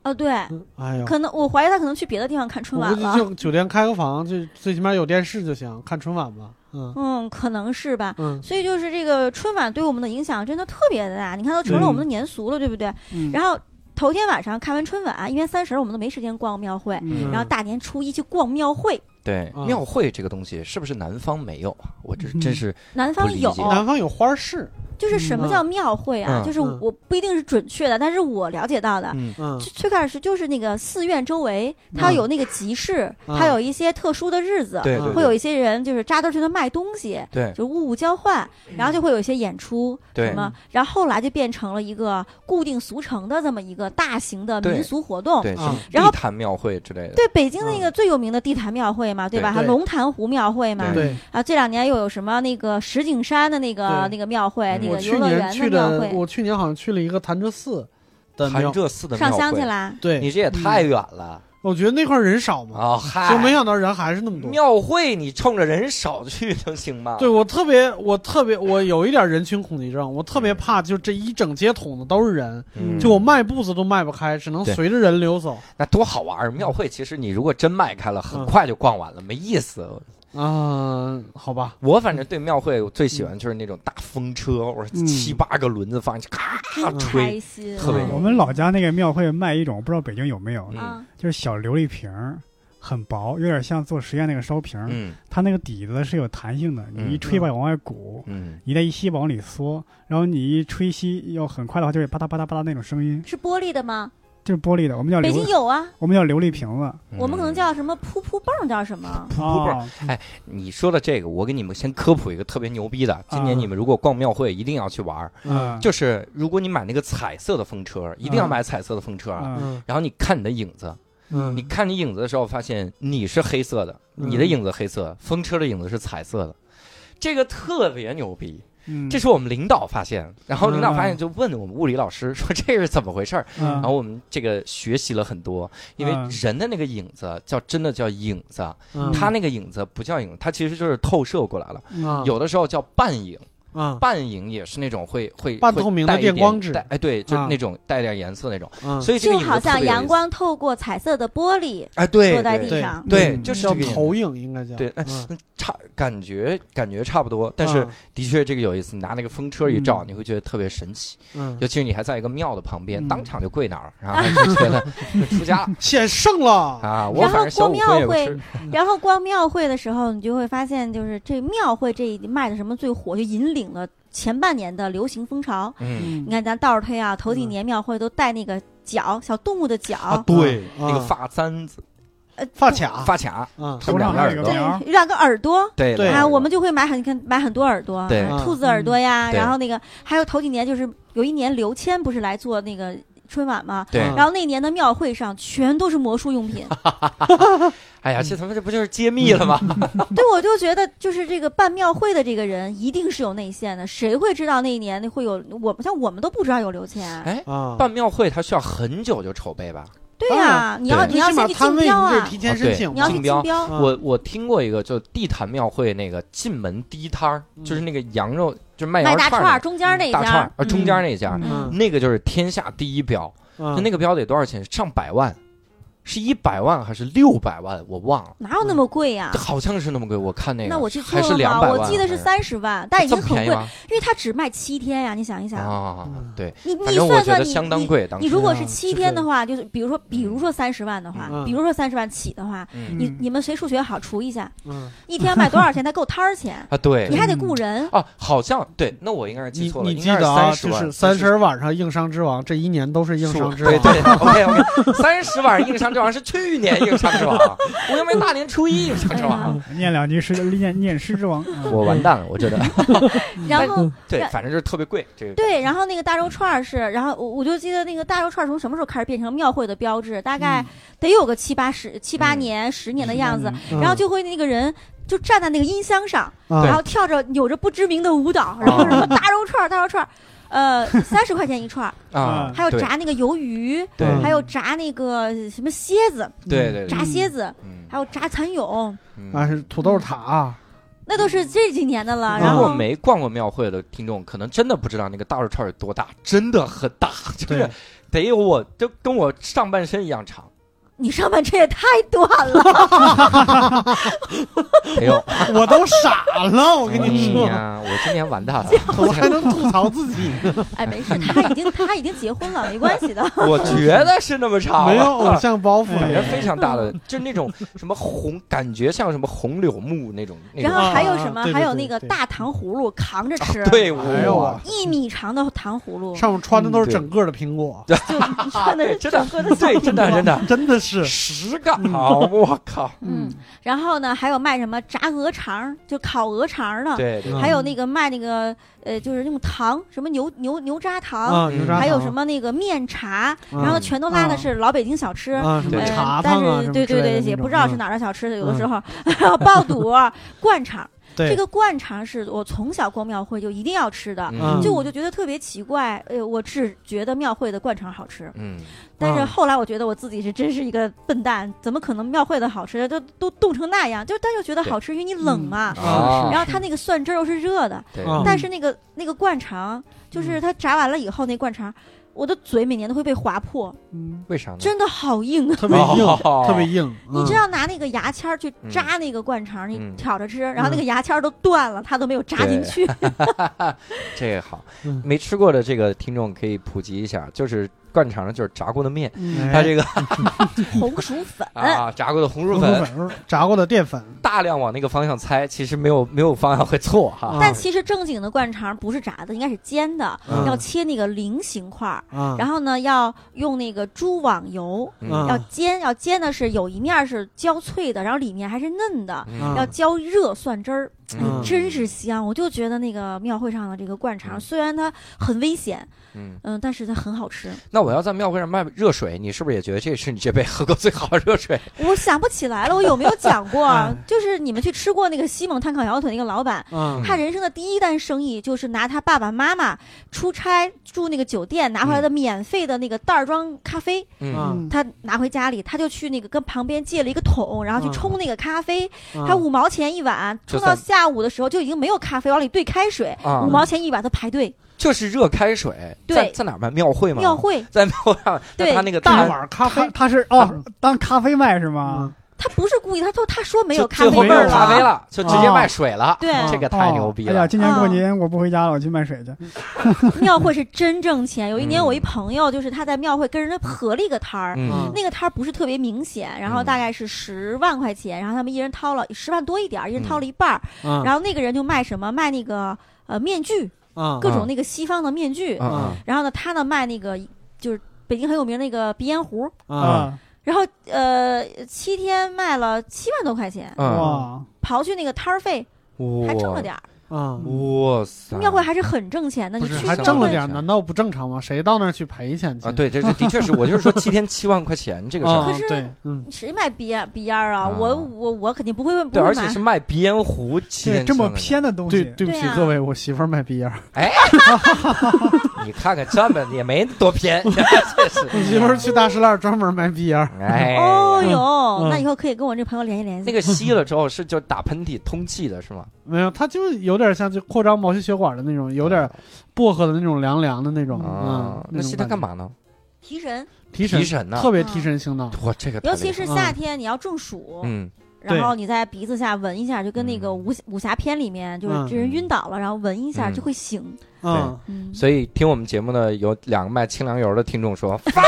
哦，对，
嗯哎呦，
可能我怀疑他可能去别的地方看春
我
晚
估计
了，
就酒店开个房，就最起码有电视就行，看春晚吧。嗯
嗯，可能是吧。
嗯
所以就是这个春晚对我们的影响真的特别的大，你看都成了我们的年俗了，对不对？
嗯
然后头天晚上看完春晚，一年三十儿我们都没时间逛庙会，
嗯
然后大年初一去逛庙会，
对
啊，
庙会这个东西是不是南方没有啊？我这
嗯
真是
南方
不理
有，
解
南方有花市，
就是什么叫庙会啊？
嗯
就是
啊嗯
我不一定是准确的，但是我了解到的。
嗯
最最开始就是那个寺院周围，它有那个集市，
嗯
它有一些特殊的日子，
对
嗯
对
会
对
有一些人就是扎堆去那卖东西，
对
就物物交换，然后就会有一些演出
对
什么，然后后来就变成了一个固定俗成的这么一个大型的
对
民俗活动。
对，
嗯
什么
然后
地坛庙会之类的，嗯
对北京那个最有名的地坛庙会嘛，对吧？
对
还
对
有龙潭湖庙会嘛，
对，
啊，这两年又有什么那个石景山的那个
对
那个庙会，
嗯
那
我
个
去
游乐
年
园
去
庙
的，
会，
我去年好像去了一个潭柘寺的
潭
庙，
柘寺的庙
上
会，
香去啦。
你
对，嗯
这也太远了
我觉得那块儿人少嘛，
啊！嗨，
就没想到人还是那么多。
庙会，你冲着人少去能行吗？
对我特别，我特别，我有一点人群恐惧症，我特别怕，就这一整街筒子都是人，
嗯，
就我迈步子都迈不开，只能
对
随着人流走
那多好玩儿！庙会其实你如果真迈开了，很
嗯
快就逛完了，没意思。
啊。好吧，
我反正对庙会，我最喜欢就是那种大风车，我说
嗯
七八个轮子放进去，咔
开
吹，
心
特别
我们老家那个庙会卖一种，我不知道北京有没有，
嗯
啊！
就是小琉璃瓶儿，很薄，有点像做实验那个烧瓶儿，
嗯
它那个底子是有弹性的，你一吹吧往外鼓，
嗯，
你再一吸往里缩，然后你一吹吸要很快的话，就会吧嗒吧嗒吧嗒那种声音，
是玻璃的吗？
就是玻璃的，我们叫
北京
琉，
有啊，
我们叫琉璃瓶子。
我们可能
嗯
叫什么噗噗蹦，叫什么？
哦，
你说的这个，我给你们先科普一个特别牛逼的。今年
啊
你们如果逛庙会，一定要去玩儿。
嗯，
就是如果你买那个彩色的风车，一定要买彩色的风车啊。
嗯
嗯
然后你看你的影子，
嗯
你看你影子的时候，发现你是黑色的，
嗯
你的影子黑色，风车的影子是彩色的，这个特别牛逼。
嗯
这是我们领导发现，然后领导发现就问我们物理老师 说这是怎么回事儿，
嗯
然后我们这个学习了很多，因为
嗯
人的那个影子叫真的叫影子，
嗯
他那个影子不叫影，它其实就是透射过来了，
啊
有的时候叫半影，
啊
半影也是那种会会
半透明的
会带一点
电光纸
带哎对，就是
啊
那种带点颜色那种，
啊
所以这个
就
影
好
子特
像
别有意
阳
思
光透过彩色的玻璃
哎对
落在
对
地
对
上，
对
嗯
就是
叫
这个影子
投影应该叫
对哎
嗯
差感觉感觉差不多，但是
啊
的确这个有意思，你拿那个风车一照，
嗯
你会觉得特别神奇。
嗯
尤其是你还在一个庙的旁边，
嗯
当场就跪那儿，然后就觉得就出家了
显圣了，嗯
啊！我反正小五分也不
然后过
吃，
然后逛庙会的时候，你就会发现，就是这庙会这一卖的什么最火，就引领了前半年的流行风潮。
嗯，
你看咱倒着推啊，头几年庙会都戴那个角，小动物的角，
对，
嗯啊
那个发簪子、
呃，
嗯发卡
发卡，
啊，
他
头
们两
上
个
还有
耳
一个
朵，
苗
对，，两个耳朵。
对
对
啊，我们就会买很，你看买很多耳朵，
对
啊
啊
兔子耳朵呀，
嗯对
然后那个还有头几年就是有一年刘谦不是来做那个春晚嘛，
对
嗯
然后那年的庙会上全都是魔术 用品，
哎呀，这他妈这不就是揭秘了吗？
对，我就觉得就是这个办庙会的这个人一定是有内线的，谁会知道那一年会有我们像我们都不知道有刘谦，
哎
啊，
办庙会它需要很久就筹备吧？
对
当
呀、
然
哦你要
啊对
你要
啊最起码
先去
摊
竞
位
标
你得
啊，
提前申请
你要去
竞
竞
标
标，
啊
我我听过一个，就地坛庙会那个进门第一摊儿，
嗯
就是那个羊肉，就是卖
卖
羊肉
大
串
串
儿
儿中间那一
大串
家
儿，，呃，中间那一家，
嗯
那个就是天下第一标，
啊
就那个标得多少钱？上百万，是一百万还是六百万？我忘了。
哪有那么贵呀、
好像是那么贵，我看那个，
那我记错
还是
了
两
吗？
百万，嗯
我记得是三十万，但已
这
经
么
很
便宜
贵，
吗？
因为它只卖七天呀、你想一想，
啊
嗯，
对，
你你
反正我
算
觉
算
得
你
相当
你
贵，当
你
时
如果
啊
是七
是
天的话，就是比如说比如说三十万的话，
嗯
比如说三十万起的话，
嗯
你你们谁数学好除一下，
嗯，
一天卖多少钱才够摊 儿钱？
啊，对
你还得雇人。
啊，好像对，那我应该是记
你
错了，
你
应
记
该
得啊，
十
就
万，
是三十晚上硬伤之王，这一年都是硬
是
伤
我
之
对
王，
对，OK OK，三十晚上硬伤之王是去年硬伤之王，我又没大年初一硬伤之 王，
嗯念两句诗，念念诗之王。啊
我完蛋了，我觉得
然后
对，反正就是特别贵，这个
啊对，然后那个大肉串儿是，然后我我就记得那个大肉串儿从什么时候开始变成庙会的标志？大概得有个七八十、七八
嗯
年、十年的样子。
嗯
然后就会那个人就站在那个音箱上，
啊
然后跳着扭着不知名的舞蹈，然后
哦
什么大肉串儿、大肉串儿，呃，三十块钱一串儿，
啊，
还有
对
炸那个鱿鱼，
对
嗯
还有炸那个什么蝎子，
对对对，
炸蝎子，
嗯
还有炸蚕蛹，
嗯
啊是土豆塔，
那都是这几年的了。啊然
如
嗯
果
后
嗯哦没逛过庙会的听众，可能真的不知道那个大肉串有多大，真的很大， 就是
对
得有我就跟我上半身一样长，
你上半身也太短了，
得有。
我都傻了，我跟你
哎
说，
呀，哎我今年完 蛋了，
怎么还能吐槽自己 呢？
哎，没事，他已经他已经结婚了，没关系的。
我觉得是那么长，啊
没有偶像包袱
反正
了，
非常大 的，就是那种什么红，感觉像什么红柳木那种。那种
然后还有什
啊
么？
对对
还有
对
那个
对
大糖葫芦扛着吃，
啊对
哎呦
我
我，
一米长的糖葫芦，
上面穿的都是整个的苹
嗯
果，
就穿的是
真的
整个的小
啊对，真的真的
真的是，
十个，好，我靠，
嗯，然后呢，还有卖什么炸鹅肠儿，就烤鹅肠儿的，
对对
嗯
还有那个卖那个呃，就是那种糖，什么牛牛牛轧糖，
啊，牛轧糖
还有什么那个面茶，
嗯
然后全都拉的是老北京小吃。
啊，什
对
么
呃
茶
但
汤啊，
是对对对，也不知道是
哪。
哪儿的小吃，有的时候， 然后爆肚、啊灌肠儿，
嗯 对
这个灌肠儿是我从小逛庙会就一定要吃的，
嗯
就我就觉得特别奇怪，呃，我只觉得庙会的灌肠好吃，
嗯，
但是
啊
后来我觉得我自己是真是一个笨蛋，怎么可能庙会的好吃都都冻成那样？就但又觉得好吃，因为你冷嘛。
啊
然后它那个蒜汁儿又是热的，
对，
嗯
但是那个那个灌肠，就是它炸完了以后那灌肠，我的嘴每年都会被划破，
嗯
为啥呢？
真的好硬啊！
特别硬，
哦
特别硬。
你知
嗯
道拿那个牙签儿去扎那个灌肠，
嗯
你挑着吃，然后那个牙签儿都断了，它都没有扎进去。
这个好
嗯，
没吃过的这个听众可以普及一下，就是灌肠的就是炸过的
嗯
面，
哎
它这个
红薯粉，
啊炸过的红薯
红
粉，
薯粉、炸过的淀粉
大量往那个方向猜，其实没有没有方向会错
啊
哈。
但其实正经的灌肠不是炸的，应该是煎的，
嗯
要切那个菱形块儿，
啊，
然后呢要用那个猪网油。
嗯
要煎，要煎的是有一面是焦脆的，然后里面还是嫩的，
嗯
啊
要浇热蒜汁儿，哎
嗯
真是香。我就觉得那个庙会上的这个灌肠，
嗯
虽然它很危险，
嗯，
嗯，但是它很好吃。
那我要在庙会上卖热水，你是不是也觉得这是你这辈喝过最好的热水？
我想不起来了，我有没有讲 过
哎
嗯？
就是你们去吃过那个西蒙炭烤羊腿那个老板，
嗯
他人生的第一单生意就是拿他爸爸妈妈出差住那个酒店拿回来的免费的那个袋儿装咖啡，
嗯，
嗯，
他拿回家里，他就去那个跟旁边借了一个桶，然后
嗯
去冲那个咖啡，他
嗯
五毛钱一碗，
就
冲
算
到下午的时候就已经没有咖啡，往里兑开水，
啊
五毛钱一碗，他排队
就是热开水，
对
在在哪儿卖？庙会吗？
庙会，
在庙会上，
对
在他那个
大
摊
碗咖啡啊
他他是哦，当咖啡卖是
嗯
吗？哦
他不是故意，他就他说没有
就
咖
最
啡
后
味
没有
儿
咖啡
了，哦
了，就直接卖水了。
对，
这个太牛逼
哦哎呀，
了。
今年过年我不回家了，我去卖水去。
庙会是真挣钱。有一年
嗯
我一朋友就是他在庙会跟人家合了一个摊儿。
嗯
嗯
那个摊儿不是特别明显，然后
嗯
大概是十万块钱，然后他们一人掏了十万多一点儿，一人掏了一半儿，
嗯
然后那个人就卖什么卖那个呃面具，
嗯
各种那个西方的面具，
嗯
然后呢他呢卖那个就是北京很有名那个鼻烟壶，
嗯，
啊
然后呃七天卖了七万多块钱，
嗯
嗯，
哇，
刨去那个摊儿费
哇
还挣了点儿，
嗯，
哇塞！
庙会还是很挣钱的，
不
你
是
去
还
还
庙
挣了
会
点儿，难道不正常吗？谁到那儿去赔钱去
啊，，对，这这的确是我就是说七天七万块钱这个事
啊
儿。
可是
对，嗯，
谁买鼻烟鼻烟儿啊？
啊
我我我肯定不会不
对，
会
而且
买
是。卖鼻烟壶，七
对，
天
这么
7
偏的东
对，
西，
对不起
对啊
各位，我媳妇儿卖鼻啊烟儿，
万块钱，你看看这么也没多偏， 这
我
是。
媳妇
啊
儿去大石烂儿专门卖啊鼻烟儿，
哎呀，
哦哟，
嗯
那以后可以跟我这朋友联系联系。
那个吸了之后是就打喷嚏通气的是吗？
没有，它就有点像就扩张毛细血管的那种，有点薄荷的那种凉凉的那种，嗯
啊，，那吸它干
嘛？
嘛呢？
提神，
提
提
神，
神呢？
特别提神醒脑。
哇，这个
尤
太厉
其
害
是
嗯
夏天你要中暑，
嗯
然后你在鼻子下闻一下，就跟那个
嗯
武武侠片里面就是
嗯
这人晕倒了，然后闻一下
嗯
就会醒。
嗯，
嗯，
所以听我们节目的有两个卖清凉油的听众说，发，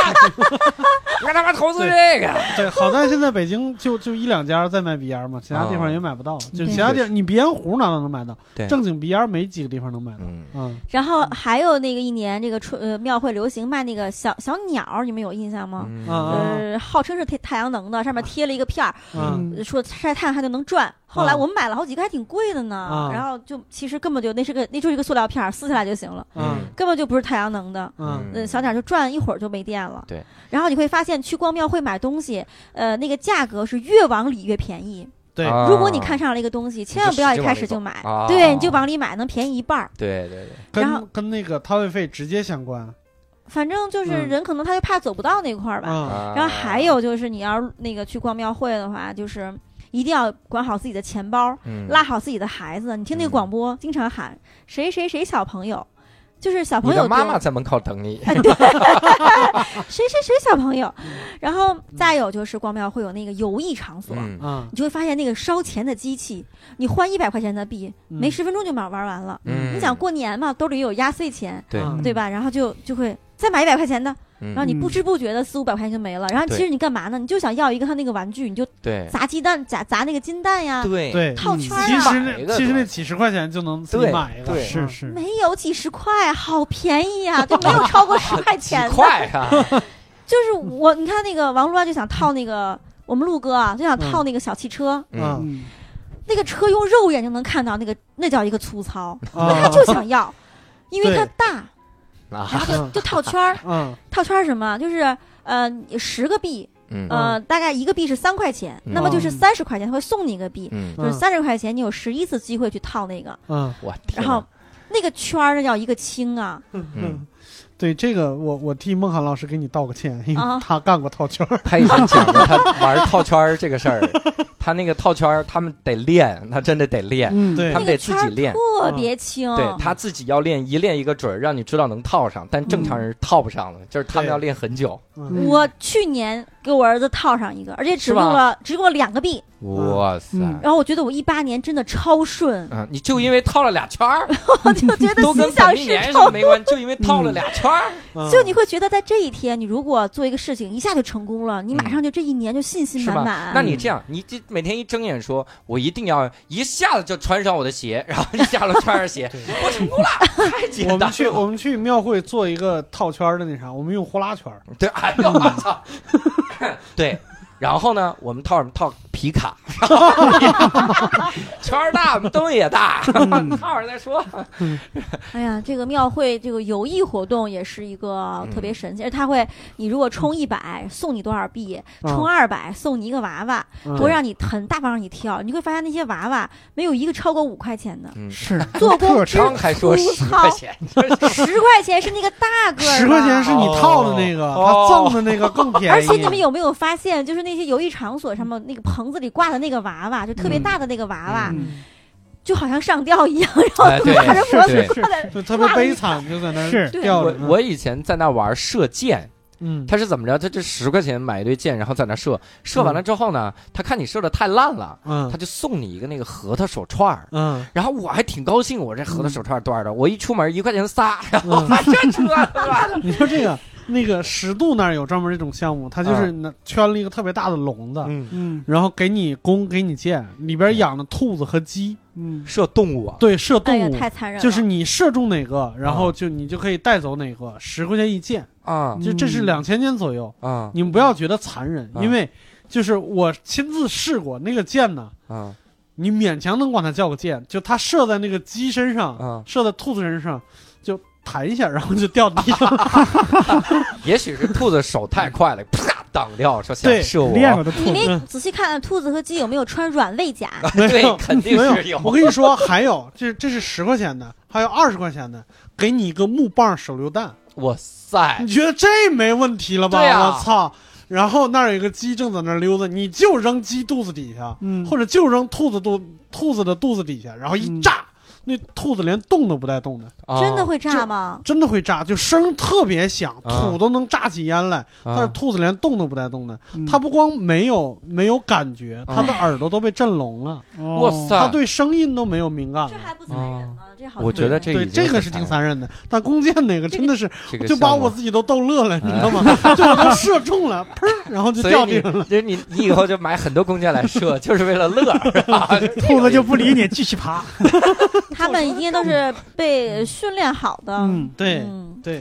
你看他妈投资这个，
对，好在现在北京就就一两家在卖鼻烟儿嘛，其他地方也买不到。
嗯
就其他地儿，你鼻烟壶哪能能买到？
对
正经鼻烟儿没几个地方能买到。
嗯，
嗯，
然后还有那个一年这个春呃庙会流行卖那个小小鸟儿，你们有印象吗？
嗯
啊
呃，号称是太太阳能的，上面贴了一个片儿，呃
嗯
嗯
说晒太阳还能能转。后来
啊
我们买了好几个，还挺贵的呢
啊。
然后就其实根本就那是个那就是一个塑料片儿，撕下来就行了，
嗯
根本就不是太阳能的。
嗯
呃，小点儿就转一会儿就没电了。
对，
然后你会发现去逛庙会买东西，呃，那个价格是越往里越便宜。
对
啊
如果你看上了一个东西，千万不要一开始就买，
就使劲往里走啊
对，你就往里买，能便宜一半儿。
对对对，
然后
跟跟那个摊位费直接相关。
反正就是
嗯
人可能他就怕走不到那块儿吧。
啊，
啊
嗯然后还，有就是你要那个去逛庙会的话，就是一定要管好自己的钱包，
嗯
拉好自己的孩子。你听那个
嗯
广播经常喊谁谁谁小朋友，就是小
你
朋友哎
的妈
丢
妈在门口等你，
谁谁谁小朋友，然后再有就是逛庙会有那个游艺场所，
嗯
啊，
你就会发现那个烧钱的机器，你换一百块钱的币，没十分钟就玩玩完了。
嗯
你想过年嘛，兜里有压岁钱，
对
嗯
对吧？然后就就会再买一百块钱的，
嗯
然后你不知不觉的四五百块钱就没了。然后
对
其实你干嘛呢？你就想要一个他那个玩具，你就
对
砸鸡蛋，砸砸那个金蛋呀。
对
对，
套圈儿
其
啊
实
买
那
的
其实
对
那几十块钱就能自己
对
买一个，嗯
对
是是，
没有几十块，好便 宜呀、就没有超过十块
几
钱的。
块 啊，
就是我，你看那个王啊乱就想套那个我们陆哥啊，就想套那个小汽车，
嗯，
嗯，
那个车用肉眼就能看到，那个那叫一个粗糙，
啊
他就想要，因为
对
它大，
啊，
然后就就套圈儿，
嗯
套圈儿什么？就是呃十个币，
嗯
呃大概一个币是三块钱，
嗯
那么就是
哦
三十块钱他会送你一个币，
嗯，
就是三十块钱你有十一次机会去套那个，
嗯
我
然后那个圈儿那叫一个轻啊，
嗯
嗯，对这个我我替孟涵老师给你道个歉，因
啊
为他干过套圈 儿，
他一直讲着他玩套圈儿这个事儿，他那个套圈儿他们得练，他真的得练，
嗯，
对
他们
那个
得自
圈儿
己练。嗯
特别轻，
对他自己要练一练一个准儿，让你知道能套上，但正
嗯
常人套不上的，就是他们
对
要练很久。
嗯
我去年给我儿子套上一个，而且只
是
用
吧
了只用了两个币，
哇塞！
嗯
然后我觉得我一八年真的超顺，
嗯，你就因为套了俩圈儿，
我就觉得
都
心
跟本
想
命
事
年什么
成。
没关系，就因为套了俩圈儿。
嗯
就你会觉得在这一天，你如果做一个事情一下就成功了，你马上就这一年就信心
嗯是吧
满满。
那
嗯
你这样，你这每天一睁眼说，我一定要一下子就穿上我的鞋，然后一下子穿上 鞋，我成功了，太简
我
单
们去
了。
我们去庙会做一个套圈儿的那啥，我们用呼啦圈儿，
对，哎呦我操，对，然后呢，我们套什么？套皮卡，圈儿大，我们东西也大，
嗯
靠着再说。
哎呀，这个庙会这个游艺活动也是一个
嗯
特别神奇，而它会，你如果充一百送你多少币，
嗯
充二百送你一个娃娃，
嗯
我让你很大方让你挑，你会发现那些娃娃没有一个超过五块钱的，
是
做工
特
之
刚还说十
粗
块
糙，
钱，真是
十块钱是那个大个儿的，
十块钱是你套的那个，
哦
他赠的那个更便宜。
啊而且你们有没有发现，就是那些游艺场所上面那个棚子里挂的那个娃娃，就特别大的那个娃娃，
嗯
就好像上吊一样，
哎
然后
对
拿着脖子
是
挂在，
就特别悲惨，就在那儿
是
吊
我
着。
我以前在那玩射箭，
嗯，
他是怎么着？他就十块钱买一堆箭，然后在那射，射完了之后呢，他看你射的太烂了，
嗯
他就送你一个那个核桃手串儿。
嗯
然后我还挺高兴，我这核桃手串儿多少的？我一出门一块钱仨，然后
嗯，
这出来了，
你说这个那个十渡那儿有专门这种项目，他就是拿圈了一个特别大的笼子，
嗯，
嗯
然后给你弓，给你箭，里边养的兔子和鸡，
嗯
射动物啊，
对，射
哎呀
动，物，
太残忍了。
就是你射中哪个，然
嗯
后就你就可以带走哪个，十块钱一箭，
啊
就这是两千斤左右。
啊
你们不要觉得残忍，
啊
因为就是我亲自试过那个箭呢，
啊
你勉强能管它叫个箭，就它射在那个鸡身上，
啊！
射在兔子身上，就弹一下，然后就掉地上。
也许是兔子手太快了，啪挡掉，说想
对
射我，
练过的
你
兔子，
嗯
没仔细看看兔子和鸡有没有穿软肋甲，
没 有
对，肯定是
没有，我跟你说，还有这这是十块钱的，还有二十块钱的，给你一个木棒手榴弹，
哇塞
你，觉得这没问题了吧？
哎对啊
我操！然后那儿有一个鸡正在那儿溜达，你就扔鸡肚子底下，
嗯，
或者就扔兔子肚兔子的肚子底下，然后一
嗯
炸，那兔子连动都不带动的，
啊
真的会炸吗？
真的会炸，就声特别响，
啊
土都能炸起烟来。但是
啊
兔子连动都不带动的，
嗯
它不光没有没有感觉，
啊
它的耳朵都被震聋了，
哦
哇塞
它对声音都没有敏感
这
了。
还不残忍吗？这好残忍，
我觉得这
对，
已经
这个
很
是挺残忍的，但弓箭那个真的是，
这个啊
就把
项目
我自己都逗乐了，你知道吗？就我都射中了，砰，然后就
所
掉
以你
地上了。
就是你，你以后就买很多弓箭来 射，就是为了乐儿啊。
兔子就不理你，继续爬。
他们一定都是被训练好的。
嗯，
对
嗯
对，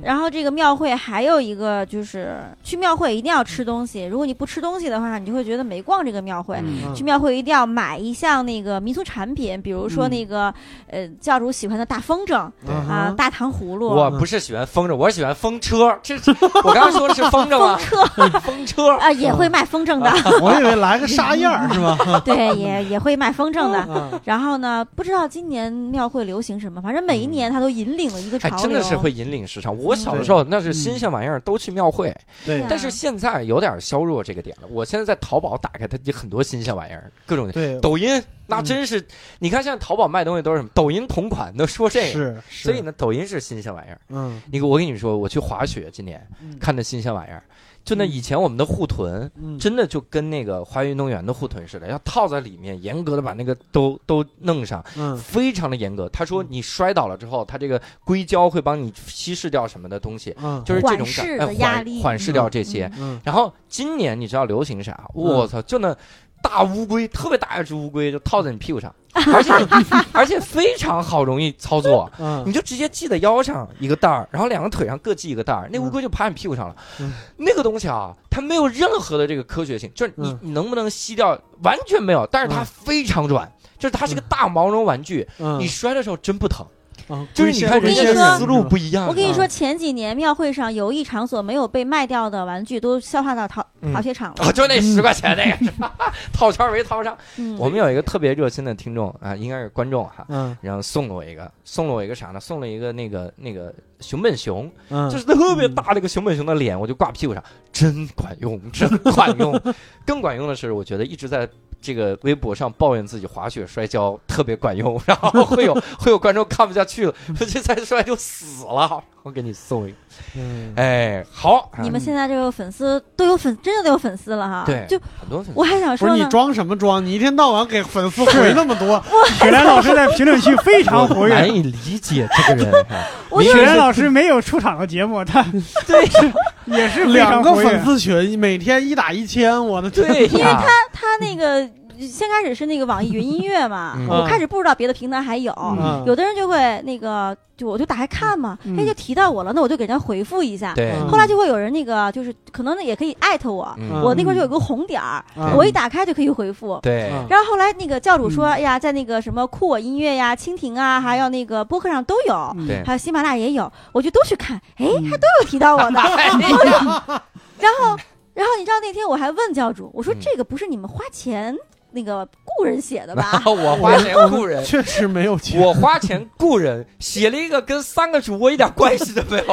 然后这个庙会还有一个就是去庙会一定要吃东西，如果你不吃东西的话，你就会觉得没逛这个庙会。
嗯
去庙会一定要买一项那个民俗产品，比如说那个、呃教主喜欢的大风筝啊、
对
啊
大糖葫芦、
我不是喜欢风筝，我是喜欢风车。这是我刚刚说的是风筝
风
吗？
车啊、
风车
也会卖风筝的，
我以为来个沙燕儿是 吧？
对，也也会卖风筝的。
啊
然后呢，不知道今年庙会流行什么，反正每一年它都引领了一个
还
潮流。
哎真的是会引领市场。我小的时候那是新鲜玩意儿，都去庙会，
嗯对
啊
但是现在有点削弱这个点了。我现在在淘宝打开，它有很多新鲜玩意儿，各种
对，嗯
抖音那真是，你看现在淘宝卖东西都是什么抖音同款，都说这个。
是，是
所以呢，抖音是新鲜玩意儿。
嗯
那个我跟你说，我去滑雪今年
嗯
看的新鲜玩意儿，就那以前我们的护臀。
嗯，
真的就跟那个花园运动员的护臀似的，要套在里面，严格的把那个都都弄上，
嗯
非常的严格。他说你摔倒了之后，他这个硅胶会帮你稀释掉什么的东西，
嗯，
就是这种感
缓释
哎
的压
缓
力
缓释掉这些。
嗯
然后今年你知道流行啥？我操，就那大乌龟，特别大一只乌龟，就套在你屁股 上，而且你而且非常好容易操作。你
嗯，
就直接系在腰上一个带儿，然后两个腿上各系一个带儿，
嗯
那乌龟就趴你屁股上了。
嗯
那个东西啊，它没有任何的这个科学性，就是你、
嗯
你能不能吸掉，完全没有。但是它
嗯
非常软，就是它是
嗯
个大毛绒玩具，
嗯
你摔的时候真不疼。
嗯
就是你看
我跟
人
你
家
说
的思路不一样。
我跟你说，
啊，
前几年庙会上游艺场所没有被卖掉的玩具都消化到淘
嗯
淘雪场了。
啊就那十块钱那个是 吧，套圈儿没 套上。
嗯，
我们有一个特别热心的听众啊，应该是观众哈。
嗯
然后送了我一个，送了我一个啥呢？送了一个那个那个熊本熊，
嗯，
就是特别大那个熊本熊的脸，我就挂屁股上，真管用，真管用。更管用的是，我觉得一直在这个微博上抱怨自己滑雪摔跤特别管用，然后会有 会有观众看不下去了，说这再摔就死了。我给你送一个，
嗯
哎，好，
你们现在这个粉丝都有粉，真的都有粉丝了哈。
对
就
很多粉丝
我还想
不
说
是
呢，
你装什么装？你一天到晚给粉丝回那么多，
雪莲老师在评论区非常活
难
跃。
以理解这个人，
我
雪
就
莲老师没有出场的节目，他
对
也是非
两
常
个
活跃
粉丝群每天一打一千，我的天！
对
因为
呀，
他那个先开始是那个网易云音 乐嘛，
嗯
我开始不知道别的平台还有，
嗯
有的人就会那个，就我就打开看嘛，
嗯
哎，就提到我了，那我就给人家回复一下。
对，
嗯
后来就会有人那个，就是可能也可以艾特我，
嗯
嗯
我那块儿就有个红点儿，
啊
我一打开就可以回复。
对，
嗯
然后后来那个教主说，
嗯
哎呀，在那个什么酷我音乐呀、蜻蜓啊，还有那个播客上都有，
嗯
对
还有喜马拉雅也有，我就都去看，哎，
嗯
还都有提到 我的。
哎
然后，然后你知道那天我还问教主，我说
嗯？
这个不是你们花钱那个雇人写的吧，
哦我花钱雇人，
确实没有钱，
我花钱雇人写了一个跟三个主播一点关系都没 有，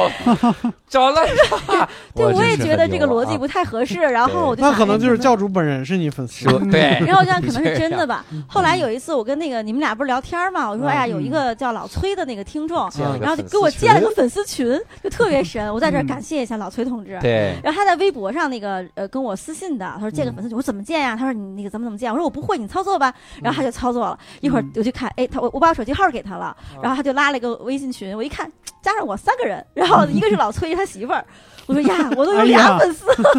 找了 他
对，我也觉得这个逻辑
不
不太 合适。然后我就
那
想哎
可能就是教主本人是你粉丝，
说对，
然后我想可能是真的吧。 后来有一次，我跟那个你们俩不是聊天嘛，我说
嗯
哎呀，有一个叫老崔的那个听众，
建了一个
然后就
嗯粉丝
给我建了
群
个粉丝群，就特别神。我在这儿
嗯
感谢一下老崔同志。
对，
然后他在微博上那个呃跟我私信的，他说建个粉丝群，我说怎么建呀？他说你那个怎么怎么建？我说我不会，你操作吧。然后他就操作了，一会儿我去看，哎，他我我把我手机号给他了，然后他就拉了一个微信群，我一看加上我三个人，然后一个是老崔他媳妇儿，我说呀，我都有
哎呀
俩粉丝了。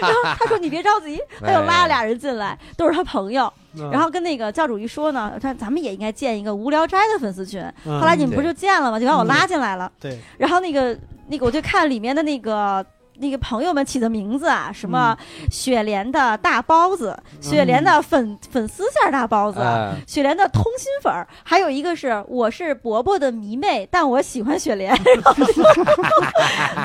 然后他说你别着急，他又拉了俩人进来，都是他朋友。
嗯
然后跟那个教主一说呢，他咱们也应该建一个无聊斋的粉丝群。
嗯
后来你们不就建了吗？就把我拉进来了。
对，
然后那个那个，我就看里面的那个。那个朋友们起的名字啊，什么
嗯
雪莲的大包子，雪莲的粉粉丝馅儿大包子，
嗯
雪莲的通心粉儿，还有一个是我是伯伯的迷妹，但我喜欢雪 莲，然后就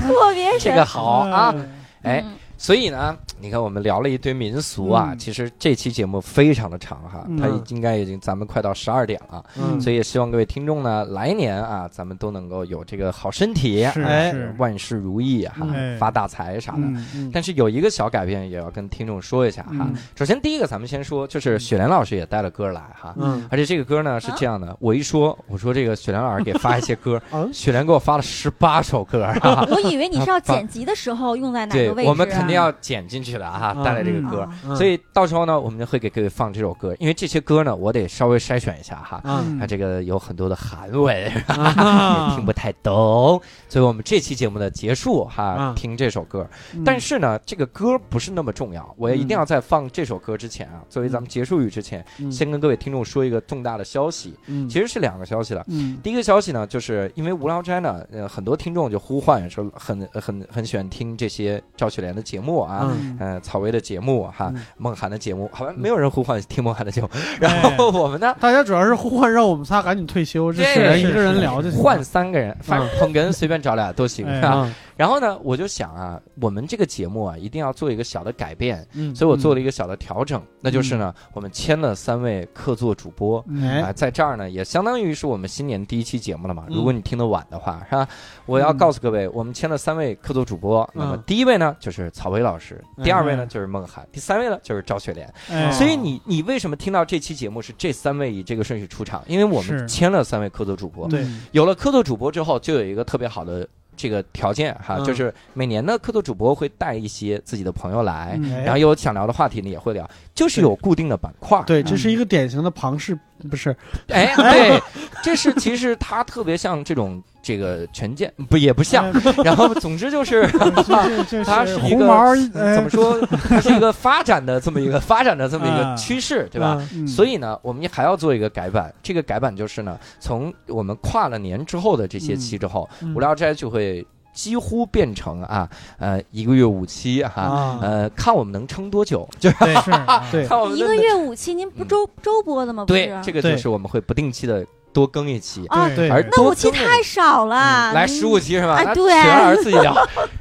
特别
这
神。
个好啊，
嗯
哎，
嗯，
所以呢，你看我们聊了一堆民俗啊，
嗯
其实这期节目非常的长哈，
嗯
它已应该已经咱们快到十二点了，
嗯
所以也希望各位听众呢，来年啊，咱们都能够有这个好身体，
是
哎
是
万事如意哈，
嗯
发大财啥的。
嗯
嗯
但是有一个小改变，也要跟听众说一下哈。
嗯
首先，第一个咱们先说，就是雪莲老师也带了歌来哈，
嗯
而且这个歌呢是这样的，我一说，我说这个雪莲老师给发一些歌
嗯，
雪莲给我发了十八首歌哈。
我以为 你是要剪辑的时候用哦在哪
对
个位置、啊？
我们肯定要剪进去的哈，
嗯
带来这个歌。
啊
嗯
所以到时候呢，我们就会给各位放这首歌，因为这些歌呢，我得稍微筛选一下哈。
嗯
它这个有很多的韩文，
嗯
啊
也听不太懂，所以我们这期节目的结束哈
啊，
听这首歌。
嗯
但是呢，这个歌不是那么重要，我也一定要在放这首歌之前啊，作为咱们结束语之前，
嗯
先跟各位听众说一个重大的消息，
嗯
其实是两个消息了。
嗯
第一个消息呢，就是因为《无聊斋》呢，呃，很多听众就呼唤说很很很喜欢听这些赵雪莲的节目啊，
嗯
呃，草薇的节目哈，
嗯
梦涵的节目，好像没有人呼唤听梦涵的节目。然后我们呢，
大家主要是呼唤让我们仨赶紧退休，这
对
是人一个人聊就行。
换三个人，反正捧哏随便找俩都行、
哎
啊。
啊，
然后呢，我就想啊，我们这个节目啊，一定要做一个小的改变，
嗯，
所以我做了一个小的调整，那就是呢，我们签了三位客座主播，
哎
啊，在这儿呢，也相当于是我们新年第一期节目了嘛。
嗯
如果你听得晚的话，是吧？我要告诉各位，我们签了三位客座主播，那么
嗯
第一位呢就是曹薇老师，第二位呢
嗯
就是孟涵，第三位呢就是赵雪莲。
哦
哎
所以你你为什么听到这期节目是这三位以这个顺序出场？因为我们
是
签了三位客座主播，
对
嗯
有了客座主播之后，就有一个特别好的。这个条件哈，
嗯
就是每年的客座主播会带一些自己的朋友来，
嗯
哎
然后有想聊的话题呢也会聊，就是有固定的板块儿。
对，这是一个典型的庞氏，不是
哎，对，这是其实它特别像这种这个权健，不也不
哎
像。
哎
然后总之就是，
这这
它
是
是一呃个
红毛儿，
哎
怎么说，它是一个发展的这么一个发展的这么一个
啊
趋势，对
嗯
吧？？嗯
嗯
所以呢，我们还要做一个改版。这个改版就是呢，从我们跨了年之后的这些期之后，
嗯
无聊斋就会几乎变成啊，呃，一个月五期哈，
啊，
呃，看我们能撑多久，就是
对 是啊
对
看我们
一个
能
月五期，您不周、周播的吗？不是
嗯对，这个就是我们会不定期的多更一期。
啊，
对
而
那
多
五期
更一
太少了，
嗯来
您
十五期是吧？
啊
那
对
雪儿老师自己聊。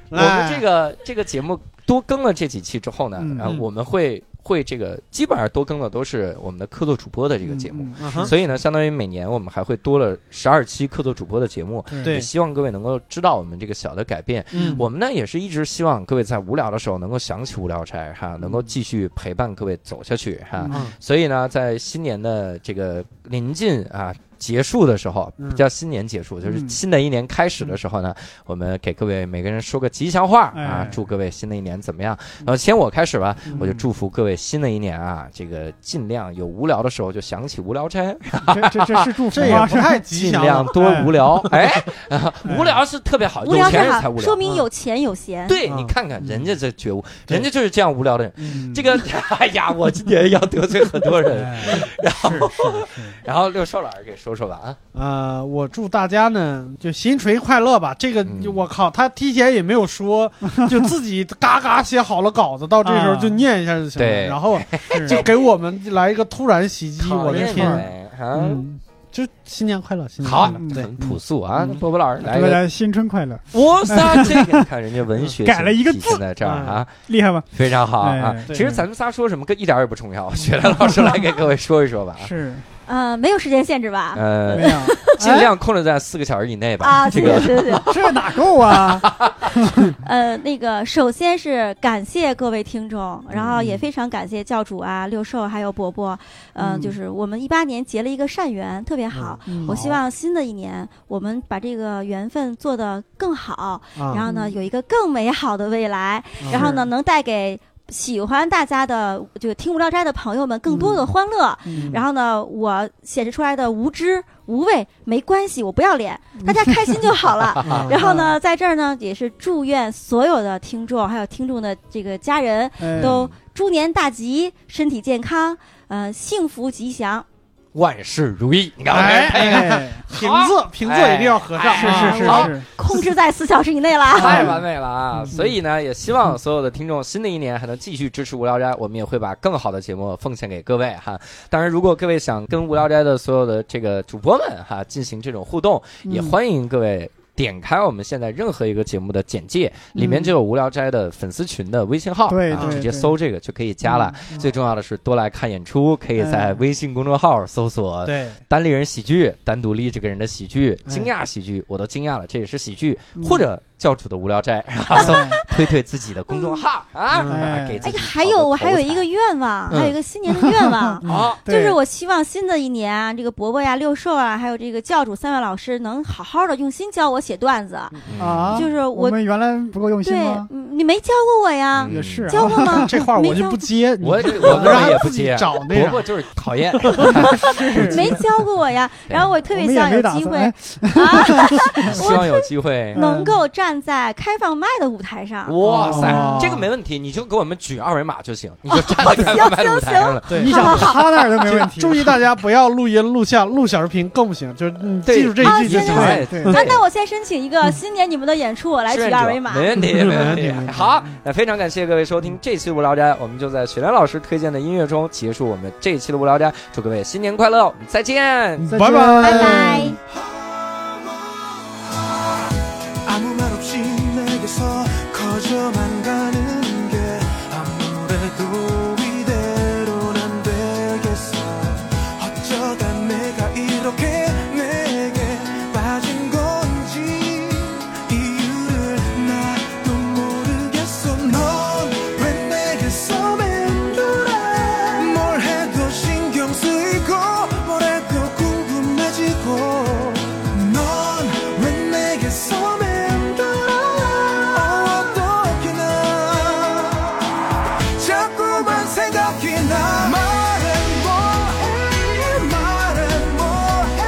我们
来
这个这个节目多更了这几期之后呢，
嗯
呃
哎嗯
我们会会这个基本上多更的都是我们的客座主播的这个节
嗯
目，，
啊
嗯
哈
所以呢，相当于每年我们还会多了十二期客座主播的节目。也
对
希望各位能够知道我们这个小的改变。
嗯
我们呢也是一直希望各位在无聊的时候能够想起无聊斋哈，能够继续陪伴各位走下去哈。
嗯
所以呢，在新年的这个临近啊，结束的时候，
嗯
不叫新年结束，就是
嗯
新的一年开始的时候呢，我们给各位每个人说个吉祥话啊
哎，
祝各位新的一年怎么样？然后先我开始吧，我就
嗯
祝福各位新的一年啊，这个尽量有无聊的时候就想起无聊斋，
嗯这这这是祝福
这也
吗？
不太吉
尽
祥
量
了。
多无聊。哎，无聊是特别好，
无
有钱
聊最
人才
好，
无
说
聊。嗯
明有钱有闲。
对
嗯
你看看人家这觉悟，
对
人家就是这样无聊的人。
嗯
这个， 哎呀，我今年要得罪很多人。
哎
然后
是是是，
然后六兽老师给说说吧啊，
呃，我祝大家呢就新锤快乐吧。这个
嗯
我靠，他提前也没 有说，就自己嘎嘎写好了稿子，到这时候
啊
就念一下就行了。
对
然后
是
就给我们来一个突然袭击，我的
讨
天！
厌你啊！
嗯，就新年快乐，新年
好
快
啊
乐。
嗯
对，
很朴素啊
嗯，
波波老师
祝
来
大
个，
家新春快乐，
我 仨这个，你看人家文学
改了一个
性体现在这儿啊，
厉害吧？
非常好啊
哎。
其实咱们仨说什么跟一点儿也不重要，雪兰老师来给各位说一说吧啊。
是
呃，没有时间限制 吧？
呃
没，有，
尽量控制在四个小时以内吧。
啊，
这
对
个
对 对对，
这哪够啊？
呃，那个首先是感谢各位听众，然后也非常感谢教主啊、六兽还有伯伯，嗯，
嗯
就是我们一八年结了一个善缘，特别好。我希望新的一年我们把这个缘分做得更好，
啊，
然后呢有一个更美好的未来，
嗯
然后呢
是
能带给。喜欢大家的，就听无聊斋的朋友们更多的欢乐。
嗯
然后呢，我显示出来的无知无畏没关系，我不要脸，大家开心就好了。
啊
然后呢，在这儿呢，也是祝愿所有的听众，还有听众的这个家人，
哎
都猪年大吉，身体健康，呃，幸福吉祥。
万事如意，你看我
哎
这配一个
哎
平仄平仄一定要合上，
哎
是
啊
是
好
是是，
控制在四小时以内啦。
太完美了啊！
嗯
所以呢，也希望所有的听众新的一年还能继续支持无聊斋，我们也会把更好的节目奉献给各位哈。当然，如果各位想跟无聊斋的所有的这个主播们哈进行这种互动，也
嗯
欢迎各位。点开我们现在任何一个节目的简介，里
嗯
面就有无聊斋的粉丝群的微信号，
对
啊
对
直接
对
搜这个就可以加
嗯
了。最重要的是多来看演出，可以在
嗯
微信公众号搜索
对，
单立人喜剧，单独立这个人的喜剧，
哎
惊讶喜剧，我都惊讶了，这也是喜剧，
嗯
或者教主的无聊斋，然后
哎
推推自己的公
嗯
众号啊，
哎。
给自
哎，
己
还有我还有一个愿望，
嗯
还有一个新年的愿 望嗯
好，
就
对
是我希望新的一年啊，这个伯伯呀、六兽啊，还有这个教主三位老师，能好好的用心教我写段子。
啊，
就是
我
我，
们原来不够用心
对
吗？
嗯你没教过我呀
嗯，
也是
教
啊，
过吗？
这话我就不接，你
我
知道
我
吗
个人
让
也
他
不
自己
接啊
找那
伯
啥
伯就是讨 厌，
没教过我呀。
对
然后我特
我
别
们
希
也
望有
没打
机
算
会
哎
啊，
希望有机会。
能够站在开放麦的舞台上。
哇塞
哦，
这个没问题，你就给我们举二维码就行， 你就站在开放麦的舞台上了。
对
你想他那儿都没问题，
注意大家不要录音录像录小视频，更不行，就是你
对
记住这一句就行
啊
了。
对
对
啊，那我先申请一个新年你们的演出，我来举
志愿
二
者
维码。
没问题，没问题
没问。题
好，那非常感谢各位收听这期《无聊斋》，我们就在雪莲老师推荐的音乐中结束我们这一期的《无聊斋》，祝各位新年快乐，我们再见。
再
拜
见
拜
拜拜。
아무 말 없이 내게서 커져만 가는 게 아무래도 이대로는 안 되겠어 어쩌다 내가 이렇게 내게 빠진 건지 이유를 나도 모르겠어 넌 왜 내게서 맴돌아 뭘 해도 신경 쓰이고 뭘 해도 궁금해지고 넌 왜 내게서 맴돌아 어떻게 나 자꾸만 생각이 나 말은 뭐해 말은 뭐해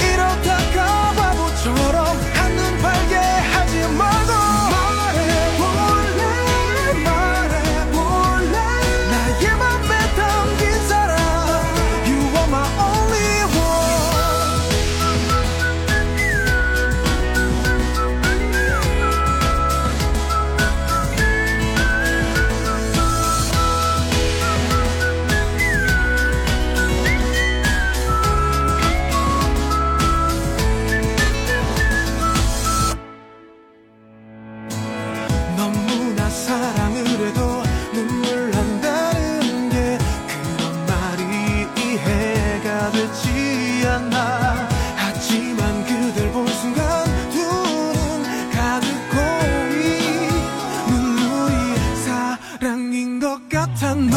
이러다가 바보처럼 한눈 팔게 하지 말고 말해볼래 말해볼래 나의 맘에 담긴 사람 You are my only one 너무나 사랑을 해도 눈물 난다는 게 그런 말이 이해가 되지 않아 하지만 그댈 본 순간 두 눈 가득 고이 눈물이 사랑인 것 같아 넌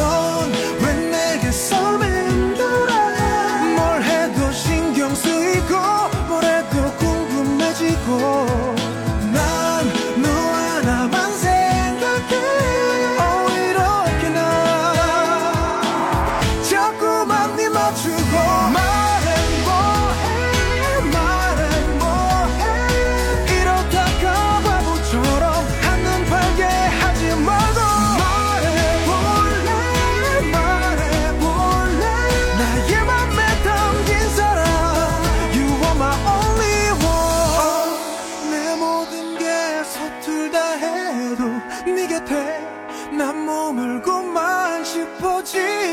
왜 내게서 맴돌아 뭘 해도 신경 쓰 어, 네 去。